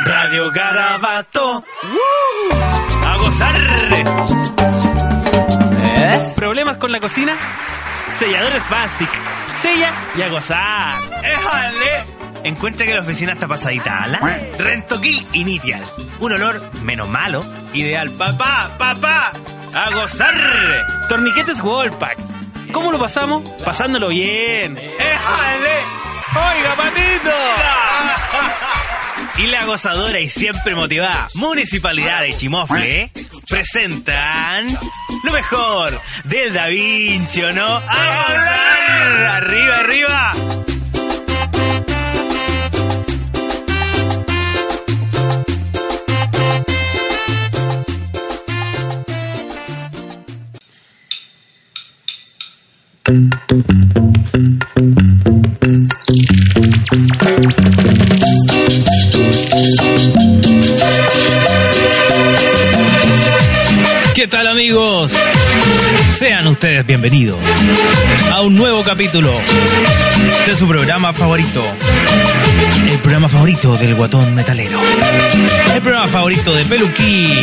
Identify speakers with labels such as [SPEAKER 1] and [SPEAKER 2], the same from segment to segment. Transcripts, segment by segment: [SPEAKER 1] Radio Garabato. ¡A gozar!
[SPEAKER 2] ¿Eh?
[SPEAKER 1] ¿Problemas con la cocina? Selladores Bastic. Sella y a gozar.
[SPEAKER 3] ¡Éjale! Encuentra que la oficina está pasadita ala. Rentoquil Initial. Un olor menos malo. Ideal. ¡Papá! ¡Papá! ¡A gozar!
[SPEAKER 1] Torniquetes Wallpack. ¿Cómo lo pasamos? Pasándolo bien.
[SPEAKER 3] ¡Éjale!
[SPEAKER 1] ¡Oiga, patito!
[SPEAKER 3] Y la gozadora y siempre motivada Municipalidad de Chimofle presentan lo mejor del Da Vinci, ¿o no? ¡A gozar! ¡Arriba, arriba!
[SPEAKER 4] ¿Qué tal amigos? Sean ustedes bienvenidos a un nuevo capítulo de su programa favorito. El programa favorito del guatón metalero. El programa favorito de Peluquín.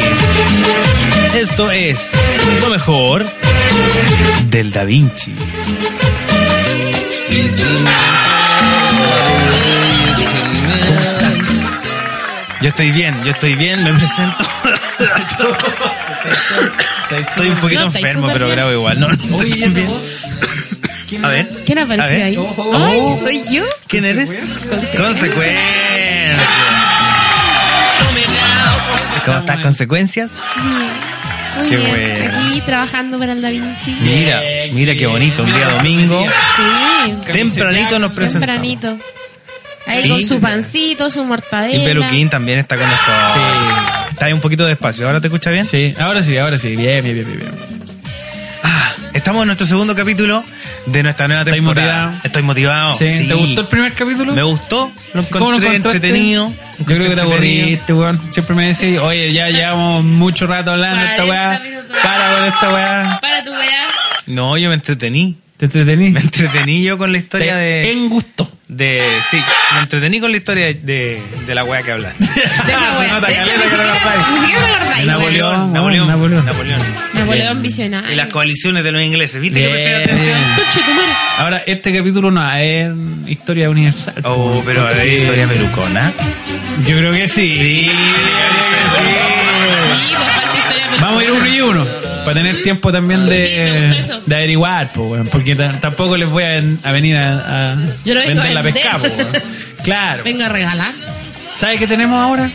[SPEAKER 4] Esto es lo mejor del Da Vinci. Yo estoy bien, yo estoy bien, me presento. estoy un poquito
[SPEAKER 5] No, estáis
[SPEAKER 4] enfermo,
[SPEAKER 5] súper
[SPEAKER 4] pero
[SPEAKER 5] bien.
[SPEAKER 4] grabo igual. No, no estoy tan bien. A ver,
[SPEAKER 5] ¿Quién
[SPEAKER 4] A
[SPEAKER 5] apareció
[SPEAKER 4] ver.
[SPEAKER 5] ahí?
[SPEAKER 4] Oh.
[SPEAKER 5] Ay, soy yo.
[SPEAKER 4] ¿quién eres?
[SPEAKER 5] Consecuencia.
[SPEAKER 4] Consecuencias. ¿Cómo estás, Consecuencias?
[SPEAKER 5] Muy
[SPEAKER 4] Qué
[SPEAKER 5] bien,
[SPEAKER 4] bueno.
[SPEAKER 5] aquí trabajando para el Da Vinci.
[SPEAKER 4] Mira, mira qué bonito, un día domingo.
[SPEAKER 5] Sí,
[SPEAKER 4] Tempranito nos presentamos. Y
[SPEAKER 5] tempranito. Ahí
[SPEAKER 4] Sí.
[SPEAKER 5] con su pancito, su mortadela.
[SPEAKER 4] Peluquín también está con nosotros.
[SPEAKER 2] Sí.
[SPEAKER 4] Está ahí un poquito despacio, ¿ahora te escucha bien?
[SPEAKER 2] Sí, ahora sí, ahora sí. Bien, bien, bien, bien. bien.
[SPEAKER 4] Ah, estamos en nuestro segundo capítulo de nuestra nueva
[SPEAKER 2] ¿Estáis
[SPEAKER 4] temporada.
[SPEAKER 2] motivado?
[SPEAKER 4] Estoy motivado.
[SPEAKER 2] Sí,
[SPEAKER 4] sí.
[SPEAKER 2] ¿Te gustó el primer capítulo?
[SPEAKER 4] Me gustó, lo
[SPEAKER 2] Sí, ¿cómo lo
[SPEAKER 4] encontré
[SPEAKER 2] encontraste?
[SPEAKER 4] entretenido.
[SPEAKER 2] Yo creo que te
[SPEAKER 4] entretenido.
[SPEAKER 2] aburriste, weón. Siempre me decís, oye, ya llevamos mucho rato hablando de esta
[SPEAKER 5] 40
[SPEAKER 2] weá.
[SPEAKER 5] minutos.
[SPEAKER 2] Para con esta weá.
[SPEAKER 5] Para tu weá.
[SPEAKER 4] No, yo me entretení.
[SPEAKER 2] ¿Te entretení?
[SPEAKER 4] Me entretení yo con la
[SPEAKER 2] Te
[SPEAKER 4] historia de,
[SPEAKER 2] En gusto.
[SPEAKER 4] de- Sí, me entretení con la historia de, de la wea que hablan.
[SPEAKER 5] De esa weá.
[SPEAKER 2] Nota
[SPEAKER 5] De hecho,
[SPEAKER 2] caleta
[SPEAKER 5] ni
[SPEAKER 2] que no
[SPEAKER 5] siquiera,
[SPEAKER 2] lo
[SPEAKER 5] te-
[SPEAKER 2] acordáis.
[SPEAKER 5] ni siquiera te acordáis, weón.
[SPEAKER 2] Napoleón. weón.
[SPEAKER 4] Napoleón, Napoleón.
[SPEAKER 2] Napoleón.
[SPEAKER 5] Napoleón visionario.
[SPEAKER 4] Y las coaliciones de los ingleses. ¿Viste que presté
[SPEAKER 2] Bien.
[SPEAKER 4] atención?
[SPEAKER 5] Conche tu madre.
[SPEAKER 2] Ahora, este capítulo no es historia universal.
[SPEAKER 4] Oh,
[SPEAKER 2] weón,
[SPEAKER 4] pero
[SPEAKER 2] porque-
[SPEAKER 4] hay historia pelucona.
[SPEAKER 2] Yo creo que sí.
[SPEAKER 4] Sí,
[SPEAKER 5] Sí, pues parte historia pelucona.
[SPEAKER 2] Vamos a ir uno y uno. Para tener tiempo también
[SPEAKER 5] Sí, me
[SPEAKER 2] de,
[SPEAKER 5] gustó eso.
[SPEAKER 2] de averiguar, po, weón, porque ta- tampoco les voy a, ven- a venir a, a
[SPEAKER 5] Yo lo vengo a
[SPEAKER 2] vender la
[SPEAKER 5] vender.
[SPEAKER 2] pesca. po, weón. claro.
[SPEAKER 5] Vengo a regalar.
[SPEAKER 2] ¿Sabes qué tenemos ahora?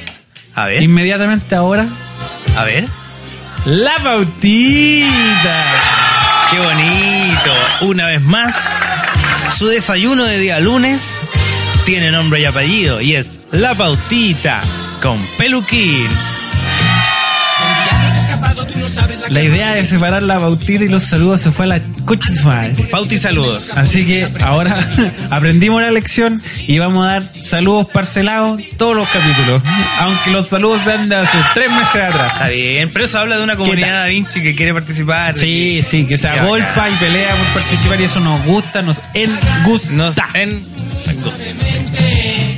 [SPEAKER 4] A ver,
[SPEAKER 2] Inmediatamente ahora.
[SPEAKER 4] a ver.
[SPEAKER 2] La pautita.
[SPEAKER 4] Qué bonito. Una vez más, su desayuno de día lunes tiene nombre y apellido y es La Pautita con Peluquín.
[SPEAKER 2] La idea de separar la pautita y los saludos se fue a la coche de su madre.
[SPEAKER 4] Pauti saludos.
[SPEAKER 2] Así que ahora aprendimos la lección y vamos a dar saludos parcelados todos los capítulos. Aunque los saludos sean de hace tres meses atrás.
[SPEAKER 4] Está bien, pero eso habla de una comunidad da Vinci que quiere participar.
[SPEAKER 2] Sí, sí, que se
[SPEAKER 4] Qué
[SPEAKER 2] agolpa
[SPEAKER 4] bacán.
[SPEAKER 2] y pelea por participar y eso nos gusta, nos engusta.
[SPEAKER 4] Nos en...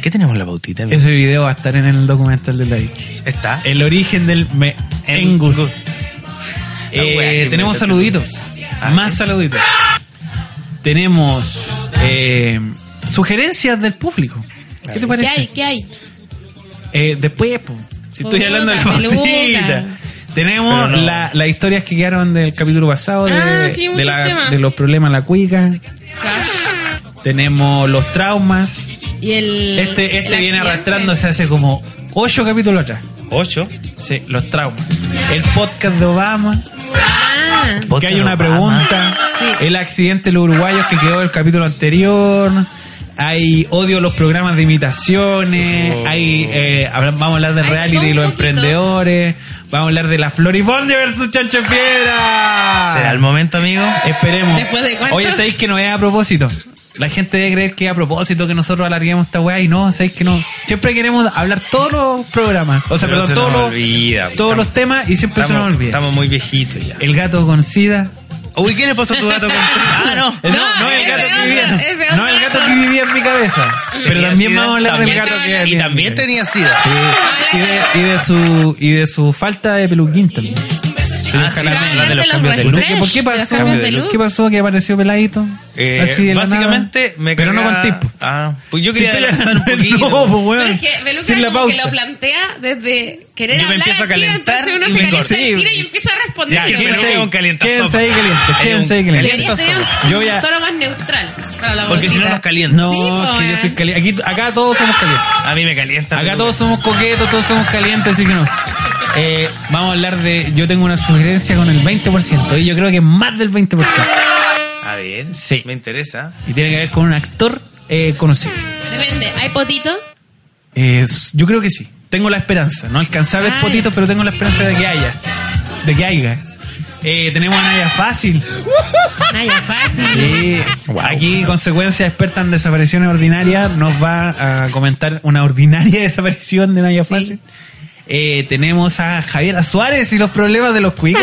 [SPEAKER 4] ¿Qué tenemos en la pautita? amigo?
[SPEAKER 2] Ese video va a estar en el documental de la Vicky.
[SPEAKER 4] Está.
[SPEAKER 2] El origen del me engusta. Eh,
[SPEAKER 4] La wea que
[SPEAKER 2] tenemos
[SPEAKER 4] me-
[SPEAKER 2] saluditos,
[SPEAKER 4] Ah,
[SPEAKER 2] más saluditos. Tenemos eh, sugerencias del público. ¿Qué te
[SPEAKER 5] ¿Qué hay? Oh,
[SPEAKER 2] parece?
[SPEAKER 5] ¿Qué hay?
[SPEAKER 2] Eh, después, po, si estoy
[SPEAKER 5] Puta,
[SPEAKER 2] hablando de la
[SPEAKER 5] peluca.
[SPEAKER 2] pautita.
[SPEAKER 4] Pero
[SPEAKER 2] Tenemos
[SPEAKER 4] no.
[SPEAKER 2] la- las historias que quedaron del capítulo pasado de,
[SPEAKER 5] Ah, sí,
[SPEAKER 2] de
[SPEAKER 5] muchos
[SPEAKER 2] la-
[SPEAKER 5] temas.
[SPEAKER 2] de los problemas en la cuica. Tenemos los traumas.
[SPEAKER 5] Y el.
[SPEAKER 2] Este, este
[SPEAKER 5] el
[SPEAKER 2] viene
[SPEAKER 5] accidente.
[SPEAKER 2] arrastrándose hace como ocho capítulos atrás.
[SPEAKER 4] Ocho.
[SPEAKER 2] Sí, los traumas. El podcast de Obama,
[SPEAKER 5] Ah.
[SPEAKER 2] que
[SPEAKER 4] Podcast
[SPEAKER 2] hay una
[SPEAKER 4] Obama.
[SPEAKER 2] pregunta.
[SPEAKER 5] Sí.
[SPEAKER 2] El accidente de los uruguayos que quedó del capítulo anterior. Hay odio a los programas de imitaciones.
[SPEAKER 4] Oh.
[SPEAKER 2] Hay, eh, hablan- vamos a hablar de
[SPEAKER 5] Hay de
[SPEAKER 2] reality
[SPEAKER 5] todo
[SPEAKER 2] y
[SPEAKER 5] un
[SPEAKER 2] los
[SPEAKER 5] poquito.
[SPEAKER 2] emprendedores. Vamos a hablar de la Floripondio versus Chancho en Piedra.
[SPEAKER 4] ¿Será el momento, amigo?
[SPEAKER 2] Esperemos.
[SPEAKER 5] ¿Después de cuánto?
[SPEAKER 2] Oye, ¿sabéis que no es a propósito? La gente debe creer que es a propósito que nosotros alarguemos esta weá y no, ¿sabéis que no? Siempre queremos hablar todos los programas. O sea,
[SPEAKER 4] Pero
[SPEAKER 2] perdón,
[SPEAKER 4] se
[SPEAKER 2] todos,
[SPEAKER 4] nos
[SPEAKER 2] los,
[SPEAKER 4] olvida, pues,
[SPEAKER 2] todos
[SPEAKER 4] estamos-
[SPEAKER 2] los temas y siempre se nos
[SPEAKER 4] Estamos,
[SPEAKER 2] olvida.
[SPEAKER 4] estamos muy viejitos ya.
[SPEAKER 2] El gato con sida,
[SPEAKER 3] Uy, ¿quién le puso tu gato con Ah, no.
[SPEAKER 2] Eh,
[SPEAKER 5] No,
[SPEAKER 2] no el
[SPEAKER 5] ese
[SPEAKER 2] gato que
[SPEAKER 5] otro, ese
[SPEAKER 2] vivía.
[SPEAKER 5] otro
[SPEAKER 2] No el gato
[SPEAKER 5] gato.
[SPEAKER 2] que vivía en mi cabeza. Pero
[SPEAKER 3] Tenía
[SPEAKER 2] también
[SPEAKER 3] sida,
[SPEAKER 2] vamos a hablar del
[SPEAKER 3] también.
[SPEAKER 2] gato que vivía.
[SPEAKER 3] Y
[SPEAKER 2] en mi
[SPEAKER 3] también
[SPEAKER 2] cabeza.
[SPEAKER 3] tenía sida.
[SPEAKER 2] Sí, y de, y de su y de su falta de peluquín también.
[SPEAKER 3] Ah,
[SPEAKER 5] la
[SPEAKER 3] sí, la de los
[SPEAKER 5] los
[SPEAKER 3] cambios de luz.
[SPEAKER 2] ¿Por qué, por qué
[SPEAKER 5] Fresh,
[SPEAKER 2] pasó?
[SPEAKER 5] cambios de luz.
[SPEAKER 2] ¿Qué pasó que apareció peladito?
[SPEAKER 3] Eh,
[SPEAKER 2] Así de la
[SPEAKER 3] básicamente
[SPEAKER 2] nada.
[SPEAKER 3] me
[SPEAKER 2] Pero no
[SPEAKER 3] cagaba-
[SPEAKER 2] con tipo.
[SPEAKER 3] Ah, pues yo
[SPEAKER 2] Si
[SPEAKER 3] quería
[SPEAKER 2] estoy
[SPEAKER 3] adelantar un
[SPEAKER 2] hablando-
[SPEAKER 3] poquito.
[SPEAKER 2] No, pues, weón.
[SPEAKER 5] Pero es que Beluca
[SPEAKER 2] Sin la
[SPEAKER 5] como que
[SPEAKER 2] pauta.
[SPEAKER 5] lo plantea desde querer
[SPEAKER 3] Yo me
[SPEAKER 5] hablar
[SPEAKER 3] empiezo a
[SPEAKER 5] al tiro,
[SPEAKER 3] calentar
[SPEAKER 5] entonces uno
[SPEAKER 3] y
[SPEAKER 5] se
[SPEAKER 3] me
[SPEAKER 5] calienta
[SPEAKER 2] corto.
[SPEAKER 5] el tiro
[SPEAKER 2] Sí.
[SPEAKER 5] y empieza a responder.
[SPEAKER 3] Ya, ¿quién
[SPEAKER 5] weón.
[SPEAKER 3] se- un calientazón.
[SPEAKER 2] Quédense ahí calientes,
[SPEAKER 3] Hay
[SPEAKER 2] quédense
[SPEAKER 3] un
[SPEAKER 2] ahí calientes.
[SPEAKER 5] Deberías tener un
[SPEAKER 2] Yo ya-
[SPEAKER 5] tono más neutral para la
[SPEAKER 3] Porque si no
[SPEAKER 5] bolsita.
[SPEAKER 3] nos calienta.
[SPEAKER 2] No,
[SPEAKER 5] Sí, po,
[SPEAKER 2] que yo soy
[SPEAKER 5] weón.
[SPEAKER 2] caliente. Aquí, acá todos somos calientes.
[SPEAKER 3] A mí me calienta.
[SPEAKER 2] Acá
[SPEAKER 3] pero-
[SPEAKER 2] todos somos coquetos, todos somos calientes, así que no. Eh, vamos a hablar de. Yo tengo una sugerencia con el 20%, y yo creo que es más del 20%.
[SPEAKER 3] A ver,
[SPEAKER 2] Sí.
[SPEAKER 3] me interesa.
[SPEAKER 2] Y tiene que ver con un actor eh, conocido.
[SPEAKER 5] Depende, ¿hay potito?
[SPEAKER 2] Eh, s- yo creo que sí. Tengo la esperanza. No alcanzé a ver
[SPEAKER 5] Ah,
[SPEAKER 2] potitos, pero tengo la esperanza de que haya. De que haya. Eh, tenemos a Naya Fácil.
[SPEAKER 5] Naya, fácil.
[SPEAKER 2] Eh, Aquí, consecuencias expertas en desapariciones ordinarias, nos va a comentar una ordinaria desaparición de Naya Fácil. Eh, tenemos a Javiera Suárez y los problemas de los cuicos.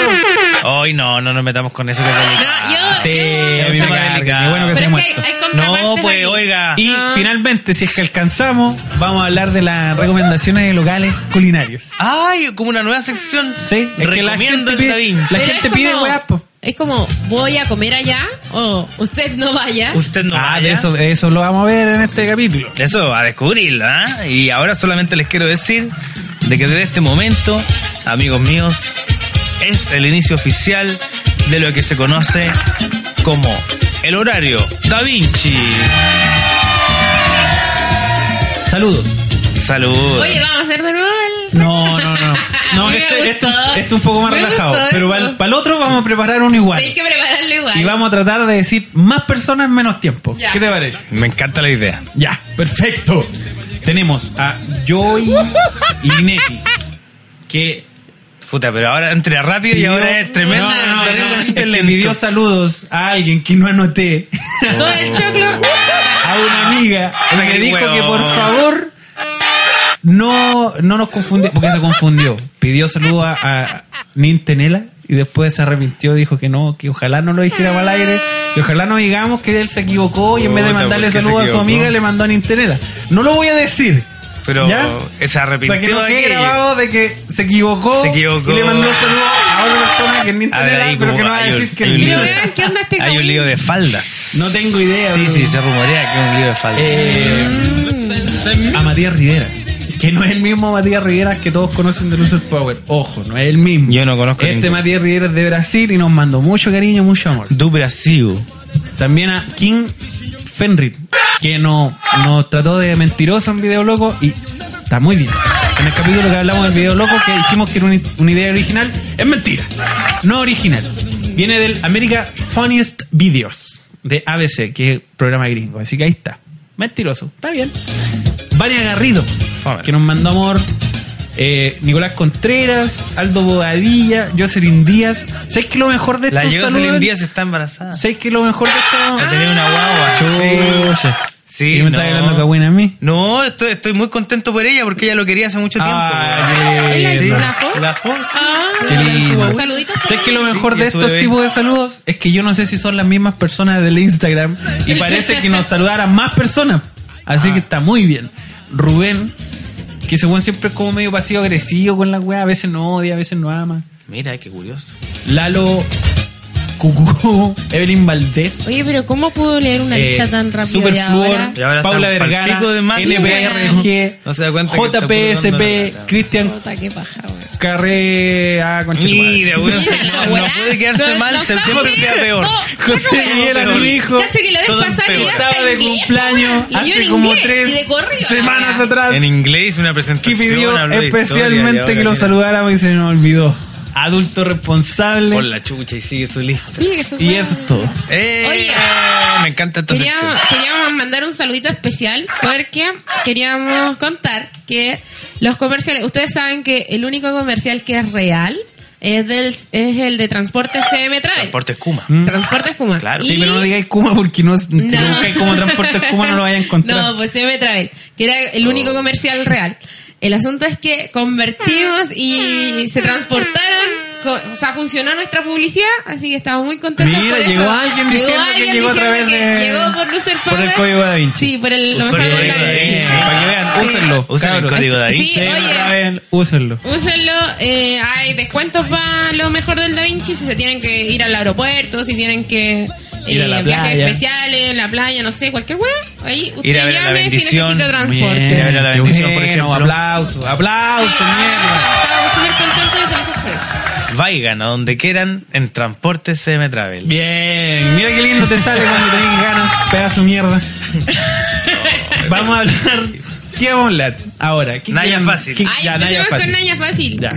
[SPEAKER 3] Hoy no, no nos metamos con eso que es delicado.
[SPEAKER 5] No, yo-
[SPEAKER 2] Sí,
[SPEAKER 5] yo-
[SPEAKER 2] a mí me
[SPEAKER 3] Está
[SPEAKER 2] carga,
[SPEAKER 3] delicado.
[SPEAKER 2] qué bueno que
[SPEAKER 5] Ah, Pero es que
[SPEAKER 2] se haya
[SPEAKER 5] hay,
[SPEAKER 2] muerto.
[SPEAKER 5] hay contrapartes
[SPEAKER 3] No, pues,
[SPEAKER 5] aquí.
[SPEAKER 3] oiga.
[SPEAKER 2] Y
[SPEAKER 5] Ah.
[SPEAKER 2] finalmente, si es que alcanzamos, vamos a hablar de las recomendaciones de locales culinarios.
[SPEAKER 3] Ay, como una nueva sección.
[SPEAKER 2] Sí, es que la gente
[SPEAKER 3] recomiendo el Da
[SPEAKER 2] pide,
[SPEAKER 3] Vinci.
[SPEAKER 2] la
[SPEAKER 5] Pero
[SPEAKER 2] gente
[SPEAKER 5] es
[SPEAKER 2] pide
[SPEAKER 5] como-
[SPEAKER 2] weá, po.
[SPEAKER 5] Es como, voy a comer allá o usted no vaya.
[SPEAKER 3] Usted no
[SPEAKER 2] ah,
[SPEAKER 3] vaya.
[SPEAKER 2] de eso, de eso lo vamos a ver en este capítulo.
[SPEAKER 3] Eso a descubrirlo, ¿ah? Y ahora solamente les quiero decir de que desde este momento, amigos míos, es el inicio oficial de lo que se conoce como el horario Da Vinci.
[SPEAKER 2] Saludos.
[SPEAKER 3] Saludos.
[SPEAKER 5] Oye, vamos a hacer de nuevo el...
[SPEAKER 2] No, no, no. No,
[SPEAKER 5] Me
[SPEAKER 2] este, este,
[SPEAKER 5] gustó.
[SPEAKER 2] este un poco más
[SPEAKER 5] Me
[SPEAKER 2] relajado.
[SPEAKER 5] gustó
[SPEAKER 2] Pero
[SPEAKER 5] eso.
[SPEAKER 2] para el, otro vamos a preparar uno igual.
[SPEAKER 5] Hay que prepararlo igual.
[SPEAKER 2] Y vamos a tratar de decir más personas en menos tiempo.
[SPEAKER 5] Ya.
[SPEAKER 2] ¿Qué te parece?
[SPEAKER 3] Me encanta la idea.
[SPEAKER 2] Ya, perfecto. Tenemos a Joy y Neti. Que
[SPEAKER 3] Puta, pero ahora entre rápido y ahora es tremenda.
[SPEAKER 2] No, no, no,
[SPEAKER 3] terriblemente
[SPEAKER 2] es que
[SPEAKER 3] lento.
[SPEAKER 2] pidió saludos a alguien que no anoté.
[SPEAKER 5] Todo el choclo.
[SPEAKER 2] a una amiga
[SPEAKER 3] Una
[SPEAKER 2] que
[SPEAKER 3] que
[SPEAKER 2] dijo
[SPEAKER 3] huevo.
[SPEAKER 2] que por favor no, no nos confunde porque se confundió. Pidió saludos a, a Nintenela y después se arrepintió, dijo que no, que ojalá no lo dijera al aire, que ojalá no digamos que él se equivocó y en vez de
[SPEAKER 3] Puta,
[SPEAKER 2] mandarle
[SPEAKER 3] ¿por qué se
[SPEAKER 2] saludos a su
[SPEAKER 3] equivocó?
[SPEAKER 2] amiga le mandó a Nintenela. No lo voy a decir.
[SPEAKER 3] Pero
[SPEAKER 2] ¿Ya?
[SPEAKER 3] se
[SPEAKER 2] Para
[SPEAKER 3] arrepintió
[SPEAKER 2] que no
[SPEAKER 3] de
[SPEAKER 2] quede
[SPEAKER 3] aquello.
[SPEAKER 2] grabado de que se equivocó,
[SPEAKER 3] Se equivocó.
[SPEAKER 2] y le mandó saludos a otra persona que es
[SPEAKER 3] Ahora
[SPEAKER 2] Nintenela,
[SPEAKER 3] ahí
[SPEAKER 2] pero
[SPEAKER 3] como
[SPEAKER 2] que no va a
[SPEAKER 3] hay un-
[SPEAKER 2] decir que
[SPEAKER 3] hay
[SPEAKER 2] el
[SPEAKER 3] un
[SPEAKER 2] mío.
[SPEAKER 3] lío.
[SPEAKER 5] Vean, ¿Qué onda este
[SPEAKER 3] Hay un
[SPEAKER 5] cabrón?
[SPEAKER 3] lío de faldas.
[SPEAKER 2] No tengo idea.
[SPEAKER 3] Sí,
[SPEAKER 2] bro.
[SPEAKER 3] sí, se rumorea que es un lío de faldas.
[SPEAKER 2] Eh, a Matías Rivera. Que no es el mismo Matías Rivera que todos conocen de Lucer Power. Ojo, no es el mismo.
[SPEAKER 3] Yo no conozco
[SPEAKER 2] Este
[SPEAKER 3] ninguno.
[SPEAKER 2] Matías Rivera es de Brasil y nos mandó mucho cariño, mucho amor.
[SPEAKER 3] Du Brasil.
[SPEAKER 2] También a King Fenrir, que no- nos trató de mentiroso en Video Loco y está muy bien. En el capítulo que hablamos del Video Loco, que dijimos que era una, una idea original, es mentira. No original. Viene del America Funniest Videos de ABC, que es programa gringo. Así que ahí está. Mentiroso. Está bien. Vania Garrido,
[SPEAKER 3] Fome.
[SPEAKER 2] que nos mandó amor. Eh, Nicolás Contreras, Aldo Bobadilla, Jocelyn Díaz. ¿Sabes que lo mejor de
[SPEAKER 3] La
[SPEAKER 2] estos
[SPEAKER 3] llegó
[SPEAKER 2] saludos-
[SPEAKER 3] Celine Díaz está embarazada.
[SPEAKER 2] ¿Sabes que lo mejor de esto?
[SPEAKER 3] Ha tenido una guagua.
[SPEAKER 2] Chucha.
[SPEAKER 3] Ah. Sí,
[SPEAKER 2] ¿Y me
[SPEAKER 3] no.
[SPEAKER 2] estás hablando cagüina a mí?
[SPEAKER 3] No, estoy, estoy muy contento por ella porque ella lo quería hace mucho tiempo.
[SPEAKER 2] Ah,
[SPEAKER 5] ¿Es la-
[SPEAKER 2] qué lindo.
[SPEAKER 5] la jo?
[SPEAKER 3] La jo, sí.
[SPEAKER 5] Ah,
[SPEAKER 2] Qué lindo.
[SPEAKER 5] Saluditos.
[SPEAKER 2] ¿Sabes que lo mejor
[SPEAKER 3] Sí,
[SPEAKER 2] de
[SPEAKER 3] y su
[SPEAKER 2] estos
[SPEAKER 3] bebé.
[SPEAKER 2] tipos de saludos es que yo no sé si son las mismas personas del Instagram y parece que nos saludaran más personas? Así que está muy bien. Rubén, que según siempre es como medio pasivo agresivo con la weá, a veces no odia, a veces no ama.
[SPEAKER 3] Mira, qué curioso.
[SPEAKER 2] Lalo Cucú, Evelyn Valdés.
[SPEAKER 5] Oye, pero ¿cómo pudo leer una
[SPEAKER 2] eh,
[SPEAKER 5] lista tan rápido
[SPEAKER 2] Super
[SPEAKER 5] y ahora?
[SPEAKER 3] Y ahora
[SPEAKER 2] Paula
[SPEAKER 3] están pa'l
[SPEAKER 2] Vergara,
[SPEAKER 3] pico de más.
[SPEAKER 2] NPRG,
[SPEAKER 3] No se da cuenta que está pululando la
[SPEAKER 2] JPSP,
[SPEAKER 3] lata.
[SPEAKER 2] Cristian
[SPEAKER 5] Puta, qué paja, güey.
[SPEAKER 2] Carré ah, concha tu madre.
[SPEAKER 3] Mira, weón.
[SPEAKER 5] Mira la
[SPEAKER 3] No,
[SPEAKER 5] weá.
[SPEAKER 3] puede quedarse
[SPEAKER 5] Los-
[SPEAKER 3] mal,
[SPEAKER 5] los
[SPEAKER 3] se siempre
[SPEAKER 5] zombies.
[SPEAKER 3] queda peor.
[SPEAKER 5] Oh,
[SPEAKER 2] José
[SPEAKER 5] cacha,
[SPEAKER 2] Miguel
[SPEAKER 5] weón.
[SPEAKER 2] Armijo,
[SPEAKER 5] Cacha que la vez
[SPEAKER 3] todo
[SPEAKER 5] pasada
[SPEAKER 3] empeorado.
[SPEAKER 5] leyó hasta
[SPEAKER 2] Estaba de
[SPEAKER 5] inglés,
[SPEAKER 2] cumpleaños
[SPEAKER 5] weón. Leyó
[SPEAKER 2] hace
[SPEAKER 5] en
[SPEAKER 2] como
[SPEAKER 5] inglés y de
[SPEAKER 2] tres
[SPEAKER 5] corrido,
[SPEAKER 2] semanas
[SPEAKER 5] weón.
[SPEAKER 2] atrás
[SPEAKER 3] En inglés una
[SPEAKER 2] que
[SPEAKER 3] presentación.
[SPEAKER 2] pidió
[SPEAKER 3] habló de historia, y
[SPEAKER 2] especialmente
[SPEAKER 3] ahora
[SPEAKER 2] que lo
[SPEAKER 3] mira,
[SPEAKER 2] saludáramos y se nos olvidó. Adulto responsable.
[SPEAKER 3] Por la chucha y sigue su lista.
[SPEAKER 5] Sí, eso
[SPEAKER 2] Y
[SPEAKER 5] fue-
[SPEAKER 2] eso es todo.
[SPEAKER 3] Eh,
[SPEAKER 5] Oye.
[SPEAKER 3] me encanta esta sección.
[SPEAKER 5] Queríamos, queríamos mandar un saludito especial porque queríamos contar que los comerciales, ustedes saben que el único comercial que es real es, del, es el de Transporte CM Travel.
[SPEAKER 3] Transporte Escuma.
[SPEAKER 5] Transporte Kuma.
[SPEAKER 3] Claro.
[SPEAKER 2] Mm. Ah, Sí, pero no digáis Kuma porque no, si lo
[SPEAKER 5] No.
[SPEAKER 2] buscáis como transporte Kuma no lo vais a encontrar. Oh.
[SPEAKER 5] No, pues CM Travel, que era el único comercial real. El asunto es que convertimos y se transportaron co- o sea, funcionó nuestra publicidad, así que estamos muy contentos
[SPEAKER 2] Mira,
[SPEAKER 5] por eso.
[SPEAKER 2] llegó alguien diciendo que llegó a través de-
[SPEAKER 5] llegó por Lucer
[SPEAKER 2] por el
[SPEAKER 5] Power.
[SPEAKER 2] código Da Vinci.
[SPEAKER 5] Sí, por el, lo
[SPEAKER 3] Por
[SPEAKER 5] mejor
[SPEAKER 3] el
[SPEAKER 5] de Da
[SPEAKER 3] código Da
[SPEAKER 5] Vinci.
[SPEAKER 3] Vinci.
[SPEAKER 2] Para que vean,
[SPEAKER 5] Sí.
[SPEAKER 2] úsenlo.
[SPEAKER 3] Usen el
[SPEAKER 2] cabros.
[SPEAKER 3] código Da
[SPEAKER 5] Sí,
[SPEAKER 3] Vinci.
[SPEAKER 2] Sí,
[SPEAKER 5] oye.
[SPEAKER 2] graben, úsenlo.
[SPEAKER 5] Úsenlo, eh, hay descuentos para lo mejor del Da Vinci si se tienen que ir al aeropuerto, si tienen que eh,
[SPEAKER 2] Ir a la
[SPEAKER 5] viajes
[SPEAKER 2] playa.
[SPEAKER 5] especiales, en la playa, no sé, cualquier hueá. Ahí usted
[SPEAKER 3] a ver a la
[SPEAKER 5] llame si
[SPEAKER 3] bendición.
[SPEAKER 5] necesita transporte.
[SPEAKER 2] Bien,
[SPEAKER 3] a ver a la
[SPEAKER 2] qué
[SPEAKER 3] bendición, por
[SPEAKER 2] bueno,
[SPEAKER 3] ejemplo.
[SPEAKER 2] Aplausos, aplausos, mierda.
[SPEAKER 5] Estamos súper contentos y felices por eso.
[SPEAKER 3] Vayan a donde quieran en Transportes CM Travel.
[SPEAKER 2] Bien, mira qué lindo te sale cuando tenés ganas, pedazo de mierda. Vamos a hablar. ¿Qué vamos a hablar ahora? ¿Qué
[SPEAKER 3] Naya
[SPEAKER 2] quieren-
[SPEAKER 3] Fácil.
[SPEAKER 2] qué-
[SPEAKER 5] Ay,
[SPEAKER 2] ya, Naya
[SPEAKER 5] empecemos con
[SPEAKER 2] Fácil.
[SPEAKER 5] Naya Fácil.
[SPEAKER 2] Ya.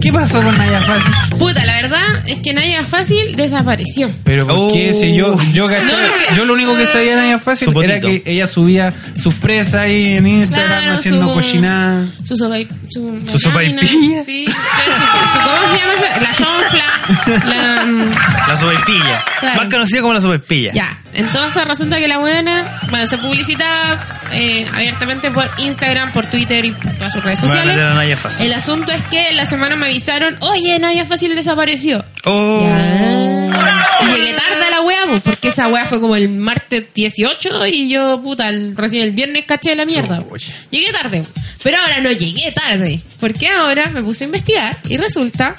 [SPEAKER 2] ¿Qué pasó con Naya Fácil?
[SPEAKER 5] Puta, la verdad es que Naya Fácil desapareció.
[SPEAKER 2] Pero ¿por qué?
[SPEAKER 3] Oh.
[SPEAKER 2] Si yo, yo, caché-
[SPEAKER 5] No, porque-
[SPEAKER 2] yo lo único que sabía de Naya Fácil
[SPEAKER 3] Su potito.
[SPEAKER 2] era que ella subía sus presas ahí en Instagram haciendo cochinada.
[SPEAKER 5] Su sopa y- Su,
[SPEAKER 3] Su sopa y
[SPEAKER 5] vaina,
[SPEAKER 3] pilla.
[SPEAKER 5] Sí. sí, su- su- ¿Cómo se llama esa? La chonfla. La... mm,
[SPEAKER 3] La subespilla.
[SPEAKER 5] Claro.
[SPEAKER 3] Más conocida como la subespilla.
[SPEAKER 5] Ya, entonces resulta que la buena, bueno, se publicitaba eh, abiertamente por Instagram, por Twitter y por todas sus redes
[SPEAKER 3] Me van a
[SPEAKER 5] sociales.
[SPEAKER 3] meter a Naya Fácil.
[SPEAKER 5] El asunto es que la semana me avisaron, oye, Naya Fácil desapareció.
[SPEAKER 3] Oh.
[SPEAKER 5] Y llegué tarde a la wea, pues, porque esa wea fue como el martes 18 y yo, puta, el- recién el viernes caché la mierda.
[SPEAKER 2] Oh,
[SPEAKER 5] Llegué tarde. Pero ahora no llegué tarde, porque ahora me puse a investigar y resulta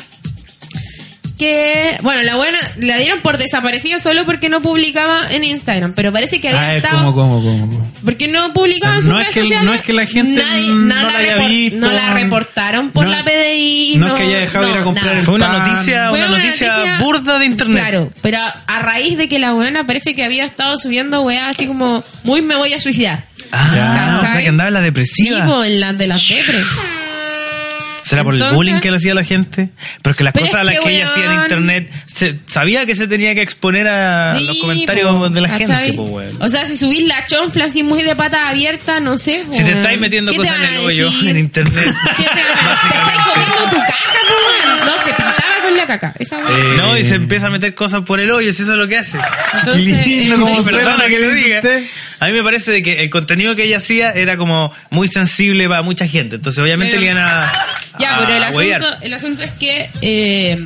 [SPEAKER 5] que, bueno, la buena la dieron por desaparecida solo porque no publicaba en Instagram, pero parece que había
[SPEAKER 2] A ver,
[SPEAKER 5] estado...
[SPEAKER 2] ¿cómo, cómo, cómo? cómo?
[SPEAKER 5] Porque no publicaban
[SPEAKER 2] No
[SPEAKER 5] sus
[SPEAKER 2] es
[SPEAKER 5] redes
[SPEAKER 2] que-
[SPEAKER 5] sociales.
[SPEAKER 2] no es que la gente no la haya
[SPEAKER 5] repor-
[SPEAKER 2] visto.
[SPEAKER 5] No la reportaron por
[SPEAKER 2] No-
[SPEAKER 5] la PDI.
[SPEAKER 2] no es que haya dejado de ir a comprar el
[SPEAKER 3] Fue una
[SPEAKER 2] Pan.
[SPEAKER 3] noticia,
[SPEAKER 5] Fue
[SPEAKER 3] una, noticia, burda de internet.
[SPEAKER 5] Claro, pero a, a raíz de que la weona parece que había estado subiendo weá así como, muy me voy a suicidar.
[SPEAKER 3] Ah,
[SPEAKER 5] ¿Cachai?
[SPEAKER 3] o sea que andaba en la
[SPEAKER 5] Sí,
[SPEAKER 3] depresiva.
[SPEAKER 5] po, en las de las depres.
[SPEAKER 3] ¿Será por el
[SPEAKER 5] Entonces-
[SPEAKER 3] bullying que le hacía a la gente? Pero es que las
[SPEAKER 5] Pero
[SPEAKER 3] cosas a
[SPEAKER 5] es
[SPEAKER 3] las que,
[SPEAKER 5] que,
[SPEAKER 3] ella hacía en
[SPEAKER 5] weón.
[SPEAKER 3] internet, se- sabía que se tenía que exponer a
[SPEAKER 5] Sí,
[SPEAKER 3] los comentarios
[SPEAKER 5] po,
[SPEAKER 3] de la
[SPEAKER 5] ¿cachai?
[SPEAKER 3] gente, po, weón.
[SPEAKER 5] O sea, si subís la chonfla así muy de pata abierta, no sé. po,
[SPEAKER 3] Si te
[SPEAKER 5] Oh, weón.
[SPEAKER 3] estáis metiendo
[SPEAKER 5] ¿Qué
[SPEAKER 3] cosas
[SPEAKER 5] te
[SPEAKER 3] en
[SPEAKER 5] van
[SPEAKER 3] el
[SPEAKER 5] a
[SPEAKER 3] hoyo
[SPEAKER 5] decir?
[SPEAKER 3] en internet.
[SPEAKER 5] ¿Qué te van a- te estáis comiendo tu caca, po, weón? No, se pintaba con la caca. Esa weá.
[SPEAKER 3] Eh, No, y se empieza a meter cosas por el hoyo, si eso es lo que hace.
[SPEAKER 5] Entonces,
[SPEAKER 2] lindo
[SPEAKER 5] eh,
[SPEAKER 2] como
[SPEAKER 5] eh,
[SPEAKER 2] suena.
[SPEAKER 3] Perdona que lo
[SPEAKER 2] ¿Qué
[SPEAKER 3] diga.
[SPEAKER 2] dice usted?
[SPEAKER 3] A mí me parece de que el contenido que ella hacía era como muy sensible para mucha gente. Entonces, obviamente
[SPEAKER 5] Sí.
[SPEAKER 3] le iban a.
[SPEAKER 5] Ya,
[SPEAKER 3] a
[SPEAKER 5] pero el
[SPEAKER 3] huevear.
[SPEAKER 5] asunto, el asunto es que eh,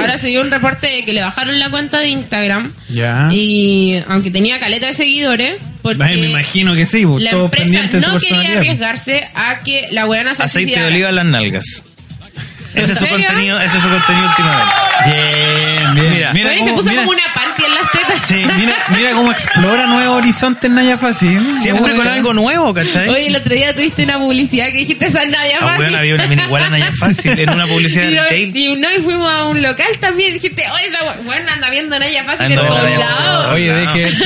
[SPEAKER 5] ahora se dio un reporte de que le bajaron la cuenta de Instagram.
[SPEAKER 2] Ya.
[SPEAKER 5] Y aunque tenía caleta de seguidores, porque
[SPEAKER 2] Ay, me imagino que sí, vos,
[SPEAKER 5] la
[SPEAKER 2] todo
[SPEAKER 5] empresa
[SPEAKER 2] pendiente de su
[SPEAKER 5] no quería
[SPEAKER 2] personalidad.
[SPEAKER 5] arriesgarse a que la weona se
[SPEAKER 3] Aceite de
[SPEAKER 5] suicidara.
[SPEAKER 3] oliva en las nalgas. Ese es su
[SPEAKER 5] serio?
[SPEAKER 3] contenido, ese es su contenido últimamente.
[SPEAKER 2] Bien, bien.
[SPEAKER 3] Mira.
[SPEAKER 5] Bueno, y se
[SPEAKER 2] cómo-
[SPEAKER 5] puso
[SPEAKER 2] mira-
[SPEAKER 5] como una panty en las tetas.
[SPEAKER 2] Sí, mira, mira cómo explora nuevos horizontes Naya Fácil.
[SPEAKER 3] Siempre con
[SPEAKER 5] Bueno.
[SPEAKER 3] algo nuevo, ¿cachai?
[SPEAKER 5] Oye, el otro día tuviste una publicidad que dijiste esa nadie
[SPEAKER 3] Ah,
[SPEAKER 5] fácil.
[SPEAKER 3] weón, había una mini igual allá fácil en una publicidad de
[SPEAKER 5] Y, no-
[SPEAKER 3] retail.
[SPEAKER 5] y no, y fuimos a un local también. Dijiste, oye, esa we- weona anda viendo Naya Fácil en
[SPEAKER 3] Anda
[SPEAKER 5] todos
[SPEAKER 3] viendo Naya
[SPEAKER 5] lados.
[SPEAKER 3] Fácil.
[SPEAKER 2] Oye,
[SPEAKER 3] No.
[SPEAKER 2] deje su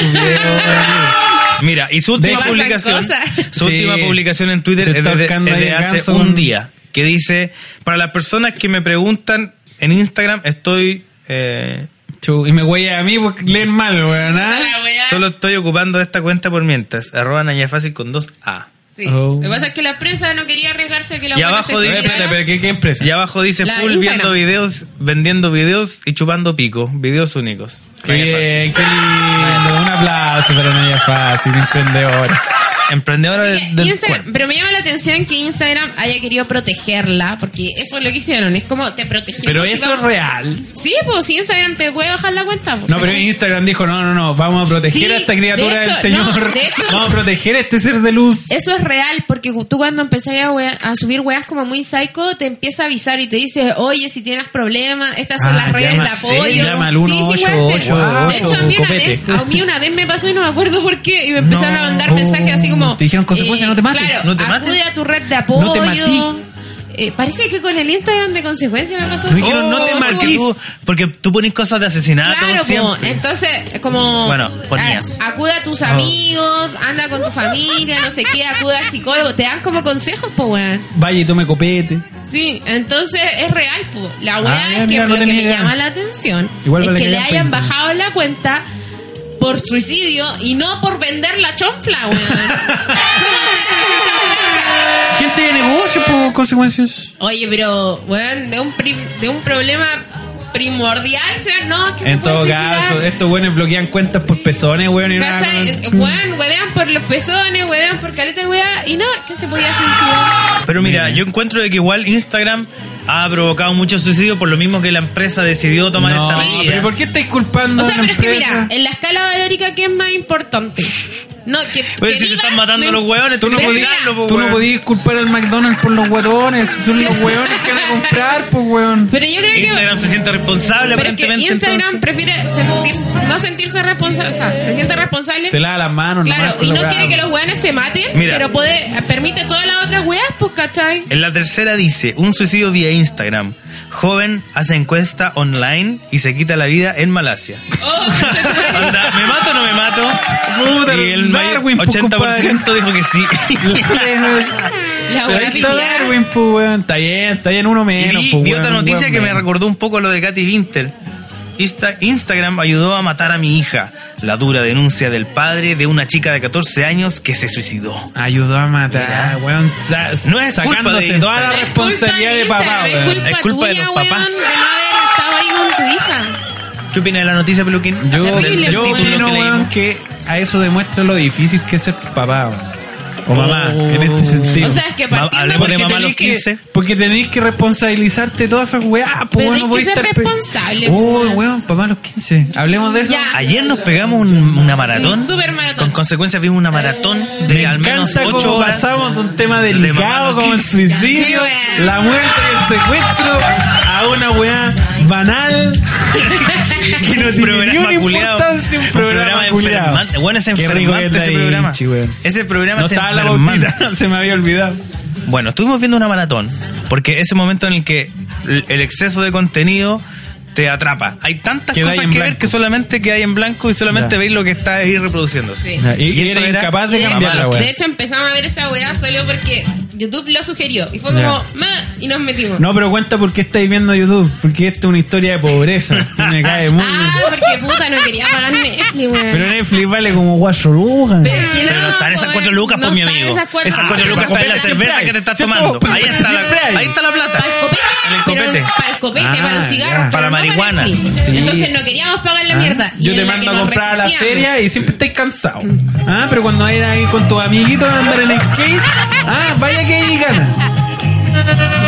[SPEAKER 2] video.
[SPEAKER 3] Mira, y su
[SPEAKER 5] Me
[SPEAKER 3] última
[SPEAKER 5] pasan
[SPEAKER 3] publicación,
[SPEAKER 5] cosas.
[SPEAKER 3] su
[SPEAKER 2] Sí.
[SPEAKER 3] última publicación en Twitter
[SPEAKER 2] Se
[SPEAKER 3] es
[SPEAKER 2] está
[SPEAKER 3] de,
[SPEAKER 2] buscando
[SPEAKER 3] es de
[SPEAKER 2] ahí el
[SPEAKER 3] hace
[SPEAKER 2] ganso
[SPEAKER 3] un
[SPEAKER 2] con-
[SPEAKER 3] día, que dice, para las personas que me preguntan en Instagram, estoy... eh,
[SPEAKER 2] Chu, Y me güey a mí porque leen mal, weón. ¿ah?
[SPEAKER 5] La weá.
[SPEAKER 3] solo estoy ocupando esta cuenta por mientras. Arroba Naya Fácil con dos A.
[SPEAKER 5] Sí.
[SPEAKER 2] Oh.
[SPEAKER 5] Lo que pasa es que la prensa no quería arriesgarse a que la
[SPEAKER 3] Y
[SPEAKER 5] buena
[SPEAKER 3] abajo
[SPEAKER 5] se
[SPEAKER 3] dice-
[SPEAKER 2] Oye, espérate,
[SPEAKER 5] suicidara.
[SPEAKER 2] pero ¿qué, qué empresa?
[SPEAKER 3] Y abajo dice
[SPEAKER 5] La
[SPEAKER 3] full
[SPEAKER 5] Instagram.
[SPEAKER 3] viendo videos, vendiendo videos y chupando pico. Videos únicos.
[SPEAKER 2] Qué
[SPEAKER 3] Naya Fácil.
[SPEAKER 2] bien, qué lindo. Un aplauso para Naya Fácil, emprendedora.
[SPEAKER 3] Emprendedora de-
[SPEAKER 5] Oye,
[SPEAKER 3] del
[SPEAKER 5] Instagram-
[SPEAKER 3] cuerpo.
[SPEAKER 5] pero me llama la atención que Instagram haya querido protegerla, porque eso es lo que hicieron, es como te protegieron.
[SPEAKER 2] Pero
[SPEAKER 5] así
[SPEAKER 2] eso es
[SPEAKER 5] como-
[SPEAKER 2] real.
[SPEAKER 5] Sí, pues si Instagram te puede bajar la cuenta. pues.
[SPEAKER 2] No, pero Instagram dijo, no, no, no, vamos a proteger
[SPEAKER 5] Sí,
[SPEAKER 2] a esta criatura
[SPEAKER 5] de hecho,
[SPEAKER 2] del Señor.
[SPEAKER 5] no, de hecho-
[SPEAKER 2] vamos a proteger a este ser de luz.
[SPEAKER 5] Eso es real, porque tú cuando empezás a, wea- a subir weas como muy psycho, te empieza a avisar y te dice, oye, si tienes problemas, estas son
[SPEAKER 2] Ah,
[SPEAKER 5] las redes
[SPEAKER 2] llama
[SPEAKER 5] de
[SPEAKER 2] al
[SPEAKER 5] apoyo.
[SPEAKER 2] cero, llama al
[SPEAKER 5] sí, sí,
[SPEAKER 2] 188,
[SPEAKER 5] weas te- De hecho, a mí, una
[SPEAKER 2] copete.
[SPEAKER 5] vez, a mí una vez me pasó y no me acuerdo por qué, y me empezaron
[SPEAKER 2] No.
[SPEAKER 5] a mandar mensajes así como... eh,
[SPEAKER 2] Te dijeron, "Consecuencia, no te mates,
[SPEAKER 5] claro,
[SPEAKER 2] no te
[SPEAKER 5] acude
[SPEAKER 2] mates.
[SPEAKER 5] a tu red de apoyo.
[SPEAKER 2] No te matí.
[SPEAKER 5] Eh, parece que con el Instagram de consecuencia me pasó.
[SPEAKER 2] Te dijeron, no te
[SPEAKER 5] Oh,
[SPEAKER 2] matí.
[SPEAKER 5] weón.
[SPEAKER 3] tú- porque tú pones cosas de asesinato
[SPEAKER 5] Claro, po,
[SPEAKER 3] siempre.
[SPEAKER 5] entonces, como.
[SPEAKER 3] Bueno, ponías.
[SPEAKER 5] a- acude a tus
[SPEAKER 2] Oh.
[SPEAKER 5] amigos, anda con tu familia, no sé qué, acude al psicólogo. Te dan como consejos, po, weón.
[SPEAKER 2] Vaya y tome copete.
[SPEAKER 5] Sí, entonces es real, po. La weá
[SPEAKER 2] Ah,
[SPEAKER 5] es que
[SPEAKER 2] mira, no
[SPEAKER 5] lo que
[SPEAKER 2] tenía
[SPEAKER 5] me
[SPEAKER 2] idea.
[SPEAKER 5] llama la atención
[SPEAKER 2] Igual
[SPEAKER 5] es
[SPEAKER 2] vale
[SPEAKER 5] que
[SPEAKER 2] que
[SPEAKER 5] le
[SPEAKER 2] le
[SPEAKER 5] hayan
[SPEAKER 2] den cuenta.
[SPEAKER 5] bajado la cuenta por suicidio y no por vender la chonfla, weón. ¿Cómo te hacen esa weá?
[SPEAKER 2] Gente de negocio, por consecuencias.
[SPEAKER 5] Oye, pero, weón, de un, prim- de un problema primordial, ¿sí? no, es que se
[SPEAKER 2] En
[SPEAKER 5] puede
[SPEAKER 2] todo
[SPEAKER 5] suicidar.
[SPEAKER 2] caso, estos buenos bloquean cuentas por pezones, weón. Y nada,
[SPEAKER 5] ¿Cachai? Eh, Weón, huevean por los pezones, huevean por caleta, de weá. Y no, que se podía suicidar.
[SPEAKER 3] Pero mira, yo encuentro de que igual Instagram ha provocado muchos suicidios por lo mismo que la empresa decidió tomar
[SPEAKER 2] No,
[SPEAKER 3] esta medida.
[SPEAKER 2] pero ¿por qué estáis culpando
[SPEAKER 5] O sea,
[SPEAKER 2] a la
[SPEAKER 5] pero es que
[SPEAKER 2] empresa?
[SPEAKER 5] mira, en la escala valórica, ¿qué es más importante? No, que, que
[SPEAKER 3] Oye, si te
[SPEAKER 5] vivas,
[SPEAKER 3] están matando
[SPEAKER 5] no
[SPEAKER 3] los
[SPEAKER 5] im-
[SPEAKER 3] hueones, tú no
[SPEAKER 5] Pero
[SPEAKER 3] podías
[SPEAKER 5] mira,
[SPEAKER 3] darlo, po,
[SPEAKER 2] Tú no
[SPEAKER 3] weón.
[SPEAKER 2] podías culpar al McDonald's por los guatones. Son
[SPEAKER 5] Sí.
[SPEAKER 2] los hueones que van a comprar, pues, hueón.
[SPEAKER 5] Pero yo creo que...
[SPEAKER 3] Instagram se siente responsable,
[SPEAKER 5] Pero es que
[SPEAKER 3] aparentemente.
[SPEAKER 5] Instagram
[SPEAKER 3] entonces.
[SPEAKER 5] prefiere sentir- no sentirse responsable, o sea, se siente responsable.
[SPEAKER 2] Se lava las manos, nomás
[SPEAKER 5] claro,
[SPEAKER 2] con
[SPEAKER 5] y
[SPEAKER 2] la
[SPEAKER 5] no
[SPEAKER 2] weá,
[SPEAKER 5] quiere que
[SPEAKER 2] po.
[SPEAKER 5] los weones se maten,
[SPEAKER 3] Mira.
[SPEAKER 5] pero puede, permite todas las otras weas, pues, ¿cachai?
[SPEAKER 3] En la tercera dice, un suicidio vía Instagram. Joven hace encuesta online y se quita la vida en Malasia.
[SPEAKER 5] Oh, concha tu madre.
[SPEAKER 3] Onda, ¿me mato o no me mato?
[SPEAKER 2] Puta,
[SPEAKER 3] y el mayor
[SPEAKER 2] Darwin, pues,
[SPEAKER 3] 80% dijo que sí.
[SPEAKER 5] La
[SPEAKER 2] Pero
[SPEAKER 5] wea
[SPEAKER 2] ahí está
[SPEAKER 5] piteada.
[SPEAKER 2] Darwin, pues, weón. Está bien, está bien uno
[SPEAKER 3] Y
[SPEAKER 2] menos,
[SPEAKER 3] vi,
[SPEAKER 2] pues,
[SPEAKER 3] vi
[SPEAKER 2] weón,
[SPEAKER 3] otra noticia
[SPEAKER 2] weón,
[SPEAKER 3] que me
[SPEAKER 2] menos.
[SPEAKER 3] recordó un poco lo de Katy Winter. Insta- Instagram ayudó a matar a mi hija. La dura denuncia del padre de una chica de 14 años que se suicidó.
[SPEAKER 2] Ayudó a matar,
[SPEAKER 3] Mira.
[SPEAKER 2] weón. sa-
[SPEAKER 3] No es culpa de
[SPEAKER 2] sacándose toda
[SPEAKER 3] Instagram.
[SPEAKER 2] la
[SPEAKER 5] No es culpa
[SPEAKER 2] responsabilidad
[SPEAKER 5] de
[SPEAKER 2] de papá,
[SPEAKER 5] Instagram,
[SPEAKER 2] weón.
[SPEAKER 3] Es culpa de
[SPEAKER 5] tuya,
[SPEAKER 3] los
[SPEAKER 5] weón,
[SPEAKER 3] papás.
[SPEAKER 5] de no haber estado ahí con tu hija.
[SPEAKER 3] ¿Qué opinas de la noticia, Peluquín?
[SPEAKER 2] Yo,
[SPEAKER 5] Terrible,
[SPEAKER 2] yo
[SPEAKER 5] weón.
[SPEAKER 2] opino,
[SPEAKER 3] Título que
[SPEAKER 2] weón,
[SPEAKER 3] leímos.
[SPEAKER 2] que a eso demuestra lo difícil que es ser papá, weón. O mamá,
[SPEAKER 3] Oh.
[SPEAKER 2] en este sentido.
[SPEAKER 5] O sea, es que
[SPEAKER 3] Ma-
[SPEAKER 5] partiendo
[SPEAKER 3] hablemos de
[SPEAKER 5] porque
[SPEAKER 3] mamá a
[SPEAKER 5] tenés
[SPEAKER 3] los
[SPEAKER 5] que...
[SPEAKER 3] 15.
[SPEAKER 2] Que- Porque tenéis que responsabilizarte de todas esas weá, pues
[SPEAKER 5] Pero
[SPEAKER 2] weón,
[SPEAKER 5] hay
[SPEAKER 2] no
[SPEAKER 5] que
[SPEAKER 2] podéis
[SPEAKER 5] ser
[SPEAKER 2] estar pe-
[SPEAKER 5] responsable,
[SPEAKER 2] Uy,
[SPEAKER 5] weón.
[SPEAKER 2] weón, papá a los 15. Hablemos de eso.
[SPEAKER 5] Ya.
[SPEAKER 3] Ayer nos pegamos un- una maratón.
[SPEAKER 5] Un supermaratón.
[SPEAKER 3] Con consecuencia vimos una maratón de
[SPEAKER 2] Me
[SPEAKER 3] al menos
[SPEAKER 2] encanta
[SPEAKER 3] 8
[SPEAKER 2] cómo
[SPEAKER 3] horas.
[SPEAKER 2] pasamos de un tema
[SPEAKER 3] de mamá a
[SPEAKER 2] delicado
[SPEAKER 3] los
[SPEAKER 2] como el
[SPEAKER 3] 15.
[SPEAKER 2] suicidio,
[SPEAKER 5] Sí, weón.
[SPEAKER 2] la muerte y el secuestro a una weá banal que no tiene ni
[SPEAKER 3] programa
[SPEAKER 2] una
[SPEAKER 3] culiao.
[SPEAKER 2] importancia, un programa culiao.
[SPEAKER 3] enfermante. Bueno, es
[SPEAKER 2] Qué rico
[SPEAKER 3] enfermante
[SPEAKER 2] que
[SPEAKER 3] ese
[SPEAKER 2] es Da
[SPEAKER 3] programa.
[SPEAKER 2] Vinci, weón.
[SPEAKER 3] Ese programa
[SPEAKER 2] No
[SPEAKER 3] es
[SPEAKER 2] estaba la
[SPEAKER 3] enfermante.
[SPEAKER 2] bautita, se me había olvidado.
[SPEAKER 3] Bueno, estuvimos viendo una maratón, porque ese momento en el que l- el exceso de contenido te atrapa. Hay tantas
[SPEAKER 2] Quedáis
[SPEAKER 3] cosas
[SPEAKER 2] en
[SPEAKER 3] que ver
[SPEAKER 2] blanco.
[SPEAKER 3] que solamente hay en blanco y solamente
[SPEAKER 2] Ya.
[SPEAKER 3] veis lo que está ahí reproduciéndose.
[SPEAKER 5] Sí.
[SPEAKER 2] Y,
[SPEAKER 3] Y
[SPEAKER 2] y
[SPEAKER 3] eso
[SPEAKER 2] era
[SPEAKER 3] era-
[SPEAKER 2] incapaz de
[SPEAKER 5] Y
[SPEAKER 2] cambiar la
[SPEAKER 5] hecho, Eh, de
[SPEAKER 2] weá.
[SPEAKER 5] hecho empezamos a ver esa weá solo porque YouTube lo sugirió. Y fue como,
[SPEAKER 2] Ya.
[SPEAKER 5] "Ma", y nos metimos.
[SPEAKER 2] No, pero cuenta por qué estáis viendo YouTube. Porque esta es una historia de pobreza. y Me cae muy bien.
[SPEAKER 5] Ah, porque puta, no quería pagar Netflix, weón.
[SPEAKER 2] Pero Netflix vale como guaso luga.
[SPEAKER 5] que
[SPEAKER 3] Pero no están esas
[SPEAKER 5] weón,
[SPEAKER 3] cuatro lucas,
[SPEAKER 5] no
[SPEAKER 3] pues mi
[SPEAKER 5] están
[SPEAKER 3] amigo.
[SPEAKER 5] Esas cuatro,
[SPEAKER 3] Esas cuatro
[SPEAKER 5] lucas.
[SPEAKER 3] lucas están en la
[SPEAKER 2] Siempre
[SPEAKER 3] cerveza
[SPEAKER 2] hay.
[SPEAKER 3] que te estás
[SPEAKER 2] Siempre
[SPEAKER 3] tomando.
[SPEAKER 2] hay.
[SPEAKER 3] Ahí está
[SPEAKER 2] Siempre hay.
[SPEAKER 3] la, ahí está la plata.
[SPEAKER 5] Para el copete,
[SPEAKER 3] En el
[SPEAKER 5] pero
[SPEAKER 3] copete.
[SPEAKER 5] para el copete,
[SPEAKER 2] Ah,
[SPEAKER 5] para los cigarros,
[SPEAKER 2] ya.
[SPEAKER 3] Para
[SPEAKER 5] pero no
[SPEAKER 3] marihuana.
[SPEAKER 5] Netflix.
[SPEAKER 2] Sí. Ah.
[SPEAKER 5] Entonces no queríamos pagar la mierda. Y
[SPEAKER 2] Yo
[SPEAKER 5] en
[SPEAKER 2] te
[SPEAKER 5] la que
[SPEAKER 2] mando a
[SPEAKER 5] nos
[SPEAKER 2] comprar a la
[SPEAKER 5] resistíamos.
[SPEAKER 2] feria y siempre estáis cansado. Ah, pero cuando hay ahí con tus amiguitos a andar en skate, ah, vaya que hay ganas.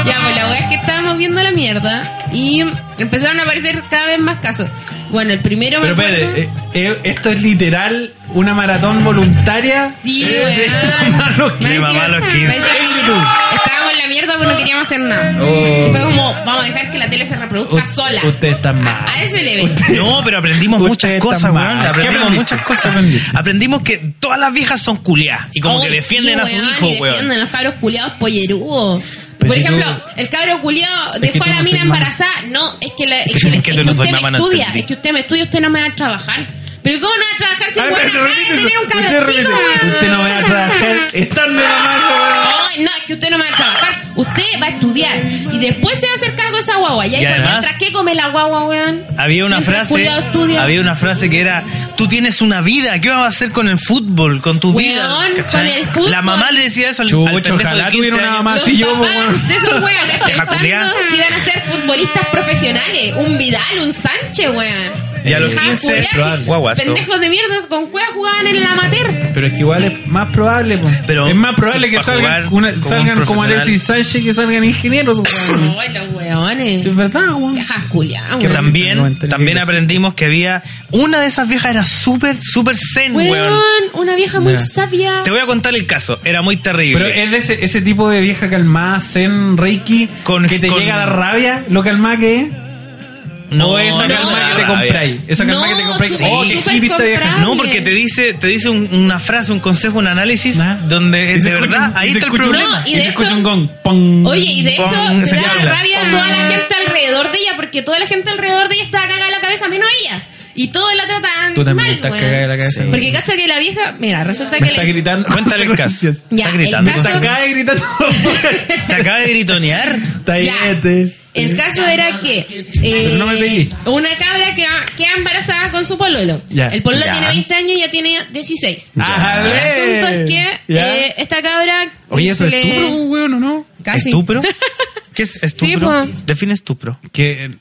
[SPEAKER 5] Ya, pues la weá es que estábamos viendo la mierda y empezaron a aparecer cada vez más casos. Bueno, el primero
[SPEAKER 2] Pero
[SPEAKER 5] me acuerdo-
[SPEAKER 2] espérate, eh, eh, esto es literal una maratón voluntaria.
[SPEAKER 5] Sí,
[SPEAKER 2] de- de
[SPEAKER 5] weón.
[SPEAKER 2] malos
[SPEAKER 5] Me
[SPEAKER 2] que-
[SPEAKER 3] mamá
[SPEAKER 5] decía-
[SPEAKER 3] a los
[SPEAKER 5] me
[SPEAKER 3] 15.
[SPEAKER 5] decía que Estábamos en la mierda porque no queríamos hacer nada.
[SPEAKER 2] Oh.
[SPEAKER 5] Y fue como, vamos a dejar que la tele se reproduzca
[SPEAKER 2] U-
[SPEAKER 5] sola.
[SPEAKER 2] Usted está mal.
[SPEAKER 5] A ese nivel.
[SPEAKER 3] No, pero aprendimos
[SPEAKER 2] Ustedes
[SPEAKER 3] muchas
[SPEAKER 2] están
[SPEAKER 3] cosas,
[SPEAKER 2] mal.
[SPEAKER 3] weón.
[SPEAKER 2] ¿Qué
[SPEAKER 3] Aprendimos
[SPEAKER 2] aprendiste?
[SPEAKER 3] muchas
[SPEAKER 2] ¿Qué
[SPEAKER 3] cosas.
[SPEAKER 2] aprendiste?
[SPEAKER 3] Aprendimos que todas las viejas son culiadas y como
[SPEAKER 5] Ay,
[SPEAKER 3] que defienden
[SPEAKER 5] sí,
[SPEAKER 3] a su
[SPEAKER 5] weón,
[SPEAKER 3] hijo,
[SPEAKER 5] y
[SPEAKER 3] weón.
[SPEAKER 5] Defienden a los cabros culiados pollerudos.
[SPEAKER 2] Pero
[SPEAKER 5] Por
[SPEAKER 2] si
[SPEAKER 5] ejemplo,
[SPEAKER 2] tú-
[SPEAKER 5] el cabro culiado dejó
[SPEAKER 2] que
[SPEAKER 5] a
[SPEAKER 2] tú
[SPEAKER 5] la mina
[SPEAKER 2] no sois mamá.
[SPEAKER 5] embarazada. No, es que, la- es
[SPEAKER 3] Es
[SPEAKER 5] que,
[SPEAKER 3] que
[SPEAKER 5] es que
[SPEAKER 3] tú no soy
[SPEAKER 5] usted
[SPEAKER 3] mamá,
[SPEAKER 5] me
[SPEAKER 3] no
[SPEAKER 5] estudia.
[SPEAKER 3] entendí.
[SPEAKER 5] Es que usted me estudia, usted no me va a trabajar. Pero ¿cómo no va a trabajar si
[SPEAKER 2] Ay,
[SPEAKER 5] bueno,
[SPEAKER 2] pero
[SPEAKER 5] acaba de
[SPEAKER 2] repite eso.
[SPEAKER 5] tener un cabro
[SPEAKER 2] Usted
[SPEAKER 5] chico?
[SPEAKER 2] repite,
[SPEAKER 5] weón?
[SPEAKER 2] Usted no va a trabajar estando en la mano, weón.
[SPEAKER 5] Ay, no, es que usted no va a trabajar. Usted va a estudiar. Y después se va a hacer cargo de esa guagua. Y ahí
[SPEAKER 3] Y
[SPEAKER 5] por
[SPEAKER 3] además-
[SPEAKER 5] mientras que come la guagua, weón.
[SPEAKER 3] Había una
[SPEAKER 5] Mientras
[SPEAKER 3] frase,
[SPEAKER 5] culiao estudia.
[SPEAKER 3] había una frase que era, tú tienes una vida, ¿qué vas a hacer con el fútbol, con tu
[SPEAKER 5] Weón,
[SPEAKER 3] vida?
[SPEAKER 5] con
[SPEAKER 3] ¿Cachai?
[SPEAKER 5] el fútbol.
[SPEAKER 3] La mamá le decía eso al, al
[SPEAKER 2] Chucho,
[SPEAKER 3] pendejo
[SPEAKER 2] ojalá
[SPEAKER 3] de 15
[SPEAKER 2] tuviera una
[SPEAKER 3] años.
[SPEAKER 2] mamá
[SPEAKER 5] Los
[SPEAKER 2] así yo,
[SPEAKER 5] papás
[SPEAKER 2] weón.
[SPEAKER 5] de esos weones pensando
[SPEAKER 3] culiá.
[SPEAKER 5] que iban a ser futbolistas profesionales. Un Vidal, un Sánchez, weón.
[SPEAKER 3] Y a los
[SPEAKER 5] Ja,
[SPEAKER 3] 15,
[SPEAKER 5] culiá,
[SPEAKER 2] probable.
[SPEAKER 5] sí.
[SPEAKER 3] Guaguazo.
[SPEAKER 5] Pendejos de mierdas con cueva jugaban en la amateur.
[SPEAKER 2] Pero es que igual es más probable, po.
[SPEAKER 3] Pero
[SPEAKER 2] es más probable que
[SPEAKER 3] para jugar
[SPEAKER 2] salgan, una-
[SPEAKER 3] como un
[SPEAKER 2] salgan como
[SPEAKER 3] profesional.
[SPEAKER 2] Alexis Sánchez que salgan ingenieros, weón.
[SPEAKER 5] Ay, los weones.
[SPEAKER 2] Sí, es verdad, weón.
[SPEAKER 5] Viejas culiadas,
[SPEAKER 2] Que
[SPEAKER 5] weón.
[SPEAKER 2] tam-
[SPEAKER 3] También,
[SPEAKER 2] Sí,
[SPEAKER 3] también
[SPEAKER 2] sí.
[SPEAKER 3] aprendimos que había, una de esas viejas era súper, súper zen,
[SPEAKER 5] Weón,
[SPEAKER 3] weón.
[SPEAKER 5] una vieja muy
[SPEAKER 2] Ya.
[SPEAKER 5] sabia.
[SPEAKER 3] Te voy a contar el caso, era muy terrible.
[SPEAKER 2] Pero es de ese, ese tipo de vieja calmada, zen, reiki,
[SPEAKER 3] Con-
[SPEAKER 2] que te
[SPEAKER 3] con-
[SPEAKER 2] llega a dar rabia, lo calmada que es. o esa
[SPEAKER 5] no,
[SPEAKER 2] calma
[SPEAKER 5] no,
[SPEAKER 2] que te
[SPEAKER 3] rabia.
[SPEAKER 2] compráis. Esa calma
[SPEAKER 5] No,
[SPEAKER 2] que te compráis.
[SPEAKER 5] sí,
[SPEAKER 2] oh, qué
[SPEAKER 5] súper
[SPEAKER 2] hippie esta vieja.
[SPEAKER 5] comprada.
[SPEAKER 3] No, porque te dice, te dice un- una frase, un consejo, un análisis,
[SPEAKER 2] Nah.
[SPEAKER 3] donde
[SPEAKER 2] Y
[SPEAKER 3] es
[SPEAKER 2] se
[SPEAKER 3] de
[SPEAKER 2] escucha
[SPEAKER 3] verdad,
[SPEAKER 2] un-
[SPEAKER 3] ahí
[SPEAKER 2] se
[SPEAKER 3] está el
[SPEAKER 2] escucha un-
[SPEAKER 3] problema.
[SPEAKER 5] No, y
[SPEAKER 2] se
[SPEAKER 5] de
[SPEAKER 2] escucha
[SPEAKER 5] hecho-
[SPEAKER 2] un gong. Pong.
[SPEAKER 5] Oye, y de hecho,
[SPEAKER 3] Pon-
[SPEAKER 5] te
[SPEAKER 3] se
[SPEAKER 5] daba
[SPEAKER 3] habla.
[SPEAKER 5] rabia a toda la gente alrededor de ella, porque toda la gente alrededor de ella estaba cagada de la cabeza, menos ella. Y todos la trataban
[SPEAKER 2] Tú también
[SPEAKER 5] mal,
[SPEAKER 2] estás
[SPEAKER 5] weón.
[SPEAKER 2] cagada de la cabeza.
[SPEAKER 5] Porque cacha que la vieja, mira, resulta
[SPEAKER 2] me
[SPEAKER 5] que
[SPEAKER 2] está
[SPEAKER 5] la,
[SPEAKER 2] gritando.
[SPEAKER 3] Cuéntale el caso.
[SPEAKER 2] Gracias.
[SPEAKER 5] Ya,
[SPEAKER 3] está
[SPEAKER 5] el
[SPEAKER 3] gritando.
[SPEAKER 5] caso-
[SPEAKER 2] Está acá gritando.
[SPEAKER 3] Te acaba de gritonear.
[SPEAKER 2] Está
[SPEAKER 5] Ya.
[SPEAKER 2] bien.
[SPEAKER 5] El caso era que eh,
[SPEAKER 2] Pero no me pegué.
[SPEAKER 5] una cabra que queda embarazada con su pololo.
[SPEAKER 2] Ya.
[SPEAKER 5] El pololo
[SPEAKER 3] Ya.
[SPEAKER 5] tiene 20 años y ya tiene 16.
[SPEAKER 2] Ajá,
[SPEAKER 5] El asunto es que
[SPEAKER 2] Ya.
[SPEAKER 5] eh, esta cabra
[SPEAKER 2] Oye, eso
[SPEAKER 5] se
[SPEAKER 2] es estupro, weón, ¿o no?
[SPEAKER 5] casi
[SPEAKER 3] ¿Estupro? ¿Qué es estupro?
[SPEAKER 5] po.
[SPEAKER 3] Define estupro.
[SPEAKER 2] que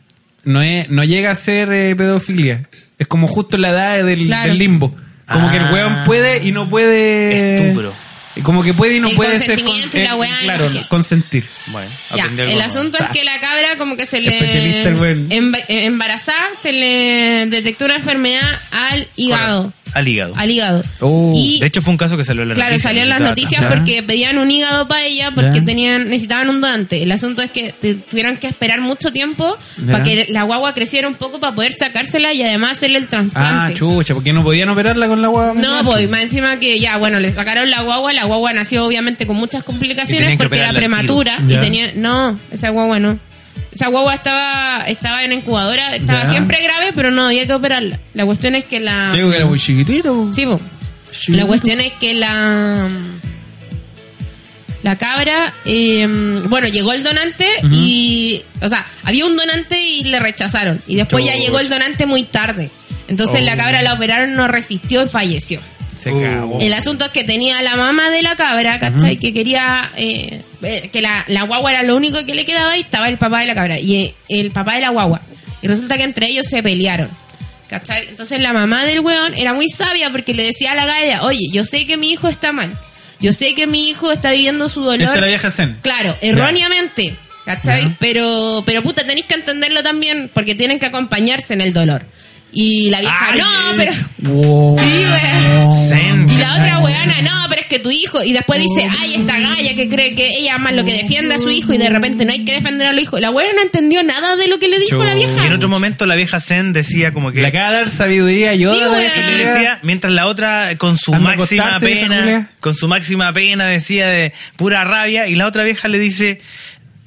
[SPEAKER 2] no es, no llega a ser eh, pedofilia. Es como justo la edad del,
[SPEAKER 5] Claro.
[SPEAKER 2] del limbo. Como
[SPEAKER 3] Ah.
[SPEAKER 2] que el weón puede y no puede.
[SPEAKER 3] Estupro.
[SPEAKER 2] Como que puede y no
[SPEAKER 5] El
[SPEAKER 2] puede ser. eh,
[SPEAKER 5] consentimiento y la weá, no
[SPEAKER 2] claro,
[SPEAKER 5] sé qué.
[SPEAKER 2] consentir.
[SPEAKER 3] Bueno,
[SPEAKER 5] Ya,
[SPEAKER 3] aprendí algo
[SPEAKER 5] el
[SPEAKER 3] nuevo.
[SPEAKER 5] asunto es que la cabra como que se le
[SPEAKER 2] Especialista el buen.
[SPEAKER 5] emba- eh, embarazada se le detectó una enfermedad al hígado,
[SPEAKER 3] Al hígado.
[SPEAKER 5] al hígado.
[SPEAKER 2] Oh,
[SPEAKER 5] y
[SPEAKER 3] De hecho, fue un caso que salió en la
[SPEAKER 5] claro,
[SPEAKER 3] noticia,
[SPEAKER 5] salió en las
[SPEAKER 3] estaba
[SPEAKER 5] noticias
[SPEAKER 2] Ya.
[SPEAKER 5] porque pedían un hígado para ella porque
[SPEAKER 2] Ya.
[SPEAKER 5] tenían necesitaban un donante. El asunto es que te- tuvieron que esperar mucho tiempo
[SPEAKER 2] Ya.
[SPEAKER 5] para que la guagua creciera un poco para poder sacársela y además hacerle el
[SPEAKER 2] Ah,
[SPEAKER 5] trasplante.
[SPEAKER 2] chucha, porque no podían operarla con la guava.
[SPEAKER 5] No, pues, voy, más encima que ya, bueno, le sacaron la guagua, la guagua nació obviamente con muchas
[SPEAKER 3] Y tenían
[SPEAKER 5] complicaciones
[SPEAKER 3] que
[SPEAKER 5] porque era
[SPEAKER 3] operarla al tiro.
[SPEAKER 5] prematura y
[SPEAKER 2] Ya.
[SPEAKER 5] tenía, no, esa guagua no. Esa guagua estaba estaba en incubadora, estaba
[SPEAKER 2] Ya.
[SPEAKER 5] siempre grave, pero no había que operarla. La cuestión es que la
[SPEAKER 2] Chico, que era muy chiquitito.
[SPEAKER 5] Sí, po. La cuestión es que la la cabra, eh, bueno, llegó el donante y, o sea, había un donante y le rechazaron. Y después ya
[SPEAKER 2] Chuch.
[SPEAKER 5] llegó el donante muy tarde. Entonces la cabra la operaron, no resistió y falleció.
[SPEAKER 3] Se cagó.
[SPEAKER 2] Oh.
[SPEAKER 5] El asunto es que tenía la mamá de la cabra, ¿cachai? Que quería eh, ver que la, la guagua era lo único que le quedaba y estaba el papá de la cabra y eh, el papá de la guagua. Y resulta que entre ellos se pelearon. ¿Cachai? Entonces la mamá del weón era muy sabia porque le decía a la galla, oye, yo sé que mi hijo está mal. Yo sé que mi hijo está viviendo su dolor.
[SPEAKER 2] Esta es la vieja Zen.
[SPEAKER 5] Claro, erróneamente. ¿Cachai? Pero, pero puta, tenéis que entenderlo también porque tienen que acompañarse en el dolor. Y la vieja,
[SPEAKER 3] Ay,
[SPEAKER 5] no,
[SPEAKER 3] eh.
[SPEAKER 5] pero...
[SPEAKER 2] Wow.
[SPEAKER 5] Sí,
[SPEAKER 2] Oh.
[SPEAKER 5] güey.
[SPEAKER 3] Zen.
[SPEAKER 5] Y la otra weana, no, pero es que tu hijo. Y después dice, ay, esta galla que cree que ella más lo que defienda a su hijo y de repente no hay que defender a los hijos. La weona no entendió nada de lo que le dijo la
[SPEAKER 3] Y en
[SPEAKER 5] vieja.
[SPEAKER 3] otro momento la vieja Zen decía como que
[SPEAKER 2] Le acaba de dar sabiduría y
[SPEAKER 5] Sí,
[SPEAKER 2] otra.
[SPEAKER 5] güey.
[SPEAKER 2] que
[SPEAKER 3] le decía, mientras la otra con su
[SPEAKER 2] Anda a
[SPEAKER 3] máxima
[SPEAKER 2] acostarte, vieja
[SPEAKER 3] pena,
[SPEAKER 2] culia.
[SPEAKER 3] con su máxima pena decía de pura rabia, y la otra vieja le dice,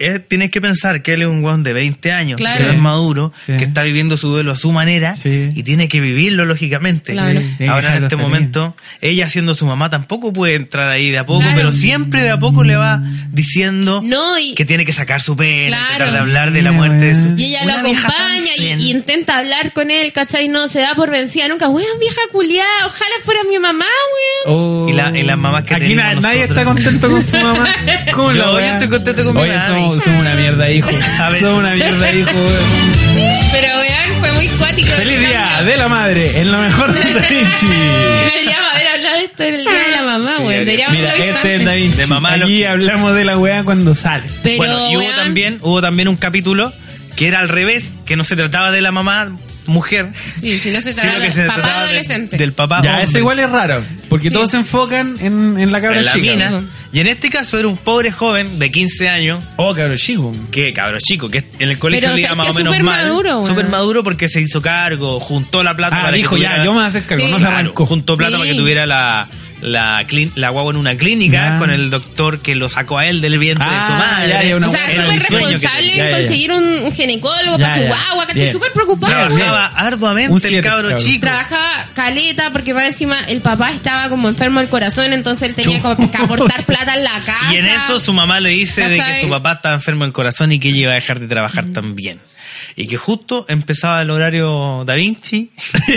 [SPEAKER 3] eh, tienes que pensar que él es un guan de 20 años,
[SPEAKER 5] Claro.
[SPEAKER 3] que no es maduro,
[SPEAKER 2] Sí.
[SPEAKER 3] que está viviendo su duelo a su manera,
[SPEAKER 2] Sí.
[SPEAKER 3] y tiene que vivirlo lógicamente.
[SPEAKER 5] Claro.
[SPEAKER 2] Sí,
[SPEAKER 3] Ahora en
[SPEAKER 2] déjalo
[SPEAKER 3] este
[SPEAKER 2] salir.
[SPEAKER 3] momento, ella siendo su mamá tampoco puede entrar ahí de a poco,
[SPEAKER 5] Claro.
[SPEAKER 3] pero siempre de a poco le va diciendo
[SPEAKER 5] No, y,
[SPEAKER 3] que tiene que sacar su pena,
[SPEAKER 5] Claro.
[SPEAKER 3] tratar de hablar de la
[SPEAKER 2] Mira,
[SPEAKER 3] muerte de su
[SPEAKER 5] y ella lo
[SPEAKER 3] Una vieja tan
[SPEAKER 5] acompaña y,
[SPEAKER 3] zen.
[SPEAKER 5] y intenta hablar con él, ¿cachai? No se da por vencida nunca. Weón, vieja culiada, ojalá fuera mi mamá, weón.
[SPEAKER 2] Oh.
[SPEAKER 3] Y la- y las mamás que
[SPEAKER 2] Aquí
[SPEAKER 3] tenemos
[SPEAKER 2] na- nadie
[SPEAKER 3] nosotros.
[SPEAKER 2] está contento con su mamá. ¿Cómo
[SPEAKER 3] Yo-
[SPEAKER 2] la
[SPEAKER 3] yo
[SPEAKER 2] weá?
[SPEAKER 3] estoy contento con mi
[SPEAKER 2] Oye,
[SPEAKER 3] mami.
[SPEAKER 2] Somos, somos una mierda, hijo.
[SPEAKER 3] A veces.
[SPEAKER 2] Somos una mierda, hijo. weón.
[SPEAKER 5] Pero weón, fue muy cuático.
[SPEAKER 2] Feliz
[SPEAKER 5] el
[SPEAKER 2] día
[SPEAKER 5] cambio.
[SPEAKER 2] de la madre. Es lo mejor de Da Vinci.
[SPEAKER 5] Deberíamos haber hablado de esto en el día
[SPEAKER 3] Ah,
[SPEAKER 5] de la mamá, weón. Deberíamos
[SPEAKER 2] Mira,
[SPEAKER 5] haberlo visto
[SPEAKER 2] este es
[SPEAKER 5] antes.
[SPEAKER 2] Da Vinci.
[SPEAKER 3] De mamá a los
[SPEAKER 2] Aquí
[SPEAKER 3] 15.
[SPEAKER 2] hablamos de la weá cuando sale.
[SPEAKER 5] Pero,
[SPEAKER 3] bueno, y hubo
[SPEAKER 5] weón,
[SPEAKER 3] también, hubo también un capítulo que era al revés, que no se trataba de la mamá mujer,
[SPEAKER 5] Sí, si no se
[SPEAKER 3] sino
[SPEAKER 5] trata
[SPEAKER 3] que se
[SPEAKER 5] de papá
[SPEAKER 3] trataba de-
[SPEAKER 5] adolescente.
[SPEAKER 3] del papá
[SPEAKER 2] ya,
[SPEAKER 3] hombre.
[SPEAKER 2] eso igual es raro. Porque
[SPEAKER 5] Sí.
[SPEAKER 2] todos se enfocan en, en la cabra
[SPEAKER 3] En la
[SPEAKER 2] chica.
[SPEAKER 3] mina. Y en este caso era un pobre joven de 15 años,
[SPEAKER 2] Oh, cabro chico.
[SPEAKER 3] que cabro chico, que en el colegio
[SPEAKER 5] Pero,
[SPEAKER 3] le iba
[SPEAKER 5] ¿sabes
[SPEAKER 3] más
[SPEAKER 5] qué?
[SPEAKER 3] o menos
[SPEAKER 5] Súper
[SPEAKER 3] mal.
[SPEAKER 5] maduro, weón.
[SPEAKER 3] Súper maduro porque se hizo cargo, juntó la plata
[SPEAKER 2] Ah,
[SPEAKER 3] para
[SPEAKER 2] dijo,
[SPEAKER 3] que
[SPEAKER 2] ya,
[SPEAKER 3] tuviera-
[SPEAKER 2] yo me voy a hacer cargo.
[SPEAKER 5] Sí.
[SPEAKER 2] No se
[SPEAKER 3] Claro,
[SPEAKER 2] arrancó.
[SPEAKER 3] juntó plata
[SPEAKER 5] Sí.
[SPEAKER 3] para que tuviera la la, clin- la guagua en una clínica
[SPEAKER 2] Ya.
[SPEAKER 3] con el doctor que lo sacó a él del vientre de su
[SPEAKER 2] Ah,
[SPEAKER 3] madre.
[SPEAKER 2] ya, ya, una
[SPEAKER 5] o sea,
[SPEAKER 2] buena-
[SPEAKER 3] Era
[SPEAKER 5] súper
[SPEAKER 3] el sueño que
[SPEAKER 5] responsable
[SPEAKER 2] tenía.
[SPEAKER 5] en
[SPEAKER 2] Ya, ya, ya.
[SPEAKER 5] conseguir un, un ginecólogo
[SPEAKER 2] Ya,
[SPEAKER 5] para su
[SPEAKER 2] ya.
[SPEAKER 5] guagua, ¿cachai?
[SPEAKER 2] Bien.
[SPEAKER 5] Súper preocupado.
[SPEAKER 3] Trabajaba
[SPEAKER 2] Un
[SPEAKER 3] arduamente
[SPEAKER 2] siete,
[SPEAKER 3] el cabro
[SPEAKER 2] cabrón.
[SPEAKER 3] chico.
[SPEAKER 5] Trabajaba caleta porque más encima el papá estaba como enfermo del corazón, entonces él tenía como que aportar plata en la casa.
[SPEAKER 3] Y en eso su mamá le dice de que
[SPEAKER 5] ¿Cachai?
[SPEAKER 3] su papá estaba enfermo del corazón y que ella iba a dejar de trabajar también. Y que justo empezaba el horario Da Vinci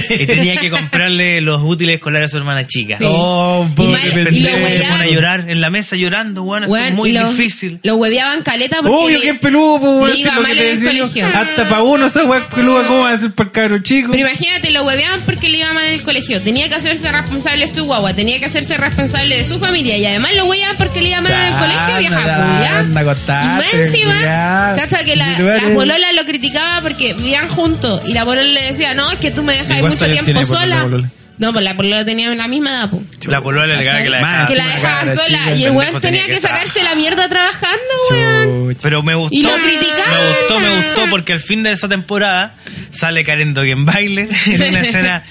[SPEAKER 3] y tenía que comprarle los útiles escolares a su hermana chica.
[SPEAKER 5] Sí.
[SPEAKER 2] Oh,
[SPEAKER 5] Y
[SPEAKER 2] pobre
[SPEAKER 5] mal- y
[SPEAKER 2] pendejo.
[SPEAKER 5] lo
[SPEAKER 3] Se pone a
[SPEAKER 5] hueveaban.
[SPEAKER 3] llorar en la mesa llorando, bueno, esto
[SPEAKER 5] weón,
[SPEAKER 3] es muy
[SPEAKER 5] y lo-
[SPEAKER 3] difícil.
[SPEAKER 5] Lo hueveaban caleta porque.
[SPEAKER 2] Obvio
[SPEAKER 5] le-
[SPEAKER 2] que es peludo, po, weón,
[SPEAKER 5] le
[SPEAKER 2] si
[SPEAKER 5] iba
[SPEAKER 2] lo que
[SPEAKER 5] mal
[SPEAKER 2] te
[SPEAKER 5] en el
[SPEAKER 2] decía yo.
[SPEAKER 5] colegio.
[SPEAKER 2] Hasta para uno esa weá peluda, ¿cómo va a ser para el cabro chico?
[SPEAKER 5] Pero imagínate, lo hueveaban porque le iba mal en el colegio. Tenía que hacerse responsable de su guagua, tenía que hacerse responsable de su familia. Y además lo hueveaban porque le iba mal en el colegio, vieja
[SPEAKER 2] Anda,
[SPEAKER 5] culia.
[SPEAKER 2] anda, contate,
[SPEAKER 5] Y más encima,
[SPEAKER 2] culiá.
[SPEAKER 5] cacha que la,
[SPEAKER 2] Lugares.
[SPEAKER 5] la polola lo criticaba porque vivían juntos. Y la polola le decía, no, es que tú me dejas
[SPEAKER 2] ¿Y cuántos
[SPEAKER 5] mucho
[SPEAKER 2] años
[SPEAKER 5] tiempo
[SPEAKER 2] tiene, por
[SPEAKER 5] sola.
[SPEAKER 2] la polola?
[SPEAKER 5] No, pues la polola tenía la misma edad, po.
[SPEAKER 3] La polola le alegaba que la
[SPEAKER 2] Más
[SPEAKER 3] dejaba.
[SPEAKER 5] Que la
[SPEAKER 2] sí,
[SPEAKER 5] dejaba
[SPEAKER 2] cara,
[SPEAKER 5] sola.
[SPEAKER 2] chica,
[SPEAKER 5] Y el
[SPEAKER 3] pendejo
[SPEAKER 5] weón tenía que sacarse la mierda trabajando, weón.
[SPEAKER 2] Chucha.
[SPEAKER 3] Pero me gustó.
[SPEAKER 5] Y lo criticaban.
[SPEAKER 3] Me gustó, me gustó, porque al fin de esa temporada sale Karen Dogen Baile en una escena.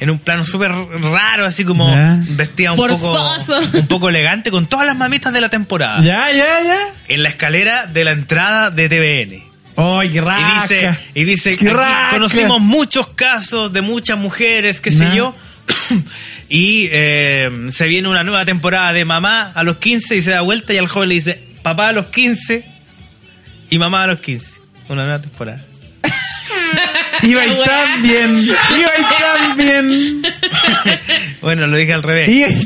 [SPEAKER 3] En un plano súper raro, así como
[SPEAKER 2] Ya.
[SPEAKER 3] vestida un
[SPEAKER 5] Forzoso.
[SPEAKER 3] poco un poco elegante, con todas las mamitas de la
[SPEAKER 5] Ah.
[SPEAKER 3] temporada.
[SPEAKER 2] Ya, ya, ya.
[SPEAKER 3] En la escalera de la entrada de TVN.
[SPEAKER 2] Ay, qué
[SPEAKER 3] Y
[SPEAKER 2] raca.
[SPEAKER 3] dice, y dice
[SPEAKER 2] Qué
[SPEAKER 3] "Aquí
[SPEAKER 2] raca".
[SPEAKER 3] conocimos muchos casos de muchas mujeres, qué sé
[SPEAKER 2] Nah.
[SPEAKER 3] yo. y eh, se viene una nueva temporada de mamá a los 15 y se da vuelta y al joven le dice, papá a los 15 y mamá a los 15. Una nueva temporada.
[SPEAKER 2] Iba
[SPEAKER 5] La
[SPEAKER 2] y
[SPEAKER 5] weá.
[SPEAKER 2] tan bien. Iba y tan bien.
[SPEAKER 3] Bueno, lo dije al revés.
[SPEAKER 2] Iba y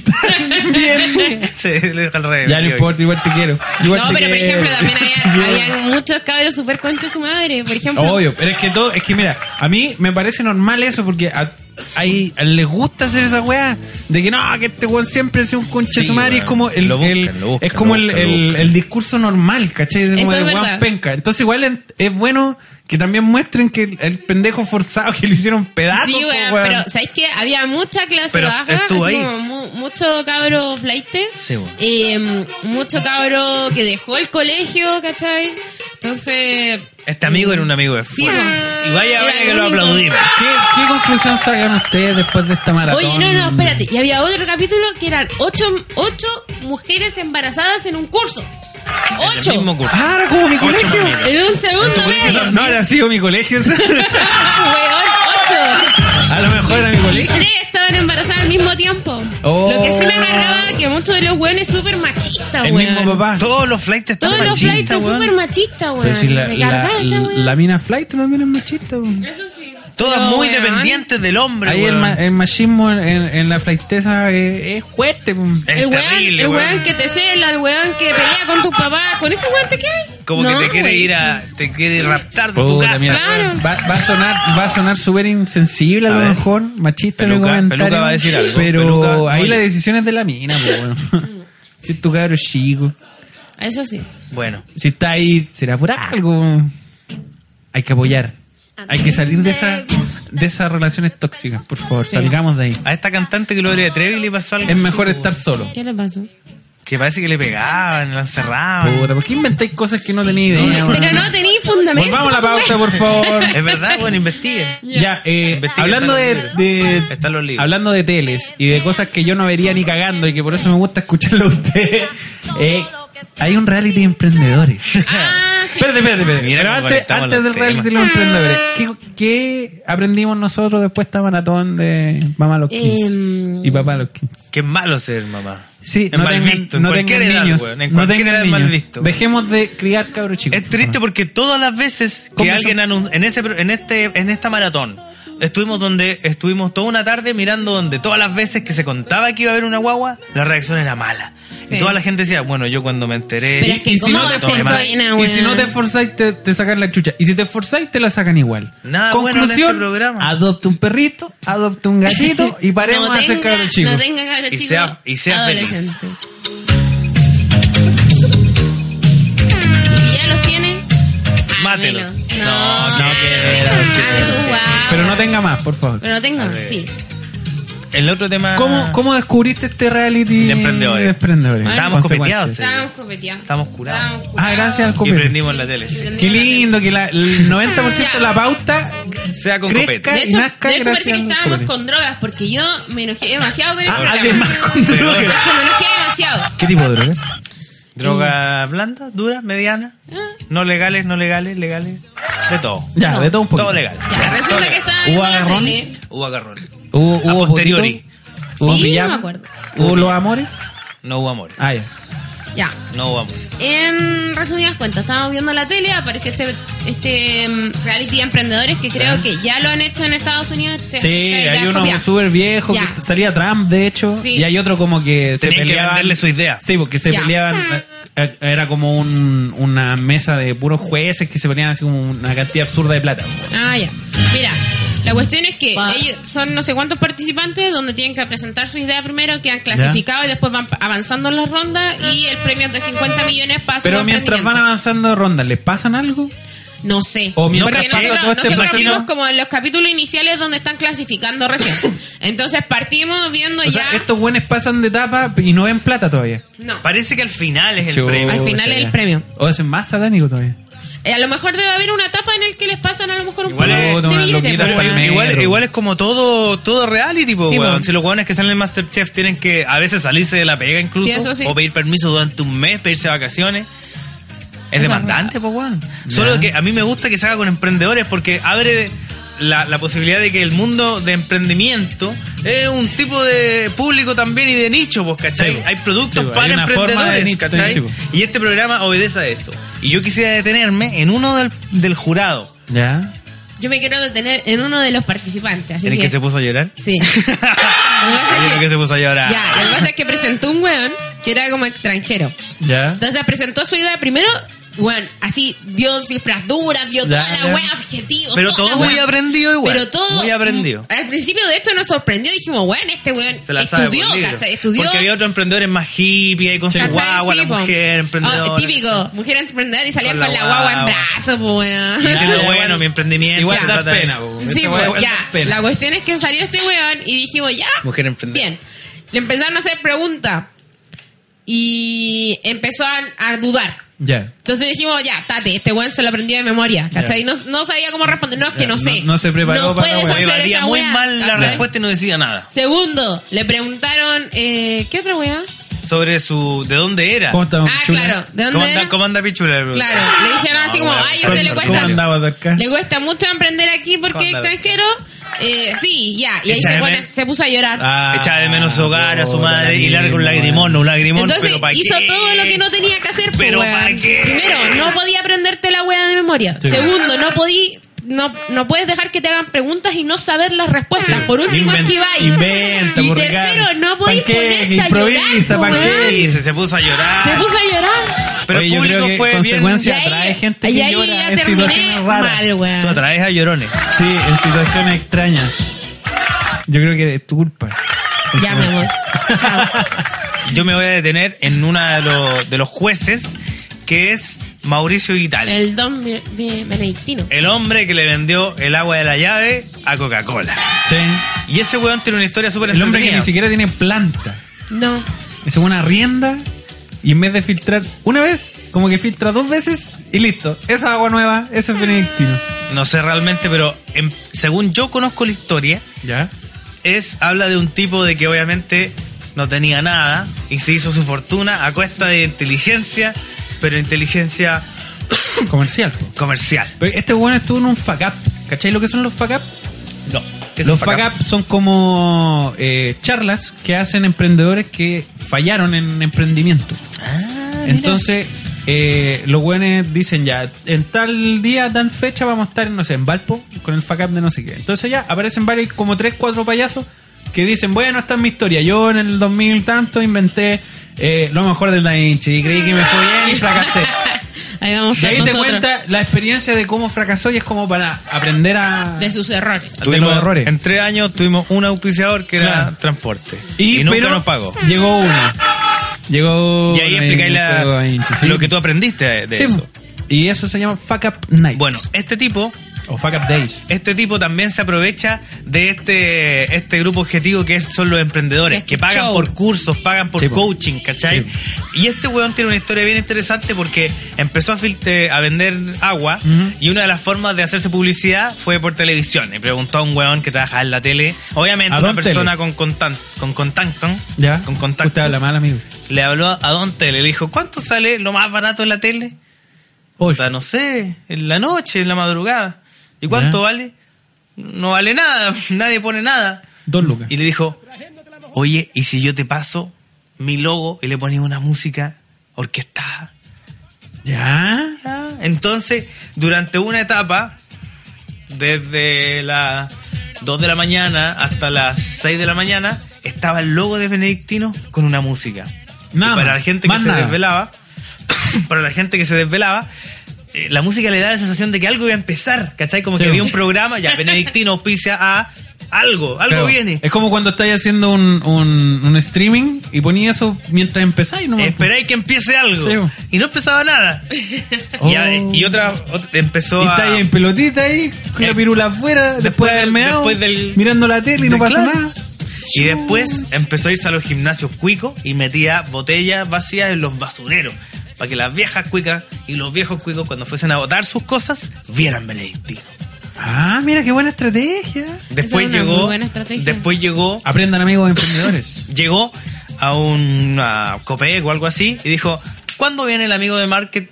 [SPEAKER 2] tan bien.
[SPEAKER 3] Se- lo dije al revés.
[SPEAKER 2] Ya no importa, igual te quiero. Igual
[SPEAKER 5] No,
[SPEAKER 2] te
[SPEAKER 5] pero por
[SPEAKER 2] quiero.
[SPEAKER 5] ejemplo, también había, habían muchos cabros super concha de su madre. Por ejemplo,
[SPEAKER 2] Obvio, pero es que todo, es que mira, a mí me parece normal eso porque a- hay, les gusta hacer esa weá de que no, que este weón siempre es un concha de
[SPEAKER 4] Sí,
[SPEAKER 2] su madre. y Es
[SPEAKER 4] weón.
[SPEAKER 2] como el,
[SPEAKER 4] Lo buscan,
[SPEAKER 2] el-
[SPEAKER 4] lo buscan,
[SPEAKER 2] es como
[SPEAKER 4] lo
[SPEAKER 2] el,
[SPEAKER 4] buscan, lo
[SPEAKER 2] el-
[SPEAKER 4] buscan.
[SPEAKER 2] el discurso normal, ¿cachai? De
[SPEAKER 5] Eso
[SPEAKER 2] como
[SPEAKER 5] es
[SPEAKER 2] de weón
[SPEAKER 5] verdad.
[SPEAKER 2] penca. Entonces, igual es, es bueno que también muestren que el, el pendejo forzado que le hicieron pedazos.
[SPEAKER 5] Sí,
[SPEAKER 2] po,
[SPEAKER 5] weón,
[SPEAKER 2] weón.
[SPEAKER 5] pero ¿sabéis que Había mucha clase
[SPEAKER 3] Pero
[SPEAKER 5] baja, así
[SPEAKER 3] estuvo ahí.
[SPEAKER 5] como mu- mucho cabro flaite,
[SPEAKER 4] Sí, weón.
[SPEAKER 5] mucho cabro que dejó el colegio, ¿cachai? Entonces,
[SPEAKER 3] Este amigo era un amigo de
[SPEAKER 5] Sí,
[SPEAKER 3] fuerza.
[SPEAKER 5] po.
[SPEAKER 3] Y vaya,
[SPEAKER 5] Era
[SPEAKER 3] vaya
[SPEAKER 5] el
[SPEAKER 3] que lo
[SPEAKER 5] único.
[SPEAKER 3] aplaudimos.
[SPEAKER 2] ¿Qué, qué conclusión sacan ustedes después de esta maratón?
[SPEAKER 5] oye, no, no, espérate, y había otro capítulo que eran ocho, ocho mujeres embarazadas en un curso.
[SPEAKER 3] En el
[SPEAKER 5] Ocho.
[SPEAKER 3] mismo curso.
[SPEAKER 2] Ah, era como mi colegio.
[SPEAKER 3] mamíferos.
[SPEAKER 5] En un segundo medio. Ah,
[SPEAKER 2] No, era sido mi colegio.
[SPEAKER 5] Weón, ocho.
[SPEAKER 2] Ah, A lo mejor era mi
[SPEAKER 5] Y
[SPEAKER 2] colegio.
[SPEAKER 5] tres estaban embarazadas al mismo tiempo.
[SPEAKER 2] Oh.
[SPEAKER 5] Lo que sí me cargaba que muchos de los weones súper machistas,
[SPEAKER 2] El
[SPEAKER 5] weón.
[SPEAKER 2] mismo papá.
[SPEAKER 3] Todos los flights están
[SPEAKER 5] Todos los
[SPEAKER 3] machistas,
[SPEAKER 5] flights
[SPEAKER 3] weón.
[SPEAKER 5] súper machistas, weón.
[SPEAKER 2] Pero si la,
[SPEAKER 5] me
[SPEAKER 2] la,
[SPEAKER 5] cargaba esa weón.
[SPEAKER 2] la mina flight también es machista. weón.
[SPEAKER 5] Eso sí.
[SPEAKER 3] Todas
[SPEAKER 5] Pero,
[SPEAKER 3] muy
[SPEAKER 5] weón,
[SPEAKER 3] dependientes del hombre,
[SPEAKER 2] Ahí el,
[SPEAKER 3] weón.
[SPEAKER 2] ma- el machismo en, en la flightesa es, es fuerte. weón.
[SPEAKER 3] Es
[SPEAKER 5] El weón,
[SPEAKER 3] terrible,
[SPEAKER 5] el
[SPEAKER 3] weón.
[SPEAKER 5] weón que te cela, el weón que pelea con tu papá. ¿Con ese weón te quedas?
[SPEAKER 3] Como
[SPEAKER 5] No,
[SPEAKER 3] que te quiere
[SPEAKER 5] weón.
[SPEAKER 3] ir a... Te quiere raptar de tu
[SPEAKER 2] Puta,
[SPEAKER 3] casa,
[SPEAKER 2] mira,
[SPEAKER 5] Claro.
[SPEAKER 3] weón.
[SPEAKER 2] Va, va a sonar, va a sonar súper insensible a,
[SPEAKER 3] A
[SPEAKER 2] lo
[SPEAKER 3] ver.
[SPEAKER 2] mejor, machista en el
[SPEAKER 4] Peluca-
[SPEAKER 2] comentario.
[SPEAKER 4] Peluca va a decir algo.
[SPEAKER 2] Pero
[SPEAKER 4] Peluca,
[SPEAKER 2] ahí
[SPEAKER 4] oye.
[SPEAKER 2] la decisión es de la mina, po, weón. Si es tu cabro chico,
[SPEAKER 5] Eso sí.
[SPEAKER 3] Bueno.
[SPEAKER 2] si está ahí, será por algo. Hay que apoyar. Hay que salir de esa, de esas relaciones tóxicas, por favor,
[SPEAKER 5] Sí.
[SPEAKER 2] salgamos de ahí.
[SPEAKER 3] A esta cantante Gloria Trevi le pasó algo
[SPEAKER 2] Es
[SPEAKER 3] así,
[SPEAKER 2] mejor
[SPEAKER 3] weón.
[SPEAKER 2] estar solo.
[SPEAKER 5] ¿Qué le pasó?
[SPEAKER 3] Que parece que le pegaban, la encerraban.
[SPEAKER 2] Puta, ¿por qué inventáis cosas que no tenéis idea? weón?
[SPEAKER 5] Pero no tenía fundamento. pues,
[SPEAKER 2] Volvamos Pues a la
[SPEAKER 5] weón.
[SPEAKER 2] pausa, por favor.
[SPEAKER 3] Es verdad, bueno, investiguen.
[SPEAKER 2] Ya, eh,
[SPEAKER 3] Investiga,
[SPEAKER 2] hablando de,
[SPEAKER 3] están los
[SPEAKER 2] de-
[SPEAKER 3] Están los libros.
[SPEAKER 2] hablando de teles y de cosas que yo no vería ni cagando y que por eso me gusta escucharlo a ustedes, eh, hay un reality de emprendedores.
[SPEAKER 5] Ah, sí.
[SPEAKER 2] Espérate, espérate, espérate.
[SPEAKER 3] Mira
[SPEAKER 2] Pero
[SPEAKER 3] cómo
[SPEAKER 2] antes,
[SPEAKER 3] conectamos
[SPEAKER 2] antes
[SPEAKER 3] los
[SPEAKER 2] del reality de
[SPEAKER 3] temas.
[SPEAKER 2] los emprendedores, ¿qué, qué aprendimos nosotros después de esta maratón de Mamá a los 15
[SPEAKER 5] Em.
[SPEAKER 2] y Papá a los 15?
[SPEAKER 3] Qué malo ser mamá.
[SPEAKER 2] Sí,
[SPEAKER 3] es
[SPEAKER 2] no
[SPEAKER 3] mal
[SPEAKER 2] tengan,
[SPEAKER 3] visto. En
[SPEAKER 2] no
[SPEAKER 3] cualquier
[SPEAKER 2] tengan
[SPEAKER 3] edad,
[SPEAKER 2] niños.
[SPEAKER 3] weón, En
[SPEAKER 2] no
[SPEAKER 3] cualquier
[SPEAKER 2] tengan
[SPEAKER 3] edad es
[SPEAKER 2] niños.
[SPEAKER 3] mal visto. weón.
[SPEAKER 2] Dejemos de criar cabros chicos.
[SPEAKER 3] Es triste porque todas las veces que
[SPEAKER 2] ¿Cómo
[SPEAKER 3] alguien anun- en ese pro- en este en esta maratón estuvimos donde estuvimos toda una tarde mirando donde todas las veces que se contaba que iba a haber una guagua la reacción era mala
[SPEAKER 5] Sí.
[SPEAKER 3] y toda la gente decía bueno yo cuando me enteré
[SPEAKER 5] Pero es que
[SPEAKER 2] Y si
[SPEAKER 5] ¿cómo
[SPEAKER 2] no
[SPEAKER 5] va
[SPEAKER 2] te
[SPEAKER 5] a ser
[SPEAKER 2] esforzáis-
[SPEAKER 5] buena,
[SPEAKER 2] Y si
[SPEAKER 5] weón?
[SPEAKER 2] no te esforzáis, te, te sacan la chucha. Y si te esforzáis, te la sacan igual.
[SPEAKER 3] Nada bueno en
[SPEAKER 2] Conclusión,
[SPEAKER 3] este programa.
[SPEAKER 2] adopta un perrito, adopta un gatito y paremos
[SPEAKER 5] no
[SPEAKER 2] a hacer cabros chicos.
[SPEAKER 5] No tenga cabros
[SPEAKER 3] Y
[SPEAKER 5] chicos.
[SPEAKER 3] sea- y sea feliz.
[SPEAKER 5] adolescente. Y si ya los tiene,
[SPEAKER 3] Mátelos.
[SPEAKER 5] ámelos.
[SPEAKER 3] No,
[SPEAKER 5] No,
[SPEAKER 3] no, que-
[SPEAKER 5] ámelos, ámelos, guau.
[SPEAKER 2] Pero no tenga más, por favor.
[SPEAKER 5] Pero no tenga,
[SPEAKER 3] A ver.
[SPEAKER 5] sí.
[SPEAKER 3] el otro
[SPEAKER 5] Ah.
[SPEAKER 3] tema
[SPEAKER 2] ¿Cómo, ¿Cómo descubriste este reality
[SPEAKER 3] De emprendedores.
[SPEAKER 2] de emprendedores?
[SPEAKER 3] Estábamos
[SPEAKER 2] Consecuencias.
[SPEAKER 3] copeteados.
[SPEAKER 5] Estábamos copeteados.
[SPEAKER 3] Estamos curados.
[SPEAKER 5] Estábamos
[SPEAKER 2] Ah, gracias al
[SPEAKER 3] y
[SPEAKER 2] copete.
[SPEAKER 3] prendimos la tele sí.
[SPEAKER 5] Prendimos
[SPEAKER 2] Qué
[SPEAKER 5] la tele.
[SPEAKER 2] lindo que la- el 90% de la
[SPEAKER 5] Ya.
[SPEAKER 2] pauta
[SPEAKER 3] sea con
[SPEAKER 2] crezca
[SPEAKER 3] copete
[SPEAKER 5] De
[SPEAKER 2] y
[SPEAKER 5] hecho,
[SPEAKER 2] nazca
[SPEAKER 5] de hecho
[SPEAKER 2] gracias
[SPEAKER 5] parece que
[SPEAKER 2] al
[SPEAKER 5] estábamos
[SPEAKER 2] copete.
[SPEAKER 5] con drogas porque yo me enojé demasiado con el
[SPEAKER 2] Ah,
[SPEAKER 5] programa.
[SPEAKER 2] además con drogas.
[SPEAKER 5] Es que me enojé demasiado.
[SPEAKER 2] ¿Qué tipo de drogas?
[SPEAKER 3] droga blanda dura mediana no legales no legales legales de todo
[SPEAKER 2] Ya,
[SPEAKER 5] No.
[SPEAKER 2] de todo un poquito.
[SPEAKER 3] todo legal
[SPEAKER 5] Ya, resulta que estaba
[SPEAKER 2] ¿Hubo
[SPEAKER 5] viendo la
[SPEAKER 2] agarrón?
[SPEAKER 5] tele.
[SPEAKER 3] hubo agarrón
[SPEAKER 2] ¿Hubo,
[SPEAKER 3] A
[SPEAKER 2] hubo
[SPEAKER 3] posteriori.
[SPEAKER 2] potito? ¿Hubo
[SPEAKER 5] Sí,
[SPEAKER 2] pijama?
[SPEAKER 5] no me acuerdo.
[SPEAKER 2] ¿Hubo los amores?
[SPEAKER 3] no hubo amor
[SPEAKER 2] Ah, ya.
[SPEAKER 5] Ya.
[SPEAKER 3] no hubo amor
[SPEAKER 5] En resumidas cuentas, estábamos viendo la tele, apareció este, este mm, reality de emprendedores que creo que ya lo han hecho en Estados Unidos. Este,
[SPEAKER 2] Sí,
[SPEAKER 5] este, ya
[SPEAKER 2] hay uno
[SPEAKER 5] copiado.
[SPEAKER 2] súper viejo
[SPEAKER 5] Ya.
[SPEAKER 2] que salía Trump, de hecho,
[SPEAKER 5] Sí.
[SPEAKER 2] y hay otro como que se
[SPEAKER 3] Tenían que
[SPEAKER 2] peleaban.
[SPEAKER 3] venderle su idea.
[SPEAKER 2] Sí, porque se
[SPEAKER 5] Ya. Ah.
[SPEAKER 2] peleaban. eh, eh, Era como un- una mesa de puros jueces que se peleaban así como una cantidad absurda de plata.
[SPEAKER 5] Ah, ya. Mira, la cuestión es que ellos son no sé cuántos participantes donde tienen que presentar su idea primero, que han clasificado y después van avanzando en las rondas y el premio es de 50 millones para su
[SPEAKER 2] Pero mientras van
[SPEAKER 5] emprendimiento.
[SPEAKER 2] avanzando rondas, ¿les pasan algo?
[SPEAKER 5] No sé.
[SPEAKER 2] O mientras
[SPEAKER 5] Porque
[SPEAKER 2] pasa
[SPEAKER 5] nosotros,
[SPEAKER 2] todo este
[SPEAKER 5] nosotros
[SPEAKER 2] imagino-
[SPEAKER 5] vimos como en los capítulos iniciales donde están clasificando recién. Entonces partimos viendo
[SPEAKER 2] O
[SPEAKER 5] ya...
[SPEAKER 2] sea, estos güenes pasan de etapa y no ven plata todavía.
[SPEAKER 5] No.
[SPEAKER 3] Parece que al final es el
[SPEAKER 2] Chuta,
[SPEAKER 3] premio.
[SPEAKER 5] Al final es el
[SPEAKER 2] ya.
[SPEAKER 5] premio.
[SPEAKER 2] O es más satánico todavía.
[SPEAKER 5] Eh, a lo mejor debe haber una etapa en el que les pasan a lo mejor un
[SPEAKER 3] Igual
[SPEAKER 5] par
[SPEAKER 3] es-
[SPEAKER 5] de
[SPEAKER 2] no,
[SPEAKER 5] billetes,
[SPEAKER 2] loquita,
[SPEAKER 5] pero
[SPEAKER 2] pues,
[SPEAKER 5] bueno.
[SPEAKER 2] me-
[SPEAKER 3] Igual,
[SPEAKER 2] Negro.
[SPEAKER 3] igual es como todo todo reality, po,
[SPEAKER 5] Sí,
[SPEAKER 3] weón.
[SPEAKER 5] po.
[SPEAKER 3] Si los weones que salen en Masterchef tienen que a veces salirse de la pega incluso,
[SPEAKER 5] Sí, eso sí.
[SPEAKER 3] o pedir permiso durante un mes, pedirse vacaciones. Es
[SPEAKER 5] Eso
[SPEAKER 3] demandante, po, weón. Solo que a mí me gusta que se haga con emprendedores porque abre la, la posibilidad de que el mundo de emprendimiento es un tipo de público también y de nicho, pues, ¿cachai?
[SPEAKER 2] Sí, po.
[SPEAKER 3] hay productos
[SPEAKER 2] Sí, po. Hay
[SPEAKER 3] para
[SPEAKER 2] una forma de
[SPEAKER 3] emprendedores,
[SPEAKER 2] nicho,
[SPEAKER 3] ¿cachai?
[SPEAKER 2] sí, po.
[SPEAKER 3] y este programa obedece a eso. Y yo quisiera detenerme en uno del, del jurado.
[SPEAKER 2] Ya.
[SPEAKER 5] Yo me quiero detener en uno de los participantes. Así
[SPEAKER 3] ¿En el que se puso a llorar?
[SPEAKER 5] Sí. Lo que pasa es
[SPEAKER 3] Ay,
[SPEAKER 5] que-
[SPEAKER 3] ¿por qué se puso a llorar?
[SPEAKER 5] Ya, lo que pasa es que presentó un weón que era como extranjero.
[SPEAKER 2] Ya.
[SPEAKER 5] Entonces presentó su idea primero Bueno, así dio cifras duras, dio toda
[SPEAKER 3] Ya,
[SPEAKER 5] la
[SPEAKER 3] ya.
[SPEAKER 5] wea, objetivos.
[SPEAKER 3] Pero
[SPEAKER 5] toda
[SPEAKER 3] todo
[SPEAKER 5] la
[SPEAKER 3] muy
[SPEAKER 5] wea.
[SPEAKER 3] aprendido igual.
[SPEAKER 5] Pero todo. mm,
[SPEAKER 3] Muy aprendido.
[SPEAKER 5] Al principio de esto nos sorprendió. Dijimos, bueno, este weón
[SPEAKER 3] Se la sabe
[SPEAKER 5] estudió,
[SPEAKER 3] por libro.
[SPEAKER 5] ¿cachai? Estudió.
[SPEAKER 3] Porque había otros emprendedores más hippies ahí con su
[SPEAKER 5] ¿cachai?
[SPEAKER 3] guagua,
[SPEAKER 5] Sí,
[SPEAKER 3] la
[SPEAKER 5] po.
[SPEAKER 3] mujer emprendedora.
[SPEAKER 5] Ah, típico, mujer emprendedora y salía
[SPEAKER 3] Con
[SPEAKER 5] con
[SPEAKER 3] la
[SPEAKER 5] la, guagua en
[SPEAKER 3] guagua.
[SPEAKER 5] brazos, po,
[SPEAKER 3] Y
[SPEAKER 5] weón.
[SPEAKER 3] diciendo,
[SPEAKER 2] Ya,
[SPEAKER 3] bueno,
[SPEAKER 2] igual-
[SPEAKER 3] mi emprendimiento.
[SPEAKER 2] Igual
[SPEAKER 5] Ya.
[SPEAKER 2] da
[SPEAKER 3] trata de-
[SPEAKER 2] pena, po.
[SPEAKER 5] Sí,
[SPEAKER 2] Esa
[SPEAKER 5] pues,
[SPEAKER 2] weá da
[SPEAKER 5] ya.
[SPEAKER 2] pena.
[SPEAKER 5] La cuestión es que salió este weón y dijimos, ya.
[SPEAKER 3] Mujer emprendedora.
[SPEAKER 5] Bien. Le empezaron a hacer preguntas y empezó a, a dudar.
[SPEAKER 2] Ya.
[SPEAKER 5] Entonces dijimos, ya, tate, este weón se lo aprendió de memoria, ¿cachai? No, no sabía cómo responder, no, es que no
[SPEAKER 2] no-
[SPEAKER 5] sé.
[SPEAKER 2] no se preparó
[SPEAKER 5] No
[SPEAKER 2] para la
[SPEAKER 5] puedes
[SPEAKER 2] weá.
[SPEAKER 3] Me
[SPEAKER 5] hacer
[SPEAKER 3] valía
[SPEAKER 5] esa
[SPEAKER 3] muy
[SPEAKER 5] weá,
[SPEAKER 3] mal la
[SPEAKER 5] ¿cachai?
[SPEAKER 3] respuesta y no decía nada.
[SPEAKER 5] Segundo, le preguntaron, eh, ¿qué otra weá?
[SPEAKER 3] Sobre su. ¿De dónde era?
[SPEAKER 2] ¿Cómo estamos,
[SPEAKER 5] Ah,
[SPEAKER 2] chula?
[SPEAKER 5] claro, ¿de
[SPEAKER 3] ¿Cómo
[SPEAKER 5] dónde
[SPEAKER 3] anda,
[SPEAKER 5] era?
[SPEAKER 3] cómo anda Pichula? Le pregunté.
[SPEAKER 5] Claro, le dijeron así
[SPEAKER 3] No,
[SPEAKER 5] como,
[SPEAKER 3] bueno,
[SPEAKER 5] ay, a usted le
[SPEAKER 2] ¿Cómo,
[SPEAKER 5] cuesta.
[SPEAKER 2] andaba de acá?
[SPEAKER 5] Le cuesta mucho emprender aquí porque es
[SPEAKER 3] Cóndale.
[SPEAKER 5] extranjero. Eh, sí, ya. Y ahí
[SPEAKER 3] Échame.
[SPEAKER 2] H&M.
[SPEAKER 5] se, pone- se puso a llorar.
[SPEAKER 3] Ah, eh. Echaba de menos su hogar, a su
[SPEAKER 2] puta,
[SPEAKER 3] madre y larga un
[SPEAKER 2] lagrimón.
[SPEAKER 3] lagrimón, un lagrimón.
[SPEAKER 5] Entonces
[SPEAKER 3] pero ¿pa'
[SPEAKER 5] hizo
[SPEAKER 3] qué?
[SPEAKER 5] todo lo que no tenía que hacer. po,
[SPEAKER 3] Pero
[SPEAKER 5] weón.
[SPEAKER 3] ¿pa' qué?
[SPEAKER 5] Primero, no podía aprenderte la wea de memoria.
[SPEAKER 2] Sí.
[SPEAKER 5] Segundo, no podí... No, no puedes dejar que te hagan preguntas y no saber las respuestas. Por último,
[SPEAKER 2] Inven-
[SPEAKER 5] esquiváis.
[SPEAKER 2] inventa,
[SPEAKER 5] y
[SPEAKER 2] por
[SPEAKER 5] tercero,
[SPEAKER 2] regalo.
[SPEAKER 5] no podís
[SPEAKER 2] Panqueque,
[SPEAKER 5] ponerte a
[SPEAKER 2] improvisa,
[SPEAKER 5] llorar. po,
[SPEAKER 2] panqueque.
[SPEAKER 5] weón.
[SPEAKER 3] Sí, se, se puso a llorar.
[SPEAKER 5] Se puso a llorar.
[SPEAKER 3] Pero
[SPEAKER 2] Oye,
[SPEAKER 3] el
[SPEAKER 2] yo
[SPEAKER 3] público
[SPEAKER 2] creo que
[SPEAKER 3] fue bien.
[SPEAKER 2] consecuencia- Sí,
[SPEAKER 5] y ahí,
[SPEAKER 2] atrae gente
[SPEAKER 5] y
[SPEAKER 2] que
[SPEAKER 5] ahí
[SPEAKER 2] llora,
[SPEAKER 5] ya
[SPEAKER 2] es
[SPEAKER 5] terminé
[SPEAKER 2] situaciones raras.
[SPEAKER 5] mal,
[SPEAKER 3] Tú
[SPEAKER 5] weón.
[SPEAKER 3] atraes a llorones.
[SPEAKER 2] Sí, en situaciones extrañas. Yo creo que es tu culpa.
[SPEAKER 5] Ya, mi amor. Chao.
[SPEAKER 3] Yo me voy a detener en uno de, los- de los jueces, que es Mauricio Vital. El,
[SPEAKER 5] El don Be- Be- benedictino.
[SPEAKER 2] Eh.
[SPEAKER 3] hombre que le vendió el agua de la llave a Coca-Cola.
[SPEAKER 2] Sí.
[SPEAKER 3] Y ese weón tiene una historia súper
[SPEAKER 2] El hombre que
[SPEAKER 3] entretenida.
[SPEAKER 2] ni siquiera tiene planta.
[SPEAKER 5] No.
[SPEAKER 2] Es una rienda y en vez de filtrar una vez, como que filtra dos veces y listo. Esa agua nueva, ese es benedictino.
[SPEAKER 3] No sé realmente, pero en- según yo conozco la historia,
[SPEAKER 2] ¿Ya?
[SPEAKER 3] es habla de un tipo de que obviamente no tenía nada y se hizo su fortuna a cuesta de inteligencia, pero inteligencia
[SPEAKER 2] Comercial. po.
[SPEAKER 3] comercial.
[SPEAKER 2] Pero este bueno estuvo en un fuck up. ¿Cachai lo que son los fuck up?
[SPEAKER 3] No.
[SPEAKER 2] Los fuck up son como eh, charlas que hacen emprendedores que fallaron en emprendimientos. Entonces, eh, los buenos dicen ya, en tal día, tal fecha, vamos a estar, no sé, en Valpo, con el fuck up de no sé qué. Entonces ya aparecen varios, como tres, cuatro payasos que dicen, bueno, esta es mi historia. Yo en el 2000 tanto inventé eh, lo mejor de Da Vinci y creí que me fue bien y fracasé.
[SPEAKER 5] Ahí vamos
[SPEAKER 2] De
[SPEAKER 5] a
[SPEAKER 2] ahí
[SPEAKER 5] estar
[SPEAKER 2] te
[SPEAKER 5] nosotros.
[SPEAKER 2] cuenta la experiencia de cómo fracasó y es como para aprender a...
[SPEAKER 5] De sus errores.
[SPEAKER 2] Tuvimos errores.
[SPEAKER 3] En tres años tuvimos un auspiciador que
[SPEAKER 2] Claro.
[SPEAKER 3] era transporte. Y, nunca
[SPEAKER 2] pero
[SPEAKER 3] nos pagó.
[SPEAKER 2] Llegó uno. Llegó
[SPEAKER 3] Y ahí
[SPEAKER 2] uno
[SPEAKER 3] explicáis
[SPEAKER 2] el juego Da
[SPEAKER 3] la-
[SPEAKER 2] Vinci, sí.
[SPEAKER 3] lo que tú aprendiste de, de
[SPEAKER 2] Sí,
[SPEAKER 3] eso.
[SPEAKER 2] po. Y eso se llama Fuck Up Nights.
[SPEAKER 3] Bueno, este tipo,
[SPEAKER 2] o Fuck Up Days.
[SPEAKER 3] este tipo también se aprovecha de este, este grupo objetivo que es- son los emprendedores,
[SPEAKER 5] Este
[SPEAKER 3] que pagan
[SPEAKER 5] show.
[SPEAKER 3] por cursos, pagan por
[SPEAKER 2] Sí, po.
[SPEAKER 3] coaching, ¿cachai?
[SPEAKER 2] Sí.
[SPEAKER 3] Y este weón tiene una historia bien interesante porque empezó a, filte- a vender agua
[SPEAKER 2] Ujú.
[SPEAKER 3] y una de las formas de hacerse publicidad fue por televisión. Y preguntó a un weón que trabaja en la tele, obviamente
[SPEAKER 2] ¿A
[SPEAKER 3] una
[SPEAKER 2] dónde
[SPEAKER 3] persona con, contan- con contacto,
[SPEAKER 2] Ah, ¿Ya?
[SPEAKER 3] con contacto,
[SPEAKER 2] Usted habla mal, amigo.
[SPEAKER 3] le habló a Don Tele, le dijo, ¿cuánto sale lo más barato en la tele? O
[SPEAKER 2] Oye,
[SPEAKER 3] sea, no sé, en la noche, en la madrugada. ¿Y cuánto
[SPEAKER 2] Ya.
[SPEAKER 3] vale? No vale nada, nadie pone nada.
[SPEAKER 2] dos lucas.
[SPEAKER 3] Y le dijo, oye, ¿y si yo te paso mi logo y le pones una música orquestada?
[SPEAKER 2] ¿Ya?
[SPEAKER 3] Ah, Entonces, durante una etapa, desde las 2 de la mañana hasta las 6 de la mañana, estaba el logo de Benedictino con una música.
[SPEAKER 2] Nada
[SPEAKER 3] Y para la
[SPEAKER 2] más,
[SPEAKER 3] gente que
[SPEAKER 2] más
[SPEAKER 3] se
[SPEAKER 2] nada.
[SPEAKER 3] desvelaba, para la gente que se desvelaba, eh, la música le da la sensación de que algo iba a empezar, ¿cachai? Como
[SPEAKER 2] Sí.
[SPEAKER 3] que había un programa, ya Benedictino auspicia a algo, algo
[SPEAKER 2] Claro.
[SPEAKER 3] viene.
[SPEAKER 2] Es como cuando estáis haciendo un, un, un streaming y ponía eso mientras empezáis. No
[SPEAKER 3] Esperáis que empiece algo.
[SPEAKER 2] Sí. Oh.
[SPEAKER 3] Y no empezaba nada. Y, a- y otra, ot- empezó
[SPEAKER 2] Y
[SPEAKER 3] a...
[SPEAKER 2] estáis en pelotita ahí, con la
[SPEAKER 3] Eh,
[SPEAKER 2] pirula afuera, después,
[SPEAKER 3] después
[SPEAKER 2] de haber
[SPEAKER 3] del-
[SPEAKER 2] meado,
[SPEAKER 3] después del-
[SPEAKER 2] mirando la tele y no
[SPEAKER 3] de-
[SPEAKER 2] pasa
[SPEAKER 3] claro.
[SPEAKER 2] nada.
[SPEAKER 3] Y después empezó a irse a los gimnasios cuicos y metía botellas vacías en los basureros. Para que las viejas cuicas y los viejos cuicos, cuando fuesen a botar sus cosas, vieran Benedictino.
[SPEAKER 2] Ah, mira qué buena estrategia.
[SPEAKER 3] Después
[SPEAKER 5] Esa es una
[SPEAKER 3] llegó.
[SPEAKER 5] muy buena estrategia.
[SPEAKER 3] Después llegó.
[SPEAKER 2] Aprendan, amigos emprendedores.
[SPEAKER 3] Llegó a una Copec o algo así y dijo: ¿Cuándo viene el amigo de Market?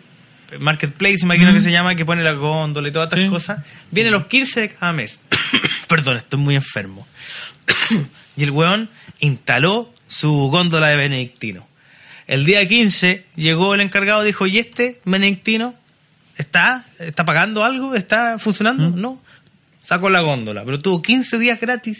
[SPEAKER 3] Marketplace, imagino que se llama, que pone la góndola y todas estas
[SPEAKER 2] Sí.
[SPEAKER 3] cosas. Viene los 15 de cada mes. Perdón, estoy muy enfermo. y el weón instaló su góndola de benedictino. El día 15 llegó el encargado y dijo, ¿y este benedictino está, está pagando algo? ¿Está funcionando?
[SPEAKER 2] ¿Mm?
[SPEAKER 3] No. Sacó la góndola, pero tuvo 15 días gratis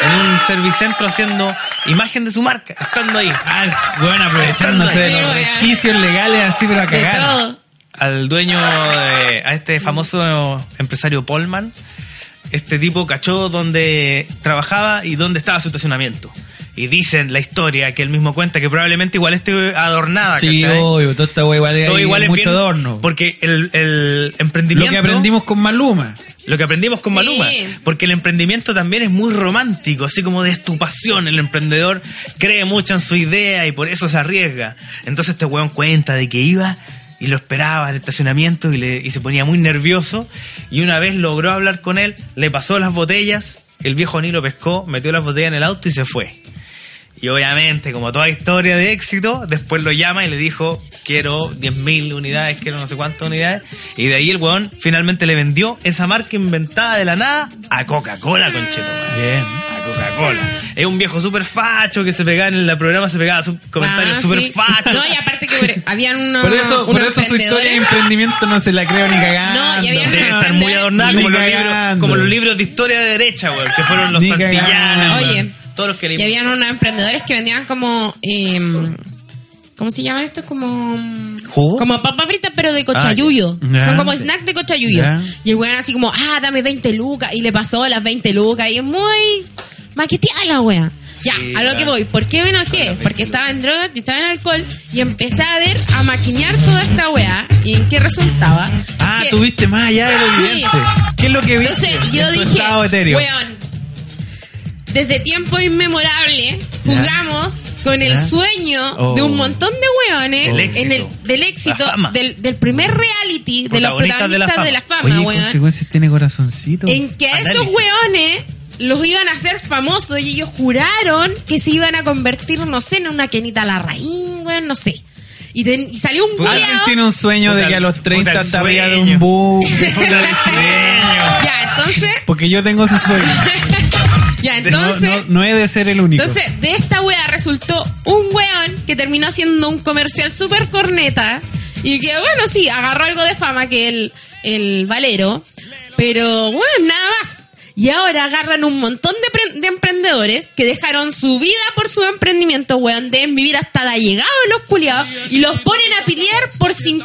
[SPEAKER 3] en un servicentro haciendo imagen de su marca, estando ahí.
[SPEAKER 2] Ah, bueno, aprovechándose de
[SPEAKER 5] Sí,
[SPEAKER 2] los
[SPEAKER 5] weón.
[SPEAKER 2] resquicios legales así de la
[SPEAKER 5] De
[SPEAKER 2] cagada.
[SPEAKER 5] todo.
[SPEAKER 3] al dueño, de- a este famoso empresario Polman, este tipo cachó donde trabajaba y dónde estaba su estacionamiento. Y dicen la historia que él mismo cuenta que probablemente igual esté adornada.
[SPEAKER 2] Sí,
[SPEAKER 3] ¿cachai?
[SPEAKER 2] obvio, toda esta wea igual,
[SPEAKER 3] Todo
[SPEAKER 2] hay
[SPEAKER 3] igual es
[SPEAKER 2] mucho
[SPEAKER 3] bien-
[SPEAKER 2] adorno.
[SPEAKER 3] Porque el, el
[SPEAKER 2] Lo
[SPEAKER 3] emprendimiento.
[SPEAKER 2] que aprendimos con Maluma.
[SPEAKER 3] Lo que aprendimos
[SPEAKER 5] Sí.
[SPEAKER 3] con Maluma. Porque el emprendimiento también es muy romántico, así como de tu pasión. El emprendedor cree mucho en su idea y por eso se arriesga. Entonces este weón cuenta de que iba y lo esperaba en el estacionamiento y, le- y se ponía muy nervioso. Y una vez logró hablar con él, le pasó las botellas, el viejo ni lo pescó, metió las botellas en el auto y se fue. Y obviamente, como toda historia de éxito, después lo llama y le dijo, quiero 10.000 unidades, quiero no sé cuántas unidades. Y de ahí el weón finalmente le vendió esa marca inventada de la nada a Coca-Cola, concheto.
[SPEAKER 2] Bien.
[SPEAKER 3] A Coca-Cola. Es un viejo súper facho que se pegaba en el programa, se pegaba sus comentarios
[SPEAKER 5] Ah,
[SPEAKER 3] súper
[SPEAKER 5] sí.
[SPEAKER 3] fachos.
[SPEAKER 5] No, y aparte que bueno, habían unos.
[SPEAKER 2] Por eso,
[SPEAKER 5] unos
[SPEAKER 2] por eso su historia de
[SPEAKER 5] emprendedores.
[SPEAKER 2] emprendimiento no se la creo ni cagando.
[SPEAKER 5] No, y había
[SPEAKER 3] Debe
[SPEAKER 5] no,
[SPEAKER 3] estar
[SPEAKER 5] no,
[SPEAKER 3] muy
[SPEAKER 5] no.
[SPEAKER 3] adornada como
[SPEAKER 2] Ni
[SPEAKER 3] los, libros,
[SPEAKER 2] cagando.
[SPEAKER 3] como los libros de historia de derecha, weón, que fueron los
[SPEAKER 2] Ni
[SPEAKER 3] Santillanes,
[SPEAKER 2] cagando.
[SPEAKER 3] weón,
[SPEAKER 5] Oye,
[SPEAKER 3] todos los que
[SPEAKER 5] Y
[SPEAKER 3] le
[SPEAKER 5] habían unos emprendedores que vendían como. eh, ¿Cómo se llaman estos? Como.
[SPEAKER 3] ¿Jugo?
[SPEAKER 5] Como papas fritas, pero de cochayuyo.
[SPEAKER 2] Ah, ya. Ya.
[SPEAKER 5] Son como snack de cochayuyo.
[SPEAKER 2] Ya.
[SPEAKER 5] Y el weón así como, ah, dame 20 lucas. Y le pasó las 20 lucas. Y es muy. Maqueteada la wea. Ya,
[SPEAKER 3] Sí,
[SPEAKER 5] a lo que
[SPEAKER 3] claro.
[SPEAKER 5] voy. ¿Por qué me enojé? Porque estaba en drogas, y estaba en alcohol. Y empecé a ver, a maquinear toda esta wea. ¿Y en qué resultaba?
[SPEAKER 2] Ah,
[SPEAKER 5] Que-
[SPEAKER 2] tuviste más allá de lo
[SPEAKER 5] Sí.
[SPEAKER 2] evidente. ¿Qué es lo que viste?
[SPEAKER 5] entonces yo
[SPEAKER 2] en tu
[SPEAKER 5] dije,
[SPEAKER 2] estado etéreo?
[SPEAKER 5] weón, desde tiempo inmemorable jugamos con el
[SPEAKER 2] Ya.
[SPEAKER 5] sueño
[SPEAKER 2] Oh.
[SPEAKER 5] de un montón de weones
[SPEAKER 3] Del éxito.
[SPEAKER 5] en el, del éxito,
[SPEAKER 3] La fama.
[SPEAKER 5] del, del primer reality, de los
[SPEAKER 3] Protagonistas
[SPEAKER 5] protagonistas
[SPEAKER 3] de
[SPEAKER 5] de
[SPEAKER 3] la
[SPEAKER 5] la fama,
[SPEAKER 2] Oye,
[SPEAKER 5] weón.
[SPEAKER 2] consecuencias tiene corazoncito.
[SPEAKER 5] En que a esos
[SPEAKER 3] Análisis.
[SPEAKER 5] weones los iban a hacer famosos y ellos juraron que se iban a convertir, no sé, en una Kenita Larraín, weón, no sé. Y, ten- y salió un
[SPEAKER 2] Alguien
[SPEAKER 5] culiao-
[SPEAKER 2] tiene un sueño de
[SPEAKER 3] Puta,
[SPEAKER 2] que a los
[SPEAKER 3] puta
[SPEAKER 2] 30
[SPEAKER 3] el
[SPEAKER 2] te había de
[SPEAKER 3] sueño.
[SPEAKER 2] un boom.
[SPEAKER 3] Puta el sueño.
[SPEAKER 5] Ya, entonces...
[SPEAKER 2] Porque yo tengo ese sueño.
[SPEAKER 5] ya,
[SPEAKER 2] No-
[SPEAKER 5] entonces...
[SPEAKER 2] no, no he de ser el único.
[SPEAKER 5] Entonces, de esta wea resultó un weón que terminó haciendo un comercial súper corneta y que, bueno, sí, agarró algo de fama que el, el Valero, pero, bueno, nada más. Y ahora agarran un montón de, pre- de emprendedores que dejaron su vida por su emprendimiento, weón. Deben vivir hasta la llegada de los culiados y los ponen a pelear por 50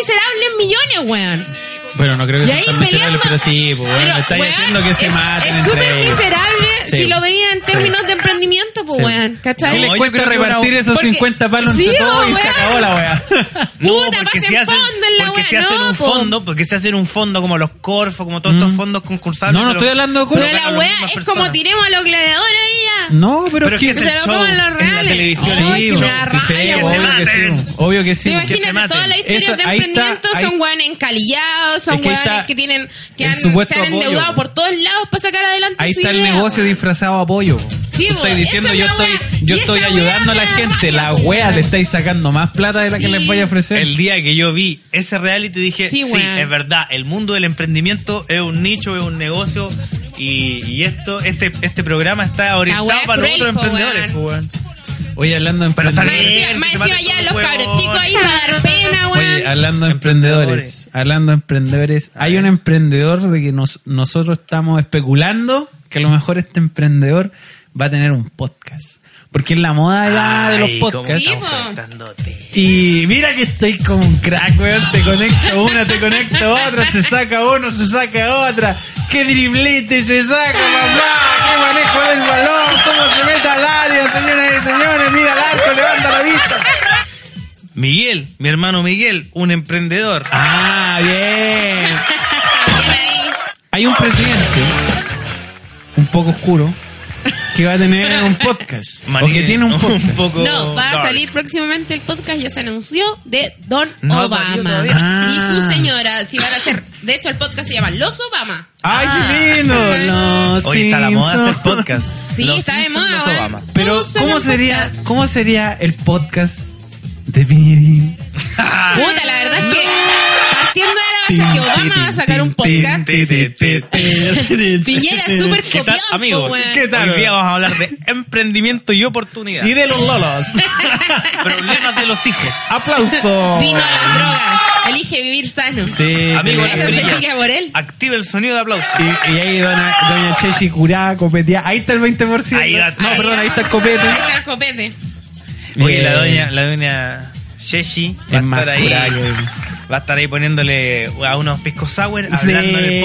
[SPEAKER 5] miserables millones, weón.
[SPEAKER 2] Bueno, no creo que
[SPEAKER 5] Y
[SPEAKER 2] sean
[SPEAKER 5] ahí
[SPEAKER 2] tan
[SPEAKER 5] peleando.
[SPEAKER 2] miserables, pero sí, pues, bueno,
[SPEAKER 5] Pero,
[SPEAKER 2] estáis
[SPEAKER 5] weón,
[SPEAKER 2] haciendo que se
[SPEAKER 5] es-
[SPEAKER 2] maten.
[SPEAKER 5] Es
[SPEAKER 2] entre
[SPEAKER 5] súper
[SPEAKER 2] ellos.
[SPEAKER 5] miserable
[SPEAKER 2] Sí.
[SPEAKER 5] si lo veía en términos de emprendimiento, pues,
[SPEAKER 2] Sí.
[SPEAKER 5] weón.
[SPEAKER 2] ¿Qué
[SPEAKER 5] ¿Cachai?
[SPEAKER 2] les
[SPEAKER 3] No, yo
[SPEAKER 2] cuesta
[SPEAKER 3] creo que una-
[SPEAKER 2] repartir esos
[SPEAKER 5] Porque-
[SPEAKER 2] 50 palos
[SPEAKER 5] Sí,
[SPEAKER 2] entre todos y
[SPEAKER 5] weón.
[SPEAKER 2] se acabó la weá?
[SPEAKER 3] No,
[SPEAKER 5] Puta,
[SPEAKER 3] porque
[SPEAKER 5] pasen
[SPEAKER 3] se hacen,
[SPEAKER 5] fondo en la
[SPEAKER 3] porque
[SPEAKER 5] wea,
[SPEAKER 3] se hacen
[SPEAKER 5] no,
[SPEAKER 3] un
[SPEAKER 5] po. Mm.
[SPEAKER 3] fondo, porque se hacen un fondo como los Corfo, como todos estos fondos concursables.
[SPEAKER 2] No, no
[SPEAKER 3] se lo-
[SPEAKER 2] estoy hablando de
[SPEAKER 3] se lo
[SPEAKER 5] Pero
[SPEAKER 2] Corfo.
[SPEAKER 3] ganan
[SPEAKER 5] la
[SPEAKER 3] las
[SPEAKER 5] weá
[SPEAKER 3] mismas
[SPEAKER 5] es
[SPEAKER 3] personas.
[SPEAKER 5] como tiremos a los gladiadores ahí ya.
[SPEAKER 2] No, pero,
[SPEAKER 3] Pero es
[SPEAKER 2] que...
[SPEAKER 3] que
[SPEAKER 5] que se
[SPEAKER 3] el
[SPEAKER 5] lo
[SPEAKER 3] show
[SPEAKER 5] coman
[SPEAKER 3] en
[SPEAKER 5] los
[SPEAKER 3] la
[SPEAKER 5] reales.
[SPEAKER 3] televisión.
[SPEAKER 5] Ay,
[SPEAKER 2] Sí,
[SPEAKER 5] que
[SPEAKER 2] weón,
[SPEAKER 5] me da
[SPEAKER 2] sí, sí,
[SPEAKER 5] rabia,
[SPEAKER 3] que se
[SPEAKER 5] weón.
[SPEAKER 2] obvio que sí.
[SPEAKER 3] maten.
[SPEAKER 2] Obvio que sí.
[SPEAKER 5] Te
[SPEAKER 3] se
[SPEAKER 5] Imagínate,
[SPEAKER 3] maten.
[SPEAKER 5] todas las historias
[SPEAKER 2] Eso,
[SPEAKER 5] de
[SPEAKER 2] ahí está,
[SPEAKER 5] emprendimiento
[SPEAKER 2] ahí-
[SPEAKER 5] son weones encalillados, son
[SPEAKER 2] Es que ahí
[SPEAKER 5] weones
[SPEAKER 2] está
[SPEAKER 5] que tienen, que
[SPEAKER 2] el
[SPEAKER 5] han,
[SPEAKER 2] supuesto
[SPEAKER 5] se han
[SPEAKER 2] apoyo.
[SPEAKER 5] endeudado por todos lados para sacar adelante
[SPEAKER 2] Ahí
[SPEAKER 5] su
[SPEAKER 2] está el
[SPEAKER 5] idea,
[SPEAKER 2] negocio
[SPEAKER 5] weón.
[SPEAKER 2] disfrazado a pollo. po.
[SPEAKER 5] Sí,
[SPEAKER 2] Tú
[SPEAKER 5] po,
[SPEAKER 2] estáis diciendo
[SPEAKER 5] esa
[SPEAKER 2] yo
[SPEAKER 5] es la
[SPEAKER 2] estoy,
[SPEAKER 5] wea.
[SPEAKER 2] yo
[SPEAKER 5] Y
[SPEAKER 2] estoy
[SPEAKER 5] esa
[SPEAKER 2] ayudando a
[SPEAKER 5] wea
[SPEAKER 2] la
[SPEAKER 5] me da
[SPEAKER 2] gente.
[SPEAKER 5] rabia,
[SPEAKER 2] La
[SPEAKER 5] po,
[SPEAKER 2] wea
[SPEAKER 5] weón.
[SPEAKER 2] le estáis sacando más plata de la que
[SPEAKER 5] Sí.
[SPEAKER 2] les voy a ofrecer.
[SPEAKER 3] El día que yo vi ese reality dije, sí,
[SPEAKER 5] Sí, weón.
[SPEAKER 3] es verdad, el mundo del emprendimiento es un nicho, es un negocio y, y esto este este programa está orientado
[SPEAKER 5] wea es
[SPEAKER 3] para los
[SPEAKER 5] cruel,
[SPEAKER 3] otros
[SPEAKER 5] po,
[SPEAKER 3] emprendedores.
[SPEAKER 5] weón.
[SPEAKER 3] po, weón.
[SPEAKER 2] Oye, hablando de
[SPEAKER 3] Pero está
[SPEAKER 5] Más
[SPEAKER 2] emprendedores.
[SPEAKER 3] bien,
[SPEAKER 5] encima,
[SPEAKER 3] que
[SPEAKER 5] más encima
[SPEAKER 3] se maten
[SPEAKER 5] ya los
[SPEAKER 3] todos los
[SPEAKER 5] cabros
[SPEAKER 3] huevos.
[SPEAKER 5] chicos ahí para dar pena,
[SPEAKER 2] Oye,
[SPEAKER 5] weón.
[SPEAKER 2] hablando de emprendedores, hablando de emprendedores, hay un emprendedor de que nos, nosotros estamos especulando que a lo mejor este emprendedor va a tener un podcast. Porque es la moda ya de los
[SPEAKER 3] Ay, cómo
[SPEAKER 2] podcasts.
[SPEAKER 3] estamos
[SPEAKER 5] Sí, po.
[SPEAKER 3] conectándote.
[SPEAKER 2] Y mira que estoy como un crack, weón. Te conecto una, te conecto otra, se saca uno, se saca otra. ¡Qué driblete se saca, papá! ¡Qué manejo del balón! ¡Cómo se mete al área, señoras y señores! ¡Mira el arco, levanta la vista!
[SPEAKER 3] Miguel, mi hermano Miguel, un emprendedor.
[SPEAKER 2] ¡Ah, bien!
[SPEAKER 5] Bien ahí.
[SPEAKER 2] Hay un presidente, un poco oscuro, que va a tener un podcast.
[SPEAKER 3] Maní-
[SPEAKER 2] o que tiene un podcast.
[SPEAKER 3] poco
[SPEAKER 5] No, va
[SPEAKER 3] dark.
[SPEAKER 5] a salir próximamente el podcast, ya se anunció, de Don
[SPEAKER 3] No salió
[SPEAKER 5] Obama.
[SPEAKER 3] todavía.
[SPEAKER 2] Ah.
[SPEAKER 5] Y su señora, si van a hacer. De hecho, el podcast se llama Los Obama.
[SPEAKER 2] ¡Ay,
[SPEAKER 5] Ah,
[SPEAKER 2] qué lindo!
[SPEAKER 5] Ajá.
[SPEAKER 2] Los
[SPEAKER 3] Hoy está la moda hacer
[SPEAKER 2] Simpsons.
[SPEAKER 3] podcast.
[SPEAKER 5] Sí,
[SPEAKER 3] Los
[SPEAKER 5] está de
[SPEAKER 3] Simpsons,
[SPEAKER 5] moda,
[SPEAKER 3] los
[SPEAKER 5] weón.
[SPEAKER 3] Obama.
[SPEAKER 2] Pero,
[SPEAKER 5] Todos
[SPEAKER 2] ¿cómo
[SPEAKER 5] sacan
[SPEAKER 2] sería,
[SPEAKER 5] podcast.
[SPEAKER 2] ¿cómo sería el podcast de Piñerín?
[SPEAKER 3] Ah.
[SPEAKER 5] Puta, la verdad es que partiendo de la base que Obama va a sacar un podcast. Piñera es súper
[SPEAKER 3] ¿Qué tal,
[SPEAKER 5] copión, po,
[SPEAKER 3] amigos?
[SPEAKER 5] weón.
[SPEAKER 3] ¿Qué tal? Hoy día vamos a hablar de emprendimiento y oportunidad.
[SPEAKER 2] Y de los lolos.
[SPEAKER 3] problemas de los hijos. Oh.
[SPEAKER 2] ¡Aplauso!
[SPEAKER 5] Vino a las drogas. Elige vivir sano.
[SPEAKER 2] Sí,
[SPEAKER 3] Amigos,
[SPEAKER 5] Eso se
[SPEAKER 3] brillas.
[SPEAKER 5] sigue por él.
[SPEAKER 3] Eh, Activa el sonido de aplauso.
[SPEAKER 2] Y, y ahí doña, doña Chechi curada, copetía. Ahí está el 20%.
[SPEAKER 3] Ahí va.
[SPEAKER 2] No,
[SPEAKER 5] Ahí
[SPEAKER 2] perdón,
[SPEAKER 5] va.
[SPEAKER 2] ahí está el copete.
[SPEAKER 5] Ahí está el copete.
[SPEAKER 3] Oye,
[SPEAKER 2] Bien.
[SPEAKER 3] la doña, la doña Sheshi va a
[SPEAKER 2] eh, Es más
[SPEAKER 3] estar ahí.
[SPEAKER 2] curada que-
[SPEAKER 3] Va Va a estar ahí poniéndole a unos pisco sour, hablando en
[SPEAKER 2] Sí.
[SPEAKER 3] el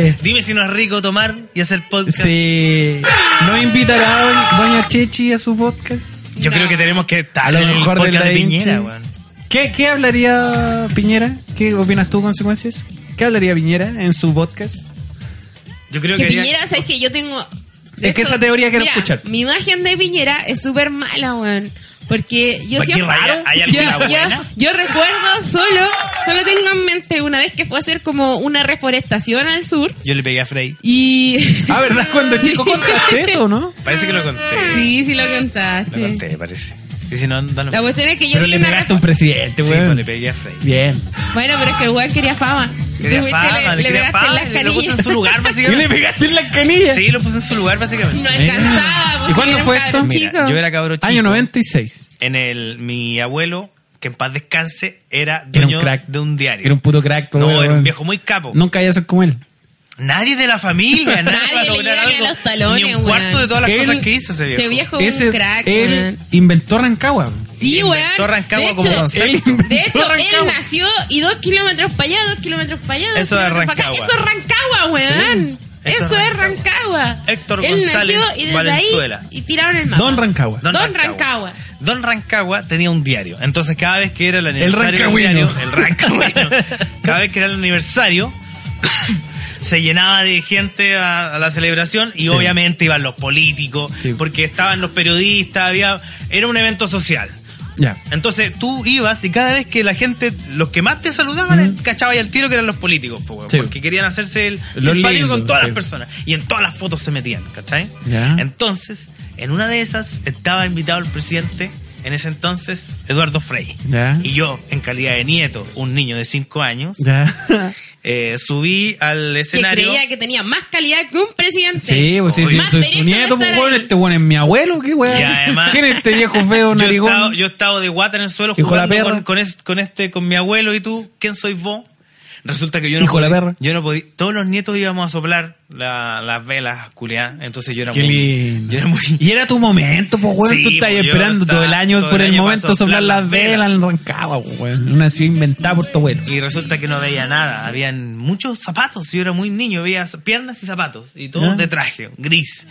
[SPEAKER 3] podcast. Dime si no es rico tomar y hacer podcast.
[SPEAKER 2] Sí. ¿No invitará a Doña Chechi a su podcast?
[SPEAKER 3] Yo
[SPEAKER 5] No.
[SPEAKER 3] creo que tenemos que estar
[SPEAKER 2] A lo
[SPEAKER 3] en el
[SPEAKER 2] mejor
[SPEAKER 3] podcast
[SPEAKER 2] del Da
[SPEAKER 3] de
[SPEAKER 2] Vinci.
[SPEAKER 3] Piñera, weón.
[SPEAKER 2] ¿Qué, ¿Qué hablaría Piñera? ¿Qué opinas tú, consecuencias? ¿Qué hablaría Piñera en su podcast?
[SPEAKER 3] Yo creo
[SPEAKER 5] Que
[SPEAKER 3] que, haría-
[SPEAKER 5] Piñera, ¿sabes que Yo tengo... de
[SPEAKER 2] Es que
[SPEAKER 5] hecho,
[SPEAKER 2] esa teoría quiero
[SPEAKER 5] mira,
[SPEAKER 2] escuchar.
[SPEAKER 5] Mi imagen de Piñera es súper mala, weón. Porque yo
[SPEAKER 3] ¿Para qué
[SPEAKER 5] siempre...
[SPEAKER 3] raro? ¿Hay
[SPEAKER 5] yo,
[SPEAKER 3] alguna buena?
[SPEAKER 5] yo- yo recuerdo solo, solo tengo en mente una vez que fue a hacer como una reforestación al sur
[SPEAKER 3] Yo le pegué a Frey.
[SPEAKER 5] y...
[SPEAKER 2] Ah, ¿verdad? Cuando
[SPEAKER 5] Sí.
[SPEAKER 2] chico contaste eso, ¿no?
[SPEAKER 3] Parece que lo conté.
[SPEAKER 5] Sí, Ah, sí lo
[SPEAKER 3] Lo
[SPEAKER 5] contaste.
[SPEAKER 3] conté, parece. Y si no, da lo
[SPEAKER 5] La
[SPEAKER 3] mismo.
[SPEAKER 5] cuestión es que yo
[SPEAKER 2] Pero
[SPEAKER 5] vi
[SPEAKER 2] le
[SPEAKER 5] una
[SPEAKER 2] pegaste a
[SPEAKER 5] refo-
[SPEAKER 2] un presidente,
[SPEAKER 3] Sí, pues,
[SPEAKER 2] weón.
[SPEAKER 3] le pegué a Frey.
[SPEAKER 2] Bien.
[SPEAKER 5] Bueno, pero es que el weón quería fama.
[SPEAKER 3] Quería
[SPEAKER 5] Tú fuiste,
[SPEAKER 3] fama,
[SPEAKER 5] le, le pegaste
[SPEAKER 3] quería
[SPEAKER 5] en
[SPEAKER 3] fama,
[SPEAKER 5] las
[SPEAKER 3] y lo puse
[SPEAKER 5] canillas.
[SPEAKER 3] en su lugar, pues.
[SPEAKER 2] ¿Y le
[SPEAKER 3] básicamente.
[SPEAKER 2] pegaste en las canillas?
[SPEAKER 3] Sí, lo puse en su lugar, básicamente.
[SPEAKER 5] No alcanzaba. pues,
[SPEAKER 2] ¿Y cuándo
[SPEAKER 5] era un
[SPEAKER 2] fue esto?
[SPEAKER 5] cabrón
[SPEAKER 3] Mira,
[SPEAKER 5] chico.
[SPEAKER 3] yo era cabro chico.
[SPEAKER 2] Año 96.
[SPEAKER 3] En el, mi abuelo, que en paz descanse, era
[SPEAKER 2] Que Era un
[SPEAKER 3] dueño
[SPEAKER 2] crack.
[SPEAKER 3] de un diario.
[SPEAKER 2] Era un puto crack. todo,
[SPEAKER 3] no, era
[SPEAKER 2] weón.
[SPEAKER 3] un viejo muy capo.
[SPEAKER 2] Nunca hay a ser como él.
[SPEAKER 3] Nadie de la familia, nada
[SPEAKER 5] Nadie
[SPEAKER 3] para
[SPEAKER 5] le llega
[SPEAKER 3] lograr
[SPEAKER 5] ni a
[SPEAKER 3] algo.
[SPEAKER 5] los talones,
[SPEAKER 3] Ni un
[SPEAKER 5] weón.
[SPEAKER 3] cuarto de todas las
[SPEAKER 2] Él-
[SPEAKER 3] cosas que hizo ese viejo.
[SPEAKER 5] Ese viejo es
[SPEAKER 2] Ese,
[SPEAKER 5] un crack,
[SPEAKER 2] él
[SPEAKER 5] weón.
[SPEAKER 2] inventó Rancagua.
[SPEAKER 5] Sí, weón.
[SPEAKER 3] inventó Rancagua
[SPEAKER 5] de
[SPEAKER 3] como
[SPEAKER 5] hecho,
[SPEAKER 3] concepto.
[SPEAKER 5] de hecho, él
[SPEAKER 2] Rancagua.
[SPEAKER 5] nació y dos kilómetros para allá, dos kilómetros para allá. dos
[SPEAKER 3] Eso es
[SPEAKER 5] kilómetros pa' acá.
[SPEAKER 3] Rancagua.
[SPEAKER 5] Eso es Rancagua, weón.
[SPEAKER 3] Sí, eso
[SPEAKER 5] Eso
[SPEAKER 3] es
[SPEAKER 5] es Rancagua.
[SPEAKER 3] Héctor
[SPEAKER 5] él
[SPEAKER 3] González
[SPEAKER 5] nació y desde
[SPEAKER 3] Valenzuela.
[SPEAKER 5] ahí y tiraron el mapa.
[SPEAKER 2] Don Rancagua.
[SPEAKER 5] Don Rancagua.
[SPEAKER 3] Don Rancagua tenía un diario. Entonces, cada vez que era el aniversario del
[SPEAKER 2] rancagüino.
[SPEAKER 3] diario, el rancagüino, cada vez que era el aniversario, se llenaba de gente a, a la celebración y obviamente iban los políticos,
[SPEAKER 2] Sí.
[SPEAKER 3] porque estaban los periodistas, había era un evento social.
[SPEAKER 2] Ya.
[SPEAKER 3] Entonces tú ibas y cada vez que la gente, los que más te saludaban, cachabas al tiro que eran los políticos, po, weón,
[SPEAKER 2] Sí.
[SPEAKER 3] porque querían hacerse el
[SPEAKER 2] Los
[SPEAKER 3] simpático
[SPEAKER 2] lindos,
[SPEAKER 3] con todas
[SPEAKER 2] sí.
[SPEAKER 3] las personas. Y en todas las fotos se metían, ¿cachai?
[SPEAKER 2] Ya.
[SPEAKER 3] Entonces, en una de esas estaba invitado el presidente, en ese entonces, Eduardo Frey.
[SPEAKER 2] Ya.
[SPEAKER 3] Y yo, en calidad de nieto, un niño de 5 años,
[SPEAKER 2] Ya.
[SPEAKER 3] eh, subí al
[SPEAKER 5] Que
[SPEAKER 3] escenario.
[SPEAKER 5] creía que tenía más calidad que un presidente.
[SPEAKER 2] Sí, pues sí,
[SPEAKER 3] Obvio.
[SPEAKER 2] yo
[SPEAKER 5] Más
[SPEAKER 2] soy
[SPEAKER 5] derecho de
[SPEAKER 2] su nieto, pues
[SPEAKER 5] estar
[SPEAKER 2] weón,
[SPEAKER 5] ahí.
[SPEAKER 2] este weón es mi abuelo, qué weón.
[SPEAKER 3] Y además-
[SPEAKER 2] ¿Quién es este viejo feo
[SPEAKER 3] Yo he
[SPEAKER 2] narigón?
[SPEAKER 3] estado- yo he estado de guata en el suelo
[SPEAKER 2] Hijo de la
[SPEAKER 3] jugando
[SPEAKER 2] perra.
[SPEAKER 3] con, con es- con este, con mi abuelo y tú, ¿quién sois vos? Resulta que yo no
[SPEAKER 2] Hijo de la
[SPEAKER 3] podía-
[SPEAKER 2] perra.
[SPEAKER 3] Yo no podía. Todos los nietos íbamos a soplar la- las velas, culiá. Entonces yo era
[SPEAKER 2] Qué
[SPEAKER 3] muy.
[SPEAKER 2] lindo.
[SPEAKER 3] Yo era muy.
[SPEAKER 2] Y era tu momento, pues weón,
[SPEAKER 3] Sí,
[SPEAKER 2] tú estabas
[SPEAKER 3] pues, yo
[SPEAKER 2] esperando todo el
[SPEAKER 3] estaba
[SPEAKER 2] año
[SPEAKER 3] todo
[SPEAKER 2] por
[SPEAKER 3] el
[SPEAKER 2] el
[SPEAKER 3] año
[SPEAKER 2] momento
[SPEAKER 3] para
[SPEAKER 2] soplar
[SPEAKER 3] soplar
[SPEAKER 2] las
[SPEAKER 3] las
[SPEAKER 2] velas en
[SPEAKER 3] velas.
[SPEAKER 2] Rancagua, pues, weón. Una ciudad inventada por tu abuelo.
[SPEAKER 3] Y resulta que no veía nada. Habían muchos zapatos. Yo era muy niño, veía z- piernas y zapatos. Y todos
[SPEAKER 2] ¿Ya?
[SPEAKER 3] de traje, gris.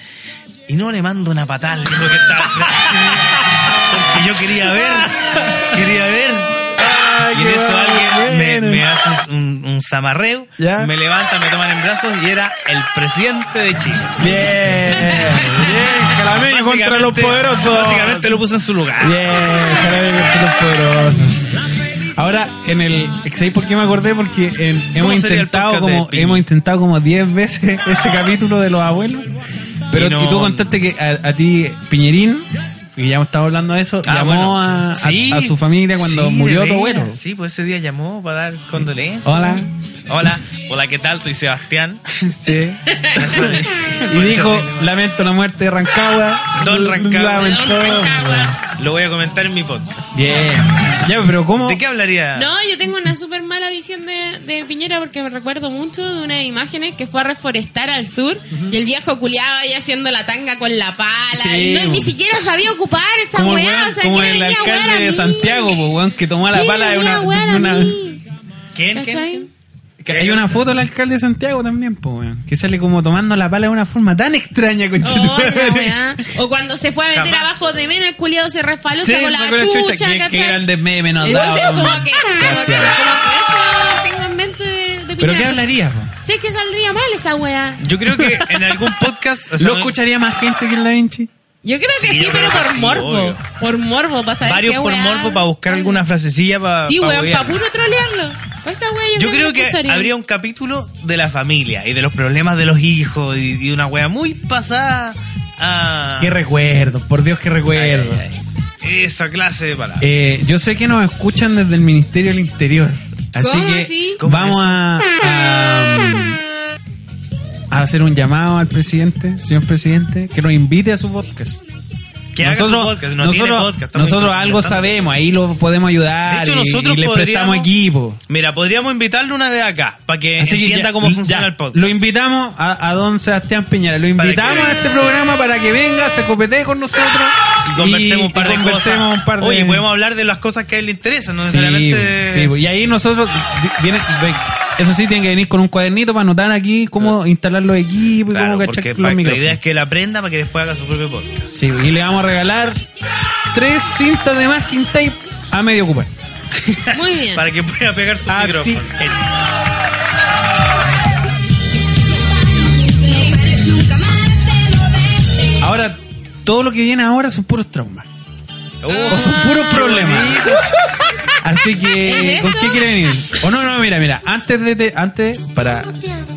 [SPEAKER 3] Y no le mando una patada al libro que estaba atrás. Porque yo quería ver. Quería ver. y en
[SPEAKER 2] qué
[SPEAKER 3] eso alguien me,
[SPEAKER 2] bueno.
[SPEAKER 3] me hace un, un zamarreo,
[SPEAKER 2] ¿Ya?
[SPEAKER 3] me levanta, me toman en brazos y era el presidente de Chile.
[SPEAKER 2] Bien, bien, Calameño contra los
[SPEAKER 3] Básicamente-
[SPEAKER 2] poderosos.
[SPEAKER 3] Básicamente lo puso en su lugar.
[SPEAKER 2] Bien, Calameño contra los poderosos. Ahora, en el. ¿Sabéis por qué me acordé? Porque en- hemos,
[SPEAKER 3] sería el
[SPEAKER 2] intentado
[SPEAKER 3] podcast de
[SPEAKER 2] como,
[SPEAKER 3] Piñera?
[SPEAKER 2] hemos intentado como 10 veces ese capítulo de los abuelos. Pero
[SPEAKER 3] Y no-
[SPEAKER 2] y tú contaste que a, a ti, Piñerín, que ya hemos estado hablando de eso,
[SPEAKER 3] Ah,
[SPEAKER 2] llamó
[SPEAKER 3] bueno.
[SPEAKER 2] a, a-
[SPEAKER 3] Sí.
[SPEAKER 2] a su familia cuando
[SPEAKER 3] Sí,
[SPEAKER 2] murió
[SPEAKER 3] de
[SPEAKER 2] tu
[SPEAKER 3] veras.
[SPEAKER 2] abuelo.
[SPEAKER 3] Sí, pues ese día llamó para dar condolencias.
[SPEAKER 2] Hola.
[SPEAKER 3] Hola, hola, ¿qué tal? Soy Sebastián.
[SPEAKER 2] Sí. y dijo: Lamento la muerte de Rancagua.
[SPEAKER 3] Don Rancagua.
[SPEAKER 2] Lamento-
[SPEAKER 5] Don Rancagua.
[SPEAKER 3] Lo voy a comentar en mi podcast.
[SPEAKER 2] Bien. Ya, pero ¿cómo?
[SPEAKER 3] ¿De qué hablaría?
[SPEAKER 5] No, yo tengo una súper mala visión de, de Piñera porque me recuerdo mucho de unas imágenes que fue a reforestar al sur y el viejo culiaba ahí haciendo la tanga con la pala
[SPEAKER 2] Sí,
[SPEAKER 5] y no-
[SPEAKER 2] bueno.
[SPEAKER 5] ni siquiera sabía ocupar esa
[SPEAKER 2] como el,
[SPEAKER 5] weá,
[SPEAKER 2] weón-
[SPEAKER 5] o sea,
[SPEAKER 2] como
[SPEAKER 5] ¿qué me
[SPEAKER 2] el
[SPEAKER 5] venía a wear a
[SPEAKER 2] alcalde de
[SPEAKER 5] mí?
[SPEAKER 2] Santiago, po, weón, que tomó la
[SPEAKER 5] ¿Qué
[SPEAKER 2] pala de
[SPEAKER 5] venía
[SPEAKER 2] una.
[SPEAKER 5] a wear
[SPEAKER 2] de
[SPEAKER 5] a
[SPEAKER 2] una-
[SPEAKER 5] mí?
[SPEAKER 3] ¿Quién?
[SPEAKER 5] ¿Cachai? Oh,
[SPEAKER 3] ¿Quién?
[SPEAKER 2] que hay una foto del alcalde de Santiago también, po, weón, que sale como tomando la pala de una forma tan extraña, con
[SPEAKER 5] Oh, la weá. O cuando se fue a meter
[SPEAKER 3] Jamás.
[SPEAKER 5] abajo de Mena, el culiado se resbaló, sacó la chucha,
[SPEAKER 2] qué, qué
[SPEAKER 5] ¿cachai?
[SPEAKER 2] grandes memes nos
[SPEAKER 5] Entonces,
[SPEAKER 2] daban.
[SPEAKER 5] como que, como que, como que eso tengo en mente de, de Piñera.
[SPEAKER 2] ¿Pero qué
[SPEAKER 5] Entonces,
[SPEAKER 2] hablaría, po?
[SPEAKER 5] Sé que saldría mal esa weá.
[SPEAKER 3] Yo creo que en algún podcast. o sea,
[SPEAKER 2] ¿Lo escucharía más gente que en Da Vinci?
[SPEAKER 5] Yo creo que
[SPEAKER 3] Sí,
[SPEAKER 5] sí,
[SPEAKER 3] yo
[SPEAKER 5] pero
[SPEAKER 3] creo que
[SPEAKER 5] por
[SPEAKER 3] sí,
[SPEAKER 5] morbo.
[SPEAKER 3] obvio.
[SPEAKER 5] Por morbo, para saber
[SPEAKER 3] Varios
[SPEAKER 5] qué
[SPEAKER 3] por
[SPEAKER 5] weá.
[SPEAKER 3] morbo para buscar alguna frasecilla para.
[SPEAKER 5] Sí, weón, para puro trolearlo. Pa' esa weá yo,
[SPEAKER 3] Yo creo que
[SPEAKER 5] escucharía.
[SPEAKER 3] habría un capítulo de la familia y de los problemas de los hijos y, y una wea muy pasada a.
[SPEAKER 2] Qué recuerdos, por Dios, qué recuerdos.
[SPEAKER 3] Ay, ay, ay. Esa clase de palabras.
[SPEAKER 2] Eh, yo sé que nos escuchan desde el Ministerio del Interior. Así
[SPEAKER 5] ¿Cómo
[SPEAKER 2] que
[SPEAKER 5] así?
[SPEAKER 3] ¿Cómo
[SPEAKER 2] vamos
[SPEAKER 3] eso?
[SPEAKER 2] a, a- a hacer un llamado al presidente, señor presidente, que nos invite a su podcast.
[SPEAKER 3] Que haga
[SPEAKER 2] nosotros,
[SPEAKER 3] su podcast, no
[SPEAKER 2] nosotros,
[SPEAKER 3] tiene podcast, está muy
[SPEAKER 2] nosotros
[SPEAKER 3] bien,
[SPEAKER 2] algo
[SPEAKER 3] está muy bien.
[SPEAKER 2] sabemos, ahí lo podemos ayudar.
[SPEAKER 3] De hecho,
[SPEAKER 2] y-
[SPEAKER 3] nosotros
[SPEAKER 2] y, les prestamos
[SPEAKER 3] podríamos-
[SPEAKER 2] equipo.
[SPEAKER 3] Mira, podríamos invitarlo una vez acá, para que entienda cómo funciona el podcast.
[SPEAKER 2] Lo invitamos a, a don Sebastián Piñera, lo
[SPEAKER 3] Para
[SPEAKER 2] invitamos a
[SPEAKER 3] que-
[SPEAKER 2] este programa para que venga, se copetee con nosotros
[SPEAKER 3] y conversemos un par
[SPEAKER 2] y
[SPEAKER 3] de
[SPEAKER 2] conversemos
[SPEAKER 3] cosas.
[SPEAKER 2] un par de-
[SPEAKER 3] Oye, podemos hablar de las cosas que a él le interesan, no
[SPEAKER 2] Sí,
[SPEAKER 3] necesariamente.
[SPEAKER 2] sí, pues, y ahí nosotros vi- viene- ve- eso sí tienen que venir con un cuadernito para anotar aquí cómo instalar los equipos y
[SPEAKER 3] Claro,
[SPEAKER 2] cómo
[SPEAKER 3] porque
[SPEAKER 2] cachar los
[SPEAKER 3] pa- la
[SPEAKER 2] micrófonos.
[SPEAKER 3] idea es que él aprenda para que después haga su propio podcast.
[SPEAKER 2] Sí, pues, y le vamos a regalar tres cintas de masking tape a medio ocupar.
[SPEAKER 5] Muy bien.
[SPEAKER 3] Para que pueda pegar su
[SPEAKER 2] Así
[SPEAKER 3] micrófono.
[SPEAKER 2] es. Ahora, todo lo que viene ahora son puros traumas.
[SPEAKER 3] Oh,
[SPEAKER 2] O son puros problemas. Así que,
[SPEAKER 5] ¿Es
[SPEAKER 2] ¿con
[SPEAKER 5] eso?
[SPEAKER 2] qué quiere venir? O no, no, mira, mira. Antes de, de- antes para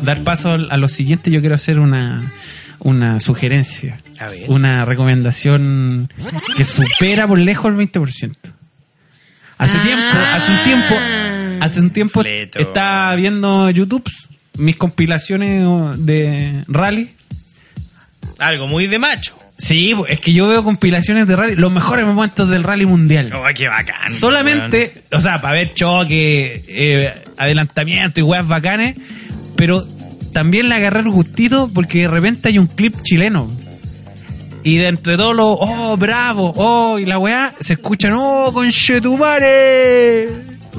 [SPEAKER 2] dar paso al- a lo siguiente, yo quiero hacer una una sugerencia,
[SPEAKER 3] A ver.
[SPEAKER 2] una recomendación que supera por lejos el 20%. Hace
[SPEAKER 5] Ah.
[SPEAKER 2] tiempo, hace un tiempo, hace un tiempo
[SPEAKER 3] Completo.
[SPEAKER 2] estaba viendo YouTube mis compilaciones de rally
[SPEAKER 3] Algo muy de macho.
[SPEAKER 2] Sí, bo- es que yo veo compilaciones de rally, los mejores momentos del rally mundial.
[SPEAKER 3] Oh, qué bacán.
[SPEAKER 2] Solamente, o sea, para ver choque, eh, adelantamiento y weas bacanes, pero también le agarré el gustito porque de repente hay un clip chileno. Y de entre todos los, oh, bravo, oh, y la weá, se escuchan, oh, conchetumare.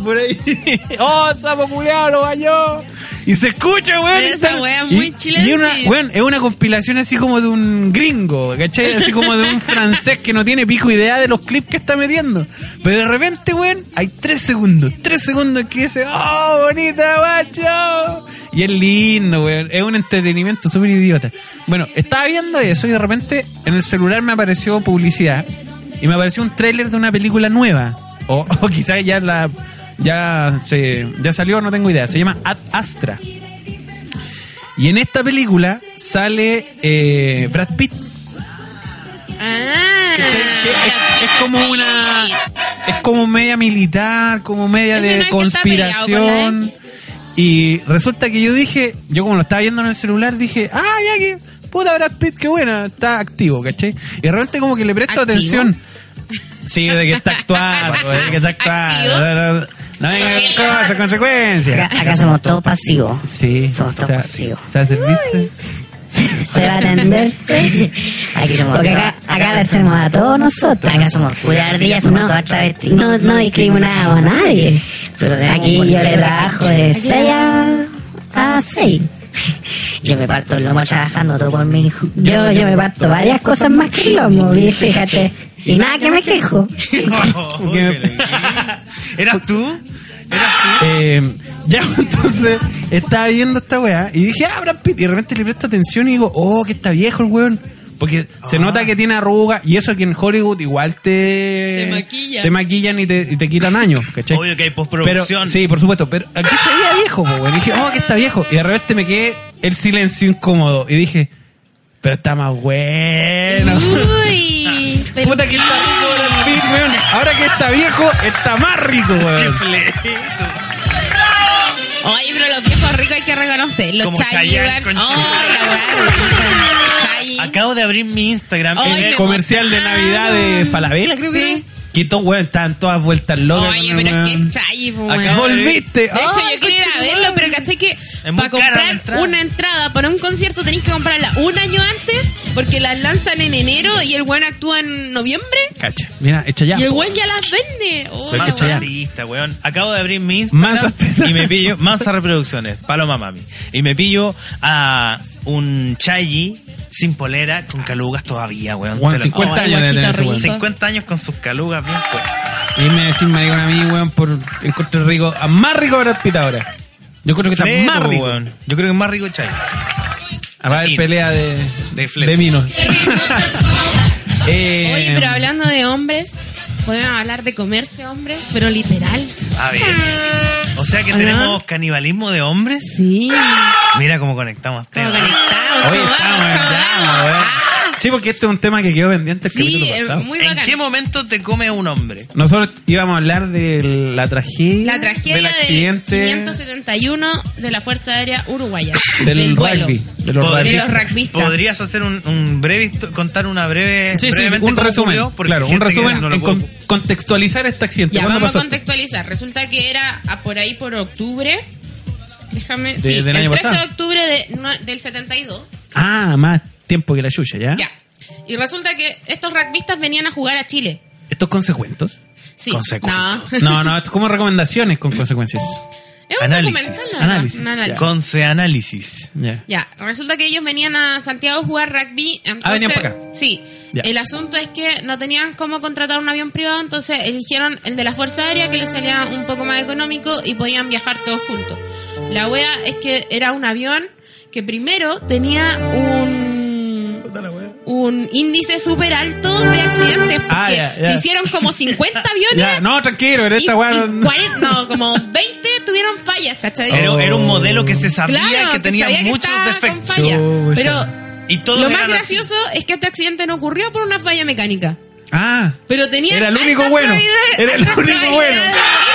[SPEAKER 2] Por ahí, oh, sapo culiao, lo bañó. Y se escucha, weón.
[SPEAKER 5] Pero
[SPEAKER 2] y
[SPEAKER 5] esa
[SPEAKER 2] se-
[SPEAKER 5] weá es muy
[SPEAKER 2] y-
[SPEAKER 5] chilena,
[SPEAKER 2] y una-
[SPEAKER 5] sí.
[SPEAKER 2] weón, es una compilación así como de un gringo, ¿cachai? Así como de un francés que no tiene pico idea de los clips que está metiendo. Pero de repente, weón, hay tres segundos, tres segundos que dice, ¡oh, bonita, guacho! Y es lindo, weón. Es un entretenimiento súper idiota. Bueno, estaba viendo eso y de repente en el celular me apareció publicidad y me apareció un tráiler de una película nueva. O, o quizás ya la. Ya, se, ya salió, no tengo idea. Se llama Ad Astra. Y en esta película sale eh, Brad Pitt.
[SPEAKER 5] Ah,
[SPEAKER 2] ¿cachai? Que es, es como una. Es como media militar, como media
[SPEAKER 5] Ese
[SPEAKER 2] de
[SPEAKER 5] no es que está peleado con la
[SPEAKER 2] conspiración. Y resulta que yo dije, yo como lo estaba viendo en el celular, dije, ah, ya que. Puta Brad Pitt, qué buena, está activo, ¿cachai? Y de repente como que le presto
[SPEAKER 5] ¿Activo?
[SPEAKER 2] atención. Sí, de que está actuando, de que está actuando. No venga con cosas, consecuencias.
[SPEAKER 6] Acá somos todos pasivos.
[SPEAKER 2] Sí,
[SPEAKER 6] Somos
[SPEAKER 2] o
[SPEAKER 6] todos
[SPEAKER 2] sea,
[SPEAKER 6] pasivos.
[SPEAKER 2] se hace el vice.
[SPEAKER 6] Se va a atenderse. Aquí somos Porque acá, acá le hacemos a todos nosotros. Acá somos cuidardillas, somos todas travestis. No, no discriminamos a nadie. aquí yo le trabajo de 6 a, a 6. Yo me parto el lomo trabajando todo por mi hijo. Yo, yo me parto varias cosas más que el lomo, y fíjate. Y nada que me quejo.
[SPEAKER 3] Oh, qué lindo. ¿Eras tú?
[SPEAKER 2] Eh, ya, entonces estaba viendo esta weá y dije, ah, Brad Pitt. Y de repente le presto atención y digo, oh, que está viejo el weón. Porque
[SPEAKER 3] Ah.
[SPEAKER 2] se nota que tiene arrugas y eso que en Hollywood igual te.
[SPEAKER 5] Te maquillan.
[SPEAKER 2] Te maquillan y te, y te quitan años, ¿cachai?
[SPEAKER 3] Obvio que hay postproducción.
[SPEAKER 2] Pero- sí, por supuesto. Pero aquí se veía viejo, po, weón. Y dije, oh, que está viejo. Y de repente me quedé el silencio incómodo y dije, pero está más bueno.
[SPEAKER 5] Uy, pero
[SPEAKER 2] Puta que está rico Brad Pitt, weón. Ahora que está viejo, está más rico,
[SPEAKER 3] Qué
[SPEAKER 2] weón.
[SPEAKER 3] fleto.
[SPEAKER 5] Oye, pero los viejos ricos hay que reconocerlos.
[SPEAKER 3] Como
[SPEAKER 5] Chayi,
[SPEAKER 3] Chayanne
[SPEAKER 5] weón.
[SPEAKER 3] con-
[SPEAKER 5] Ay, la weá rica. Chayi.
[SPEAKER 3] Acabo de abrir mi Instagram.
[SPEAKER 5] Ay,
[SPEAKER 3] Primer-
[SPEAKER 5] me
[SPEAKER 2] comercial de Navidad de Falabella, creo que
[SPEAKER 5] Sí.
[SPEAKER 2] era. Que todos, weón, estaban todas vueltas locas.
[SPEAKER 5] Oye,
[SPEAKER 2] con el
[SPEAKER 5] pero es que
[SPEAKER 2] weón.
[SPEAKER 5] es Chayi, po,
[SPEAKER 2] Acá
[SPEAKER 5] weón.
[SPEAKER 2] Volviste.
[SPEAKER 5] De hecho, yo quiero ir a verlo, pero caché que para
[SPEAKER 3] muy cara la
[SPEAKER 5] comprar
[SPEAKER 3] entrada.
[SPEAKER 5] una entrada para un concierto tenéis que comprarla un año antes porque las lanzan en enero y el weón actúa en noviembre
[SPEAKER 2] Cacha. Mira, echa ya.
[SPEAKER 5] y el
[SPEAKER 2] po.
[SPEAKER 5] weón ya las vende. Oh,
[SPEAKER 2] Pero
[SPEAKER 5] la
[SPEAKER 2] que
[SPEAKER 3] Mansa
[SPEAKER 2] Chayanne.
[SPEAKER 5] weá.
[SPEAKER 3] artista, weón. Acabo de abrir mi Instagram
[SPEAKER 2] Mansa artista.
[SPEAKER 3] y me pillo Mansa Reproducciones, Paloma Mami. Y me pillo a un Chayi sin polera con calugas todavía, weón.
[SPEAKER 2] Weón,
[SPEAKER 3] Te lo-
[SPEAKER 2] 50
[SPEAKER 5] Ay,
[SPEAKER 2] años de
[SPEAKER 5] oh, guachito
[SPEAKER 2] tener ese
[SPEAKER 5] rico.
[SPEAKER 2] weón.
[SPEAKER 3] 50 años con sus calugas bien puestas.
[SPEAKER 2] Y me decís, me digan a mí, weón, por encuentro rico. A más rico Brad Pitt ahora. Yo creo que está
[SPEAKER 3] Fleto,
[SPEAKER 2] más rico.
[SPEAKER 3] weón. Yo creo que es más rico Chayi.
[SPEAKER 2] A ver,
[SPEAKER 3] Martín.
[SPEAKER 2] pelea de,
[SPEAKER 3] De fleto.
[SPEAKER 2] de minos. Eh,
[SPEAKER 5] Oye, pero hablando de hombres, podemos hablar de comerse hombres, pero literal.
[SPEAKER 3] A ver. O sea que
[SPEAKER 5] Ajá.
[SPEAKER 3] tenemos canibalismo de hombres.
[SPEAKER 5] Sí.
[SPEAKER 3] Mira cómo conectamos
[SPEAKER 5] Como
[SPEAKER 3] temas.
[SPEAKER 5] conectados,
[SPEAKER 2] Oye,
[SPEAKER 5] como
[SPEAKER 2] estamos,
[SPEAKER 5] vamos, como
[SPEAKER 2] estamos,
[SPEAKER 5] vamos.
[SPEAKER 2] weón.
[SPEAKER 5] Ah,
[SPEAKER 2] Sí, porque este es un tema que quedó pendiente el
[SPEAKER 5] Sí,
[SPEAKER 2] capítulo
[SPEAKER 5] eh,
[SPEAKER 2] pasado.
[SPEAKER 5] muy
[SPEAKER 3] ¿En
[SPEAKER 5] bacán.
[SPEAKER 3] qué momento te come un hombre?
[SPEAKER 2] Nosotros íbamos a hablar de la tragedia.
[SPEAKER 5] La tragedia
[SPEAKER 2] del accidente.
[SPEAKER 5] del 571 de la Fuerza Aérea Uruguaya.
[SPEAKER 2] del
[SPEAKER 5] vuelo.
[SPEAKER 2] rugby. De los
[SPEAKER 3] Podría-
[SPEAKER 2] rugby.
[SPEAKER 5] De los rugbyistas.
[SPEAKER 3] ¿Podrías hacer un, un breve, histo- contar una breve,
[SPEAKER 2] Sí, sí, sí,
[SPEAKER 3] brevemente
[SPEAKER 2] un
[SPEAKER 3] cómo
[SPEAKER 2] resumen.
[SPEAKER 3] ocurrió? Porque
[SPEAKER 2] Claro,
[SPEAKER 3] hay
[SPEAKER 2] un
[SPEAKER 3] gente que
[SPEAKER 2] resumen.
[SPEAKER 3] no lo
[SPEAKER 2] en
[SPEAKER 3] puede-
[SPEAKER 2] con- contextualizar este accidente.
[SPEAKER 5] Ya,
[SPEAKER 2] ¿Cuándo
[SPEAKER 5] vamos a
[SPEAKER 2] pasó?
[SPEAKER 5] contextualizar. Resulta que era a por ahí por octubre. Déjame.
[SPEAKER 2] De-
[SPEAKER 5] sí,
[SPEAKER 2] del
[SPEAKER 5] el
[SPEAKER 2] año
[SPEAKER 5] 13 de
[SPEAKER 2] pasado.
[SPEAKER 5] octubre de nue- del 72.
[SPEAKER 2] Ah, más tiempo que la chucha, ¿ya?
[SPEAKER 5] Ya. Y resulta que estos rugbyistas venían a jugar a Chile.
[SPEAKER 2] ¿Estos consecuentos?
[SPEAKER 5] Sí.
[SPEAKER 3] Consecuentos.
[SPEAKER 5] No.
[SPEAKER 2] No, no, esto es como recomendaciones con consecuencias.
[SPEAKER 5] Es un
[SPEAKER 3] Análisis.
[SPEAKER 5] documental, la verdad.
[SPEAKER 2] Análisis,
[SPEAKER 5] Un análisis.
[SPEAKER 2] ya.
[SPEAKER 3] Conce análisis.
[SPEAKER 2] Ya.
[SPEAKER 5] Ya, resulta que ellos venían a Santiago a jugar rugby. Entonces,
[SPEAKER 2] Ah, venían para acá.
[SPEAKER 5] Sí.
[SPEAKER 2] Ya.
[SPEAKER 5] El asunto es que no tenían cómo contratar un avión privado, entonces eligieron el de la Fuerza Aérea que les salía un poco más económico y podían viajar todos juntos. La wea es que era un avión que primero tenía un un índice súper alto de accidentes porque
[SPEAKER 2] Ah, ya, ya.
[SPEAKER 5] se hicieron como 50 aviones
[SPEAKER 2] Ya, no, tranquilo, en
[SPEAKER 5] y,
[SPEAKER 2] esta
[SPEAKER 5] y
[SPEAKER 2] weá. no-
[SPEAKER 5] 40 no, como 20 tuvieron fallas, ¿cachai?
[SPEAKER 3] Era,
[SPEAKER 2] Oh.
[SPEAKER 3] era un modelo que se sabía
[SPEAKER 5] Claro,
[SPEAKER 3] que tenía
[SPEAKER 5] sabía que
[SPEAKER 3] muchos
[SPEAKER 5] estaba con
[SPEAKER 3] defectos.
[SPEAKER 5] falla.
[SPEAKER 2] Chucha.
[SPEAKER 5] Pero
[SPEAKER 3] Y todo
[SPEAKER 5] lo
[SPEAKER 3] le
[SPEAKER 5] más
[SPEAKER 3] eran así.
[SPEAKER 5] gracioso es que este accidente no ocurrió por una falla mecánica.
[SPEAKER 2] Ah,
[SPEAKER 5] Pero tenía.
[SPEAKER 2] Era el único bueno. Era el único bueno.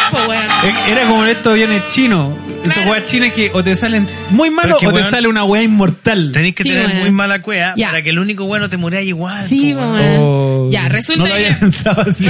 [SPEAKER 5] pues,
[SPEAKER 2] e- era como estos aviones chinos. Estos
[SPEAKER 5] Claro.
[SPEAKER 2] weas chinas que o te salen muy
[SPEAKER 3] Pero
[SPEAKER 2] malos
[SPEAKER 3] es que,
[SPEAKER 2] o te
[SPEAKER 3] weón,
[SPEAKER 2] sale una wea inmortal.
[SPEAKER 3] Tenés que
[SPEAKER 5] Sí,
[SPEAKER 3] tener
[SPEAKER 5] weón.
[SPEAKER 3] muy mala cueva
[SPEAKER 5] Ya.
[SPEAKER 3] para que el único bueno te muera igual.
[SPEAKER 5] Sí, pues,
[SPEAKER 3] po, weón.
[SPEAKER 5] weón.
[SPEAKER 2] Oh.
[SPEAKER 5] Ya, resulta
[SPEAKER 2] no lo
[SPEAKER 5] que- pues,
[SPEAKER 2] había pensado así.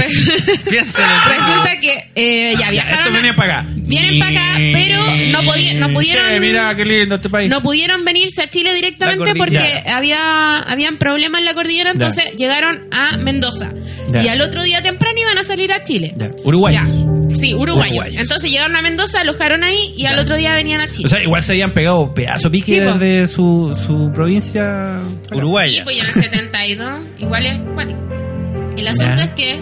[SPEAKER 3] Piénsalo.
[SPEAKER 5] Resulta que eh, ya
[SPEAKER 2] Esto
[SPEAKER 5] viajaron. a-
[SPEAKER 2] venía para acá.
[SPEAKER 5] Vienen para acá, pero no, podía- no pudieron.
[SPEAKER 2] Che, mira qué lindo este país.
[SPEAKER 5] no pudieron venirse a Chile directamente
[SPEAKER 2] La cordillera.
[SPEAKER 5] porque había habían problemas en la cordillera, entonces llegaron a Mendoza.
[SPEAKER 2] Ya.
[SPEAKER 5] Y al otro día temprano iban a salir a Chile.
[SPEAKER 2] Ya, uruguayos.
[SPEAKER 5] Ya. Sí, uruguayos.
[SPEAKER 2] Uruguayos.
[SPEAKER 5] Entonces llegaron a Mendoza, alojaron ahí y al otro día venían a Chile.
[SPEAKER 2] O sea, igual se habían pegado pedazo
[SPEAKER 5] Sí,
[SPEAKER 2] pique
[SPEAKER 5] po.
[SPEAKER 2] desde su, su provincia.
[SPEAKER 5] Sí,
[SPEAKER 3] Uruguaya.
[SPEAKER 5] pues ya en el 72, igual es cuático. El asunto
[SPEAKER 2] Ya.
[SPEAKER 5] es que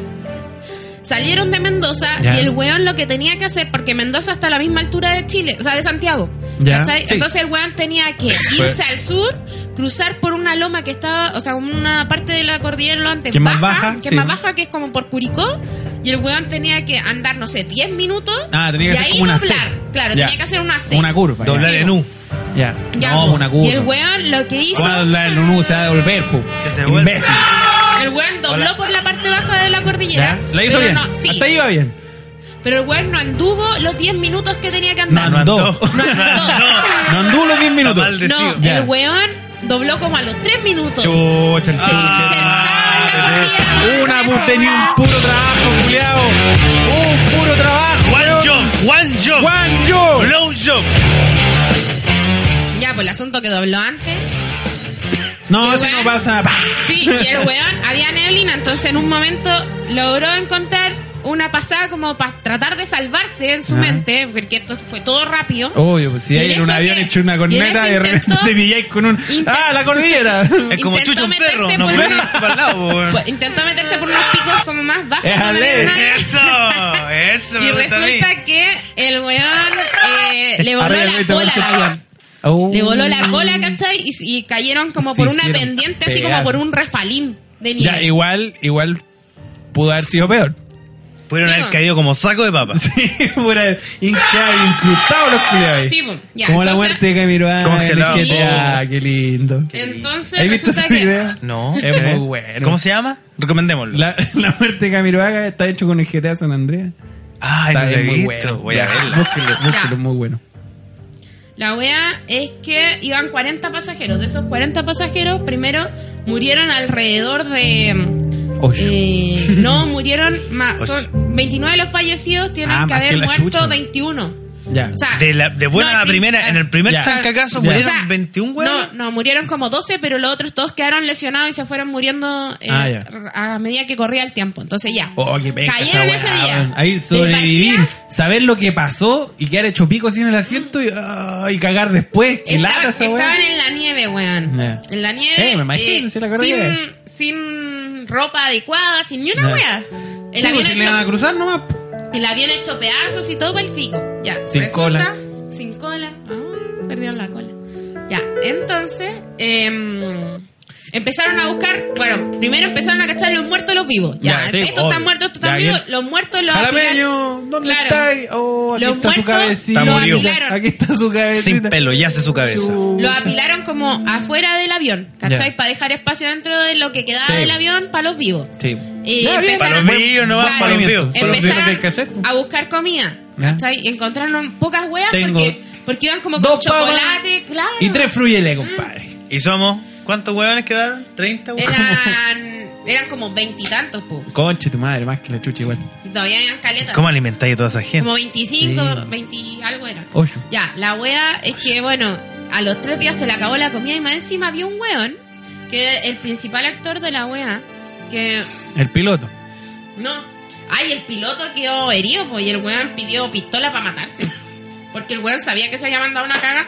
[SPEAKER 5] salieron de Mendoza
[SPEAKER 2] Ya.
[SPEAKER 5] y el weón lo que tenía que hacer, porque Mendoza está a la misma altura de Chile, o sea, de Santiago.
[SPEAKER 2] Ya,
[SPEAKER 5] ¿cachai?
[SPEAKER 2] sí.
[SPEAKER 5] Entonces el weón tenía que irse al sur, cruzar por una loma que estaba, o sea, una parte de la cordillera lo antes
[SPEAKER 2] Que es más baja,
[SPEAKER 5] que es
[SPEAKER 2] sí.
[SPEAKER 5] más baja, que es como por Curicó, y el weón tenía que andar, no sé, 10 minutos
[SPEAKER 2] Ah, tenía que
[SPEAKER 5] y
[SPEAKER 2] hacer
[SPEAKER 5] ahí
[SPEAKER 2] como una C.
[SPEAKER 5] doblar. Claro,
[SPEAKER 2] Ya.
[SPEAKER 5] tenía que hacer una C.
[SPEAKER 2] Una curva. ya.
[SPEAKER 3] Doblar en U.
[SPEAKER 2] Ya.
[SPEAKER 5] Ya,
[SPEAKER 2] no,
[SPEAKER 5] po.
[SPEAKER 2] una
[SPEAKER 5] y el
[SPEAKER 2] curva.
[SPEAKER 5] weón lo que hizo. Ah,
[SPEAKER 2] ¿Cómo va a doblar en un U? Se va a devolver, po.
[SPEAKER 3] Que se vuelva.
[SPEAKER 2] Imbécil.
[SPEAKER 5] El weón dobló por la parte baja de la cordillera.
[SPEAKER 2] Ya. La hizo
[SPEAKER 5] pero
[SPEAKER 2] bien.
[SPEAKER 5] No, sí,
[SPEAKER 2] Hasta ahí iba bien.
[SPEAKER 5] pero el weón no anduvo los 10 minutos que tenía que andar.
[SPEAKER 2] No andó.
[SPEAKER 5] No andó.
[SPEAKER 2] No anduvo los 10 minutos.
[SPEAKER 3] mal de-
[SPEAKER 5] No,
[SPEAKER 2] Ya.
[SPEAKER 5] el weón dobló como a los 3 minutos.
[SPEAKER 2] Chucha, el
[SPEAKER 5] Se sentaba en la cordillera.
[SPEAKER 2] Una
[SPEAKER 5] Esa
[SPEAKER 2] pu- tenía
[SPEAKER 5] weá.
[SPEAKER 2] un puro trabajo, culiao. Un puro trabajo.
[SPEAKER 3] One job, one job,
[SPEAKER 2] One job.
[SPEAKER 3] blow job.
[SPEAKER 5] Ya, pues el asunto que dobló antes.
[SPEAKER 2] No,
[SPEAKER 5] el
[SPEAKER 2] eso
[SPEAKER 5] weón-
[SPEAKER 2] no pasa.
[SPEAKER 5] Sí, y el weón había neblina, entonces en un momento logró encontrar una pasada como para tratar de salvarse en su
[SPEAKER 2] Ah.
[SPEAKER 5] mente, porque esto fue todo rápido.
[SPEAKER 2] Obvio, pues si
[SPEAKER 5] Y en
[SPEAKER 2] hay en un
[SPEAKER 5] eso
[SPEAKER 2] avión
[SPEAKER 5] que-
[SPEAKER 2] hecho una
[SPEAKER 5] y
[SPEAKER 2] corneta y
[SPEAKER 5] en
[SPEAKER 2] de
[SPEAKER 5] eso
[SPEAKER 2] repente
[SPEAKER 5] intentó-
[SPEAKER 2] te pilláis con un.
[SPEAKER 5] Intent-
[SPEAKER 2] ¡Ah, la cordillera!
[SPEAKER 3] Es como
[SPEAKER 5] Intentó
[SPEAKER 3] chucha un
[SPEAKER 5] meterse
[SPEAKER 3] perro.
[SPEAKER 5] por
[SPEAKER 3] Nos ven
[SPEAKER 5] una-
[SPEAKER 3] para el lado, po, weón.
[SPEAKER 5] Fue- intentó meterse por unos picos como más bajos.
[SPEAKER 2] Es
[SPEAKER 5] donde
[SPEAKER 2] Ale.
[SPEAKER 5] había una-
[SPEAKER 3] Eso, eso
[SPEAKER 5] Y
[SPEAKER 3] me gusta a mí.
[SPEAKER 5] resulta que el weón eh, le voló
[SPEAKER 2] Arriba,
[SPEAKER 5] la
[SPEAKER 2] ahorita
[SPEAKER 5] cola al
[SPEAKER 2] vuelta.
[SPEAKER 5] avión.
[SPEAKER 2] Oh.
[SPEAKER 5] Le voló la cola, ¿cachai? Y, y cayeron como
[SPEAKER 2] Se
[SPEAKER 5] por una
[SPEAKER 2] hicieron
[SPEAKER 5] pendiente, así como
[SPEAKER 2] pedazos.
[SPEAKER 5] por un refalín de nieve.
[SPEAKER 2] Ya, igual, igual pudo haber sido peor.
[SPEAKER 3] Pudieron
[SPEAKER 5] Sí,
[SPEAKER 3] haber
[SPEAKER 5] po.
[SPEAKER 3] caído como saco de papas.
[SPEAKER 2] Sí, por haber incrustado incrustado los culiados.
[SPEAKER 5] Sí, pues, ya,
[SPEAKER 2] Como la
[SPEAKER 5] entonces-
[SPEAKER 2] muerte de Camilo
[SPEAKER 3] Congelado.
[SPEAKER 2] Ángeles, GTA, qué lindo.
[SPEAKER 5] Entonces
[SPEAKER 2] ¿Has visto
[SPEAKER 5] resulta
[SPEAKER 2] ese
[SPEAKER 5] que...
[SPEAKER 2] video?
[SPEAKER 3] No.
[SPEAKER 2] Es muy bueno.
[SPEAKER 3] Eh, ¿Cómo se llama? Recomendémoslo.
[SPEAKER 2] La, la muerte de Camiroaga está hecho con el GTA San Andreas.
[SPEAKER 3] Ay,
[SPEAKER 2] Está
[SPEAKER 3] no la
[SPEAKER 2] es
[SPEAKER 3] he
[SPEAKER 2] muy
[SPEAKER 3] visto.
[SPEAKER 2] bueno.
[SPEAKER 3] Voy a
[SPEAKER 2] Ya,
[SPEAKER 3] verla.
[SPEAKER 2] Búsquelo, búsquelo,
[SPEAKER 5] Ya.
[SPEAKER 2] muy bueno.
[SPEAKER 5] La wea es que iban 40 pasajeros. De esos 40 pasajeros, primero murieron alrededor de...
[SPEAKER 2] Ocho.
[SPEAKER 5] eh, no, murieron más. Son 29 los fallecidos, tienen
[SPEAKER 2] Ah,
[SPEAKER 5] que
[SPEAKER 2] más que
[SPEAKER 5] haber
[SPEAKER 2] la
[SPEAKER 5] muerto
[SPEAKER 2] chucha.
[SPEAKER 5] 21.
[SPEAKER 2] ya.
[SPEAKER 5] O sea,
[SPEAKER 3] De, la, de buena
[SPEAKER 5] no,
[SPEAKER 3] a
[SPEAKER 5] al
[SPEAKER 3] la primera,
[SPEAKER 5] prin-
[SPEAKER 3] en el primer
[SPEAKER 2] Ya.
[SPEAKER 3] chancacazo
[SPEAKER 2] Ya.
[SPEAKER 3] murieron
[SPEAKER 5] O sea,
[SPEAKER 3] 21 huevos.
[SPEAKER 5] No, no, murieron como 12, pero los otros todos quedaron lesionados y se fueron muriendo eh,
[SPEAKER 2] Ah, ya.
[SPEAKER 5] r- a medida que corría el tiempo. Entonces ya.
[SPEAKER 2] Oh, qué penca esa
[SPEAKER 5] Cayeron ese
[SPEAKER 2] weá,
[SPEAKER 5] día.
[SPEAKER 2] weón. Ahí
[SPEAKER 5] De
[SPEAKER 2] sobrevivir,
[SPEAKER 5] partida,
[SPEAKER 2] saber lo que pasó y quedar hecho pico así en el asiento y, ah, y cagar después. Qué
[SPEAKER 5] Estaban,
[SPEAKER 2] lata esa
[SPEAKER 5] estaban
[SPEAKER 2] weá.
[SPEAKER 5] en la nieve, weón.
[SPEAKER 2] Ya.
[SPEAKER 5] En la nieve.
[SPEAKER 2] Eh, me imagino, sí, la cordillera.
[SPEAKER 5] sin, sin ropa adecuada, sin ni una
[SPEAKER 2] Ya.
[SPEAKER 5] weá. El,
[SPEAKER 2] Sí,
[SPEAKER 5] avión
[SPEAKER 2] pues, si le
[SPEAKER 5] hecho-
[SPEAKER 2] van a cruzar nomás. po.
[SPEAKER 5] el avión hecho pedazos y todo para el pico. Ya. pues
[SPEAKER 2] Sin
[SPEAKER 5] resulta-
[SPEAKER 2] cola.
[SPEAKER 5] Sin cola. Ah, perdieron la cola. Ya. Entonces, em, empezaron a buscar. Bueno, primero empezaron a cachar los muertos y los vivos. Ya.
[SPEAKER 2] Ya, sí,
[SPEAKER 5] estos
[SPEAKER 2] obvio.
[SPEAKER 5] están muertos, estos
[SPEAKER 2] Ya,
[SPEAKER 5] amigos,
[SPEAKER 2] bien.
[SPEAKER 5] los muertos los apilaron.
[SPEAKER 2] Jalapeño, ¿dónde
[SPEAKER 5] Claro.
[SPEAKER 2] estáis? Oh, aquí
[SPEAKER 5] Los
[SPEAKER 2] está su
[SPEAKER 5] muertos
[SPEAKER 2] cabecita.
[SPEAKER 3] lo Está murió.
[SPEAKER 5] apilaron.
[SPEAKER 2] Aquí está su
[SPEAKER 3] Sin
[SPEAKER 2] cabecita.
[SPEAKER 3] pelo, yace su cabeza.
[SPEAKER 5] Lo apilaron como afuera del avión, ¿cachai?
[SPEAKER 2] Ya.
[SPEAKER 5] Para dejar espacio dentro de lo que quedaba
[SPEAKER 2] Sí.
[SPEAKER 5] del avión para los vivos.
[SPEAKER 2] Sí.
[SPEAKER 5] Y
[SPEAKER 2] Ya, bien.
[SPEAKER 3] Para los vídeos, no va
[SPEAKER 5] Claro.
[SPEAKER 3] para los vídeos.
[SPEAKER 2] Para los vivos
[SPEAKER 5] Empezaron
[SPEAKER 2] que hay que hacer.
[SPEAKER 5] a buscar comida,
[SPEAKER 2] Ya.
[SPEAKER 5] ¿cachai? Y encontraron pocas huevas
[SPEAKER 2] Tengo
[SPEAKER 5] porque, porque iban como con
[SPEAKER 2] dos papas
[SPEAKER 5] chocolate, claro.
[SPEAKER 2] Y tres fruyele, compadre.
[SPEAKER 3] ¿Y somos? ¿Cuántos huevones quedaron? ¿30 huevones?
[SPEAKER 5] Eran, eran como veintitantos, po.
[SPEAKER 2] Conche tu madre, más que la chucha igual.
[SPEAKER 5] Si todavía habían caletas.
[SPEAKER 3] ¿Cómo alimentáis a toda esa gente?
[SPEAKER 5] Como 25,
[SPEAKER 2] Sí.
[SPEAKER 5] 20 algo era.
[SPEAKER 2] Ocho.
[SPEAKER 5] Ya, la wea es que, bueno, a los tres días se le acabó la comida y más encima había un weón, que el principal actor de la wea, que
[SPEAKER 2] El piloto.
[SPEAKER 5] no. Ay, el piloto quedó herido, pues, y el weón pidió pistola para matarse. Porque el weón sabía que se había mandado una caga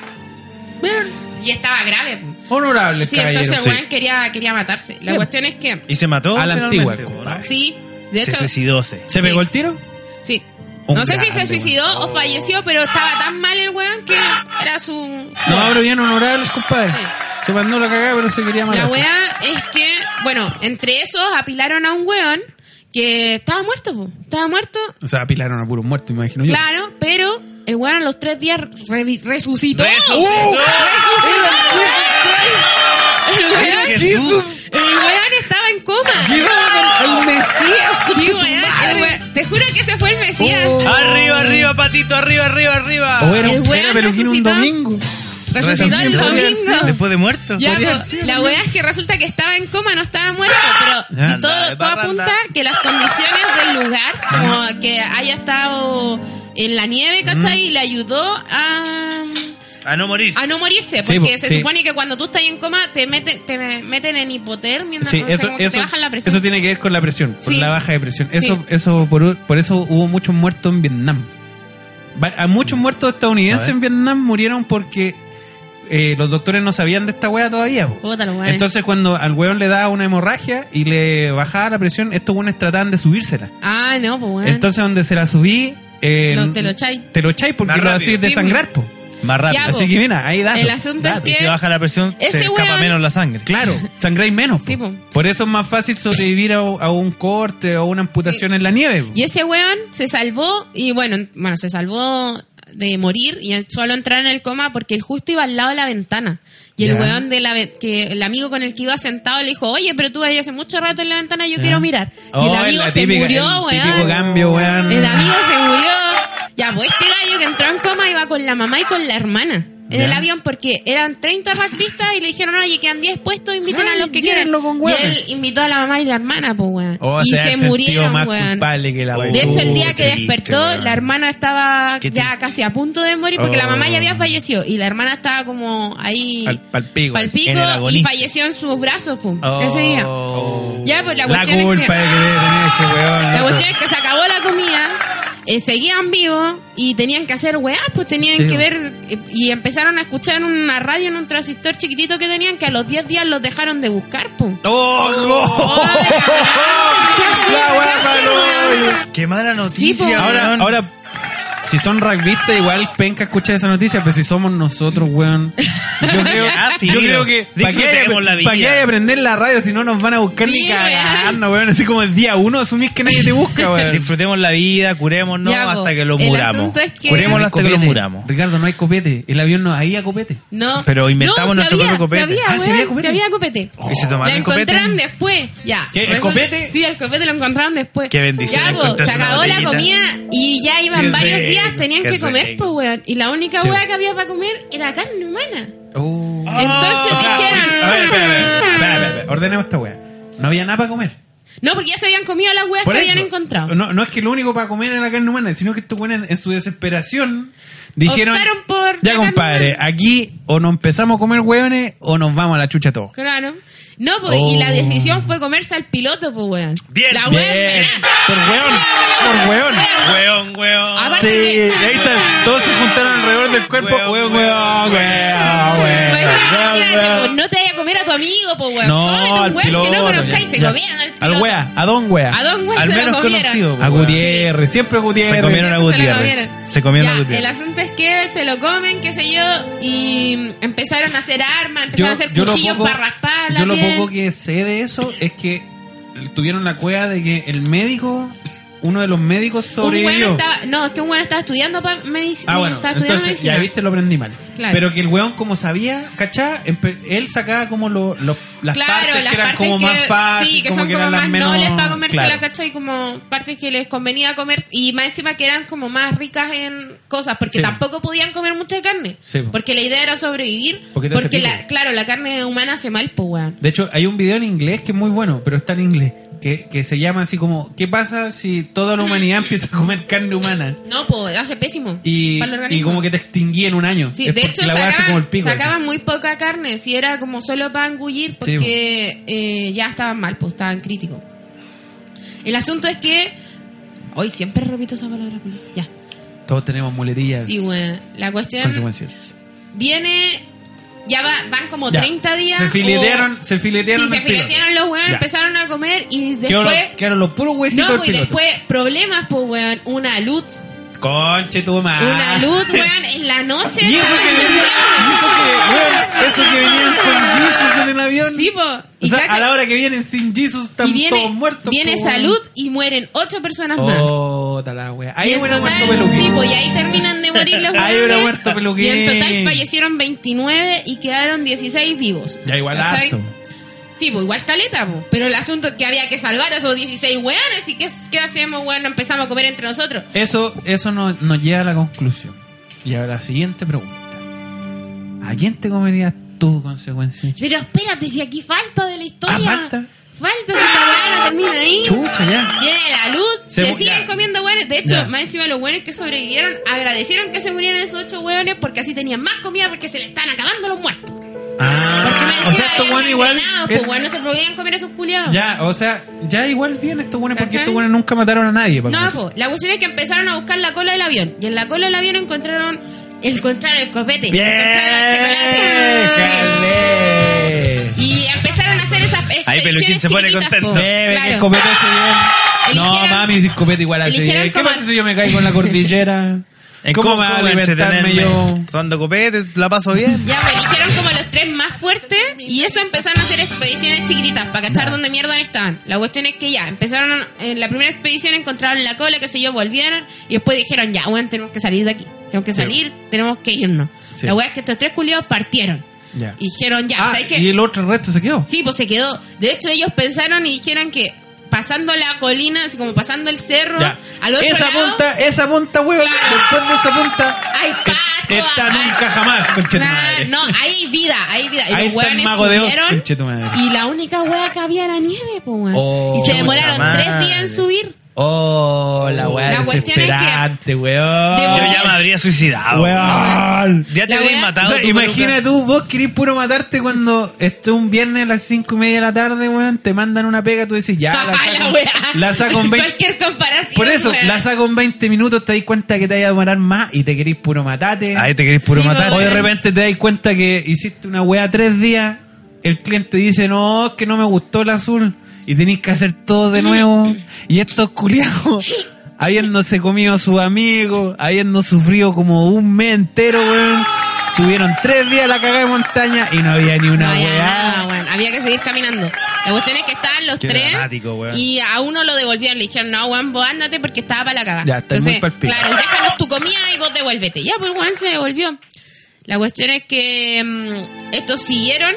[SPEAKER 5] y estaba grave, pues.
[SPEAKER 2] Honorable
[SPEAKER 5] Sí,
[SPEAKER 2] caballero.
[SPEAKER 5] entonces el
[SPEAKER 2] Sí.
[SPEAKER 5] weón quería, quería matarse. La
[SPEAKER 2] Bien.
[SPEAKER 5] cuestión es que,
[SPEAKER 3] ¿Y se mató?
[SPEAKER 2] A la
[SPEAKER 3] finalmente,
[SPEAKER 2] antigua,
[SPEAKER 3] po,
[SPEAKER 2] compadre.
[SPEAKER 3] ¿no?
[SPEAKER 5] sí, de
[SPEAKER 3] Se
[SPEAKER 5] hecho,
[SPEAKER 3] suicidó. se.
[SPEAKER 5] Sí.
[SPEAKER 2] ¿Se pegó el tiro?
[SPEAKER 5] sí.
[SPEAKER 2] Un
[SPEAKER 5] No sé si
[SPEAKER 2] grande,
[SPEAKER 5] se suicidó o falleció, pero estaba tan mal el weón que era su...
[SPEAKER 2] No, abro bien honorable, compadre.
[SPEAKER 5] Sí.
[SPEAKER 2] Se mandó la cagada, pero se quería matar.
[SPEAKER 5] La weá es que, bueno, entre esos apilaron a un weón que estaba muerto, po. estaba muerto,
[SPEAKER 2] O sea, apilaron a puros muertos, imagino yo.
[SPEAKER 5] claro, pero el weón a los tres días revi- resucitó.
[SPEAKER 3] ¡Resucitó!
[SPEAKER 5] ¡Uh! ¡Resucitó! El
[SPEAKER 3] ¡Era
[SPEAKER 5] weón-
[SPEAKER 3] Jesús!
[SPEAKER 5] El weón estaba en coma.
[SPEAKER 2] ¡Llévame el Mesías!
[SPEAKER 5] Sí, weón, el weón- Te juro que ese fue el Mesías.
[SPEAKER 3] Arriba, arriba, patito, arriba, arriba, arriba.
[SPEAKER 2] O era,
[SPEAKER 5] El weón
[SPEAKER 2] era peluquín un
[SPEAKER 5] resucitó.
[SPEAKER 2] domingo.
[SPEAKER 5] Resucitó el domingo.
[SPEAKER 3] Después de muerto.
[SPEAKER 5] Ya,
[SPEAKER 2] Podría
[SPEAKER 5] po,
[SPEAKER 2] ser,
[SPEAKER 5] la
[SPEAKER 2] ¿no?
[SPEAKER 5] weá es que resulta que estaba en coma, no estaba muerto, pero
[SPEAKER 2] Ya,
[SPEAKER 5] y todo,
[SPEAKER 3] anda,
[SPEAKER 5] todo
[SPEAKER 3] anda,
[SPEAKER 5] apunta
[SPEAKER 3] anda.
[SPEAKER 5] que las condiciones del lugar, como que haya estado en la nieve, ¿cachai? Y le ayudó a,
[SPEAKER 3] A no morir.
[SPEAKER 5] a no morirse,
[SPEAKER 2] Sí,
[SPEAKER 5] porque
[SPEAKER 2] po,
[SPEAKER 5] se
[SPEAKER 2] sí.
[SPEAKER 5] supone que cuando tú estás en coma te meten, te me- meten en hipotermia,
[SPEAKER 2] Sí,
[SPEAKER 5] o sea,
[SPEAKER 2] eso,
[SPEAKER 5] como que
[SPEAKER 2] eso,
[SPEAKER 5] te bajan la presión.
[SPEAKER 2] eso tiene que ver con la presión, con
[SPEAKER 5] Sí.
[SPEAKER 2] la baja de presión.
[SPEAKER 5] Sí.
[SPEAKER 2] Eso, eso por, u- por eso hubo muchos muertos en Vietnam. Va- A muchos muertos estadounidenses
[SPEAKER 3] A ver.
[SPEAKER 2] en Vietnam murieron porque eh, los doctores no sabían de esta wea todavía. po.
[SPEAKER 5] Puta, los weones.
[SPEAKER 2] Entonces cuando al weón le daba una hemorragia y le bajaba la presión, estos weones trataban de subírsela.
[SPEAKER 5] Ah, no, pues bueno.
[SPEAKER 2] Entonces donde se la subí... eh,
[SPEAKER 5] Lo- te lo echáis.
[SPEAKER 2] Te lo echáis porque
[SPEAKER 3] Más
[SPEAKER 2] lo
[SPEAKER 3] rápido.
[SPEAKER 2] hacís desangrar, po.
[SPEAKER 3] Más rápido.
[SPEAKER 5] pues. Ya, po.
[SPEAKER 2] Así que mira, ahí da.
[SPEAKER 5] el asunto es
[SPEAKER 3] Y si
[SPEAKER 5] que...
[SPEAKER 3] baja la presión,
[SPEAKER 5] Ese
[SPEAKER 3] se escapa
[SPEAKER 5] weón-
[SPEAKER 3] menos la sangre.
[SPEAKER 2] Claro, sangráis menos.
[SPEAKER 5] Sí,
[SPEAKER 2] po.
[SPEAKER 5] po.
[SPEAKER 2] Por eso es más fácil sobrevivir a, a un corte o una amputación en la nieve. po.
[SPEAKER 5] Y ese weón se salvó y bueno, en- bueno, se salvó de morir y solo entrar en el coma porque el justo iba al lado de la ventana. Y el
[SPEAKER 2] Ya.
[SPEAKER 5] weón de la ve- que el amigo con el que iba sentado le dijo, oye, pero tú ahí hace mucho rato en la ventana, yo quiero mirar. Y el
[SPEAKER 2] Oh,
[SPEAKER 5] amigo
[SPEAKER 2] la
[SPEAKER 5] se
[SPEAKER 2] típica-
[SPEAKER 5] murió,
[SPEAKER 2] el típico
[SPEAKER 5] weón.
[SPEAKER 2] cambio, weón.
[SPEAKER 5] El amigo se murió. Ya, pues este gallo que entró en coma iba con la mamá y con la hermana. En
[SPEAKER 2] Ya.
[SPEAKER 5] el avión porque eran 30 rugbyistas y le dijeron, oye, quedan 10 puestos, inviten a
[SPEAKER 2] Ay,
[SPEAKER 5] los que quieran.
[SPEAKER 2] llévenlo con
[SPEAKER 5] Y
[SPEAKER 2] hueones.
[SPEAKER 5] él invitó a la mamá y la hermana, pues, weón.
[SPEAKER 2] Oh, O
[SPEAKER 5] y se
[SPEAKER 2] sea, el sentido
[SPEAKER 5] murieron,
[SPEAKER 2] más
[SPEAKER 5] weón.
[SPEAKER 2] culpable que la
[SPEAKER 5] De hecho, el
[SPEAKER 2] puta.
[SPEAKER 5] día que
[SPEAKER 3] Oh, triste,
[SPEAKER 5] despertó,
[SPEAKER 3] weón.
[SPEAKER 5] la hermana estaba
[SPEAKER 3] Qué
[SPEAKER 5] ya
[SPEAKER 3] triste.
[SPEAKER 5] casi a punto de morir porque
[SPEAKER 2] Oh.
[SPEAKER 5] la mamá ya había fallecido y la hermana estaba como ahí
[SPEAKER 2] Pal- palpigo,
[SPEAKER 5] palpico,
[SPEAKER 3] en el
[SPEAKER 5] y
[SPEAKER 3] agonizo.
[SPEAKER 5] falleció en sus brazos, pum,
[SPEAKER 2] Oh.
[SPEAKER 5] ese día. Ya, pues la
[SPEAKER 2] La
[SPEAKER 5] cuestión
[SPEAKER 2] culpa
[SPEAKER 5] es que...
[SPEAKER 2] de querer tener ese weón.
[SPEAKER 5] La
[SPEAKER 2] loco.
[SPEAKER 5] cuestión es que se acabó la comida, eh, seguían vivos y tenían que hacer weá, pues tenían
[SPEAKER 2] Sí.
[SPEAKER 5] que ver eh, y empezaron a escuchar en una radio en un transistor chiquitito que tenían que a los 10 días los dejaron de buscar, pum.
[SPEAKER 2] ¡Oh, no!
[SPEAKER 5] Oh, la cagada. ¿Qué hacer?
[SPEAKER 2] La
[SPEAKER 5] ¿Qué
[SPEAKER 2] weá
[SPEAKER 5] hacer,
[SPEAKER 2] para
[SPEAKER 5] weón?
[SPEAKER 3] Qué mala
[SPEAKER 5] po.
[SPEAKER 3] noticia.
[SPEAKER 2] Ahora,
[SPEAKER 3] weón.
[SPEAKER 2] ahora, si son rugbyistas, igual penca escuchar esa noticia, pero si somos nosotros, weón. Yo creo,
[SPEAKER 3] Ya,
[SPEAKER 2] yo
[SPEAKER 3] filo.
[SPEAKER 2] creo que. ¿Para qué, hay,
[SPEAKER 3] Disfrutemos la vida.
[SPEAKER 2] pa' qué hay que aprender la radio si no nos van a buscar
[SPEAKER 5] Sí,
[SPEAKER 2] ni
[SPEAKER 5] weón.
[SPEAKER 2] cagando, weón? Así como el día uno asumís que nadie te busca, weón.
[SPEAKER 3] Disfrutemos la vida, curémonos
[SPEAKER 5] Ya, po.
[SPEAKER 3] hasta que lo
[SPEAKER 5] El
[SPEAKER 3] muramos.
[SPEAKER 5] asunto es que-
[SPEAKER 3] Curémonos
[SPEAKER 2] No hay
[SPEAKER 3] hasta que lo
[SPEAKER 2] copete.
[SPEAKER 3] muramos.
[SPEAKER 2] Ricardo, no hay copete. El avión no, ahí a copete.
[SPEAKER 5] No.
[SPEAKER 3] Pero inventamos
[SPEAKER 5] No,
[SPEAKER 3] nuestro
[SPEAKER 5] se había,
[SPEAKER 3] propio copete.
[SPEAKER 5] Se había,
[SPEAKER 2] Ah,
[SPEAKER 5] weón,
[SPEAKER 2] ¿se había
[SPEAKER 5] se
[SPEAKER 2] copete? Oh,
[SPEAKER 5] había copete.
[SPEAKER 3] ¿Y se tomaron
[SPEAKER 5] Lo
[SPEAKER 3] el copete?
[SPEAKER 5] encontraron después, ya.
[SPEAKER 2] ¿Qué, el
[SPEAKER 5] Resulta-
[SPEAKER 2] copete?
[SPEAKER 5] Sí, el copete lo encontraron después.
[SPEAKER 3] Qué bendición,
[SPEAKER 5] Ya, po, se
[SPEAKER 3] encontrarse una
[SPEAKER 5] acabó la
[SPEAKER 3] botellita.
[SPEAKER 5] comida y ya iban
[SPEAKER 3] Qué
[SPEAKER 5] varios
[SPEAKER 3] rico,
[SPEAKER 5] días, tenían
[SPEAKER 3] qué
[SPEAKER 5] que comer,
[SPEAKER 3] rico.
[SPEAKER 5] pues, weón. Y la única
[SPEAKER 2] Sí.
[SPEAKER 5] weá que había para comer era carne humana.
[SPEAKER 2] Oh.
[SPEAKER 5] Entonces dijeron.
[SPEAKER 2] A ver, espera, espera, espera, espera, espera. Ordenemos esta weá. No había nada para comer.
[SPEAKER 5] No, porque ya se habían comido las weas
[SPEAKER 2] Por
[SPEAKER 5] que
[SPEAKER 2] eso,
[SPEAKER 5] habían encontrado.
[SPEAKER 2] No, no es que lo único para comer era la carne humana, sino que estos weones en su desesperación dijeron.
[SPEAKER 5] Optaron por la
[SPEAKER 2] ya,
[SPEAKER 5] carne
[SPEAKER 2] compadre,
[SPEAKER 5] humana".
[SPEAKER 2] aquí o nos empezamos a comer hueones o nos vamos a la chucha todos.
[SPEAKER 5] Claro. No, pues, y la decisión fue comerse al piloto, pues, weón.
[SPEAKER 3] Bien,
[SPEAKER 5] la
[SPEAKER 2] Oh. Bien.
[SPEAKER 5] weá en verano.
[SPEAKER 2] Por weón, por weón.
[SPEAKER 3] Weón, weón.
[SPEAKER 2] Sí,
[SPEAKER 5] Aparte que-
[SPEAKER 2] ahí están, todos se juntaron alrededor del cuerpo.
[SPEAKER 3] Weón,
[SPEAKER 2] Weón, weón, weón, weón, Ah,
[SPEAKER 5] Pues,
[SPEAKER 2] weón,
[SPEAKER 5] imagínate, pues,
[SPEAKER 2] weón.
[SPEAKER 5] no te vayas a comer a tu amigo, pues, weón.
[SPEAKER 2] No,
[SPEAKER 5] Cómete
[SPEAKER 2] al
[SPEAKER 5] un weón que no
[SPEAKER 2] piloto.
[SPEAKER 5] conozcáis. Se
[SPEAKER 2] ya.
[SPEAKER 5] comieron al piloto.
[SPEAKER 2] Al wea, a don wea.
[SPEAKER 5] A dos weas
[SPEAKER 3] Al
[SPEAKER 5] se lo
[SPEAKER 3] menos
[SPEAKER 5] comieron.
[SPEAKER 3] conocido.
[SPEAKER 2] A Gutiérrez, siempre a Gutierrez.
[SPEAKER 3] Se comieron a
[SPEAKER 5] Se lo
[SPEAKER 3] Gutiérrez.
[SPEAKER 5] comieron.
[SPEAKER 3] Se comieron
[SPEAKER 5] Ya,
[SPEAKER 3] a
[SPEAKER 5] El
[SPEAKER 3] Gutiérrez.
[SPEAKER 5] asunto es que se lo comen, qué sé yo, y empezaron a hacer armas, empezaron a hacer cuchillos
[SPEAKER 2] poco-
[SPEAKER 5] para raspar la
[SPEAKER 2] yo lo
[SPEAKER 5] piel.
[SPEAKER 2] poco que sé de eso es que tuvieron la cueva de que el médico uno de los médicos
[SPEAKER 5] Un weón
[SPEAKER 2] sobrevivió.
[SPEAKER 5] estaba, no, es que un weón estaba estudiando para medicina.
[SPEAKER 2] Ah, bueno,
[SPEAKER 5] estaba estudiando
[SPEAKER 2] entonces
[SPEAKER 5] medicina.
[SPEAKER 2] ya viste, lo aprendí mal.
[SPEAKER 5] Claro.
[SPEAKER 2] Pero que el weón, como sabía, ¿cachá? Empe- él sacaba como lo- lo- las
[SPEAKER 5] claro,
[SPEAKER 2] partes
[SPEAKER 5] las
[SPEAKER 2] que eran
[SPEAKER 5] partes
[SPEAKER 2] como
[SPEAKER 5] que,
[SPEAKER 2] más fáciles,
[SPEAKER 5] sí, que son
[SPEAKER 2] eran
[SPEAKER 5] como
[SPEAKER 2] las
[SPEAKER 5] más
[SPEAKER 2] menos...
[SPEAKER 5] nobles para comerse
[SPEAKER 2] Claro.
[SPEAKER 5] la cacha y como partes que les convenía comer y más encima que eran como más ricas en cosas porque
[SPEAKER 2] Sí.
[SPEAKER 5] tampoco podían comer mucha carne
[SPEAKER 2] Sí, po.
[SPEAKER 5] porque la idea era sobrevivir
[SPEAKER 2] Porque
[SPEAKER 5] porque,
[SPEAKER 2] te hace pico.
[SPEAKER 5] la, claro la carne humana hace mal pues weón
[SPEAKER 2] De hecho, hay un video en inglés que es muy bueno, pero está en inglés, que, que se llama así como, ¿qué pasa si toda la humanidad empieza a comer carne humana?
[SPEAKER 5] no pues hace pésimo
[SPEAKER 2] Y,
[SPEAKER 5] para el
[SPEAKER 2] y
[SPEAKER 5] organismo.
[SPEAKER 2] como que te extinguí en un año.
[SPEAKER 5] Sí,
[SPEAKER 2] Es
[SPEAKER 5] de
[SPEAKER 2] porque
[SPEAKER 5] hecho
[SPEAKER 2] la weá hace
[SPEAKER 5] sacaban,
[SPEAKER 2] como el pico,
[SPEAKER 5] sacaban
[SPEAKER 2] así.
[SPEAKER 5] muy poca carne, si era como solo para engullir,
[SPEAKER 2] Sí, po.
[SPEAKER 5] porque eh, ya estaban mal, pues estaban críticos. El asunto es que... Hoy siempre repito esa palabra, culia. ya.
[SPEAKER 2] Todos tenemos muletillas,
[SPEAKER 5] Sí, weón. La cuestión
[SPEAKER 2] consecuencias.
[SPEAKER 5] viene... Ya va- van como
[SPEAKER 2] Ya.
[SPEAKER 5] 30 días.
[SPEAKER 2] Se filetearon,
[SPEAKER 5] o-
[SPEAKER 2] se filetearon.
[SPEAKER 5] Sí, se
[SPEAKER 2] el pico.
[SPEAKER 5] filetearon los weones,
[SPEAKER 2] Ya.
[SPEAKER 5] empezaron a comer y
[SPEAKER 2] Quedaron los-
[SPEAKER 5] después...
[SPEAKER 2] quedaron los puros
[SPEAKER 5] No,
[SPEAKER 2] huesitos del
[SPEAKER 5] pues, y
[SPEAKER 2] piloto.
[SPEAKER 5] después problemas, pues, weón. Una luz.
[SPEAKER 2] Conche tu madre.
[SPEAKER 5] Una luz, weón, en la noche.
[SPEAKER 2] Ah. Y eso que
[SPEAKER 5] weón,
[SPEAKER 2] venían, y eso que, weón, eso que venían con Jesus en el avión.
[SPEAKER 5] Sí, po.
[SPEAKER 2] O
[SPEAKER 5] Y
[SPEAKER 2] sea,
[SPEAKER 5] cacha-
[SPEAKER 2] a la hora que vienen sin Jesus están
[SPEAKER 5] y viene,
[SPEAKER 2] todos muertos.
[SPEAKER 5] viene
[SPEAKER 2] po, weón.
[SPEAKER 5] salud y mueren ocho personas más.
[SPEAKER 2] Oh, la wea.
[SPEAKER 5] Y
[SPEAKER 2] Ahí
[SPEAKER 5] en
[SPEAKER 2] hubiera muerto
[SPEAKER 5] total, sí,
[SPEAKER 2] peluquín.
[SPEAKER 5] pues, y ahí terminan de morir los
[SPEAKER 2] Ahí hubiera
[SPEAKER 5] hueones.
[SPEAKER 2] muerto peluquín.
[SPEAKER 5] Y en total fallecieron 29 y quedaron 16 vivos.
[SPEAKER 2] Ya igual
[SPEAKER 5] ¿Cachai?
[SPEAKER 2] harto.
[SPEAKER 5] Sí, pues igual caleta, pues. Pero el asunto es que había que salvar a esos 16 hueones. ¿Y qué, qué hacemos, weón? No empezamos a comer entre nosotros.
[SPEAKER 2] Eso, eso no- nos lleva a la conclusión. Y a la siguiente pregunta. ¿A quién te comerías tú, consecuencia?
[SPEAKER 5] Pero espérate, si aquí falta de la historia.
[SPEAKER 2] Ah, falta.
[SPEAKER 5] Falta, si esta weá no termina ahí.
[SPEAKER 2] Chucha, ya.
[SPEAKER 5] Viene la luz,
[SPEAKER 2] Se
[SPEAKER 5] se,
[SPEAKER 2] mu-
[SPEAKER 5] siguen
[SPEAKER 2] ya.
[SPEAKER 5] comiendo hueones. De hecho,
[SPEAKER 2] Ya.
[SPEAKER 5] más encima los hueones que sobrevivieron agradecieron que se murieran esos ocho hueones porque así tenían más comida porque se le estaban acabando los muertos. Porque
[SPEAKER 2] Ah,
[SPEAKER 5] más
[SPEAKER 2] o
[SPEAKER 5] encima
[SPEAKER 2] sea, estos
[SPEAKER 5] habían
[SPEAKER 2] buenos igual.
[SPEAKER 5] envenenados,
[SPEAKER 2] eh,
[SPEAKER 5] pues hueón, no se podían comer esos culiados.
[SPEAKER 2] Ya, o sea, ya igual bien estos buenos porque
[SPEAKER 5] ¿Cachai?
[SPEAKER 2] estos buenos nunca mataron a nadie. pa'
[SPEAKER 5] No,
[SPEAKER 2] comer.
[SPEAKER 5] po, la cuestión es que empezaron a buscar la cola del avión. Y en la cola del avión encontraron, encontraron el copete, encontraron el chocolate.
[SPEAKER 2] ¡Déjale!
[SPEAKER 5] Y empezaron a hacer esas
[SPEAKER 3] Ahí Peluquín
[SPEAKER 5] expediciones
[SPEAKER 3] se pone
[SPEAKER 5] chiquititas,
[SPEAKER 3] contento.
[SPEAKER 5] po.
[SPEAKER 2] Bebe, que
[SPEAKER 5] Claro.
[SPEAKER 2] escopeta ese bien. No,
[SPEAKER 5] Eligieron-
[SPEAKER 2] mami, si escopeta igual hace
[SPEAKER 5] Eligieron
[SPEAKER 2] bien. ¿Qué
[SPEAKER 5] como-
[SPEAKER 2] pasa si yo me caigo en la cordillera?
[SPEAKER 3] En
[SPEAKER 2] Eh, ¿Cómo me va a
[SPEAKER 3] voy
[SPEAKER 2] alimentarme
[SPEAKER 3] entretenerme
[SPEAKER 2] yo?
[SPEAKER 3] Tomando copetes, la paso bien.
[SPEAKER 5] Ya, pues eligieron como los tres más fuertes y eso empezaron a hacer expediciones chiquititas para cachar dónde mierda estaban. La cuestión es que ya, empezaron, en la primera expedición encontraron la cola, qué sé yo, volvieron y después dijeron, ya, bueno, tenemos que salir de aquí, tenemos que salir, tenemos que irnos.
[SPEAKER 2] Sí.
[SPEAKER 5] La weá es que estos tres culiados partieron.
[SPEAKER 2] Ya.
[SPEAKER 5] Y dijeron, ya,
[SPEAKER 2] Ah,
[SPEAKER 5] ¿sabes qué?
[SPEAKER 2] y el otro resto se quedó.
[SPEAKER 5] Sí, pues se quedó. De hecho, ellos pensaron y dijeron que pasando la colina, así como pasando el cerro,
[SPEAKER 2] Ya.
[SPEAKER 5] al otro
[SPEAKER 2] esa
[SPEAKER 5] lado,
[SPEAKER 2] punta, esa punta, huevón.
[SPEAKER 5] Claro.
[SPEAKER 2] Después de esa punta,
[SPEAKER 5] hay pato,
[SPEAKER 2] esta
[SPEAKER 5] hay-
[SPEAKER 2] nunca jamás,
[SPEAKER 5] Nah,
[SPEAKER 2] conchetumadre.
[SPEAKER 5] no, hay vida, hay vida. Y
[SPEAKER 2] Ahí
[SPEAKER 5] los
[SPEAKER 2] está el
[SPEAKER 5] hueones
[SPEAKER 2] mago de Oz,
[SPEAKER 5] subieron.
[SPEAKER 2] conchetumadre.
[SPEAKER 5] y la única hueá que había era nieve, po, hueón.
[SPEAKER 2] Oh,
[SPEAKER 5] Y se
[SPEAKER 2] mucha
[SPEAKER 5] demoraron tres días en subir.
[SPEAKER 2] Oh, la weá
[SPEAKER 5] La cuestión es que-
[SPEAKER 2] desesperante,
[SPEAKER 5] De-
[SPEAKER 2] weón.
[SPEAKER 3] Yo ya me habría suicidado.
[SPEAKER 2] Weón.
[SPEAKER 3] Ya te
[SPEAKER 5] La
[SPEAKER 3] habrías
[SPEAKER 5] wea-
[SPEAKER 2] O
[SPEAKER 3] matado.
[SPEAKER 2] sea,
[SPEAKER 3] tú,
[SPEAKER 2] imagina
[SPEAKER 3] Peluca.
[SPEAKER 2] tú, vos querés puro matarte cuando esté un viernes a las cinco y media de la tarde, weón, te mandan una pega, tú decís, ya, la
[SPEAKER 5] Ay,
[SPEAKER 2] saco,
[SPEAKER 5] la hueá.
[SPEAKER 2] la saco en 20
[SPEAKER 5] Cualquier comparación.
[SPEAKER 2] Por eso,
[SPEAKER 5] hueón.
[SPEAKER 2] la saco en 20 minutos, te das cuenta que te vas a demorar más y te querés puro matate.
[SPEAKER 3] Ahí te querés puro
[SPEAKER 5] Sí, pues,
[SPEAKER 3] matar.
[SPEAKER 2] O de
[SPEAKER 5] weón.
[SPEAKER 2] repente te das cuenta que hiciste una weá tres días, el cliente dice, no, es que no me gustó el azul, y tenés que hacer todo de nuevo, y estos culiados, habiéndose comido a sus amigos, habiendo sufrido como un mes entero, weón, subieron tres días a la cagada de montaña y no había ni una
[SPEAKER 5] no había
[SPEAKER 2] weá.
[SPEAKER 5] nada, hueón. Había que seguir caminando. La cuestión es que estaban los
[SPEAKER 3] Qué
[SPEAKER 5] tres
[SPEAKER 3] dramático, hueón.
[SPEAKER 5] y a uno lo devolvieron. Le dijeron, no, weón, vos ándate porque estaba para la cagada.
[SPEAKER 2] Ya, estáis muy pa'l pico.
[SPEAKER 5] claro, déjanos tu comida y vos devuélvete. Ya, pues, weón, se devolvió. La cuestión es que mm, estos siguieron.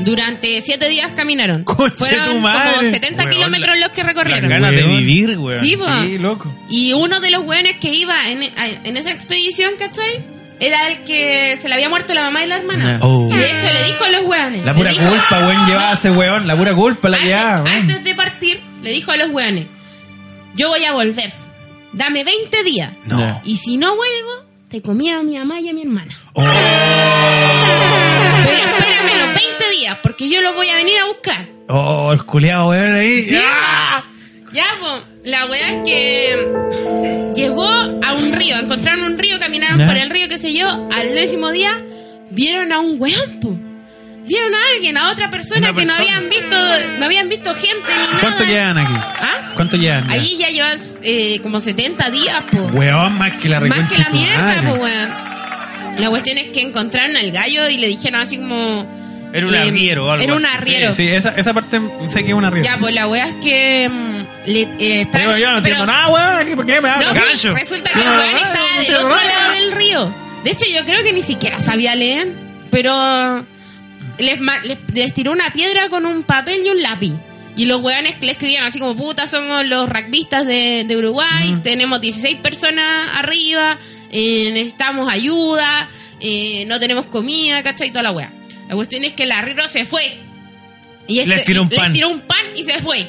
[SPEAKER 5] Durante siete días caminaron.
[SPEAKER 2] Conche
[SPEAKER 5] Fueron
[SPEAKER 2] tu
[SPEAKER 5] como
[SPEAKER 2] madre.
[SPEAKER 5] 70
[SPEAKER 3] Weón,
[SPEAKER 5] kilómetros los que
[SPEAKER 3] Las
[SPEAKER 5] recorrieron.
[SPEAKER 3] ganas de
[SPEAKER 2] Weón.
[SPEAKER 3] vivir, weón.
[SPEAKER 5] Sí, po.
[SPEAKER 2] Sí, loco.
[SPEAKER 5] Y uno de los hueones que iba en, en esa expedición, ¿cachai? Era el que se le había muerto la mamá y la hermana.
[SPEAKER 2] Oh.
[SPEAKER 5] Y de hecho le dijo a los hueones.
[SPEAKER 2] La
[SPEAKER 5] le
[SPEAKER 2] pura
[SPEAKER 5] dijo-
[SPEAKER 2] culpa, weón, llevaba a ese weón, la pura culpa la
[SPEAKER 5] Antes,
[SPEAKER 2] llevaba. weón.
[SPEAKER 5] antes de partir, le dijo a los hueones: Yo voy a volver. Dame 20 días.
[SPEAKER 2] No.
[SPEAKER 5] Y si no vuelvo, te comí a mi mamá y a mi hermana.
[SPEAKER 3] Oh.
[SPEAKER 5] Pero espérame los 20 días, porque yo los voy a venir a buscar.
[SPEAKER 2] Oh, el culiado, weón, ahí.
[SPEAKER 5] Sí, po. Ya, po. La weá es que llegó a un río, encontraron un río, caminaron
[SPEAKER 2] Ya.
[SPEAKER 5] por el río, qué sé yo, al décimo día vieron a un weón, po. Vieron a alguien, a otra persona
[SPEAKER 3] Una
[SPEAKER 5] que no
[SPEAKER 3] persona.
[SPEAKER 5] habían visto, no habían visto gente ni nada.
[SPEAKER 2] ¿Cuánto llevan aquí?
[SPEAKER 5] ¿Ah?
[SPEAKER 2] ¿Cuánto llevan? ya?
[SPEAKER 5] Ahí ya llevas eh, como 70 días, po.
[SPEAKER 2] Weón, más que la
[SPEAKER 5] Más que la
[SPEAKER 2] reconcha de su
[SPEAKER 5] mierda,
[SPEAKER 2] madre.
[SPEAKER 5] po, weón. La cuestión es que encontraron al gallo y le dijeron así como...
[SPEAKER 3] Era un
[SPEAKER 5] eh,
[SPEAKER 3] arriero o algo
[SPEAKER 5] Era un
[SPEAKER 3] así.
[SPEAKER 5] arriero. pues,
[SPEAKER 2] Sí, esa, esa parte sé que es una riesgo.
[SPEAKER 5] Ya, pues la wea es que mm, le, eh, tra-
[SPEAKER 1] Digo, yo no entiendo
[SPEAKER 5] pero-
[SPEAKER 1] nada, weón. aquí, ¿Por qué me
[SPEAKER 5] No,
[SPEAKER 1] hablan?
[SPEAKER 5] pues,
[SPEAKER 1] Gancho.
[SPEAKER 5] resulta que el
[SPEAKER 1] No,
[SPEAKER 5] weón
[SPEAKER 1] no,
[SPEAKER 5] estaba
[SPEAKER 1] no
[SPEAKER 5] del
[SPEAKER 1] entiendo
[SPEAKER 5] otro
[SPEAKER 1] nada.
[SPEAKER 5] lado del río. De hecho, yo creo que ni siquiera sabía leer, pero les, ma- les, les tiró una piedra con un papel y un lápiz. Y los weones que le escribían así como, puta, somos los rugbyistas de, de Uruguay, tenemos 16 personas arriba, eh, necesitamos ayuda, eh, no tenemos comida, ¿cachai? Toda la wea. La cuestión es que la Riro se fue. Y este-
[SPEAKER 4] Les tiró un
[SPEAKER 5] y les
[SPEAKER 4] pan.
[SPEAKER 5] tiró un pan y se fue.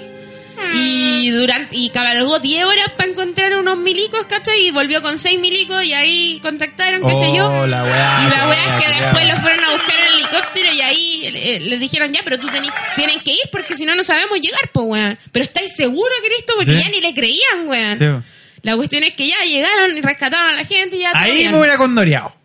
[SPEAKER 5] Y durante y cabalgó 10 horas para encontrar unos milicos, ¿cachai? Y volvió con 6 milicos y ahí contactaron, qué sé yo.
[SPEAKER 1] Oh, la weá,
[SPEAKER 5] y la
[SPEAKER 1] qué
[SPEAKER 5] weá es que
[SPEAKER 1] weá, qué
[SPEAKER 5] después
[SPEAKER 1] weá.
[SPEAKER 5] los fueron a buscar en helicóptero y ahí eh, les dijeron, ya, pero tú tenés, tienen que ir porque si no, no sabemos llegar, pues, weón. Pero estáis seguros, Cristo, porque
[SPEAKER 2] Sí.
[SPEAKER 5] ya ni le creían, weón.
[SPEAKER 2] Sí, po.
[SPEAKER 5] La cuestión es que ya llegaron y rescataron a la gente y ya. todo
[SPEAKER 2] Ahí
[SPEAKER 5] bien.
[SPEAKER 2] me hubiera condoreado.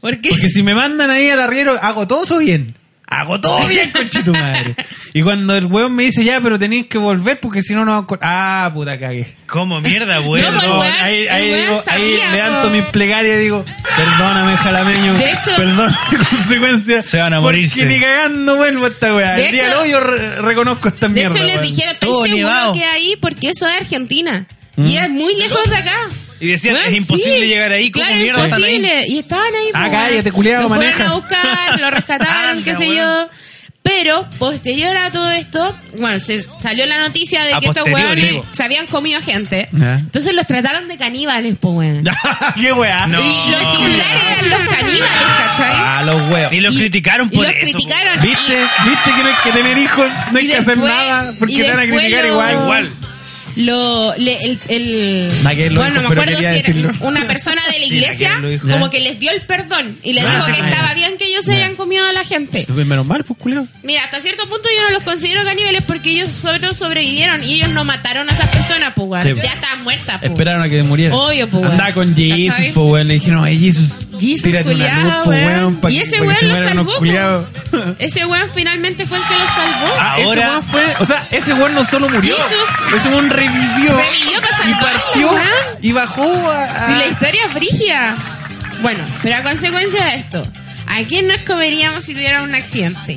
[SPEAKER 5] ¿Por qué?
[SPEAKER 2] Porque si me mandan ahí al arriero, hago todo eso bien. Hago todo bien, conchito madre. Y cuando el weón me dice, ya, pero tenéis que volver porque si no, no... vamos a co- Ah, puta cagué.
[SPEAKER 3] ¿Cómo mierda,
[SPEAKER 5] No,
[SPEAKER 3] weón?
[SPEAKER 5] pues, el weón-
[SPEAKER 2] ahí
[SPEAKER 5] el
[SPEAKER 2] ahí,
[SPEAKER 5] weón
[SPEAKER 2] digo, ahí
[SPEAKER 5] sabía,
[SPEAKER 2] levanto
[SPEAKER 5] po.
[SPEAKER 2] mis plegarias y digo, perdóname, jalameño.
[SPEAKER 5] De hecho-
[SPEAKER 2] perdóname, consecuencias.
[SPEAKER 4] Se van a morirse.
[SPEAKER 2] Porque ni cagando vuelvo a esta weá.
[SPEAKER 5] De
[SPEAKER 2] El día
[SPEAKER 5] hecho-
[SPEAKER 2] hoy yo reconozco esta
[SPEAKER 5] De
[SPEAKER 2] mierda.
[SPEAKER 5] hecho, les
[SPEAKER 2] weón.
[SPEAKER 5] dijeron, ¿estáis
[SPEAKER 3] Todo
[SPEAKER 5] seguro
[SPEAKER 3] nevado. Mm.
[SPEAKER 5] que ahí? Porque eso es Argentina. Y es muy lejos de acá.
[SPEAKER 3] Y decían,
[SPEAKER 5] Weón,
[SPEAKER 3] es imposible
[SPEAKER 5] sí.
[SPEAKER 3] llegar ahí, ¿cómo
[SPEAKER 5] Claro,
[SPEAKER 3] mierda están ahí?
[SPEAKER 5] imposible. Y estaban ahí.
[SPEAKER 2] Ah,
[SPEAKER 5] pues,
[SPEAKER 2] cállate,
[SPEAKER 5] weón.
[SPEAKER 2] culiao,
[SPEAKER 5] Lo fueron
[SPEAKER 2] maneja.
[SPEAKER 5] a buscar, lo rescataron,
[SPEAKER 3] Anda,
[SPEAKER 5] qué sé
[SPEAKER 3] Ah, weón.
[SPEAKER 5] yo. Pero, posterior a todo esto, bueno, se salió la noticia de
[SPEAKER 3] A
[SPEAKER 5] que estos
[SPEAKER 3] posteriori,
[SPEAKER 5] hueones
[SPEAKER 3] po.
[SPEAKER 5] se habían comido gente.
[SPEAKER 2] Ya.
[SPEAKER 5] Entonces los trataron de caníbales, pues, weón.
[SPEAKER 2] ¡Qué weá!
[SPEAKER 3] No.
[SPEAKER 5] Y los titulares eran los caníbales, ¿cachai?
[SPEAKER 2] A los weos.
[SPEAKER 3] Y los
[SPEAKER 5] Y-
[SPEAKER 3] criticaron
[SPEAKER 5] y
[SPEAKER 3] por
[SPEAKER 5] los
[SPEAKER 3] eso.
[SPEAKER 5] criticaron.
[SPEAKER 2] ¿Viste? ¿Viste que no hay que tener hijos? No hay
[SPEAKER 5] Y
[SPEAKER 2] que hacer
[SPEAKER 5] después-
[SPEAKER 2] nada porque
[SPEAKER 5] y
[SPEAKER 2] te van a
[SPEAKER 5] después
[SPEAKER 2] criticar
[SPEAKER 5] lo-
[SPEAKER 2] igual.
[SPEAKER 3] Igual.
[SPEAKER 5] Lo, le- el, el-
[SPEAKER 2] Naguer lo
[SPEAKER 5] bueno, no me
[SPEAKER 2] dijo,
[SPEAKER 5] acuerdo
[SPEAKER 2] pero
[SPEAKER 5] si
[SPEAKER 2] quería
[SPEAKER 5] era
[SPEAKER 2] decirlo.
[SPEAKER 5] una persona de la
[SPEAKER 3] Sí,
[SPEAKER 5] iglesia,
[SPEAKER 3] Naguer lo dijo.
[SPEAKER 5] como que les dio el perdón y les
[SPEAKER 2] Ah,
[SPEAKER 5] dijo
[SPEAKER 2] sí,
[SPEAKER 5] que
[SPEAKER 2] madre.
[SPEAKER 5] estaba bien que ellos se hayan comido a la gente.
[SPEAKER 2] Menos mal, pues, culero.
[SPEAKER 5] Mira, hasta cierto punto yo no los considero caníbales porque ellos solo sobrevivieron y ellos no mataron a esas personas, pues, weón.
[SPEAKER 2] Sí, pues.
[SPEAKER 5] Ya estaban muertas, pues.
[SPEAKER 2] Esperaron a que muriera.
[SPEAKER 5] Obvio, pues, weón.
[SPEAKER 2] Andaba con Jesus,
[SPEAKER 5] ¿Cachai?
[SPEAKER 2] pues, weón. Le dijeron, oye, Jesus,
[SPEAKER 5] Jesus,
[SPEAKER 2] tírate una
[SPEAKER 5] culiao,
[SPEAKER 2] luz, pues,
[SPEAKER 5] weón.
[SPEAKER 2] weón. pa'
[SPEAKER 5] Y
[SPEAKER 2] que-
[SPEAKER 5] ese
[SPEAKER 2] pa' que
[SPEAKER 5] weón
[SPEAKER 2] se
[SPEAKER 5] lo
[SPEAKER 2] mueran unos
[SPEAKER 5] salvó, pues.
[SPEAKER 2] culiados.
[SPEAKER 5] Ese weón finalmente fue el que los salvó.
[SPEAKER 2] Ah,
[SPEAKER 3] Ahora-
[SPEAKER 2] ese weón fue... O sea, ese weón no solo murió.
[SPEAKER 5] Jesus.
[SPEAKER 2] Ese weón revivió.
[SPEAKER 5] Revivió para
[SPEAKER 2] Y
[SPEAKER 5] salvarlo,
[SPEAKER 2] partió.
[SPEAKER 5] weón.
[SPEAKER 2] Y bajó a... a-
[SPEAKER 5] Y la historia es brígida. Bueno, pero a consecuencia de esto, ¿a quién nos comeríamos si tuviéramos un accidente?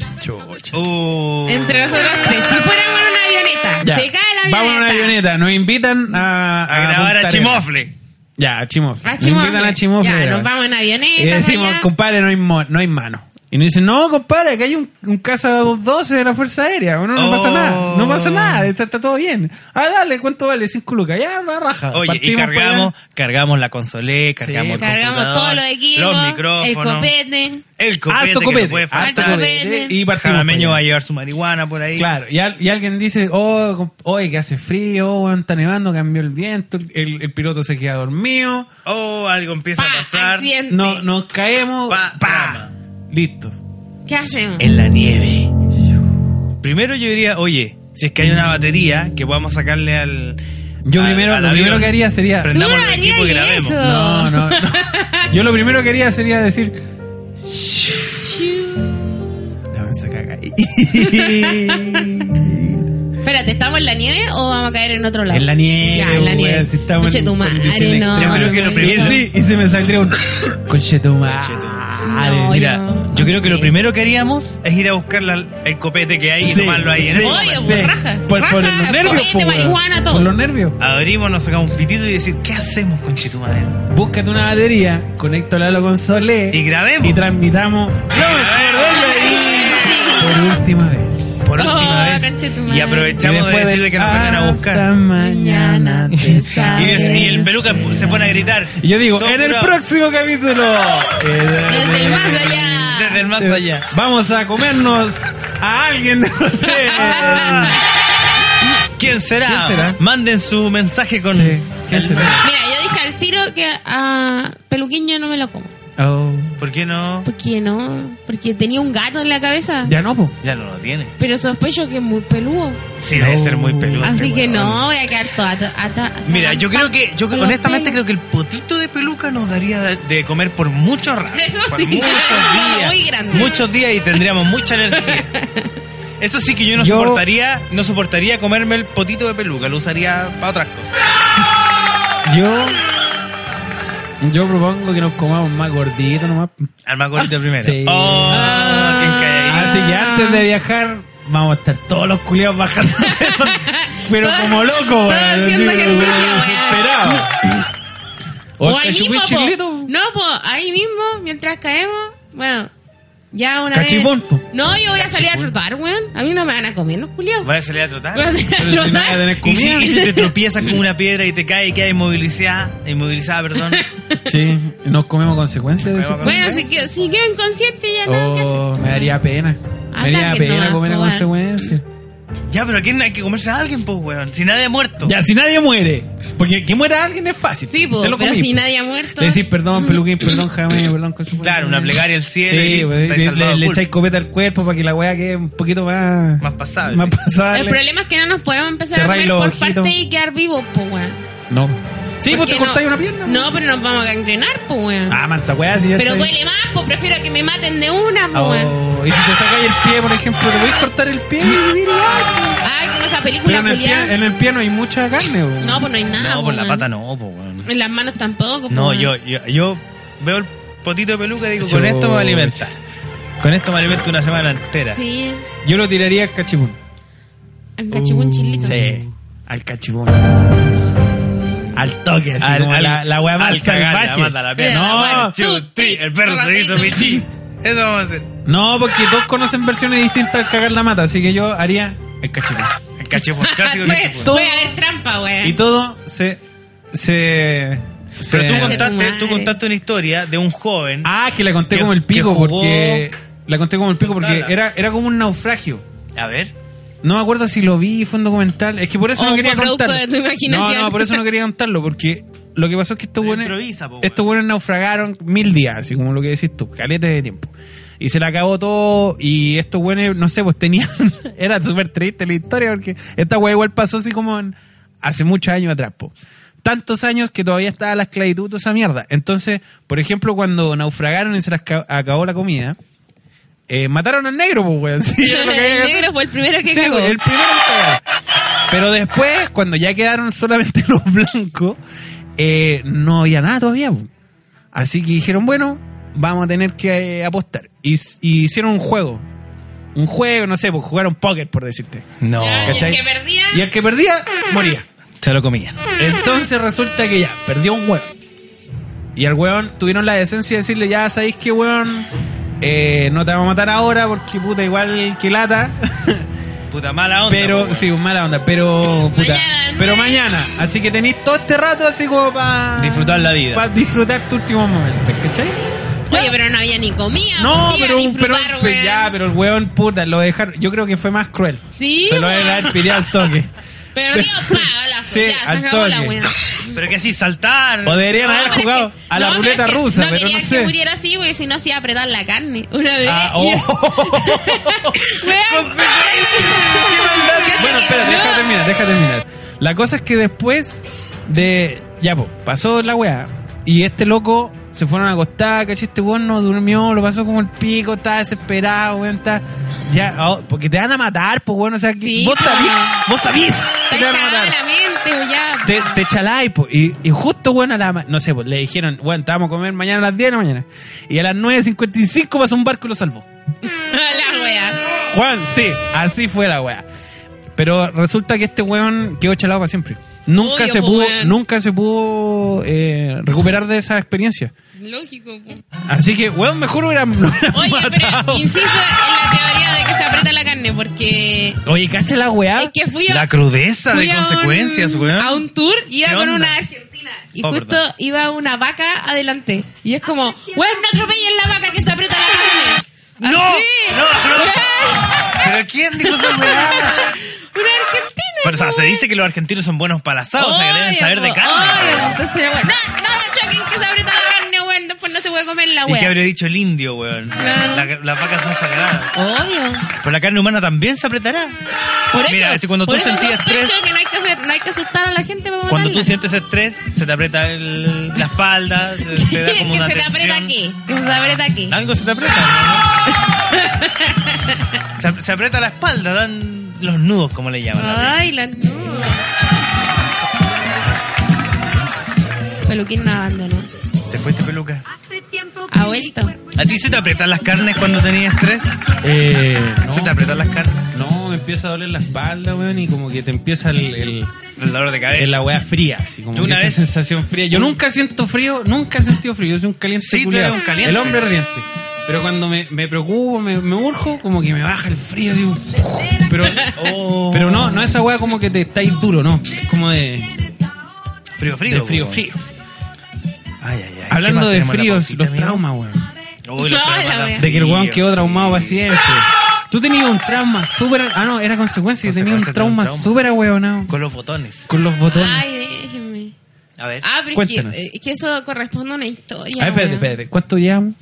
[SPEAKER 3] Uh,
[SPEAKER 5] Entre nosotros tres. Si fuéramos en una avioneta,
[SPEAKER 2] Ya.
[SPEAKER 5] se cae la avioneta.
[SPEAKER 2] Vamos a una avioneta. Nos invitan a...
[SPEAKER 3] a grabar a
[SPEAKER 2] Punta Arenas.
[SPEAKER 3] Chimofle.
[SPEAKER 2] Ya, a Chimofle.
[SPEAKER 5] A
[SPEAKER 2] Nos invitan
[SPEAKER 5] Chimofle.
[SPEAKER 2] a Chimofle.
[SPEAKER 5] Ah, Ya,
[SPEAKER 2] ya.
[SPEAKER 5] nos vamos en avioneta.
[SPEAKER 2] Y le decimos,
[SPEAKER 5] para allá.
[SPEAKER 2] compadre, no hay, mo- no hay mano. Y nos dicen, no, compadre, acá hay un, un casa 212 de la Fuerza Aérea. Bueno, no
[SPEAKER 3] Oh.
[SPEAKER 2] pasa nada, no pasa nada, está, está todo bien. Ah, dale, ¿cuánto vale? 5 lucas, ya, la raja.
[SPEAKER 3] Oye,
[SPEAKER 2] Partimos
[SPEAKER 3] y cargamos,
[SPEAKER 2] para
[SPEAKER 3] cargamos la consolé, cargamos el
[SPEAKER 5] Cargamos
[SPEAKER 3] computador,
[SPEAKER 5] todos los equipos,
[SPEAKER 3] los
[SPEAKER 5] el
[SPEAKER 3] micrófonos,
[SPEAKER 5] copete.
[SPEAKER 3] el
[SPEAKER 2] allá.
[SPEAKER 3] copete,
[SPEAKER 2] Harto
[SPEAKER 3] que no
[SPEAKER 2] copete,
[SPEAKER 3] puede
[SPEAKER 2] harto
[SPEAKER 3] faltar.
[SPEAKER 5] copete.
[SPEAKER 2] Y partimos
[SPEAKER 3] Jalameño
[SPEAKER 2] para
[SPEAKER 3] va a
[SPEAKER 2] allá.
[SPEAKER 3] llevar su marihuana por ahí.
[SPEAKER 2] Claro, y, al- y alguien dice, oh, com- oye, que hace frío, oh, está nevando, cambió el viento, el, el piloto se queda dormido,
[SPEAKER 3] Oh, algo empieza
[SPEAKER 5] Pa,
[SPEAKER 3] a pasar.
[SPEAKER 5] accidente.
[SPEAKER 2] no, nos caemos,
[SPEAKER 3] Pa,
[SPEAKER 2] pa,
[SPEAKER 3] drama.
[SPEAKER 2] listo.
[SPEAKER 5] ¿Qué hacemos?
[SPEAKER 3] En la nieve. Primero yo diría, oye, si es que hay una batería que podamos sacarle al.
[SPEAKER 2] Yo
[SPEAKER 3] al-
[SPEAKER 2] primero,
[SPEAKER 3] al
[SPEAKER 2] lo
[SPEAKER 3] avión,
[SPEAKER 2] primero que haría sería...
[SPEAKER 3] Prendamos
[SPEAKER 5] Tú no
[SPEAKER 3] el equipo y
[SPEAKER 5] harías
[SPEAKER 3] grabemos.
[SPEAKER 5] eso.
[SPEAKER 2] No, no, no. Yo lo primero que haría sería decir, Dame esa caga.
[SPEAKER 5] Espérate, ¿estamos en la nieve o vamos a caer en otro lado?
[SPEAKER 2] En la nieve.
[SPEAKER 5] Ya, en la
[SPEAKER 2] weón,
[SPEAKER 5] nieve.
[SPEAKER 2] si estamos
[SPEAKER 5] Conche
[SPEAKER 2] en
[SPEAKER 5] tu madre,
[SPEAKER 2] condiciones
[SPEAKER 5] no.
[SPEAKER 2] extremas.
[SPEAKER 3] Yo creo que lo
[SPEAKER 5] no,
[SPEAKER 2] Y
[SPEAKER 3] primero-
[SPEAKER 5] no.
[SPEAKER 2] sí, y se me saldría un conchetumare.
[SPEAKER 5] No,
[SPEAKER 2] Mira,
[SPEAKER 3] Mira,
[SPEAKER 5] no.
[SPEAKER 3] yo creo que lo primero que haríamos es ir a buscar la- el copete que hay y
[SPEAKER 2] Sí,
[SPEAKER 3] tomarlo ahí. en
[SPEAKER 2] sí,
[SPEAKER 3] el
[SPEAKER 5] Oye,
[SPEAKER 3] momento.
[SPEAKER 5] pues, raja,
[SPEAKER 2] Por, por
[SPEAKER 5] raja,
[SPEAKER 2] los nervios,
[SPEAKER 5] copete,
[SPEAKER 2] po, weón.
[SPEAKER 5] marihuana, todo.
[SPEAKER 2] Por los nervios.
[SPEAKER 3] Abrimos, nos sacamos un pitito y decir, ¿qué hacemos con Chitumadero?
[SPEAKER 2] Búscate una batería, conéctala a la console
[SPEAKER 3] Y grabemos.
[SPEAKER 2] y transmitamos por última vez.
[SPEAKER 3] por
[SPEAKER 5] Oh,
[SPEAKER 3] última vez.
[SPEAKER 5] conchetumare.
[SPEAKER 3] Y aprovechamos de decirle que nos vengan a
[SPEAKER 2] Hasta
[SPEAKER 3] buscar.
[SPEAKER 2] mañana te
[SPEAKER 3] Y,
[SPEAKER 2] sabes.
[SPEAKER 3] des- y el peluca pu- se pone a gritar.
[SPEAKER 2] Y yo digo,
[SPEAKER 3] Todo
[SPEAKER 2] en el
[SPEAKER 3] curado.
[SPEAKER 2] próximo capítulo. Eh,
[SPEAKER 5] Desde el más allá.
[SPEAKER 3] Desde el más allá.
[SPEAKER 2] Vamos a comernos a alguien de los tres.
[SPEAKER 3] ¿Quién será?
[SPEAKER 2] ¿Quién será?
[SPEAKER 3] Manden su mensaje con.
[SPEAKER 2] Sí, ¿quién
[SPEAKER 3] el-
[SPEAKER 2] será?
[SPEAKER 5] Mira, yo dije al tiro que a Peluquín ya no me lo como.
[SPEAKER 2] Oh.
[SPEAKER 3] ¿Por qué no?
[SPEAKER 5] ¿Por qué no? Porque tenía un gato en la cabeza.
[SPEAKER 2] Ya no, po.
[SPEAKER 3] Ya no lo tiene.
[SPEAKER 5] Pero sospecho que es muy peludo.
[SPEAKER 3] Sí, debe ser muy peludo.
[SPEAKER 5] Así
[SPEAKER 3] este
[SPEAKER 5] que
[SPEAKER 3] weón.
[SPEAKER 5] no, voy a quedar toda. ata- ata-
[SPEAKER 3] Mira, yo creo que, yo
[SPEAKER 5] Con los
[SPEAKER 3] honestamente
[SPEAKER 5] pelos.
[SPEAKER 3] creo que el potito de peluca nos daría de- de comer por mucho rato.
[SPEAKER 5] Eso
[SPEAKER 3] por
[SPEAKER 5] sí,
[SPEAKER 3] muchos
[SPEAKER 5] una
[SPEAKER 3] días.
[SPEAKER 5] mano muy grande.
[SPEAKER 3] Muchos días y tendríamos mucha energía. Eso sí que yo no
[SPEAKER 2] Yo-
[SPEAKER 3] soportaría, no soportaría comerme el potito de peluca, lo usaría para otras cosas.
[SPEAKER 2] Yo. Yo propongo que nos comamos más gordito nomás.
[SPEAKER 3] Al más gordito primero.
[SPEAKER 2] Sí.
[SPEAKER 3] Oh,
[SPEAKER 5] Ah.
[SPEAKER 3] qué encalladito.
[SPEAKER 2] Así que antes de viajar, vamos a estar todos los culiados bajando.
[SPEAKER 4] Pero
[SPEAKER 5] Todo-
[SPEAKER 4] como loco,
[SPEAKER 5] todo
[SPEAKER 4] weón.
[SPEAKER 5] haciendo
[SPEAKER 4] así,
[SPEAKER 5] ejercicio, weón.
[SPEAKER 4] Desesperado.
[SPEAKER 2] O
[SPEAKER 5] O
[SPEAKER 2] el
[SPEAKER 5] ahí mismo, po.
[SPEAKER 2] cachupichilito.
[SPEAKER 5] No, po, ahí mismo, mientras caemos, bueno, ya una
[SPEAKER 2] Cachipún, po.
[SPEAKER 5] vez... No, yo voy a salir a trotar, weón. A mí no me van a comer los culiados.
[SPEAKER 3] ¿Vas a salir a
[SPEAKER 5] Voy a
[SPEAKER 3] trotar?
[SPEAKER 5] salir a
[SPEAKER 2] Pero si no voy a
[SPEAKER 5] trotar.
[SPEAKER 2] tener
[SPEAKER 3] ¿Y si,
[SPEAKER 2] comida.
[SPEAKER 3] y si te tropiezas con una piedra y te cae y quedas inmovilizada, inmovilizada, perdón.
[SPEAKER 2] Sí, nos comemos consecuencias de eso.
[SPEAKER 5] Bueno, si, quedo- si quedo inconsciente ya nada que hacer.
[SPEAKER 2] Oh, me daría pena.
[SPEAKER 5] Ah,
[SPEAKER 2] Me daría
[SPEAKER 5] ataque
[SPEAKER 2] pena
[SPEAKER 5] nomás,
[SPEAKER 2] comer a
[SPEAKER 5] po, weón.
[SPEAKER 2] consecuencias.
[SPEAKER 3] Ya, pero aquí hay que comerse a alguien, pues, weón. Si nadie ha muerto.
[SPEAKER 4] Ya, si nadie muere. Porque que muera alguien es fácil.
[SPEAKER 5] Sí, po,
[SPEAKER 4] Te lo
[SPEAKER 5] pero
[SPEAKER 4] comí,
[SPEAKER 5] si
[SPEAKER 4] po.
[SPEAKER 5] nadie ha muerto...
[SPEAKER 2] Le decís perdón, peluquín, perdón, Jaime, perdón, consecuencias.
[SPEAKER 3] Claro, una plegaria al cielo y
[SPEAKER 2] Sí,
[SPEAKER 3] listo,
[SPEAKER 2] weón,
[SPEAKER 3] estáis
[SPEAKER 2] le,
[SPEAKER 3] salvados,
[SPEAKER 2] le- le
[SPEAKER 3] full.
[SPEAKER 2] echáis copeta al cuerpo para que la weá quede un poquito más.
[SPEAKER 3] Más pasable.
[SPEAKER 2] Más pasable.
[SPEAKER 5] El problema es que no nos podemos empezar
[SPEAKER 2] Cerráis
[SPEAKER 5] a
[SPEAKER 2] los
[SPEAKER 5] comer por
[SPEAKER 2] ojitos.
[SPEAKER 5] parte y quedar vivos, po, weón.
[SPEAKER 2] No. Sí, pues
[SPEAKER 5] Porque
[SPEAKER 2] te cortáis una pierna.
[SPEAKER 5] No, pero nos vamos a gangrenar, po, weón.
[SPEAKER 2] Ah, mansa weá, si ya
[SPEAKER 5] pero
[SPEAKER 2] está ahí.
[SPEAKER 5] duele más, po, prefiero que me maten de una, po, weón.
[SPEAKER 2] Oh, y si te sacáis el pie, por ejemplo, te podéis cortar el pie y vivir igual.
[SPEAKER 5] Ay, como esa
[SPEAKER 2] Pero
[SPEAKER 5] película,
[SPEAKER 2] en el, pie,
[SPEAKER 5] culiada.
[SPEAKER 2] en el pie no hay mucha carne, weón.
[SPEAKER 5] No, pues no hay nada,
[SPEAKER 3] No,
[SPEAKER 5] po,
[SPEAKER 3] por la
[SPEAKER 5] weón.
[SPEAKER 3] pata no, pues, weón.
[SPEAKER 5] En las manos tampoco.
[SPEAKER 3] No,
[SPEAKER 5] pues,
[SPEAKER 3] yo,
[SPEAKER 5] weón.
[SPEAKER 3] yo, yo veo el potito de peluca y digo, con esto me voy a alimentar. Con esto me alimento una semana entera.
[SPEAKER 5] Sí,
[SPEAKER 2] Yo lo tiraría al cachipún.
[SPEAKER 5] en cachipún chilito.
[SPEAKER 2] Sí, al cachipún. Al toque, así
[SPEAKER 3] Al-
[SPEAKER 2] como
[SPEAKER 3] al-
[SPEAKER 2] la, la weá
[SPEAKER 3] al
[SPEAKER 2] más
[SPEAKER 3] cagar, la
[SPEAKER 2] salvaje. Eh,
[SPEAKER 3] mata, la pierna.
[SPEAKER 5] Mira,
[SPEAKER 2] No,
[SPEAKER 5] la weá.
[SPEAKER 3] Chu,
[SPEAKER 5] Tú,
[SPEAKER 3] tri,
[SPEAKER 5] tri,
[SPEAKER 3] el perro se hizo
[SPEAKER 5] rapidito.
[SPEAKER 3] pichí. Eso vamos a hacer.
[SPEAKER 2] No, porque todos conocen versiones distintas al cagar la mata, así que yo haría el cachipún.
[SPEAKER 3] El cachipún, clásico pues.
[SPEAKER 5] Voy
[SPEAKER 3] cachipún.
[SPEAKER 5] voy a ver trampa,
[SPEAKER 2] pues. Y
[SPEAKER 5] weón.
[SPEAKER 2] todo se. se. se-
[SPEAKER 3] Pero tú
[SPEAKER 5] Gracias, tu
[SPEAKER 3] contaste,
[SPEAKER 5] madre.
[SPEAKER 3] tú contaste una historia de un joven.
[SPEAKER 2] Ah, que la conté
[SPEAKER 3] que-
[SPEAKER 2] como el
[SPEAKER 3] que
[SPEAKER 2] pico,
[SPEAKER 3] jugó-
[SPEAKER 2] porque. La conté como el pico, porque
[SPEAKER 3] Contala.
[SPEAKER 2] era, era como un naufragio.
[SPEAKER 3] A ver.
[SPEAKER 2] No me acuerdo si lo vi, fue un documental. Es que por eso
[SPEAKER 5] O
[SPEAKER 2] no
[SPEAKER 5] Oh, fue
[SPEAKER 2] quería
[SPEAKER 5] producto
[SPEAKER 2] contarlo.
[SPEAKER 5] de tu imaginación.
[SPEAKER 2] No, no, por eso no quería contarlo, porque lo que pasó es que estos
[SPEAKER 3] Pero
[SPEAKER 2] buenos.
[SPEAKER 3] improvisa, po, weón.
[SPEAKER 2] Estos buenos naufragaron mil días, así como lo que decís tú, caleta de tiempo. Y se le acabó todo, y estos buenos, no sé, pues tenían. era súper triste la historia, porque esta weá igual pasó así como en- hace muchos años atrás, po. Tantos años que todavía estaba la esclavitud, toda esa mierda. Entonces, por ejemplo, cuando naufragaron y se les ca- acabó la comida, eh, mataron al negro, pues, weón. Sí, era lo que había que
[SPEAKER 5] El
[SPEAKER 2] hacer.
[SPEAKER 5] negro fue el primero que
[SPEAKER 2] Sí,
[SPEAKER 5] cagó.
[SPEAKER 2] el primero en cagar. Pero después, cuando ya quedaron solamente los blancos, eh, no había nada todavía. po. Así que dijeron, bueno, vamos a tener que eh, apostar. Y, s- y hicieron un juego. Un juego, no sé, pues jugaron póker, por decirte.
[SPEAKER 3] No.
[SPEAKER 5] Ya, y el
[SPEAKER 2] ¿cachai?
[SPEAKER 5] que perdía.
[SPEAKER 2] Y el que perdía, moría.
[SPEAKER 3] Se lo comían.
[SPEAKER 2] Entonces resulta que ya, perdió un hueón. Y al hueón tuvieron la decencia de decirle, ya sabéis que hueón, eh, no te vamos a matar ahora porque puta, igual que lata.
[SPEAKER 3] Puta mala onda.
[SPEAKER 2] Pero,
[SPEAKER 3] po, weón.
[SPEAKER 2] sí, mala onda, pero. Puta,
[SPEAKER 5] Mañana,
[SPEAKER 2] pero
[SPEAKER 5] ¿no?
[SPEAKER 2] mañana. Así que tenéis todo este rato así como para.
[SPEAKER 3] Disfrutar la vida.
[SPEAKER 2] Para disfrutar tu último momento, ¿cachai?
[SPEAKER 5] Oye, pero no había ni comida.
[SPEAKER 2] No,
[SPEAKER 5] pues, iba
[SPEAKER 2] pero,
[SPEAKER 5] a
[SPEAKER 2] pero,
[SPEAKER 5] disfrutar,
[SPEAKER 2] pero
[SPEAKER 5] weón.
[SPEAKER 2] ya, pero el weón puta, lo dejaron. Yo creo que fue más cruel.
[SPEAKER 5] Sí,
[SPEAKER 2] Se lo
[SPEAKER 5] weón.
[SPEAKER 2] debe haber pidido al toque.
[SPEAKER 5] Perdió, pa, la
[SPEAKER 2] Sí,
[SPEAKER 5] ya, se
[SPEAKER 2] al
[SPEAKER 5] acabó la
[SPEAKER 2] toque.
[SPEAKER 5] weón.
[SPEAKER 3] Pero que sí, saltar.
[SPEAKER 2] O deberían haber
[SPEAKER 5] No, pero
[SPEAKER 2] jugado
[SPEAKER 5] es que-
[SPEAKER 2] a la
[SPEAKER 5] no, pero
[SPEAKER 2] ruleta
[SPEAKER 5] es que
[SPEAKER 2] rusa, pero
[SPEAKER 5] quería
[SPEAKER 2] no
[SPEAKER 5] que
[SPEAKER 2] sé.
[SPEAKER 5] muriera así, porque si no se iba a apretar la carne. Una vez.
[SPEAKER 2] Ah,
[SPEAKER 5] y-
[SPEAKER 2] oh.
[SPEAKER 5] Weón,
[SPEAKER 2] Bueno, espera, deja terminar, deja terminar. La cosa es que después de. Ya, po, pasó la weá. Y este loco se fueron a acostar, caché, este weón no durmió, lo pasó como el pico, estaba desesperado, weón, está. Ya, oh, porque te van a matar, pues weón, o sea, que
[SPEAKER 5] Sí,
[SPEAKER 2] vos
[SPEAKER 5] po.
[SPEAKER 2] sabís, vos sabís que
[SPEAKER 5] Está
[SPEAKER 2] te van a
[SPEAKER 5] hinchada
[SPEAKER 2] matar.
[SPEAKER 5] la mente, weón, ya.
[SPEAKER 2] Te, te chaláis, po, y, y justo, weón, a la. ma- No sé, pues le dijeron, weón, te vamos a comer mañana a las 10 de la mañana. Y a las 9.55 pasó un barco y lo salvó.
[SPEAKER 5] La weón.
[SPEAKER 2] Juan, sí, así fue la weá. Pero resulta que este weón quedó chalado para siempre. Nunca
[SPEAKER 5] Obvio,
[SPEAKER 2] se
[SPEAKER 5] po,
[SPEAKER 2] pudo,
[SPEAKER 5] weón.
[SPEAKER 2] nunca se pudo eh, recuperar de esa experiencia.
[SPEAKER 5] Lógico. po.
[SPEAKER 2] Así que, weón, mejor hubieran, lo hubieran
[SPEAKER 5] Oye,
[SPEAKER 2] matado.
[SPEAKER 5] pero insisto en la teoría de que se aprieta la carne, porque
[SPEAKER 2] Oye, cacha la weá.
[SPEAKER 5] es que fui a,
[SPEAKER 3] ¿Ah? La crudeza
[SPEAKER 5] fui
[SPEAKER 3] de
[SPEAKER 5] a un-
[SPEAKER 3] consecuencias, weón.
[SPEAKER 5] a un tour y
[SPEAKER 3] ¿Qué
[SPEAKER 5] iba con
[SPEAKER 3] onda?
[SPEAKER 5] una argentina. Y
[SPEAKER 3] Oh,
[SPEAKER 5] justo
[SPEAKER 3] perdón.
[SPEAKER 5] iba una vaca adelante. Y es como, weón, no atropellen la vaca que se aprieta la carne.
[SPEAKER 3] No,
[SPEAKER 5] Así.
[SPEAKER 3] no, no.
[SPEAKER 5] Weón,
[SPEAKER 3] ¿Pero quién dijo esa weá?
[SPEAKER 5] Una argentina.
[SPEAKER 3] Pero o sea, se
[SPEAKER 5] weón.
[SPEAKER 3] dice que los argentinos son buenos para el asado, o sea, que deben
[SPEAKER 5] Obvio,
[SPEAKER 3] saber de
[SPEAKER 5] po,
[SPEAKER 3] carne.
[SPEAKER 5] obvio,
[SPEAKER 3] weón.
[SPEAKER 5] pues, entonces era, weón, no, no la choquen que se aprieta la carne, weón. Después no se puede comer la
[SPEAKER 3] ¿Y qué
[SPEAKER 5] weón.
[SPEAKER 3] habría dicho el indio, weón?
[SPEAKER 5] Claro.
[SPEAKER 3] La- las vacas son sagradas.
[SPEAKER 5] Obvio.
[SPEAKER 3] Pero la carne humana también se apretará.
[SPEAKER 5] Por eso,
[SPEAKER 3] Mira, si cuando tú
[SPEAKER 5] por eso
[SPEAKER 3] sentías
[SPEAKER 5] sospecho
[SPEAKER 3] estrés-
[SPEAKER 5] que no hay que, hacer- no hay que asustar a la gente para
[SPEAKER 3] Cuando tú
[SPEAKER 5] matarla.
[SPEAKER 3] sientes estrés, se te aprieta el- la espalda, se te da como
[SPEAKER 5] que
[SPEAKER 3] una
[SPEAKER 5] se te aprieta
[SPEAKER 3] tensión.
[SPEAKER 5] aquí. Que se te aprieta aquí.
[SPEAKER 3] Algo se te aprieta. ¿no? se, se aprieta la espalda, dan los nudos, como le llaman.
[SPEAKER 5] Ay, las nubes. Peluquín no abandonó.
[SPEAKER 3] ¿Te fuiste peluca?
[SPEAKER 5] Ha vuelto.
[SPEAKER 3] ¿A ti se te aprietan las carnes cuando tenías estrés?
[SPEAKER 2] Eh,
[SPEAKER 3] ¿Se te
[SPEAKER 2] no,
[SPEAKER 3] aprietan las carnes?
[SPEAKER 2] no, me empieza a doler la espalda, weón, y como que te empieza el, el-
[SPEAKER 3] El dolor de cabeza.
[SPEAKER 2] el- la weá fría, así como
[SPEAKER 3] Yo
[SPEAKER 2] que
[SPEAKER 3] una
[SPEAKER 2] esa
[SPEAKER 3] vez-
[SPEAKER 2] sensación fría. Yo nunca siento frío, nunca he sentido frío, yo soy un caliente.
[SPEAKER 3] Sí, tú
[SPEAKER 2] culiao.
[SPEAKER 3] eres un caliente.
[SPEAKER 2] El hombre ardiente. Pero cuando me, me preocupo, me, me urjo, como que me baja el frío, así, pero,
[SPEAKER 3] Oh.
[SPEAKER 2] pero no, no esa weá como que te estáis duro, no, es como de,
[SPEAKER 3] Frío, frío.
[SPEAKER 2] de frío,
[SPEAKER 3] po.
[SPEAKER 2] frío.
[SPEAKER 3] Ay, ay, ay.
[SPEAKER 2] Hablando
[SPEAKER 3] ¿Qué
[SPEAKER 2] de
[SPEAKER 3] más tenemos en la
[SPEAKER 2] fríos,
[SPEAKER 3] pautita,
[SPEAKER 2] los
[SPEAKER 3] amigo?
[SPEAKER 2] traumas, weón.
[SPEAKER 3] Uy, los
[SPEAKER 5] No,
[SPEAKER 3] traumas
[SPEAKER 5] la
[SPEAKER 3] dan
[SPEAKER 5] wea.
[SPEAKER 2] De que el weón quedó
[SPEAKER 3] frío,
[SPEAKER 2] traumado eh, para
[SPEAKER 3] sí.
[SPEAKER 2] siempre. Tú tenías un trauma súper. Ah, no, era consecuencia. Yo tenía un
[SPEAKER 3] Consecuencia de un
[SPEAKER 2] trauma
[SPEAKER 3] trauma.
[SPEAKER 2] súper ahueonado.
[SPEAKER 3] Con los botones.
[SPEAKER 2] Con los botones.
[SPEAKER 5] Ay, déjenme.
[SPEAKER 3] A ver,
[SPEAKER 5] Ah, pero es que,
[SPEAKER 2] Cuéntanos.
[SPEAKER 5] eh, que eso corresponde a una historia.
[SPEAKER 2] A ver, espérate,
[SPEAKER 5] weón.
[SPEAKER 2] espérate. ¿Cuánto llevamos?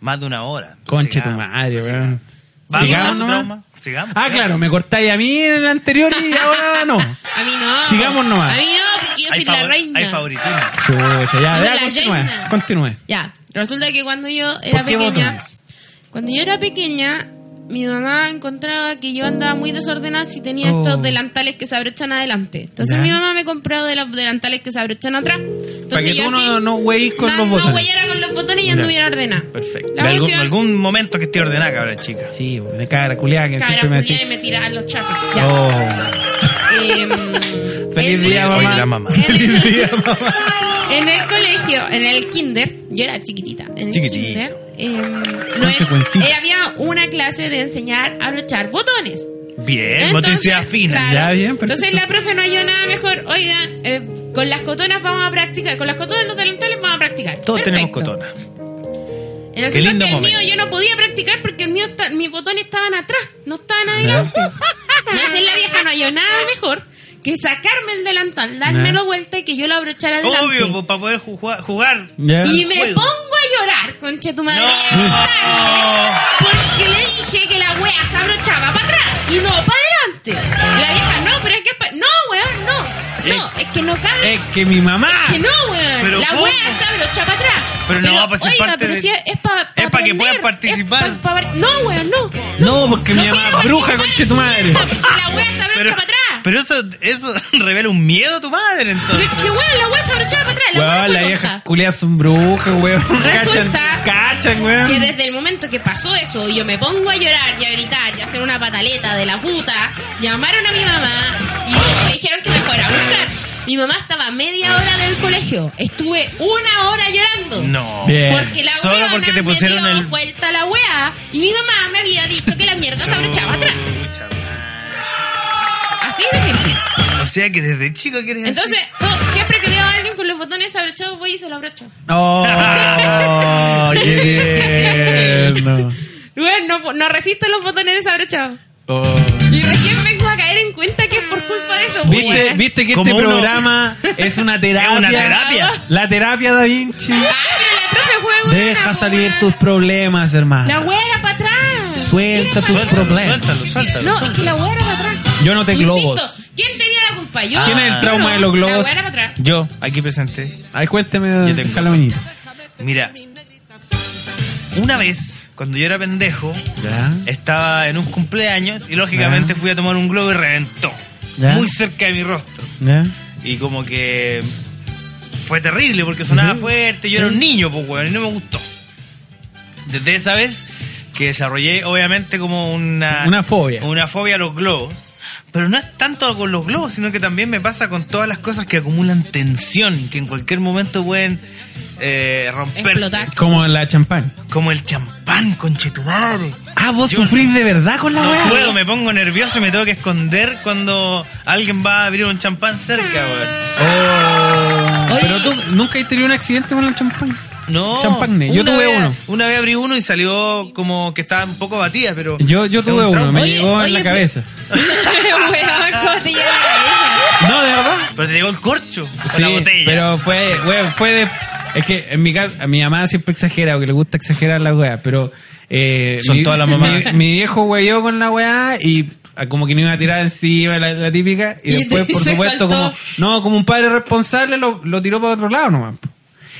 [SPEAKER 3] más de una hora.
[SPEAKER 2] Conche tu
[SPEAKER 3] Sigamos.
[SPEAKER 2] madre, weón.
[SPEAKER 3] Vamos,
[SPEAKER 5] Sigamos
[SPEAKER 3] ¿tu
[SPEAKER 2] nomás.
[SPEAKER 3] trauma? Sigamos.
[SPEAKER 2] Ah, claro, me cortáis a mí en el anterior y ahora no.
[SPEAKER 5] A mí no.
[SPEAKER 2] Sigamos nomás.
[SPEAKER 5] A mí no, porque yo soy
[SPEAKER 3] Hay
[SPEAKER 5] la
[SPEAKER 3] favor-
[SPEAKER 5] reina.
[SPEAKER 3] Hay favoritismo.
[SPEAKER 2] Chucha, ya,
[SPEAKER 5] Yo
[SPEAKER 2] ya,
[SPEAKER 5] la
[SPEAKER 2] continúe.
[SPEAKER 5] reina.
[SPEAKER 2] Continúe.
[SPEAKER 5] Ya, resulta que cuando yo era
[SPEAKER 2] ¿Por qué
[SPEAKER 5] pequeña,
[SPEAKER 2] botones?
[SPEAKER 5] cuando yo era pequeña, mi mamá encontraba que yo andaba muy desordenada si tenía
[SPEAKER 2] Oh.
[SPEAKER 5] estos delantales que se abrochan adelante. Entonces
[SPEAKER 2] Ya.
[SPEAKER 5] mi mamá me compraba de los delantales que se abrochan atrás. Entonces
[SPEAKER 2] Para que
[SPEAKER 5] yo
[SPEAKER 2] tú
[SPEAKER 5] así,
[SPEAKER 2] no, no weís con
[SPEAKER 5] no-
[SPEAKER 2] los
[SPEAKER 5] no
[SPEAKER 2] botones.
[SPEAKER 5] huellara con los botones y anduviera ordenada.
[SPEAKER 2] Perfecto.
[SPEAKER 5] La
[SPEAKER 3] De algún,
[SPEAKER 5] cuestión-
[SPEAKER 3] algún momento que esté ordenada, cabrón, chica.
[SPEAKER 2] Sí, weón, de cara culiada que
[SPEAKER 5] Cabra
[SPEAKER 2] siempre me
[SPEAKER 5] culiá, y
[SPEAKER 2] decís.
[SPEAKER 5] me tiraba los chapos. Ya.
[SPEAKER 2] Oh,
[SPEAKER 5] Em,
[SPEAKER 2] Feliz
[SPEAKER 5] en
[SPEAKER 2] día,
[SPEAKER 5] el-
[SPEAKER 2] mamá.
[SPEAKER 5] en-
[SPEAKER 3] La mamá.
[SPEAKER 5] en el-
[SPEAKER 2] Feliz día, mamá.
[SPEAKER 5] En el colegio, en el kinder, yo era chiquitita. En el
[SPEAKER 3] Chiquitito.
[SPEAKER 5] kinder, em, no es-
[SPEAKER 2] Consecuencitas.
[SPEAKER 5] eh, había una clase de enseñar a abrochar botones.
[SPEAKER 3] Bien,
[SPEAKER 5] Entonces,
[SPEAKER 3] motricidad fina.
[SPEAKER 5] claro.
[SPEAKER 2] Ya, bien, perfecto.
[SPEAKER 5] Entonces la profe no halló nada mejor. Oiga, eh, con las cotonas vamos a practicar. Con las cotonas los delantales vamos a practicar.
[SPEAKER 3] Todos tenemos
[SPEAKER 5] Perfecto.
[SPEAKER 3] cotona.
[SPEAKER 5] En el
[SPEAKER 3] Qué
[SPEAKER 5] sentido
[SPEAKER 3] lindo
[SPEAKER 5] que el
[SPEAKER 3] momento.
[SPEAKER 5] mío yo no podía practicar porque el mío está- mis botones estaban atrás, no estaban adelante. Entonces la vieja no halló nada mejor que sacarme el delantal, dármelo vuelta y que yo lo abrochara adelante.
[SPEAKER 3] Obvio, pues, para poder ju- jugar. jugar.
[SPEAKER 2] Ya.
[SPEAKER 5] Y me
[SPEAKER 3] Juego.
[SPEAKER 5] pongo a llorar, conche tu madre.
[SPEAKER 3] No.
[SPEAKER 5] y a gritarle, Porque le dije que la wea se abrochaba para atrás y no para adelante. Y La vieja, no, pero es que. pa- No, weón, no. No, es que no cabe.
[SPEAKER 2] Es que mi mamá.
[SPEAKER 5] que no, weón.
[SPEAKER 3] Pero
[SPEAKER 5] la
[SPEAKER 3] ¿cómo?
[SPEAKER 5] wea se abrocha para atrás.
[SPEAKER 3] Pero no, pues es
[SPEAKER 5] oiga,
[SPEAKER 3] parte
[SPEAKER 5] pero
[SPEAKER 3] de-
[SPEAKER 5] si es, para.
[SPEAKER 3] es pa' que puedas participar.
[SPEAKER 5] no, weón, no.
[SPEAKER 2] No, porque mi mamá es bruja, conche tu madre.
[SPEAKER 5] La wea se abrocha
[SPEAKER 3] Pero,
[SPEAKER 5] para atrás.
[SPEAKER 3] pero eso, eso revela un miedo a tu madre,
[SPEAKER 5] Pero es
[SPEAKER 3] entonces.
[SPEAKER 5] que, weón, la wea se abrochaba para atrás. La wea
[SPEAKER 2] Weón,
[SPEAKER 5] fue
[SPEAKER 2] la
[SPEAKER 5] tonta.
[SPEAKER 2] vieja culia son brujas, weón. Cachan,
[SPEAKER 5] Resulta
[SPEAKER 2] cachan,
[SPEAKER 5] que
[SPEAKER 2] weón.
[SPEAKER 5] desde el momento que pasó eso, yo me pongo a llorar y a gritar y a hacer una pataleta de la puta, llamaron a mi mamá y me dijeron que me fuera a buscar. Mi mamá estaba media hora del colegio. Estuve una hora llorando.
[SPEAKER 3] No.
[SPEAKER 2] Bien.
[SPEAKER 5] Porque la
[SPEAKER 3] Solo
[SPEAKER 5] weona
[SPEAKER 3] porque te pusieron
[SPEAKER 5] me dio
[SPEAKER 3] el-
[SPEAKER 5] vuelta la weá y mi mamá me había dicho que la mierda se abrochaba atrás.
[SPEAKER 3] Chucha, madre.
[SPEAKER 5] Así de simple.
[SPEAKER 3] O sea que desde chico quieres.
[SPEAKER 5] Entonces, todo- siempre que veo a alguien con los botones abrochados, voy y se lo abrocho.
[SPEAKER 2] Oh, qué tierno.
[SPEAKER 5] Bueno, no, no resisto los botones desabrochados.
[SPEAKER 2] Oh.
[SPEAKER 5] Y recién vengo a caer en cuenta que es por culpa de eso.
[SPEAKER 2] ¿Viste, Ah,
[SPEAKER 5] weón.
[SPEAKER 2] viste que este
[SPEAKER 3] Como uno-
[SPEAKER 2] programa es una terapia.
[SPEAKER 3] Es una terapia.
[SPEAKER 2] La terapia da Vinci.
[SPEAKER 5] Ah, pero la profe juego.
[SPEAKER 2] Deja salir tus problemas,
[SPEAKER 5] La
[SPEAKER 2] hermano.
[SPEAKER 5] hueá era para atrás.
[SPEAKER 2] Suelta
[SPEAKER 5] Era
[SPEAKER 2] tus
[SPEAKER 5] pa' atrás.
[SPEAKER 2] problemas.
[SPEAKER 3] Suéltalo, suéltalo.
[SPEAKER 5] No, es que la hueá era para atrás.
[SPEAKER 2] Yo no te
[SPEAKER 5] Insisto,
[SPEAKER 2] globos.
[SPEAKER 5] ¿Quién tenía la culpa? Yo.
[SPEAKER 2] ¿Quién es
[SPEAKER 5] Yo
[SPEAKER 2] el trauma
[SPEAKER 5] Ah, no,
[SPEAKER 2] de los
[SPEAKER 5] La
[SPEAKER 2] globos?
[SPEAKER 5] hueá era para atrás.
[SPEAKER 2] Yo.
[SPEAKER 3] Aquí presente.
[SPEAKER 2] Ay, cuénteme,
[SPEAKER 3] Yo tengo.
[SPEAKER 2] Calabañita.
[SPEAKER 3] Mira. Una vez, cuando yo era pendejo,
[SPEAKER 2] Ya.
[SPEAKER 3] Eh. estaba en un cumpleaños y lógicamente
[SPEAKER 2] Ya.
[SPEAKER 3] fui a tomar un globo y reventó.
[SPEAKER 2] Ya.
[SPEAKER 3] Muy cerca de mi rostro.
[SPEAKER 2] Ya.
[SPEAKER 3] Y como que fue terrible porque sonaba
[SPEAKER 2] Ujú.
[SPEAKER 3] fuerte. Yo era un niño, pues, weón, y no me gustó. Desde esa vez que desarrollé, obviamente, como una...
[SPEAKER 2] Una fobia.
[SPEAKER 3] Una fobia a los globos. Pero no es tanto con los globos, sino que también me pasa con todas las cosas que acumulan tensión, que en cualquier momento pueden eh, romperse.
[SPEAKER 5] Explotar.
[SPEAKER 2] Como la champán.
[SPEAKER 3] Como el champán, conchetumare.
[SPEAKER 2] Ah, vos
[SPEAKER 3] Yo-
[SPEAKER 2] sufrís de verdad con la
[SPEAKER 3] No
[SPEAKER 2] weá.
[SPEAKER 3] puedo, me pongo nervioso y me tengo que esconder cuando alguien va a abrir un champán cerca, weón.
[SPEAKER 2] Oh.
[SPEAKER 5] Oye.
[SPEAKER 2] Pero tú nunca has tenido un accidente con el champán.
[SPEAKER 3] No.
[SPEAKER 2] Champagne, yo
[SPEAKER 3] Una
[SPEAKER 2] tuve
[SPEAKER 3] vez-
[SPEAKER 2] uno.
[SPEAKER 3] Una vez abrí uno y salió como que estaba un poco batida, pero.
[SPEAKER 2] Yo, yo
[SPEAKER 3] es un
[SPEAKER 2] tuve uno,
[SPEAKER 3] trauma.
[SPEAKER 2] me
[SPEAKER 5] Oye,
[SPEAKER 2] llegó en
[SPEAKER 5] oye,
[SPEAKER 2] la
[SPEAKER 5] pero-
[SPEAKER 2] cabeza.
[SPEAKER 5] Weón, ¿cómo te llega la cabeza?
[SPEAKER 2] No, de verdad.
[SPEAKER 3] Pero te llegó el corcho. con
[SPEAKER 2] Sí,
[SPEAKER 3] la botella.
[SPEAKER 2] pero fue, weón, fue de. Es que en mi casa, a mi mamá siempre exagera, porque le gusta exagerar las weas, pero. Eh,
[SPEAKER 3] Son
[SPEAKER 2] mi-
[SPEAKER 3] todas las mamás.
[SPEAKER 2] Mi, mi viejo weyó con la weá y ah, como que no iba a tirar encima, la, la típica, y,
[SPEAKER 5] Y
[SPEAKER 2] después,
[SPEAKER 5] te-
[SPEAKER 2] por
[SPEAKER 5] se
[SPEAKER 2] supuesto,
[SPEAKER 5] saltó.
[SPEAKER 2] como. No, como un padre responsable lo, lo tiró para otro lado nomás. po.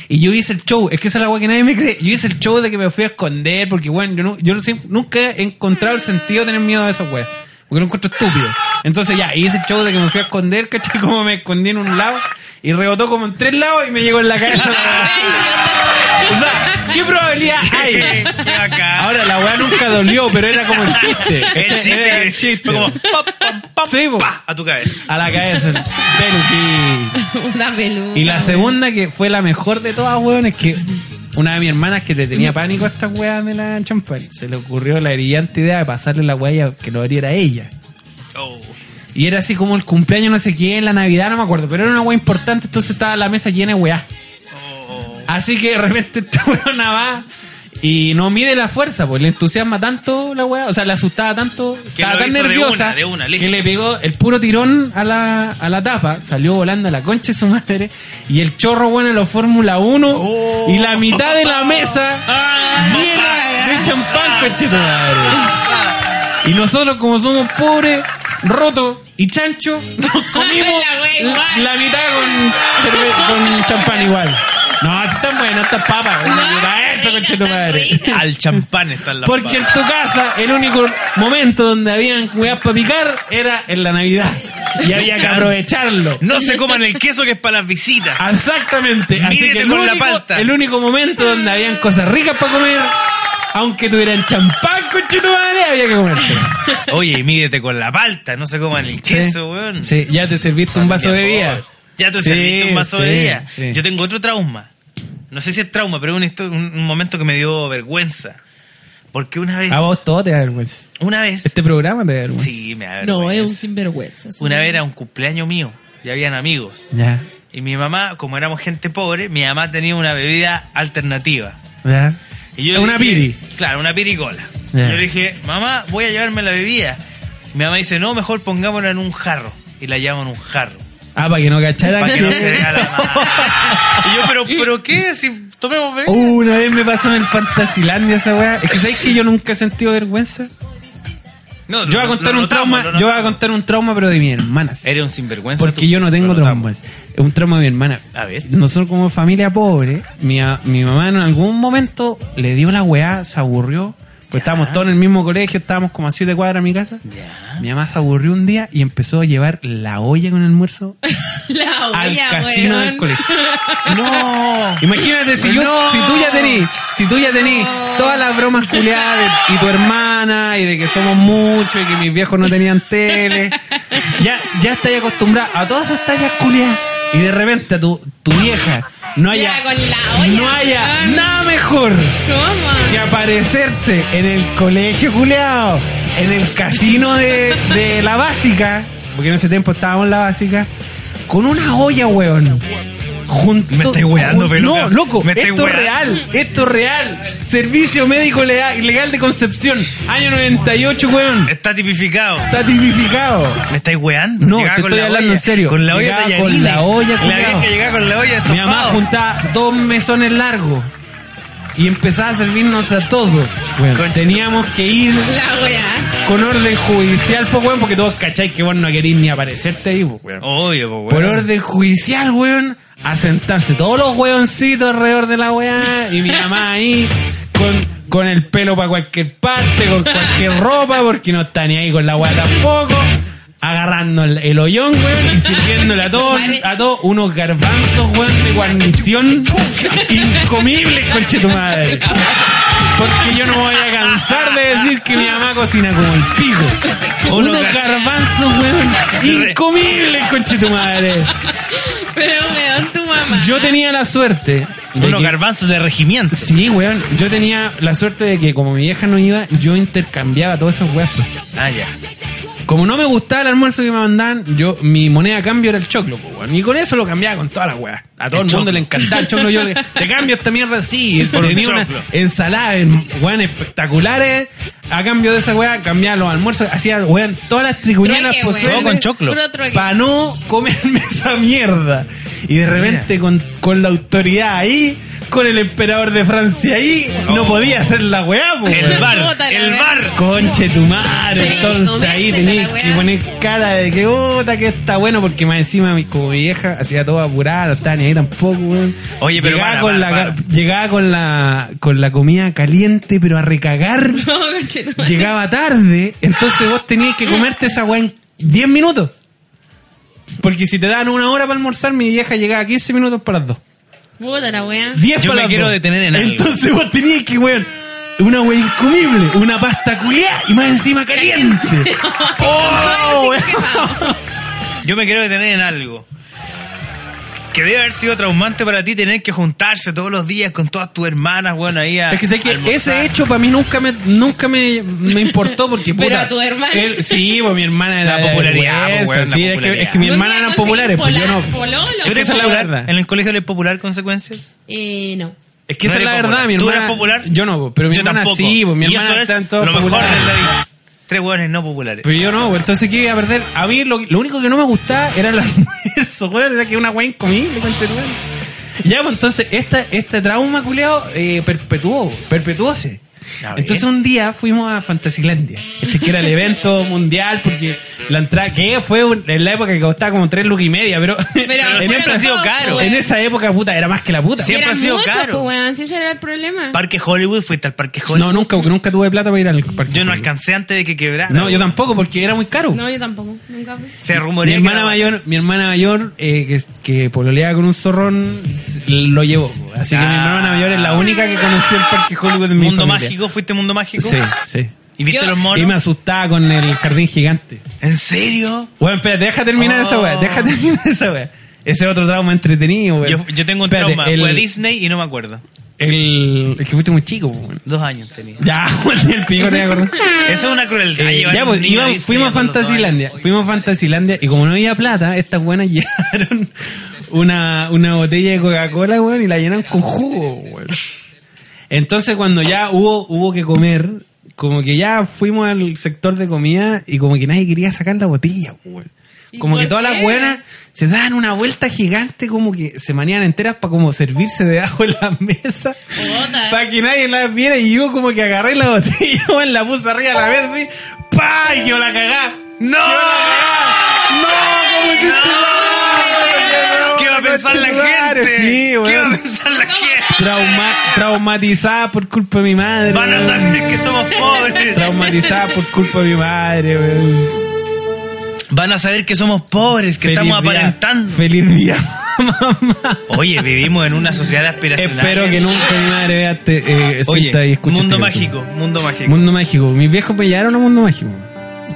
[SPEAKER 2] Y yo hice el show, es que esa es la weá que nadie me cree. Yo hice el show de que me fui a esconder, porque bueno, yo, nu- yo siem- nunca he encontrado el sentido de tener miedo a esas weas. Porque lo encuentro estúpido. Entonces ya, hice el show de que me fui a esconder, ¿cachai? Como me escondí en un lado y rebotó como en tres lados y me llegó en la cabeza.
[SPEAKER 5] Ay,
[SPEAKER 2] o sea, ¿Qué probabilidad hay? Ahora, la weá nunca dolió, pero era como el chiste.
[SPEAKER 3] El chiste,
[SPEAKER 2] Era
[SPEAKER 3] que-
[SPEAKER 2] el chiste.
[SPEAKER 3] Fue como pop, pop, pop,
[SPEAKER 2] Sí, po.
[SPEAKER 3] pa, a tu cabeza.
[SPEAKER 2] A la cabeza. Peluquín.
[SPEAKER 5] Una peluca.
[SPEAKER 2] Y la
[SPEAKER 5] weón.
[SPEAKER 2] segunda, que fue la mejor de todas, weón, es que una de mis hermanas que le tenía pánico a estas weas de la champán, se le ocurrió la brillante idea de pasarle la huella que lo abriera ella.
[SPEAKER 3] Oh.
[SPEAKER 2] Y era así como el cumpleaños, no sé quién, la Navidad, no me acuerdo, pero era una wea importante, entonces estaba la mesa llena de weas. Así que de repente esta weona va y no mide la fuerza, pues le entusiasma tanto la wea, o sea, le asustaba tanto,
[SPEAKER 3] Que
[SPEAKER 2] estaba
[SPEAKER 3] lo
[SPEAKER 2] tan
[SPEAKER 3] hizo de
[SPEAKER 2] nerviosa
[SPEAKER 3] una, de una, listo.
[SPEAKER 2] que le pegó el puro tirón a la, a la tapa, salió volando a la concha de su madre y el chorro bueno en la Fórmula 1
[SPEAKER 3] Oh.
[SPEAKER 2] y la mitad de la mesa
[SPEAKER 5] Ah,
[SPEAKER 2] llena
[SPEAKER 5] ah,
[SPEAKER 2] de champán, conchito Y nosotros, como somos pobres, rotos y chancho, nos comimos
[SPEAKER 5] La wea
[SPEAKER 2] la,
[SPEAKER 5] igual.
[SPEAKER 2] la mitad con, cerve- con champán igual. No, así están buenas estas papas.
[SPEAKER 5] No,
[SPEAKER 2] Mira
[SPEAKER 5] qué
[SPEAKER 2] esto,
[SPEAKER 5] rica,
[SPEAKER 2] conchito
[SPEAKER 5] tan
[SPEAKER 2] madre.
[SPEAKER 5] rica.
[SPEAKER 3] Al champán están las
[SPEAKER 2] Porque en
[SPEAKER 3] papas.
[SPEAKER 2] tu casa, el único momento donde habían hueás para picar era en la Navidad. Y había que aprovecharlo.
[SPEAKER 3] No se coman el queso que es para las visitas.
[SPEAKER 2] Exactamente. Así
[SPEAKER 3] Mídete
[SPEAKER 2] que el
[SPEAKER 3] con la
[SPEAKER 2] único,
[SPEAKER 3] palta.
[SPEAKER 2] el único momento donde habían cosas ricas para comer, aunque tuvieran champán, conchito madre, había que comerse.
[SPEAKER 3] Oye, y mídete con la palta, no se coman el queso, weón.
[SPEAKER 2] Sí, ya te serviste un vaso de bebida.
[SPEAKER 3] Ya te
[SPEAKER 2] Sí,
[SPEAKER 3] serviste un vaso de
[SPEAKER 2] sí,
[SPEAKER 3] bebida.
[SPEAKER 2] sí.
[SPEAKER 3] Yo tengo otro trauma. No sé si es trauma, pero es una histo- un, un momento que me dio vergüenza. Porque una vez,
[SPEAKER 2] A Ah, vos todo te da vergüenza.
[SPEAKER 3] una vez,
[SPEAKER 2] Este programa te da vergüenza.
[SPEAKER 3] sí, me
[SPEAKER 7] No,
[SPEAKER 3] da
[SPEAKER 7] es un
[SPEAKER 3] vergüenza.
[SPEAKER 7] sinvergüenza. sí.
[SPEAKER 3] Una vez era un cumpleaños mío, ya habían amigos.
[SPEAKER 2] Ya,
[SPEAKER 3] Y mi mamá, como éramos gente pobre, mi mamá tenía una bebida alternativa.
[SPEAKER 2] ya.
[SPEAKER 3] Y yo
[SPEAKER 2] Es
[SPEAKER 3] le
[SPEAKER 2] una
[SPEAKER 3] dije-
[SPEAKER 2] piri.
[SPEAKER 3] Claro, una piricola.
[SPEAKER 2] Ya.
[SPEAKER 3] Yo le dije, mamá, voy a llevarme la bebida. Mi mamá dice, no, mejor pongámosla en un jarro. Y la llevamos en un jarro.
[SPEAKER 2] Ah, para que no cacharan
[SPEAKER 3] Para que no se
[SPEAKER 2] que-
[SPEAKER 3] vea la mano. Y yo, pero, pero ¿qué? Si tomemos bebida.
[SPEAKER 2] Uh, una vez me pasó en el Fantasilandia esa weá. Es que sabéis que yo nunca he sentido vergüenza.
[SPEAKER 3] No,
[SPEAKER 2] Oh, Yo voy a
[SPEAKER 3] lo-
[SPEAKER 2] contar
[SPEAKER 3] lo
[SPEAKER 2] un
[SPEAKER 3] notamos,
[SPEAKER 2] trauma,
[SPEAKER 3] lo
[SPEAKER 2] yo voy a
[SPEAKER 3] notamos.
[SPEAKER 2] contar un trauma, pero de mis hermanas.
[SPEAKER 3] Eres un sinvergüenza.
[SPEAKER 2] Porque
[SPEAKER 3] tú.
[SPEAKER 2] yo no tengo
[SPEAKER 3] Lo notamos.
[SPEAKER 2] traumas. Es un trauma de mi hermana.
[SPEAKER 3] A ver.
[SPEAKER 2] Nosotros como familia pobre, mi, a- mi mamá en algún momento le dio la weá, se aburrió. Pues estábamos todos en el mismo colegio, estábamos como a siete cuadras de mi casa.
[SPEAKER 3] Ya.
[SPEAKER 2] Mi mamá se aburrió un día y empezó a llevar la olla con el almuerzo
[SPEAKER 5] La
[SPEAKER 2] al
[SPEAKER 5] olla,
[SPEAKER 2] casino
[SPEAKER 5] weón.
[SPEAKER 2] del colegio.
[SPEAKER 3] No.
[SPEAKER 2] Imagínate si, yo,
[SPEAKER 3] No.
[SPEAKER 2] si tú ya tenés, si tú ya tenés todas las bromas culiadas de- y tu hermana y de que somos muchos y que mis viejos no tenían tele, ya, ya estás acostumbrada a todas esas tallas culiadas y de repente a tu, tu vieja no haya,
[SPEAKER 5] Ya, con la olla,
[SPEAKER 2] no haya
[SPEAKER 5] weón.
[SPEAKER 2] nada mejor
[SPEAKER 5] ¿Cómo?
[SPEAKER 2] que aparecerse en el colegio culiado, en el casino de, de la básica, porque en ese tiempo estábamos en la básica, con una olla, weón. Junto-
[SPEAKER 3] Me estáis weando, peluca.
[SPEAKER 2] No, loco,
[SPEAKER 3] Me estáis
[SPEAKER 2] esto es
[SPEAKER 3] weando.
[SPEAKER 2] real, esto es real. Servicio médico legal, legal de Concepción, año 98, weón.
[SPEAKER 3] Está tipificado.
[SPEAKER 2] Está tipificado.
[SPEAKER 3] ¿Me estáis weando?
[SPEAKER 2] No,
[SPEAKER 3] Llegaba
[SPEAKER 2] te
[SPEAKER 3] con
[SPEAKER 2] estoy
[SPEAKER 3] la
[SPEAKER 2] hablando
[SPEAKER 3] olla.
[SPEAKER 2] en serio.
[SPEAKER 3] Con la olla
[SPEAKER 2] Llegaba
[SPEAKER 3] tallarina.
[SPEAKER 2] con la olla,
[SPEAKER 3] La
[SPEAKER 2] culiao.
[SPEAKER 3] vieja que llegaba con la olla de
[SPEAKER 2] Mi mamá
[SPEAKER 3] sopao.
[SPEAKER 2] juntaba dos mesones largos y empezaba a servirnos a todos. weón.
[SPEAKER 3] Concha.
[SPEAKER 2] Teníamos que ir
[SPEAKER 5] La weá.
[SPEAKER 2] con orden judicial, po, weón, porque todos cacháis que vos no querís ni aparecerte ahí, po, weón.
[SPEAKER 3] Obvio, po,
[SPEAKER 2] Por
[SPEAKER 3] weón.
[SPEAKER 2] orden judicial, weón, a sentarse todos los weoncitos alrededor de la weá y mi mamá ahí con, con el pelo para cualquier parte, con cualquier ropa, porque no está ni ahí con la weá tampoco. Agarrando el, el hoyón, weón, y sirviéndole a todos, a todos unos garbanzos, weón, de guarnición incomibles, conche tu madre. Porque yo no me voy a cansar de decir que mi mamá cocina como el pico.
[SPEAKER 3] Uno
[SPEAKER 2] Unos
[SPEAKER 3] gar-
[SPEAKER 2] garbanzos, weón, incomibles, conche tu madre.
[SPEAKER 5] Pero weón, tu mamá.
[SPEAKER 2] Yo tenía la suerte. de
[SPEAKER 3] Unos
[SPEAKER 2] que-
[SPEAKER 3] garbanzos de regimiento.
[SPEAKER 2] Sí, weón. Yo tenía la suerte de que como mi vieja no iba, yo intercambiaba todos esos weas. pues.
[SPEAKER 3] Ah, ya.
[SPEAKER 2] Como no me gustaba el almuerzo que me mandaban, yo, mi moneda a cambio era el choclo, po, weón. Y con eso lo cambiaba con todas las weas. A todo
[SPEAKER 3] El
[SPEAKER 2] el, mundo
[SPEAKER 3] choclo.
[SPEAKER 2] le encantaba el choclo. Yo le- te cambio esta mierda, sí.
[SPEAKER 3] Por un
[SPEAKER 2] tenía una
[SPEAKER 3] choclo.
[SPEAKER 2] ensalada, en- weón, espectaculares. A cambio de esa wea, cambiaba los almuerzos, hacía, weón, todas las tribuneras
[SPEAKER 5] Trueque, weón.
[SPEAKER 2] posibles.
[SPEAKER 3] Todo con choclo.
[SPEAKER 5] Puro trueque.
[SPEAKER 2] Para no comerme esa mierda. Y de repente con, con la autoridad ahí, con el emperador de Francia ahí, no podía hacer la weá, po,
[SPEAKER 3] Oh. El
[SPEAKER 2] weón.
[SPEAKER 3] bar.
[SPEAKER 5] Puta la
[SPEAKER 3] El
[SPEAKER 5] weá.
[SPEAKER 3] bar.
[SPEAKER 2] Conche tu madre,
[SPEAKER 5] Sí,
[SPEAKER 2] entonces ahí
[SPEAKER 5] coméntela
[SPEAKER 2] tenías
[SPEAKER 5] la
[SPEAKER 2] que
[SPEAKER 5] weá.
[SPEAKER 2] poner cara de que puta que está bueno, porque más encima mi- como mi vieja hacía todo apurada, no estaba ni ahí tampoco, weón.
[SPEAKER 3] Oye, pero
[SPEAKER 2] llegaba,
[SPEAKER 3] para,
[SPEAKER 2] con,
[SPEAKER 3] para,
[SPEAKER 2] la,
[SPEAKER 3] para.
[SPEAKER 2] llegaba con la con la comida caliente, pero a recagar,
[SPEAKER 5] No, conchetumare.
[SPEAKER 2] llegaba tarde, entonces vos tenías que comerte esa weá en 10 minutos. Porque si te dan una hora para almorzar, mi vieja llegaba 15 minutos para las dos.
[SPEAKER 5] Puta la wea.
[SPEAKER 2] Diez
[SPEAKER 3] Yo me
[SPEAKER 2] palabras.
[SPEAKER 3] quiero detener en algo.
[SPEAKER 2] Entonces vos tenías que, weón, una wea incomible, una pasta culiá y más encima caliente.
[SPEAKER 5] Todo
[SPEAKER 2] ¡Oh,
[SPEAKER 5] el hocico quemado.
[SPEAKER 3] Yo me quiero detener en algo. Que debe haber sido traumante para ti tener que juntarse todos los días con todas tus hermanas, weón, ahí a.
[SPEAKER 2] Es que sé que
[SPEAKER 3] a almorzar.
[SPEAKER 2] ese hecho para mí nunca me nunca me, me importó porque
[SPEAKER 5] Pero
[SPEAKER 2] puta.
[SPEAKER 5] a tu hermana.
[SPEAKER 2] él- sí, pues mi hermana era
[SPEAKER 3] La popularidad,
[SPEAKER 2] de
[SPEAKER 3] pues, weón, la
[SPEAKER 2] sí, es que,
[SPEAKER 3] popularidad.
[SPEAKER 2] es que mi
[SPEAKER 5] ¿Dónde
[SPEAKER 2] hermana
[SPEAKER 5] iba a
[SPEAKER 2] eran
[SPEAKER 5] conseguir
[SPEAKER 2] populares, pues yo no.
[SPEAKER 5] polar- pololo?
[SPEAKER 3] ¿Tú eres
[SPEAKER 2] Esa es la
[SPEAKER 3] popular?
[SPEAKER 2] verdad.
[SPEAKER 3] ¿En el colegio eres popular consecuencias?
[SPEAKER 5] Eh, no.
[SPEAKER 2] Es que
[SPEAKER 3] ¿No
[SPEAKER 2] esa es
[SPEAKER 3] eres
[SPEAKER 2] la
[SPEAKER 3] popular?
[SPEAKER 2] verdad, mi
[SPEAKER 3] ¿Tú
[SPEAKER 2] hermana.
[SPEAKER 3] eres popular?
[SPEAKER 2] Yo no, pero mi
[SPEAKER 3] Yo
[SPEAKER 2] hermana
[SPEAKER 3] tampoco.
[SPEAKER 2] sí, pues mi
[SPEAKER 3] y
[SPEAKER 2] hermana
[SPEAKER 3] eso es
[SPEAKER 2] están todas
[SPEAKER 3] lo mejor
[SPEAKER 2] populares.
[SPEAKER 3] del David. Tres weones no populares.
[SPEAKER 2] Pero yo no, pues, entonces ¿qué iba a perder? A mí lo, lo único que no me gustaba era el almuerzo, weón, era que una weá incomible, conchetumare. Ya, pues entonces esta, este trauma culeado eh, perpetuó, perpetuóse.
[SPEAKER 3] A ver.
[SPEAKER 2] Entonces un día fuimos a Fantasylandia, ese que era el evento mundial, porque la entrada que fue un- en la época que costaba como tres lucas y media, pero,
[SPEAKER 5] Pero
[SPEAKER 2] en,
[SPEAKER 3] siempre
[SPEAKER 2] esa,
[SPEAKER 3] ha sido
[SPEAKER 5] todo,
[SPEAKER 3] caro.
[SPEAKER 5] pues,
[SPEAKER 2] en
[SPEAKER 5] weón.
[SPEAKER 2] esa época puta era más que la puta.
[SPEAKER 3] Siempre
[SPEAKER 5] Eran
[SPEAKER 3] ha sido
[SPEAKER 5] muchos,
[SPEAKER 3] caro.
[SPEAKER 5] pues, weón, si ese era el problema.
[SPEAKER 3] Parque Hollywood, fuiste al Parque Hollywood.
[SPEAKER 2] No, nunca, nunca tuve plata para ir al parque.
[SPEAKER 3] Yo no alcancé antes de que quebrara.
[SPEAKER 2] No, yo tampoco, porque era muy caro.
[SPEAKER 5] No, yo tampoco. Nunca. fui.
[SPEAKER 3] Se
[SPEAKER 2] mi
[SPEAKER 3] rumorea. que
[SPEAKER 2] hermana
[SPEAKER 3] era-
[SPEAKER 2] mayor, mi hermana mayor eh, que, que pololeaba con un zorrón s- lo llevó. Así que mi
[SPEAKER 3] Ah.
[SPEAKER 2] hermana mayor es la única que conoció el parque Hollywood en mi
[SPEAKER 3] Mundo
[SPEAKER 2] familia.
[SPEAKER 3] mágico, fuiste mundo mágico.
[SPEAKER 2] Sí, sí.
[SPEAKER 3] ¿Y viste
[SPEAKER 5] Yo-
[SPEAKER 3] los
[SPEAKER 2] Y me
[SPEAKER 3] monos?
[SPEAKER 2] asustaba con el jardín gigante.
[SPEAKER 3] ¿En serio?
[SPEAKER 2] Bueno, espérate, deja terminar
[SPEAKER 3] Oh.
[SPEAKER 2] esa weá, deja terminar esa weá. Ese otro trauma entretenido, weá.
[SPEAKER 3] Yo, yo tengo un
[SPEAKER 2] Espérate,
[SPEAKER 3] trauma.
[SPEAKER 2] El,
[SPEAKER 3] Fue a Disney y no me acuerdo.
[SPEAKER 2] el, el que fuiste muy chico, weón.
[SPEAKER 3] Dos años tenía.
[SPEAKER 2] Ya, weón, el pico, te acordás.
[SPEAKER 3] Eso es una crueldad.
[SPEAKER 2] Eh,
[SPEAKER 3] llevar
[SPEAKER 2] ya,
[SPEAKER 3] un
[SPEAKER 2] pues,
[SPEAKER 3] niño
[SPEAKER 2] iba-
[SPEAKER 3] a Disney
[SPEAKER 2] fuimos a
[SPEAKER 3] los dos
[SPEAKER 2] Fantasylandia.
[SPEAKER 3] años.
[SPEAKER 2] Fuimos a Fantasylandia y como no había plata, estas buenas llenaron una, una botella de Coca-Cola, weón, y la llenaron con jugo, weón. Entonces cuando ya hubo, hubo que comer, como que ya fuimos al sector de comida y como que nadie quería sacar la botella, weón.
[SPEAKER 5] ¿Y
[SPEAKER 2] Como que
[SPEAKER 5] por
[SPEAKER 2] todas las
[SPEAKER 5] qué?
[SPEAKER 2] buenas se daban una vuelta gigante, como que se manían enteras para como servirse debajo de la mesa.
[SPEAKER 5] Puta.
[SPEAKER 2] Para que nadie la viera y yo como que agarré la botella, weón, la puse arriba de la mesa así, ¡pa! Y yo la cagá.
[SPEAKER 3] ¡No! ¿Qué va a pensar la gente?
[SPEAKER 2] Sí,
[SPEAKER 3] ¿Qué va a
[SPEAKER 2] weón.
[SPEAKER 3] pensar la gente?
[SPEAKER 2] Trauma, traumatizada por culpa de mi madre.
[SPEAKER 3] Van a
[SPEAKER 2] weón.
[SPEAKER 3] saber que somos pobres.
[SPEAKER 2] Traumatizada por culpa de mi madre, weón.
[SPEAKER 3] Van a saber que somos pobres, que
[SPEAKER 2] Feliz
[SPEAKER 3] estamos
[SPEAKER 2] día.
[SPEAKER 3] aparentando.
[SPEAKER 2] Feliz día, mamá.
[SPEAKER 3] Oye, vivimos en una sociedad aspiracional.
[SPEAKER 2] Espero que nunca mi madre vea este, eh, esta y
[SPEAKER 3] Oye,
[SPEAKER 2] escuche
[SPEAKER 3] mundo
[SPEAKER 2] este
[SPEAKER 3] mágico, mundo mágico.
[SPEAKER 2] Mundo mágico. Mis viejos me llevaron a Mundo Mágico.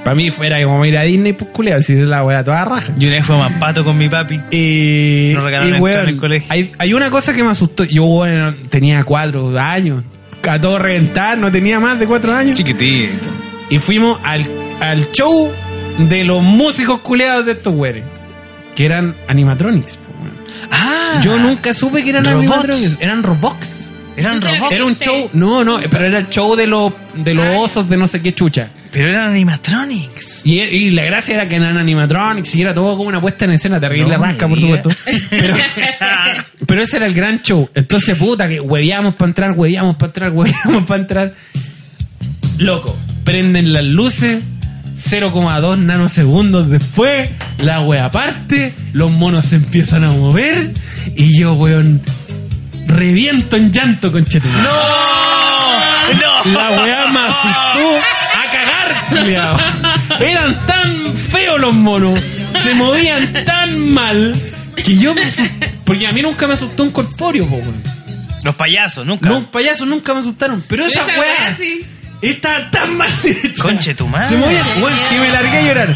[SPEAKER 2] Para mí fuera como ir a Disney, pues culeado, si es la wea toda raja.
[SPEAKER 3] Yo una vez fui a Mampato con mi papi.
[SPEAKER 2] Y,
[SPEAKER 3] Nos regalaron
[SPEAKER 2] y,
[SPEAKER 3] esto
[SPEAKER 2] weón,
[SPEAKER 3] en el colegio.
[SPEAKER 2] Hay, hay una cosa que me asustó. Yo bueno, tenía cuatro años. A todo reventar, no tenía más de cuatro años.
[SPEAKER 3] Chiquitito.
[SPEAKER 2] Y fuimos al, al show de los músicos culeados de estos güeyes. Que eran animatronics. po, weón.
[SPEAKER 3] Ah,
[SPEAKER 2] Yo nunca supe que eran
[SPEAKER 3] Robots.
[SPEAKER 2] animatronics. Eran robots.
[SPEAKER 3] Eran
[SPEAKER 5] Tú te la
[SPEAKER 3] robots.
[SPEAKER 2] Era un
[SPEAKER 5] Sí.
[SPEAKER 2] show. No, no, pero era el show de los, de los
[SPEAKER 5] Ah.
[SPEAKER 2] osos de no sé qué chucha.
[SPEAKER 3] Pero eran animatronics.
[SPEAKER 2] Y, y la gracia era que eran animatronics y era todo como una puesta en escena, terrible
[SPEAKER 3] No me
[SPEAKER 2] rasca, por
[SPEAKER 3] digas.
[SPEAKER 2] supuesto. Pero, pero ese era el gran show. Entonces, puta, que hueveamos para entrar, hueveamos para entrar, hueveamos para entrar. Loco, prenden las luces, 0,2 nanosegundos después, la wea parte, los monos se empiezan a mover y yo, weón, reviento en llanto, conchetumare.
[SPEAKER 3] ¡No! ¡No!
[SPEAKER 2] La weá me asustó a cagar, culiao. Eran tan feos los monos, se movían tan mal, que yo me asusté. Porque a mí nunca me asustó un corpóreo, po, weón.
[SPEAKER 3] Los payasos, nunca.
[SPEAKER 2] No, un payaso nunca me asustaron, pero esa,
[SPEAKER 5] Esa
[SPEAKER 2] weá,
[SPEAKER 5] weá, sí.
[SPEAKER 2] está tan mal hecha.
[SPEAKER 3] Conche tu madre.
[SPEAKER 2] Se movían, weón, que me largué a llorar.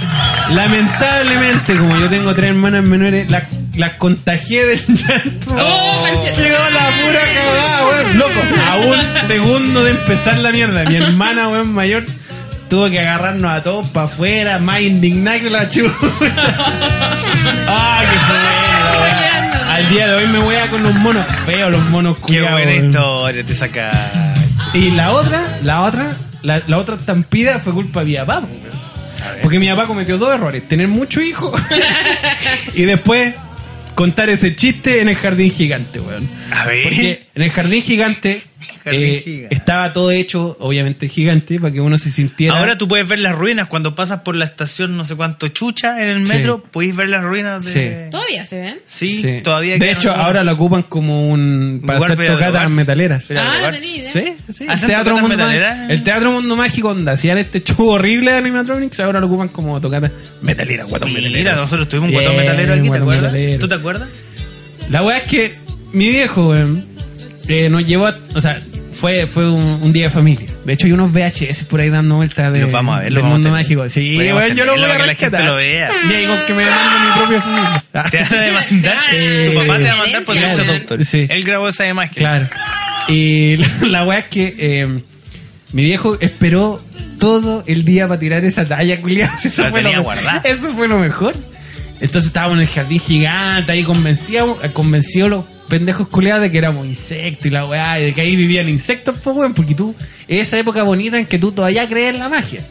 [SPEAKER 2] Lamentablemente, como yo tengo tres hermanas menores, las las contagié del llanto.
[SPEAKER 5] ¡Oh, conchetumare!
[SPEAKER 2] Quedó la pura
[SPEAKER 3] Ah,
[SPEAKER 2] cagada, weón. Loco, a un segundo de empezar la mierda. Mi hermana, weón, mayor, tuvo que agarrarnos a todos para afuera, más indignada que la chucha. Ah, qué
[SPEAKER 5] Sigo
[SPEAKER 2] fue.
[SPEAKER 5] llorando.
[SPEAKER 2] Al día de hoy me voy a con los monos feos, los monos
[SPEAKER 3] Qué
[SPEAKER 2] culiados,
[SPEAKER 3] buena
[SPEAKER 2] weón.
[SPEAKER 3] historia te saca.
[SPEAKER 2] Y la otra, la otra, la, la otra estampida fue culpa de mi papá. weón. Porque mi papá cometió dos errores, tener mucho hijo y después contar ese chiste en el jardín gigante, weón.
[SPEAKER 3] A ver.
[SPEAKER 2] Porque en el jardín gigante,
[SPEAKER 3] ¿Eh? Jardín
[SPEAKER 2] eh,
[SPEAKER 3] gigante.
[SPEAKER 2] estaba todo hecho, obviamente gigante, para que uno se sintiera...
[SPEAKER 3] Ahora tú puedes ver las ruinas cuando pasas por la estación no sé cuánto chucha en el metro, puedes ver las ruinas de...
[SPEAKER 5] Todavía se ven.
[SPEAKER 3] Sí,
[SPEAKER 2] Sí.
[SPEAKER 3] todavía
[SPEAKER 2] De
[SPEAKER 3] quedan
[SPEAKER 2] hecho,
[SPEAKER 3] algunas.
[SPEAKER 2] ahora lo ocupan como un... Para
[SPEAKER 3] lugar
[SPEAKER 2] hacer
[SPEAKER 3] para
[SPEAKER 2] tocatas
[SPEAKER 3] drogarse.
[SPEAKER 2] metaleras.
[SPEAKER 3] Pero
[SPEAKER 5] Ah, no
[SPEAKER 3] lugar-
[SPEAKER 5] tenía idea.
[SPEAKER 2] Sí, sí. El
[SPEAKER 3] ¿Hacen
[SPEAKER 2] teatro,
[SPEAKER 3] tocatas
[SPEAKER 2] mundo
[SPEAKER 3] metaleras?
[SPEAKER 2] Mágico, el teatro Mundo Mágico, donde hacían este show horrible de animatronics, ahora lo ocupan como tocata metalera, guatón
[SPEAKER 3] Mira,
[SPEAKER 2] metalero.
[SPEAKER 3] nosotros tuvimos un guatón metalero aquí, ¿te
[SPEAKER 2] Bien,
[SPEAKER 3] acuerdas?
[SPEAKER 2] guatón metalero.
[SPEAKER 3] ¿Tú te acuerdas?
[SPEAKER 2] La weá es que mi viejo, weón, eh, nos llevó a, O sea, fue, fue un, un día de familia. De hecho, hay unos VHS por ahí dando vueltas de.
[SPEAKER 3] Los vamos a ver, los
[SPEAKER 2] del
[SPEAKER 3] vamos
[SPEAKER 2] mundo
[SPEAKER 3] a tener.
[SPEAKER 2] mágico. Sí,
[SPEAKER 3] Podríamos
[SPEAKER 2] weón, yo lo voy
[SPEAKER 3] tenerlo
[SPEAKER 2] a
[SPEAKER 3] para que la gente
[SPEAKER 2] rescatar.
[SPEAKER 3] lo vea.
[SPEAKER 2] Ya digo que me mande mi propia familia. Ah,
[SPEAKER 3] Te van a demandar.
[SPEAKER 5] Te
[SPEAKER 3] Tu
[SPEAKER 5] van a
[SPEAKER 3] papá te va a
[SPEAKER 5] demandar
[SPEAKER 3] mandar por
[SPEAKER 5] herencia,
[SPEAKER 3] derechos de
[SPEAKER 5] weón.
[SPEAKER 3] autor.
[SPEAKER 2] Sí.
[SPEAKER 3] Él grabó esa imagen.
[SPEAKER 2] Claro. Y la, la weá es que eh, mi viejo esperó todo el día para tirar esa talla, culiado. Eso,
[SPEAKER 3] La
[SPEAKER 2] fue lo
[SPEAKER 3] tenía
[SPEAKER 2] me-
[SPEAKER 3] guardada.
[SPEAKER 2] eso fue lo mejor. Entonces estábamos en el jardín gigante, ahí convencido, convenció los pendejos culiados de que éramos insectos y la weá, y de que ahí vivían insectos, pues weón, porque tú, esa época bonita en que tú todavía crees en la magia.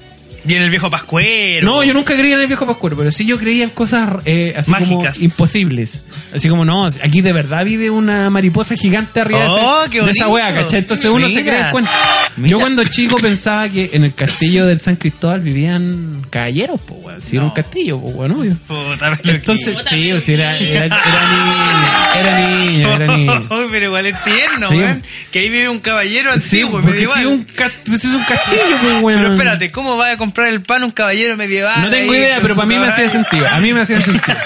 [SPEAKER 3] Y en el viejo Pascuero.
[SPEAKER 2] No, yo nunca creía en el viejo Pascuero, pero sí yo creía en cosas eh, así
[SPEAKER 3] Mágicas.
[SPEAKER 2] como imposibles. Así como, no, aquí de verdad vive una mariposa gigante arriba
[SPEAKER 3] Oh,
[SPEAKER 2] de, ese-
[SPEAKER 3] qué
[SPEAKER 2] de esa
[SPEAKER 3] bonito.
[SPEAKER 2] wea, ¿cachai? Entonces uno se
[SPEAKER 3] Mira.
[SPEAKER 2] cree en cuenta. Yo
[SPEAKER 3] Mira.
[SPEAKER 2] cuando chico pensaba que en el castillo del San Cristóbal vivían caballeros, pues, weón. Si era
[SPEAKER 3] No.
[SPEAKER 2] un castillo, pues, weón, obvio.
[SPEAKER 3] Puta, me lo
[SPEAKER 2] Entonces,
[SPEAKER 5] Puta,
[SPEAKER 2] sí,
[SPEAKER 5] pero
[SPEAKER 2] o sea, era,
[SPEAKER 5] sí.
[SPEAKER 2] era, era niño, era niño, era niño.
[SPEAKER 3] Oh, pero igual es tierno,
[SPEAKER 2] Sí.
[SPEAKER 3] weón. Que ahí vive un caballero
[SPEAKER 2] Sí,
[SPEAKER 3] antiguo,
[SPEAKER 2] porque
[SPEAKER 3] medieval.
[SPEAKER 2] si un, cas- si un castillo, pues, weón.
[SPEAKER 3] Pero espérate, ¿cómo va a comprar el pan un caballero medieval?
[SPEAKER 2] No tengo
[SPEAKER 3] ahí
[SPEAKER 2] idea,
[SPEAKER 3] con
[SPEAKER 2] pero
[SPEAKER 3] su
[SPEAKER 2] para mí me
[SPEAKER 3] caballo?
[SPEAKER 2] hacía sentido. A mí me hacía sentido.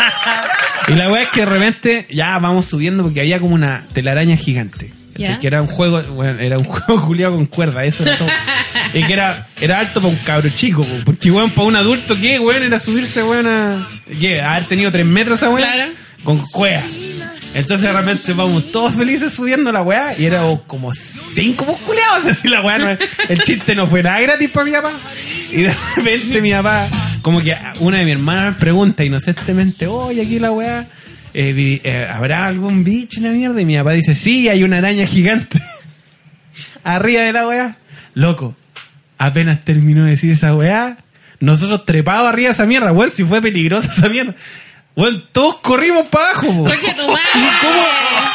[SPEAKER 2] Y la weá es que de repente ya vamos subiendo porque había como una telaraña gigante. ¿cachai?
[SPEAKER 5] Ya.
[SPEAKER 2] Que era un juego, bueno, era un juego culiado con cuerda, eso era todo. y que era, era alto para un cabro chico, po, porque weón, para un adulto, ¿qué weón? Era subirse weón a. ¿Qué? A haber tenido tres metros esa weá.
[SPEAKER 5] Claro.
[SPEAKER 2] Con cueva. Entonces realmente vamos todos felices subiendo la weá y éramos como cinco musculeados así la weá. no es- el chiste no fue nada gratis para mi papá. Y de repente mi papá, como que una de mis hermanas pregunta inocentemente, oye aquí la weá, eh, vi- eh, ¿habrá algún bicho en la mierda? Y mi papá dice, sí, hay una araña gigante. Arriba de la weá. Loco, apenas terminó de decir esa weá, nosotros trepados arriba de esa mierda, weón, si fue peligrosa esa mierda. Weón, todos corrimos para abajo, po.
[SPEAKER 5] Conche tu madre.
[SPEAKER 2] ¿Y cómo,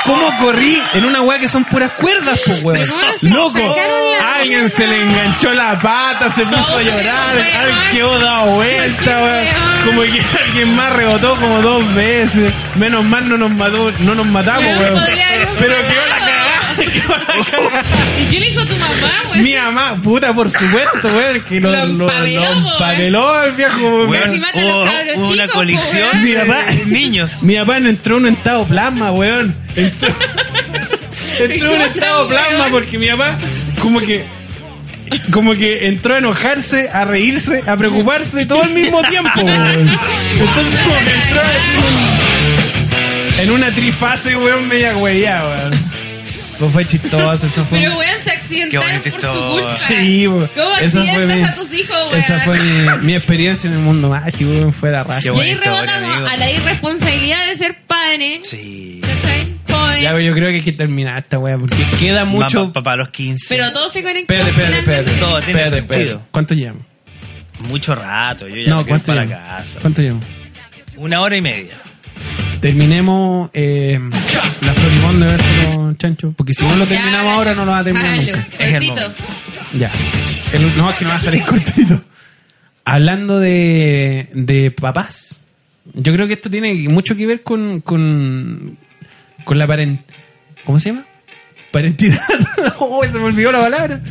[SPEAKER 2] cómo corrí en una weá que son puras cuerdas, po, weón?
[SPEAKER 5] ¿Cómo se
[SPEAKER 2] Loco,
[SPEAKER 5] sacaron la
[SPEAKER 2] alguien se le enganchó la pata, se puso a
[SPEAKER 5] sí,
[SPEAKER 2] llorar,
[SPEAKER 5] weón.
[SPEAKER 2] alguien quedó dado vuelta,
[SPEAKER 5] ¿Por qué,
[SPEAKER 2] weón.
[SPEAKER 5] weón?
[SPEAKER 2] Como que alguien más rebotó como dos veces. Menos mal no nos mató, no nos matamos,
[SPEAKER 5] Weón,
[SPEAKER 2] weón.
[SPEAKER 5] podría haber un
[SPEAKER 2] Pero quedó la
[SPEAKER 5] cagado.
[SPEAKER 2] cagada, quedó la cagada.
[SPEAKER 5] ¿Y qué le hizo tu mamá, güey?
[SPEAKER 2] Mi mamá, puta, por supuesto, weón, que lo,
[SPEAKER 5] Pues Lo
[SPEAKER 2] lo,
[SPEAKER 5] empapeló,
[SPEAKER 2] lo
[SPEAKER 5] po,
[SPEAKER 2] empapeló el viejo,
[SPEAKER 3] Weón,
[SPEAKER 2] weón.
[SPEAKER 5] Casi mata a los
[SPEAKER 3] hubo-
[SPEAKER 5] cabros
[SPEAKER 3] hubo una
[SPEAKER 5] chicos,
[SPEAKER 3] colección
[SPEAKER 5] po,
[SPEAKER 2] weón. Mi papá-
[SPEAKER 3] de niños.
[SPEAKER 2] Mi papá no entró en un estado plasma, weón. Entró, entró en un estado plasma porque mi papá, como que. Como que entró a enojarse, a reírse, a preocuparse todo al mismo tiempo, weón. Entonces, como que entró en, en una trifase, weón, media hueá, weón. Pues fue chistoso, eso fue.
[SPEAKER 5] Pero, weón, se
[SPEAKER 3] Qué
[SPEAKER 5] accidentaron
[SPEAKER 3] bonita
[SPEAKER 5] por su
[SPEAKER 3] historia.
[SPEAKER 5] culpa.
[SPEAKER 2] Sí, weón.
[SPEAKER 5] ¿Cómo
[SPEAKER 2] Esa fue
[SPEAKER 5] accidentas
[SPEAKER 2] mi-
[SPEAKER 5] a tus hijos, weón?
[SPEAKER 2] Esa fue mi, mi experiencia en el mundo mágico, weón, fue la raja.
[SPEAKER 3] Qué
[SPEAKER 5] Y ahí
[SPEAKER 3] buena historia, amigo.
[SPEAKER 5] rebotamos a la irresponsabilidad de ser padre.
[SPEAKER 3] Sí.
[SPEAKER 5] ¿Cachai? Joven.
[SPEAKER 2] Ya, pero yo creo que hay que terminar esta weá, porque queda mucho.
[SPEAKER 3] Mamá, papá, a los 15.
[SPEAKER 5] Pero todo se conectó.
[SPEAKER 2] Espérate, espérate, espérate.
[SPEAKER 5] finalmente.
[SPEAKER 3] Todo tiene
[SPEAKER 2] Espérate,
[SPEAKER 3] sentido.
[SPEAKER 2] espérate. ¿Cuánto llevamos?
[SPEAKER 3] Mucho rato. Yo ya me quiero ir para
[SPEAKER 2] llevamos?
[SPEAKER 3] casa.
[SPEAKER 2] ¿Cuánto llevamos?
[SPEAKER 3] Una hora y media.
[SPEAKER 2] Terminemos eh, la Floribón de verse con Chancho. Porque si no lo terminamos
[SPEAKER 5] Ya,
[SPEAKER 2] ahora, no lo va a terminar
[SPEAKER 5] hágalo,
[SPEAKER 2] nunca.
[SPEAKER 3] Es el
[SPEAKER 5] cortito.
[SPEAKER 3] momento.
[SPEAKER 2] Ya. El- no, es que no va a salir cortito. Hablando de, de papás, yo creo que esto tiene mucho que ver con, con, con la parent... ¿Cómo se llama? Parentidad. oh, se me olvidó la palabra.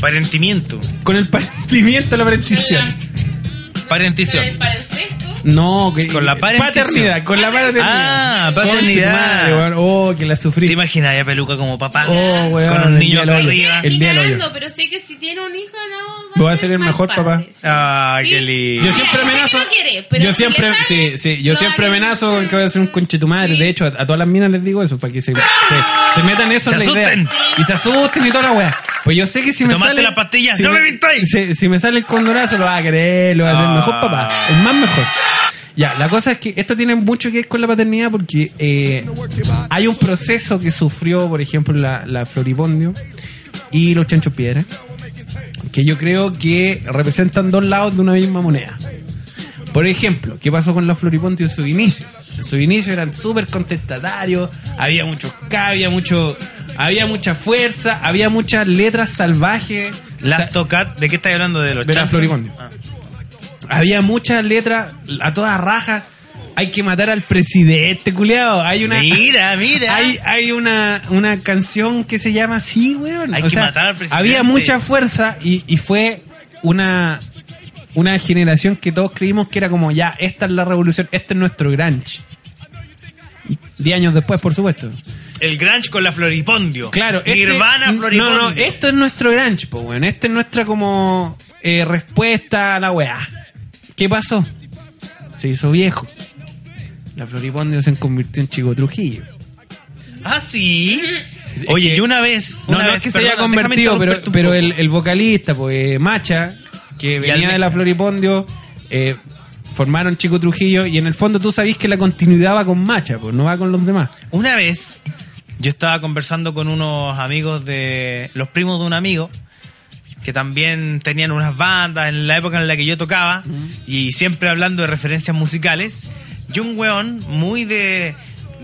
[SPEAKER 3] Parentimiento.
[SPEAKER 2] Con el parentimiento, la parentición.
[SPEAKER 5] Con
[SPEAKER 3] Parentición.
[SPEAKER 5] el parentesco.
[SPEAKER 2] No, que,
[SPEAKER 3] Con la parentición.
[SPEAKER 2] paternidad, con la paternidad.
[SPEAKER 3] Ah,
[SPEAKER 2] Conche tu madre,
[SPEAKER 3] paternidad.
[SPEAKER 2] weón. Oh, que la
[SPEAKER 3] ¿Te
[SPEAKER 2] sufrí.
[SPEAKER 3] imaginas a Peluca como papá?
[SPEAKER 2] Oh, weón,
[SPEAKER 3] Con un
[SPEAKER 2] el
[SPEAKER 3] niño
[SPEAKER 2] día del
[SPEAKER 3] acá
[SPEAKER 2] hoyo.
[SPEAKER 5] Ay,
[SPEAKER 3] arriba.
[SPEAKER 5] que
[SPEAKER 2] El
[SPEAKER 5] ni
[SPEAKER 2] día del hoyo.
[SPEAKER 5] cagando, pero sé que si tiene un hijo, no.
[SPEAKER 2] Voy a ser el
[SPEAKER 5] mal
[SPEAKER 2] mejor
[SPEAKER 5] padre,
[SPEAKER 2] papá.
[SPEAKER 5] sí.
[SPEAKER 3] Ay, qué
[SPEAKER 5] Sí.
[SPEAKER 3] lindo.
[SPEAKER 2] Yo
[SPEAKER 5] Mira,
[SPEAKER 2] siempre
[SPEAKER 5] yo sé
[SPEAKER 2] amenazo.
[SPEAKER 5] que no quiere, pero
[SPEAKER 2] yo
[SPEAKER 5] si le
[SPEAKER 2] siempre,
[SPEAKER 5] sale,
[SPEAKER 2] sí, sí, yo
[SPEAKER 5] lo
[SPEAKER 2] siempre
[SPEAKER 5] haga.
[SPEAKER 2] amenazo con que voy a ser un conchetumadre.
[SPEAKER 5] Sí.
[SPEAKER 2] De hecho, a, a todas las minas les digo eso, para que se, se, se metan eso
[SPEAKER 3] Se
[SPEAKER 2] en la idea.
[SPEAKER 3] asusten.
[SPEAKER 2] Y se asusten y toda la weá. Pues yo sé que si me
[SPEAKER 3] tomaste
[SPEAKER 2] sale.
[SPEAKER 3] la pastilla,
[SPEAKER 2] si
[SPEAKER 3] ¡no me mintáis!
[SPEAKER 2] Si, si me sale el condorazo, lo va a querer, lo va a hacer
[SPEAKER 3] Ah.
[SPEAKER 2] mejor papá. Es más mejor. Ya, la cosa es que esto tiene mucho que ver con la paternidad porque eh, hay un proceso que sufrió, por ejemplo, la, la Floripondio y los chanchos piedra, que yo creo que representan dos lados de una misma moneda. Por ejemplo, ¿qué pasó con los floripondios en sus inicios? En sus inicios eran súper contestatarios, había muchos K, había mucho, había mucha fuerza, había muchas letras salvajes.
[SPEAKER 3] Las
[SPEAKER 2] Sa-
[SPEAKER 3] tocat, ¿de qué estás hablando? De los
[SPEAKER 2] De la
[SPEAKER 3] chanchos?
[SPEAKER 2] Floripondio.
[SPEAKER 3] Ah.
[SPEAKER 2] había muchas letras a toda raja. Hay que matar al presidente, culiao. Hay una.
[SPEAKER 3] Mira, mira.
[SPEAKER 2] Hay, hay una, una canción que se llama así, weón.
[SPEAKER 3] Hay que matar al presidente.
[SPEAKER 2] Había mucha fuerza y, y fue una, una generación que todos creímos que era como ya, esta es la revolución, este es nuestro grunge. Diez años después, por supuesto.
[SPEAKER 3] el grunge con la floripondio.
[SPEAKER 2] Claro, este-
[SPEAKER 3] Nirvana floripondio.
[SPEAKER 2] No, no, esto es nuestro grunge, po, weón. Esta es nuestra como eh, respuesta a la weá. ¿Qué pasó? Se hizo viejo. La floripondio se convirtió en Chico Trujillo.
[SPEAKER 3] Ah, sí.
[SPEAKER 2] Es
[SPEAKER 3] Oye,
[SPEAKER 2] que-
[SPEAKER 3] y una vez.
[SPEAKER 2] No,
[SPEAKER 3] una
[SPEAKER 2] no
[SPEAKER 3] vez,
[SPEAKER 2] es que se
[SPEAKER 3] perdona,
[SPEAKER 2] haya
[SPEAKER 3] déjame
[SPEAKER 2] convertido, pero,
[SPEAKER 3] interrumpirte un
[SPEAKER 2] pero
[SPEAKER 3] poco.
[SPEAKER 2] el, el vocalista, pues Macha, que venía
[SPEAKER 3] Almeja.
[SPEAKER 2] de la Floripondio, eh, formaron Chico Trujillo y en el fondo tú sabís que la continuidad va con Macha, pues no va con los demás.
[SPEAKER 3] Una vez yo estaba conversando con unos amigos de. los primos de un amigo que también tenían unas bandas en la época en la que yo tocaba y siempre hablando de referencias musicales. Y un weón muy de,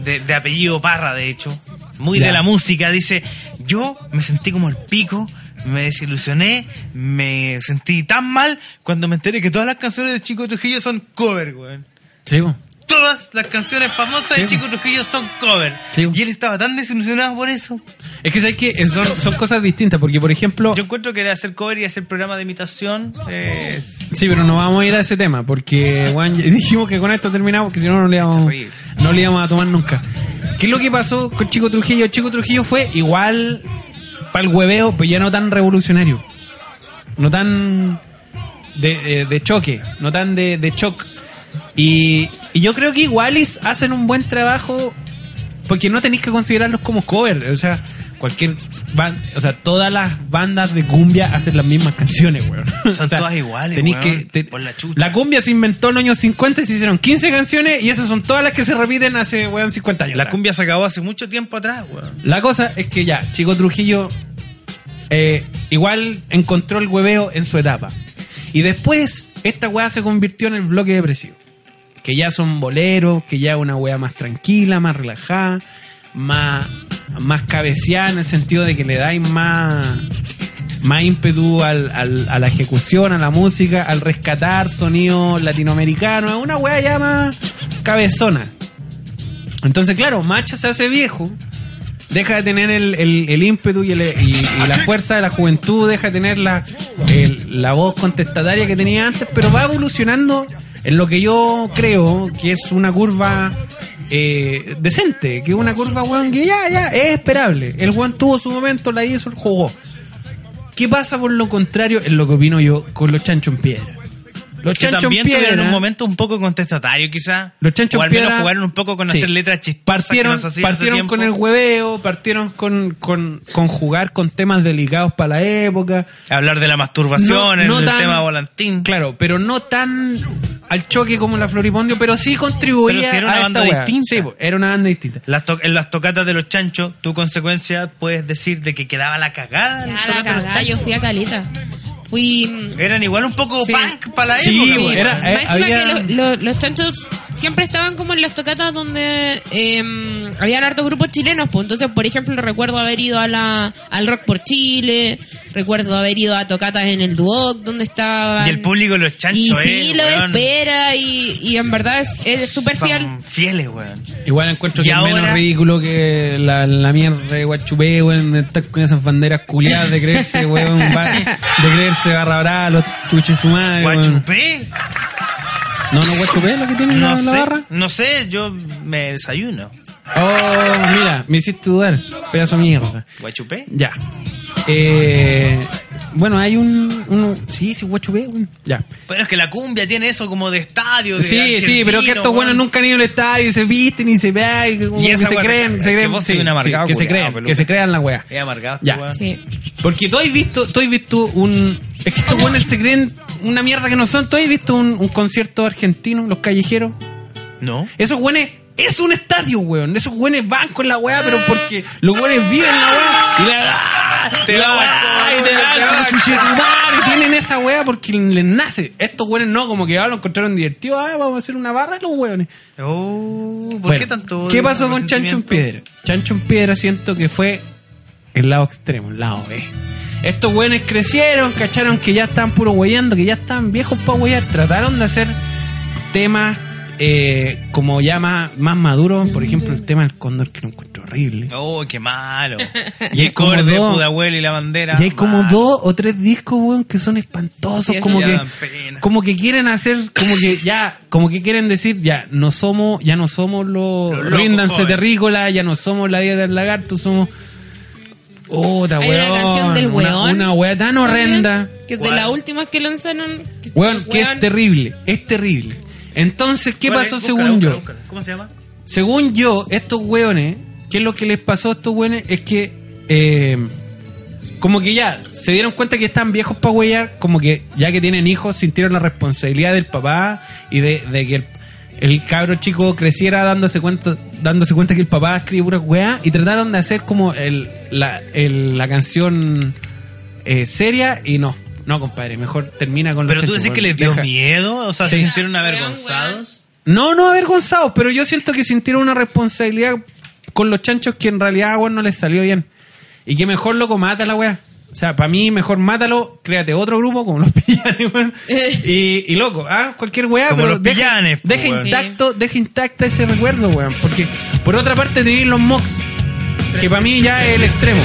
[SPEAKER 3] de, de apellido Parra, de hecho, muy
[SPEAKER 2] Ya.
[SPEAKER 3] de la música, dice, yo me sentí como el pico, me desilusioné, me sentí tan mal cuando me enteré que todas las canciones de Chico Trujillo son cover, weón
[SPEAKER 2] Sí,
[SPEAKER 3] todas las canciones famosas de
[SPEAKER 2] Sí.
[SPEAKER 3] Chico Trujillo son cover.
[SPEAKER 2] Sí.
[SPEAKER 3] Y él estaba tan desilusionado por eso.
[SPEAKER 2] Es que sabes que son, son cosas distintas, porque por ejemplo.
[SPEAKER 3] Yo encuentro que hacer cover y hacer programa de imitación es...
[SPEAKER 2] Sí, pero no vamos a ir a ese tema, porque weón, ya dijimos que con esto terminamos, que si no, no le íbamos,
[SPEAKER 3] Terrible.
[SPEAKER 2] no le íbamos a tomar nunca. ¿Qué es lo que pasó con Chico Trujillo? Chico Trujillo fue igual para el hueveo, pero ya no tan revolucionario. No tan de, eh, de choque, no tan de, de shock. Y, y yo creo que igualis hacen un buen trabajo porque no tenéis que considerarlos como cover. O sea, cualquier ban- o sea, todas las bandas de cumbia hacen las mismas canciones, weón.
[SPEAKER 3] Son
[SPEAKER 2] O sea,
[SPEAKER 3] todas iguales,
[SPEAKER 2] tenéis
[SPEAKER 3] weón,
[SPEAKER 2] que- te-
[SPEAKER 3] por la chucha.
[SPEAKER 2] la cumbia se inventó en los años 50 y se hicieron 15 canciones y esas son todas las que se repiten hace, weón, 50 años.
[SPEAKER 3] La
[SPEAKER 2] atrás.
[SPEAKER 3] cumbia se acabó hace mucho tiempo atrás, weón.
[SPEAKER 2] La cosa es que ya, Chico Trujillo eh, igual encontró el hueveo en su etapa. Y después esta weá se convirtió en el bloque depresivo. Que ya son boleros, que ya es una weá más tranquila, más relajada, más, más cabeceada en el sentido de que le dais más, más ímpetu al- al- a la ejecución, a la música, al rescatar sonidos latinoamericanos. Es una weá ya más cabezona. Entonces, claro, Macha se hace viejo, deja de tener el, el- el ímpetu y, el- y- y la fuerza de la juventud, deja de tener la, el- la voz contestataria que tenía antes, pero va evolucionando en lo que yo creo que es una curva eh, decente, que es una curva, weón, que ya, ya, es esperable. El weón tuvo su momento, la hizo, jugó. ¿Qué pasa por lo contrario, en lo que opino yo, con los chanchos en piedra? Los
[SPEAKER 3] Que
[SPEAKER 2] chanchos en
[SPEAKER 3] también
[SPEAKER 2] piedra...
[SPEAKER 3] tuvieron un momento un poco contestatario, quizá.
[SPEAKER 2] Los chanchos
[SPEAKER 3] O al menos
[SPEAKER 2] piedra-
[SPEAKER 3] jugaron un poco con
[SPEAKER 2] Sí.
[SPEAKER 3] hacer letras chistosas que
[SPEAKER 2] Partieron,
[SPEAKER 3] nos hacían hace
[SPEAKER 2] partieron
[SPEAKER 3] tiempo.
[SPEAKER 2] con el hueveo, partieron con, con, con jugar con temas delicados para la época.
[SPEAKER 3] Hablar de la masturbación,
[SPEAKER 2] No- no
[SPEAKER 3] el
[SPEAKER 2] tan-
[SPEAKER 3] tema volantín.
[SPEAKER 2] Claro, pero no tan al choque como la Floripondio, pero sí contribuía
[SPEAKER 3] Pero si era una
[SPEAKER 2] a esta
[SPEAKER 3] banda
[SPEAKER 2] weá.
[SPEAKER 3] distinta.
[SPEAKER 2] Sí, po, era una banda distinta.
[SPEAKER 3] Las to- en las tocatas de los chanchos, tú consecuencia puedes decir de que quedaba la cagada. en las
[SPEAKER 5] Ya, la
[SPEAKER 3] tocatas de los
[SPEAKER 5] cagada, yo
[SPEAKER 3] chanchos.
[SPEAKER 5] fui a Caleta. Fui... mm,
[SPEAKER 3] Eran igual un poco
[SPEAKER 5] Sí.
[SPEAKER 3] punk para la
[SPEAKER 2] Sí,
[SPEAKER 3] época. pues.
[SPEAKER 2] po,
[SPEAKER 3] weón.
[SPEAKER 2] era- eh,
[SPEAKER 5] Más encima
[SPEAKER 2] había-
[SPEAKER 5] que lo- lo- los chanchos siempre estaban como en las tocatas donde eh, habían hartos grupos chilenos. Pues. Entonces, por ejemplo, recuerdo haber ido a la, al Rock por Chile, recuerdo haber ido a tocatas en el Duoc, donde estaba.
[SPEAKER 3] Y el público de los chanchos,
[SPEAKER 5] Y
[SPEAKER 3] eh,
[SPEAKER 5] sí, lo
[SPEAKER 3] weón.
[SPEAKER 5] espera, y, y en verdad es- es súper fiel.
[SPEAKER 3] Son fieles, weón.
[SPEAKER 2] Igual encuentro
[SPEAKER 3] Y
[SPEAKER 2] que es
[SPEAKER 3] ahora-
[SPEAKER 2] menos ridículo que la, la mierda de Guachupé, weón, de estar con esas banderas culiadas de creerse, weón, bar- de creerse barra brava, los chuches su madre, weón.
[SPEAKER 3] Guachupé,
[SPEAKER 2] No, no, Guachupé es lo que tiene
[SPEAKER 3] no
[SPEAKER 2] la, la
[SPEAKER 3] sé,
[SPEAKER 2] barra.
[SPEAKER 3] no sé, yo me desayuno.
[SPEAKER 2] Oh, mira, me hiciste dudar, pedazo de mierda.
[SPEAKER 3] Guachupé.
[SPEAKER 2] Ya. Eh, bueno, hay un, un- Sí, sí, Guachupé. un- Ya.
[SPEAKER 3] Pero es que la cumbia tiene eso como de estadio. de
[SPEAKER 2] Sí, sí,
[SPEAKER 3] argentino,
[SPEAKER 2] pero que estos buenos
[SPEAKER 3] weón.
[SPEAKER 2] nunca han ido al estadio y se visten y se vean y, como
[SPEAKER 3] Y
[SPEAKER 2] que
[SPEAKER 3] esa
[SPEAKER 2] se
[SPEAKER 3] wea te
[SPEAKER 2] creen,
[SPEAKER 3] caga,
[SPEAKER 2] se
[SPEAKER 3] que
[SPEAKER 2] creen.
[SPEAKER 3] vos
[SPEAKER 2] sí,
[SPEAKER 3] soy un amargado
[SPEAKER 2] sí, que se
[SPEAKER 3] culiao,
[SPEAKER 2] crean,
[SPEAKER 3] peluca.
[SPEAKER 2] que se crean la wea.
[SPEAKER 3] Eh, amargado,
[SPEAKER 2] Ya.
[SPEAKER 3] weón.
[SPEAKER 5] Sí.
[SPEAKER 2] Porque tú has visto, tú has visto un. Es que estos buenos se creen una mierda que no son. Tú has visto un, un concierto argentino, los callejeros.
[SPEAKER 3] No.
[SPEAKER 2] Esos güenes es un estadio, weón. Esos güenes van con la weá, pero porque los güenes viven la weá. Y la,
[SPEAKER 3] Te
[SPEAKER 2] y la
[SPEAKER 3] vas,
[SPEAKER 2] weá, y te
[SPEAKER 3] te
[SPEAKER 2] dan con
[SPEAKER 3] vas.
[SPEAKER 2] chuchetumar, y tienen esa weá porque les nace. Estos güenes no, como que ah, lo encontraron divertido. Ah, vamos a hacer una barra los weones.
[SPEAKER 3] Oh, ¿Por
[SPEAKER 2] Bueno,
[SPEAKER 3] qué tanto?
[SPEAKER 2] ¿Qué
[SPEAKER 3] odio,
[SPEAKER 2] pasó con Chancho en
[SPEAKER 3] resentimiento?
[SPEAKER 2] Piedra? Chancho en Piedra siento que fue el lado extremo, el lado B. Estos güenes crecieron, cacharon que ya estaban puro hueveando, que ya estaban viejos para huevear. Trataron de hacer temas eh, como ya más, más maduros. Por ejemplo, el tema del cóndor que lo encuentro terrible.
[SPEAKER 3] Oh, qué malo.
[SPEAKER 2] Y hay como
[SPEAKER 3] Corde,
[SPEAKER 2] dos-
[SPEAKER 3] Pudahuel y la bandera.
[SPEAKER 2] Y hay como
[SPEAKER 3] Malo.
[SPEAKER 2] dos o tres discos, weón, que son espantosos,
[SPEAKER 5] Sí,
[SPEAKER 2] como
[SPEAKER 5] eso
[SPEAKER 3] sí.
[SPEAKER 2] que,
[SPEAKER 3] Dan pena.
[SPEAKER 2] como que quieren hacer, como que ya, como que quieren decir, ya, no somos, ya no somos los,
[SPEAKER 3] Los locos,
[SPEAKER 2] ríndanse
[SPEAKER 3] joven.
[SPEAKER 2] terrícolas, ya no somos la vida del lagarto, somos, otra
[SPEAKER 5] Hay
[SPEAKER 2] weón,
[SPEAKER 5] una canción del
[SPEAKER 2] una,
[SPEAKER 5] weón.
[SPEAKER 2] una weá tan horrenda,
[SPEAKER 5] También, Que es de
[SPEAKER 3] ¿Cuál?
[SPEAKER 5] la última que lanzaron. Que se-
[SPEAKER 2] weón, que es
[SPEAKER 5] weón.
[SPEAKER 2] terrible, es terrible. Entonces, ¿qué
[SPEAKER 3] Vale,
[SPEAKER 2] pasó
[SPEAKER 3] búscala,
[SPEAKER 2] según
[SPEAKER 3] búscala,
[SPEAKER 2] yo?
[SPEAKER 3] búscala. ¿Cómo se llama?
[SPEAKER 2] Según yo, estos weones, ¿qué es lo que les pasó a estos weones? Es que, eh, como que ya se dieron cuenta que están viejos para huellar, como que ya que tienen hijos, sintieron la responsabilidad del papá y de, de que el, el cabro chico creciera dándose cuenta dándose cuenta que el papá escribe pura weá y trataron de hacer como el, la, el- la canción eh, seria y no, no compadre, mejor termina con los
[SPEAKER 3] Pero tú
[SPEAKER 2] chanchos,
[SPEAKER 3] decís que
[SPEAKER 2] weón.
[SPEAKER 3] les dio
[SPEAKER 2] Deja-
[SPEAKER 3] miedo, o sea,
[SPEAKER 2] Sí.
[SPEAKER 3] se sintieron
[SPEAKER 5] Weón,
[SPEAKER 3] avergonzados.
[SPEAKER 2] no, no avergonzados, pero yo siento que sintieron una responsabilidad con los chanchos que en realidad, weón, no les salió bien. Y que mejor, loco, mátala, weá. O sea, para mí, mejor mátalo, créate otro grupo como los pillanes, weón. Y, y loco, ah, cualquier weá,
[SPEAKER 3] Como
[SPEAKER 2] pero
[SPEAKER 3] los
[SPEAKER 2] deja-
[SPEAKER 3] pillanes, po,
[SPEAKER 2] Deja,
[SPEAKER 3] weón.
[SPEAKER 2] intacto, deja intacta ese recuerdo, weón. Porque, por otra parte, tenéis los mocks, que para mí ya es el extremo.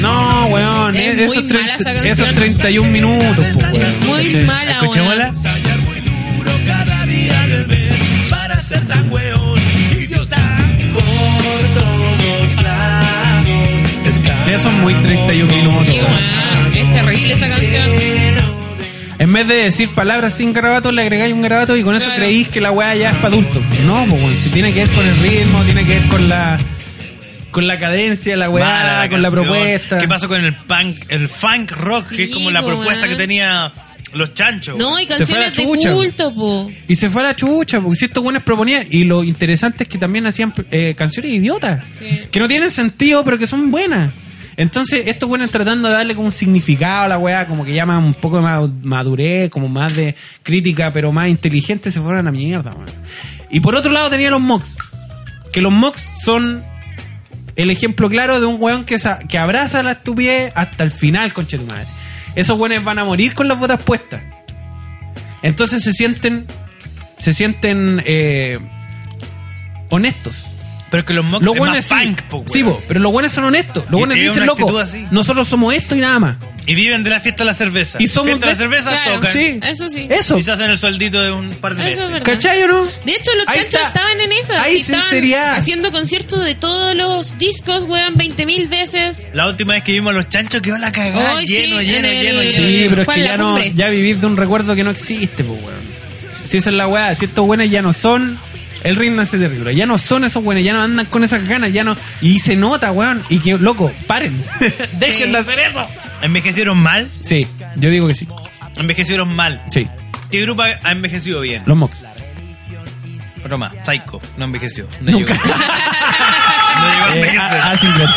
[SPEAKER 2] No, weón,
[SPEAKER 5] Es muy
[SPEAKER 2] esos,
[SPEAKER 5] mala esa
[SPEAKER 2] 30
[SPEAKER 5] canción.
[SPEAKER 2] esos 31 minutos, po, weón.
[SPEAKER 5] Es muy
[SPEAKER 2] ¿cachai?
[SPEAKER 5] mala, weón.
[SPEAKER 3] Escuchémosla.
[SPEAKER 2] Ya son muy 31 minutos.
[SPEAKER 5] Sí,
[SPEAKER 2] weón.
[SPEAKER 5] weón, Es terrible esa canción.
[SPEAKER 2] En vez de decir palabras sin garabatos, le agregáis un garabato y con eso
[SPEAKER 5] Claro.
[SPEAKER 2] creéis que la weá ya es para adultos. No, pues weón, si tiene que ver con el ritmo, tiene que ver con la con la cadencia, la weá,
[SPEAKER 3] Mala la
[SPEAKER 2] con la
[SPEAKER 3] canción.
[SPEAKER 2] propuesta.
[SPEAKER 3] ¿Qué pasó con el punk, el funk rock, que es
[SPEAKER 5] Sí,
[SPEAKER 3] como la
[SPEAKER 5] po,
[SPEAKER 3] propuesta
[SPEAKER 5] weón.
[SPEAKER 3] que tenía los chanchos?
[SPEAKER 5] No, y
[SPEAKER 2] Se fue a la
[SPEAKER 5] canciones de
[SPEAKER 2] chucha.
[SPEAKER 5] culto, po.
[SPEAKER 2] Y se fue a la chucha, porque si estos buenos proponían, y lo interesante es que también hacían eh, canciones idiotas,
[SPEAKER 5] Sí.
[SPEAKER 2] que no tienen sentido, pero que son buenas. Entonces, estos buenos tratando de darle como un significado a la weá, como que llaman un poco de ma- madurez, como más de crítica, pero más inteligente, se fueron a la mierda, weón. Y por otro lado tenía los mocks, que los mocks son el ejemplo claro de un weón que, sa- que abraza la estupidez hasta el final, conche tu madre. Esos weones van a morir con las botas puestas. Entonces se sienten. Se sienten. eh, honestos.
[SPEAKER 3] Pero es que los mocks
[SPEAKER 2] Los
[SPEAKER 3] es más
[SPEAKER 2] buenos sí,
[SPEAKER 3] punk, po,
[SPEAKER 2] sí,
[SPEAKER 3] weón.
[SPEAKER 2] po, pero los buenos son honestos. Los
[SPEAKER 3] Y
[SPEAKER 2] buenos
[SPEAKER 3] tiene
[SPEAKER 2] dicen,
[SPEAKER 3] una
[SPEAKER 2] loco,
[SPEAKER 3] actitud así".
[SPEAKER 2] nosotros somos esto y nada más.
[SPEAKER 3] Y viven de la fiesta de la cerveza.
[SPEAKER 2] Y somos
[SPEAKER 3] fiesta de la
[SPEAKER 2] de-
[SPEAKER 3] cerveza,
[SPEAKER 5] Claro.
[SPEAKER 3] tocan.
[SPEAKER 2] Sí,
[SPEAKER 5] Eso sí.
[SPEAKER 2] Eso.
[SPEAKER 3] Y se hacen el sueldito de un par de
[SPEAKER 5] Eso es
[SPEAKER 3] meses.
[SPEAKER 5] verdad.
[SPEAKER 2] ¿Cachai o no?
[SPEAKER 5] De hecho, los
[SPEAKER 2] Ahí
[SPEAKER 5] cachos
[SPEAKER 2] está.
[SPEAKER 5] estaban en eso.
[SPEAKER 2] Ahí
[SPEAKER 5] así, estaban
[SPEAKER 2] sinceridad.
[SPEAKER 5] haciendo conciertos de todos los discos, weón, 20.000 veces.
[SPEAKER 3] La última vez que vimos a los chanchos quedó la cagada.
[SPEAKER 5] Ay, sí,
[SPEAKER 3] lleno,
[SPEAKER 5] en
[SPEAKER 3] lleno,
[SPEAKER 5] el-
[SPEAKER 3] lleno, lleno,
[SPEAKER 2] Sí, pero es
[SPEAKER 5] ¿Cuál
[SPEAKER 2] que
[SPEAKER 5] es
[SPEAKER 2] ya
[SPEAKER 5] la
[SPEAKER 2] no,
[SPEAKER 5] cumbre?
[SPEAKER 2] ya vivir de un recuerdo que no existe, pues weón. Si esa es la weá, si estos buenos ya no son, el ritmo hace terrible, ya no son esos buenos, ya no andan con esas ganas, ya no, y se nota, weón, y que, loco, paren, dejen
[SPEAKER 5] Sí.
[SPEAKER 2] de hacer eso.
[SPEAKER 3] ¿Envejecieron mal?
[SPEAKER 2] Sí, yo digo que sí,
[SPEAKER 3] Envejecieron mal.
[SPEAKER 2] sí,
[SPEAKER 3] ¿Qué grupo ha envejecido bien?
[SPEAKER 2] los mocks.
[SPEAKER 3] Broma, Psycho. No envejeció. No
[SPEAKER 2] Nunca.
[SPEAKER 3] llegó. no llegó a
[SPEAKER 2] Eh,
[SPEAKER 3] envejecer.
[SPEAKER 2] a- a Silver.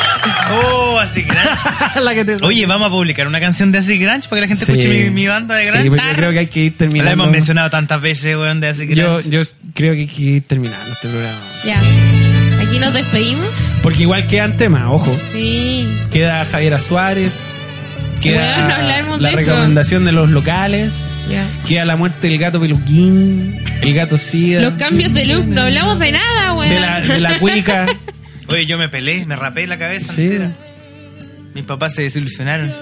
[SPEAKER 3] Oh, así grunge.
[SPEAKER 2] la que te...
[SPEAKER 3] Oye, vamos a publicar una canción de así grunge para que la gente
[SPEAKER 2] Sí.
[SPEAKER 3] escuche mi, mi banda de grunge.
[SPEAKER 2] Sí, pero yo creo que hay que ir terminando.
[SPEAKER 3] la hemos mencionado tantas veces, weón, de así grunge.
[SPEAKER 2] Yo, yo creo que hay que ir terminando este programa.
[SPEAKER 5] Ya. Aquí nos despedimos.
[SPEAKER 2] Porque igual quedan temas, ojo.
[SPEAKER 5] Sí.
[SPEAKER 2] Queda Javiera Suárez. Queda
[SPEAKER 5] Weón, no hablaremos
[SPEAKER 2] la
[SPEAKER 5] de eso.
[SPEAKER 2] recomendación de los locales.
[SPEAKER 5] Ya.
[SPEAKER 2] Queda la muerte del gato peluquín. El gato sida.
[SPEAKER 5] Los cambios de look, no hablamos de nada, weón.
[SPEAKER 2] de la, de la cuica.
[SPEAKER 3] Oye, yo me pelé, me rapé la cabeza
[SPEAKER 2] Sí.
[SPEAKER 3] entera. Mis papás se desilusionaron,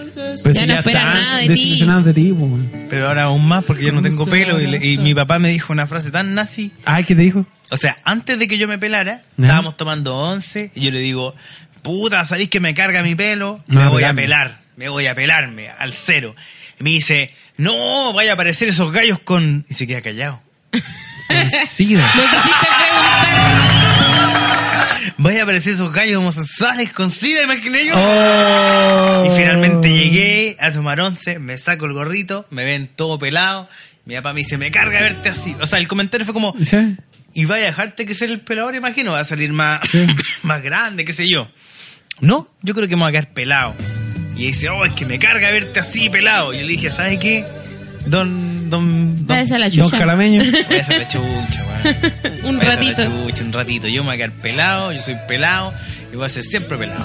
[SPEAKER 2] Pero
[SPEAKER 5] Ya
[SPEAKER 2] si
[SPEAKER 5] no esperan
[SPEAKER 2] están
[SPEAKER 5] nada de ti.
[SPEAKER 2] desilusionados de ti, po, weón.
[SPEAKER 3] pero ahora aún más porque yo no tengo pelo. Y, le- y mi papá me dijo una frase tan nazi.
[SPEAKER 2] Ay, ¿qué te dijo?
[SPEAKER 3] O sea, antes de que yo me pelara,
[SPEAKER 2] Ya.
[SPEAKER 3] estábamos tomando once y yo le digo, puta, ¿sabéis que me carga mi pelo?
[SPEAKER 2] No,
[SPEAKER 3] me voy a
[SPEAKER 2] pelarme.
[SPEAKER 3] pelar, me voy a pelarme al cero. Y me dice, no, vaya a aparecer esos gallos con... Y se queda callado.
[SPEAKER 2] El sida.
[SPEAKER 5] No quisiste preguntar.
[SPEAKER 3] Vaya a aparecer esos gallos homosexuales con sida, imaginé yo.
[SPEAKER 2] Oh.
[SPEAKER 3] Y finalmente llegué a tomar once, me saco el gorrito, me ven todo pelado. Mi papá me dice, me carga verte así. O sea, el comentario fue como,
[SPEAKER 2] ¿Sí?
[SPEAKER 3] y vaya a dejarte que ser el pelador, imagino, va a salir más, más grande, qué sé yo. No, yo creo que me va a quedar pelado. Y dice, oh, es que me carga verte así pelado. Y yo le dije, ¿sabes qué? Don, don, don.
[SPEAKER 5] Váyase a la
[SPEAKER 2] Don
[SPEAKER 5] chucha.
[SPEAKER 2] Calameño.
[SPEAKER 3] Váyase a la chucha, weón.
[SPEAKER 5] Un
[SPEAKER 3] Váyase a la
[SPEAKER 5] ratito.
[SPEAKER 3] chucha, un ratito. Yo me voy a quedar pelado, yo soy pelado y voy a ser siempre pelado.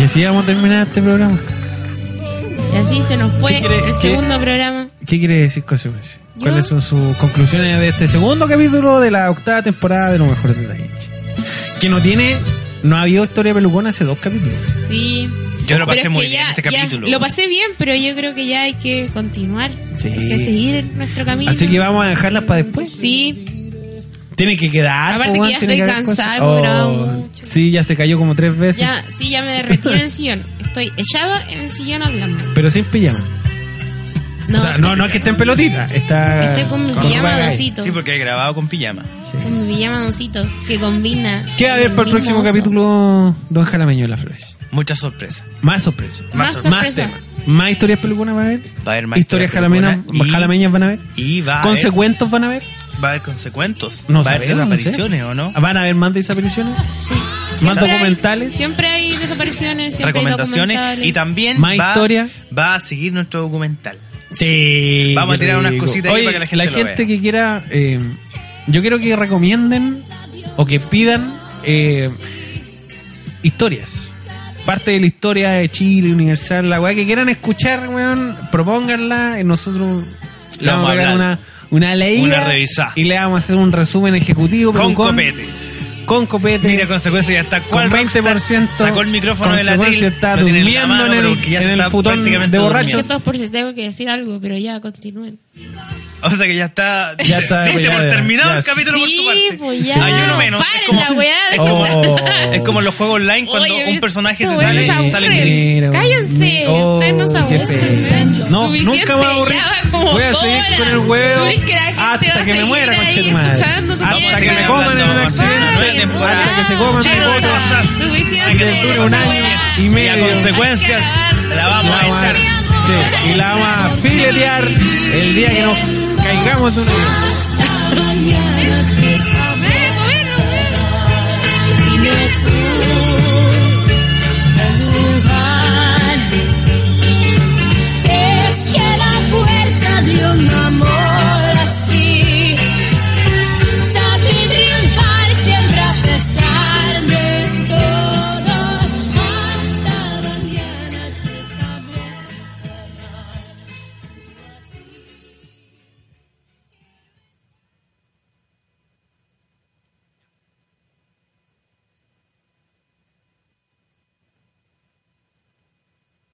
[SPEAKER 2] Y así vamos a terminar este programa.
[SPEAKER 5] Y así se nos fue
[SPEAKER 2] ¿Qué quiere-
[SPEAKER 5] el
[SPEAKER 2] qué-
[SPEAKER 5] segundo programa.
[SPEAKER 2] ¿Qué quiere decir consecuencia?
[SPEAKER 5] Yo-
[SPEAKER 2] ¿Cuáles son sus conclusiones de este segundo capítulo de la octava temporada de Lo Mejor de Da Vinci? Que no tiene. No ha habido historia pelucona hace dos capítulos.
[SPEAKER 5] Sí.
[SPEAKER 3] Yo
[SPEAKER 5] Pero
[SPEAKER 3] lo pasé
[SPEAKER 5] es
[SPEAKER 3] muy
[SPEAKER 5] que
[SPEAKER 3] bien
[SPEAKER 5] ya-
[SPEAKER 3] este
[SPEAKER 5] ya
[SPEAKER 3] capítulo.
[SPEAKER 5] Lo pasé bien, pero yo creo que ya hay que continuar.
[SPEAKER 2] Sí.
[SPEAKER 5] Hay que seguir nuestro camino.
[SPEAKER 2] Así que vamos a dejarlas para después.
[SPEAKER 5] Sí.
[SPEAKER 2] Tiene que quedar.
[SPEAKER 5] Aparte
[SPEAKER 2] po,
[SPEAKER 5] que ya
[SPEAKER 2] tiene
[SPEAKER 5] estoy
[SPEAKER 2] haber
[SPEAKER 5] cansada, he
[SPEAKER 2] cosas. Oh,
[SPEAKER 5] durado mucho.
[SPEAKER 2] Sí, ya se cayó como tres veces.
[SPEAKER 5] Ya, sí, ya me derretí en el sillón. Estoy echado en el sillón hablando.
[SPEAKER 2] Pero sin pijama.
[SPEAKER 5] No,
[SPEAKER 2] o sea, no,
[SPEAKER 5] estoy-
[SPEAKER 2] no es que esté en pelotita. Está
[SPEAKER 5] Estoy con mi pijama
[SPEAKER 2] guay.
[SPEAKER 5] dosito.
[SPEAKER 3] Sí, porque he grabado con pijama.
[SPEAKER 5] Con mi pijama dosito, que combina.
[SPEAKER 2] pues. ¿Qué va a haber para el
[SPEAKER 5] con mi
[SPEAKER 2] próximo
[SPEAKER 5] mozo.
[SPEAKER 2] capítulo, Don Jalameño de las Flores?
[SPEAKER 3] Muchas sorpresas.
[SPEAKER 2] Más sorpresas.
[SPEAKER 5] Más
[SPEAKER 2] Más
[SPEAKER 5] sorpresa.
[SPEAKER 2] temas. Más historias peluconas van a haber.
[SPEAKER 3] Va a haber más
[SPEAKER 2] historias
[SPEAKER 3] historias peluconas
[SPEAKER 2] jalameñas, más
[SPEAKER 3] y-
[SPEAKER 2] jalameñas van a haber.
[SPEAKER 3] Y va a haber,
[SPEAKER 2] ¿Consecuentos van a haber?
[SPEAKER 3] va a haber consecuentos.
[SPEAKER 2] No
[SPEAKER 3] va a haber
[SPEAKER 2] sabemos, no sé.
[SPEAKER 3] desapariciones, ¿o no?
[SPEAKER 2] ¿Van a haber más desapariciones?
[SPEAKER 5] Sí.
[SPEAKER 2] Más
[SPEAKER 5] Siempre hay-
[SPEAKER 2] documentales.
[SPEAKER 5] siempre hay desapariciones, siempre hay
[SPEAKER 3] Recomendaciones.
[SPEAKER 5] documentales.
[SPEAKER 3] Y también
[SPEAKER 2] Más
[SPEAKER 3] va,
[SPEAKER 2] historia.
[SPEAKER 3] va a seguir nuestro documental.
[SPEAKER 2] Sí.
[SPEAKER 3] Vamos a
[SPEAKER 2] qué
[SPEAKER 3] tirar unas
[SPEAKER 2] rico.
[SPEAKER 3] cositas ahí
[SPEAKER 2] Oye,
[SPEAKER 3] para que la gente lo vea.
[SPEAKER 2] que quiera, eh, yo quiero que recomienden o que pidan eh, historias. Parte de la historia de Chile, Universal, la weá que quieran escuchar, weón, propónganla y nosotros le
[SPEAKER 3] La vamos
[SPEAKER 2] vamos a
[SPEAKER 3] a
[SPEAKER 2] pegar una,
[SPEAKER 3] hablar.
[SPEAKER 2] una leída
[SPEAKER 3] Una revisada.
[SPEAKER 2] y le vamos a hacer un resumen ejecutivo. pero
[SPEAKER 3] Con copete.
[SPEAKER 2] Con copete.
[SPEAKER 3] Mira, consecuencia ya está.
[SPEAKER 2] con
[SPEAKER 3] ¿Cuál rockstar
[SPEAKER 2] 20%
[SPEAKER 3] Sacó el micrófono de la
[SPEAKER 2] Consecuencia
[SPEAKER 3] tele.
[SPEAKER 2] está durmiendo en el- en el futón de borrachos.
[SPEAKER 5] Excepto por si tengo que decir algo, pero ya continúen.
[SPEAKER 3] O sea que ya está.
[SPEAKER 2] Ya está
[SPEAKER 3] Diste por
[SPEAKER 2] pegada,
[SPEAKER 3] terminado
[SPEAKER 2] ya.
[SPEAKER 3] el capítulo por
[SPEAKER 5] Sí,
[SPEAKER 3] tu parte.
[SPEAKER 5] pues ya.
[SPEAKER 3] Hay uno Ah, menos.
[SPEAKER 5] Paren
[SPEAKER 3] Es como,
[SPEAKER 5] la weá, dejen
[SPEAKER 2] Oh.
[SPEAKER 3] es como los juegos online cuando
[SPEAKER 5] Oye,
[SPEAKER 3] un personaje
[SPEAKER 5] esta
[SPEAKER 3] se
[SPEAKER 5] weá
[SPEAKER 3] sale,
[SPEAKER 5] nos aburre.
[SPEAKER 3] sale
[SPEAKER 5] Mira,
[SPEAKER 3] gris.
[SPEAKER 5] Cállense, ustedes no se
[SPEAKER 2] Oh, qué
[SPEAKER 5] aburren,
[SPEAKER 2] pena.
[SPEAKER 5] ¿eh?
[SPEAKER 2] No,
[SPEAKER 5] Suficiente,
[SPEAKER 2] nunca me aburrí.
[SPEAKER 5] ya va como
[SPEAKER 2] Voy a
[SPEAKER 5] dos
[SPEAKER 2] seguir con el
[SPEAKER 5] horas.
[SPEAKER 2] huevo
[SPEAKER 5] ¿Tú crees que la gente va
[SPEAKER 2] hasta
[SPEAKER 5] a
[SPEAKER 2] que me
[SPEAKER 5] seguir
[SPEAKER 2] muera,
[SPEAKER 5] ahí
[SPEAKER 2] conchetumare.
[SPEAKER 5] escuchando tu
[SPEAKER 2] Hasta que
[SPEAKER 5] mierda?
[SPEAKER 2] me coman en un
[SPEAKER 3] Hablando,
[SPEAKER 2] accidente.
[SPEAKER 3] hablando,
[SPEAKER 5] Paren,
[SPEAKER 3] nueva temporada.
[SPEAKER 5] ya,
[SPEAKER 2] Hasta que se coman
[SPEAKER 5] ya,
[SPEAKER 3] Lleno de
[SPEAKER 5] ya,
[SPEAKER 3] cosas. Hay
[SPEAKER 5] Suficiente.
[SPEAKER 3] que dure un
[SPEAKER 5] esa
[SPEAKER 2] año
[SPEAKER 5] weá.
[SPEAKER 2] y
[SPEAKER 3] Y a
[SPEAKER 2] medio.
[SPEAKER 3] consecuencias la vamos a echar.
[SPEAKER 2] Sí, y la vamos a filetear el día que nos caigamos de una.
[SPEAKER 7] Hasta mañana.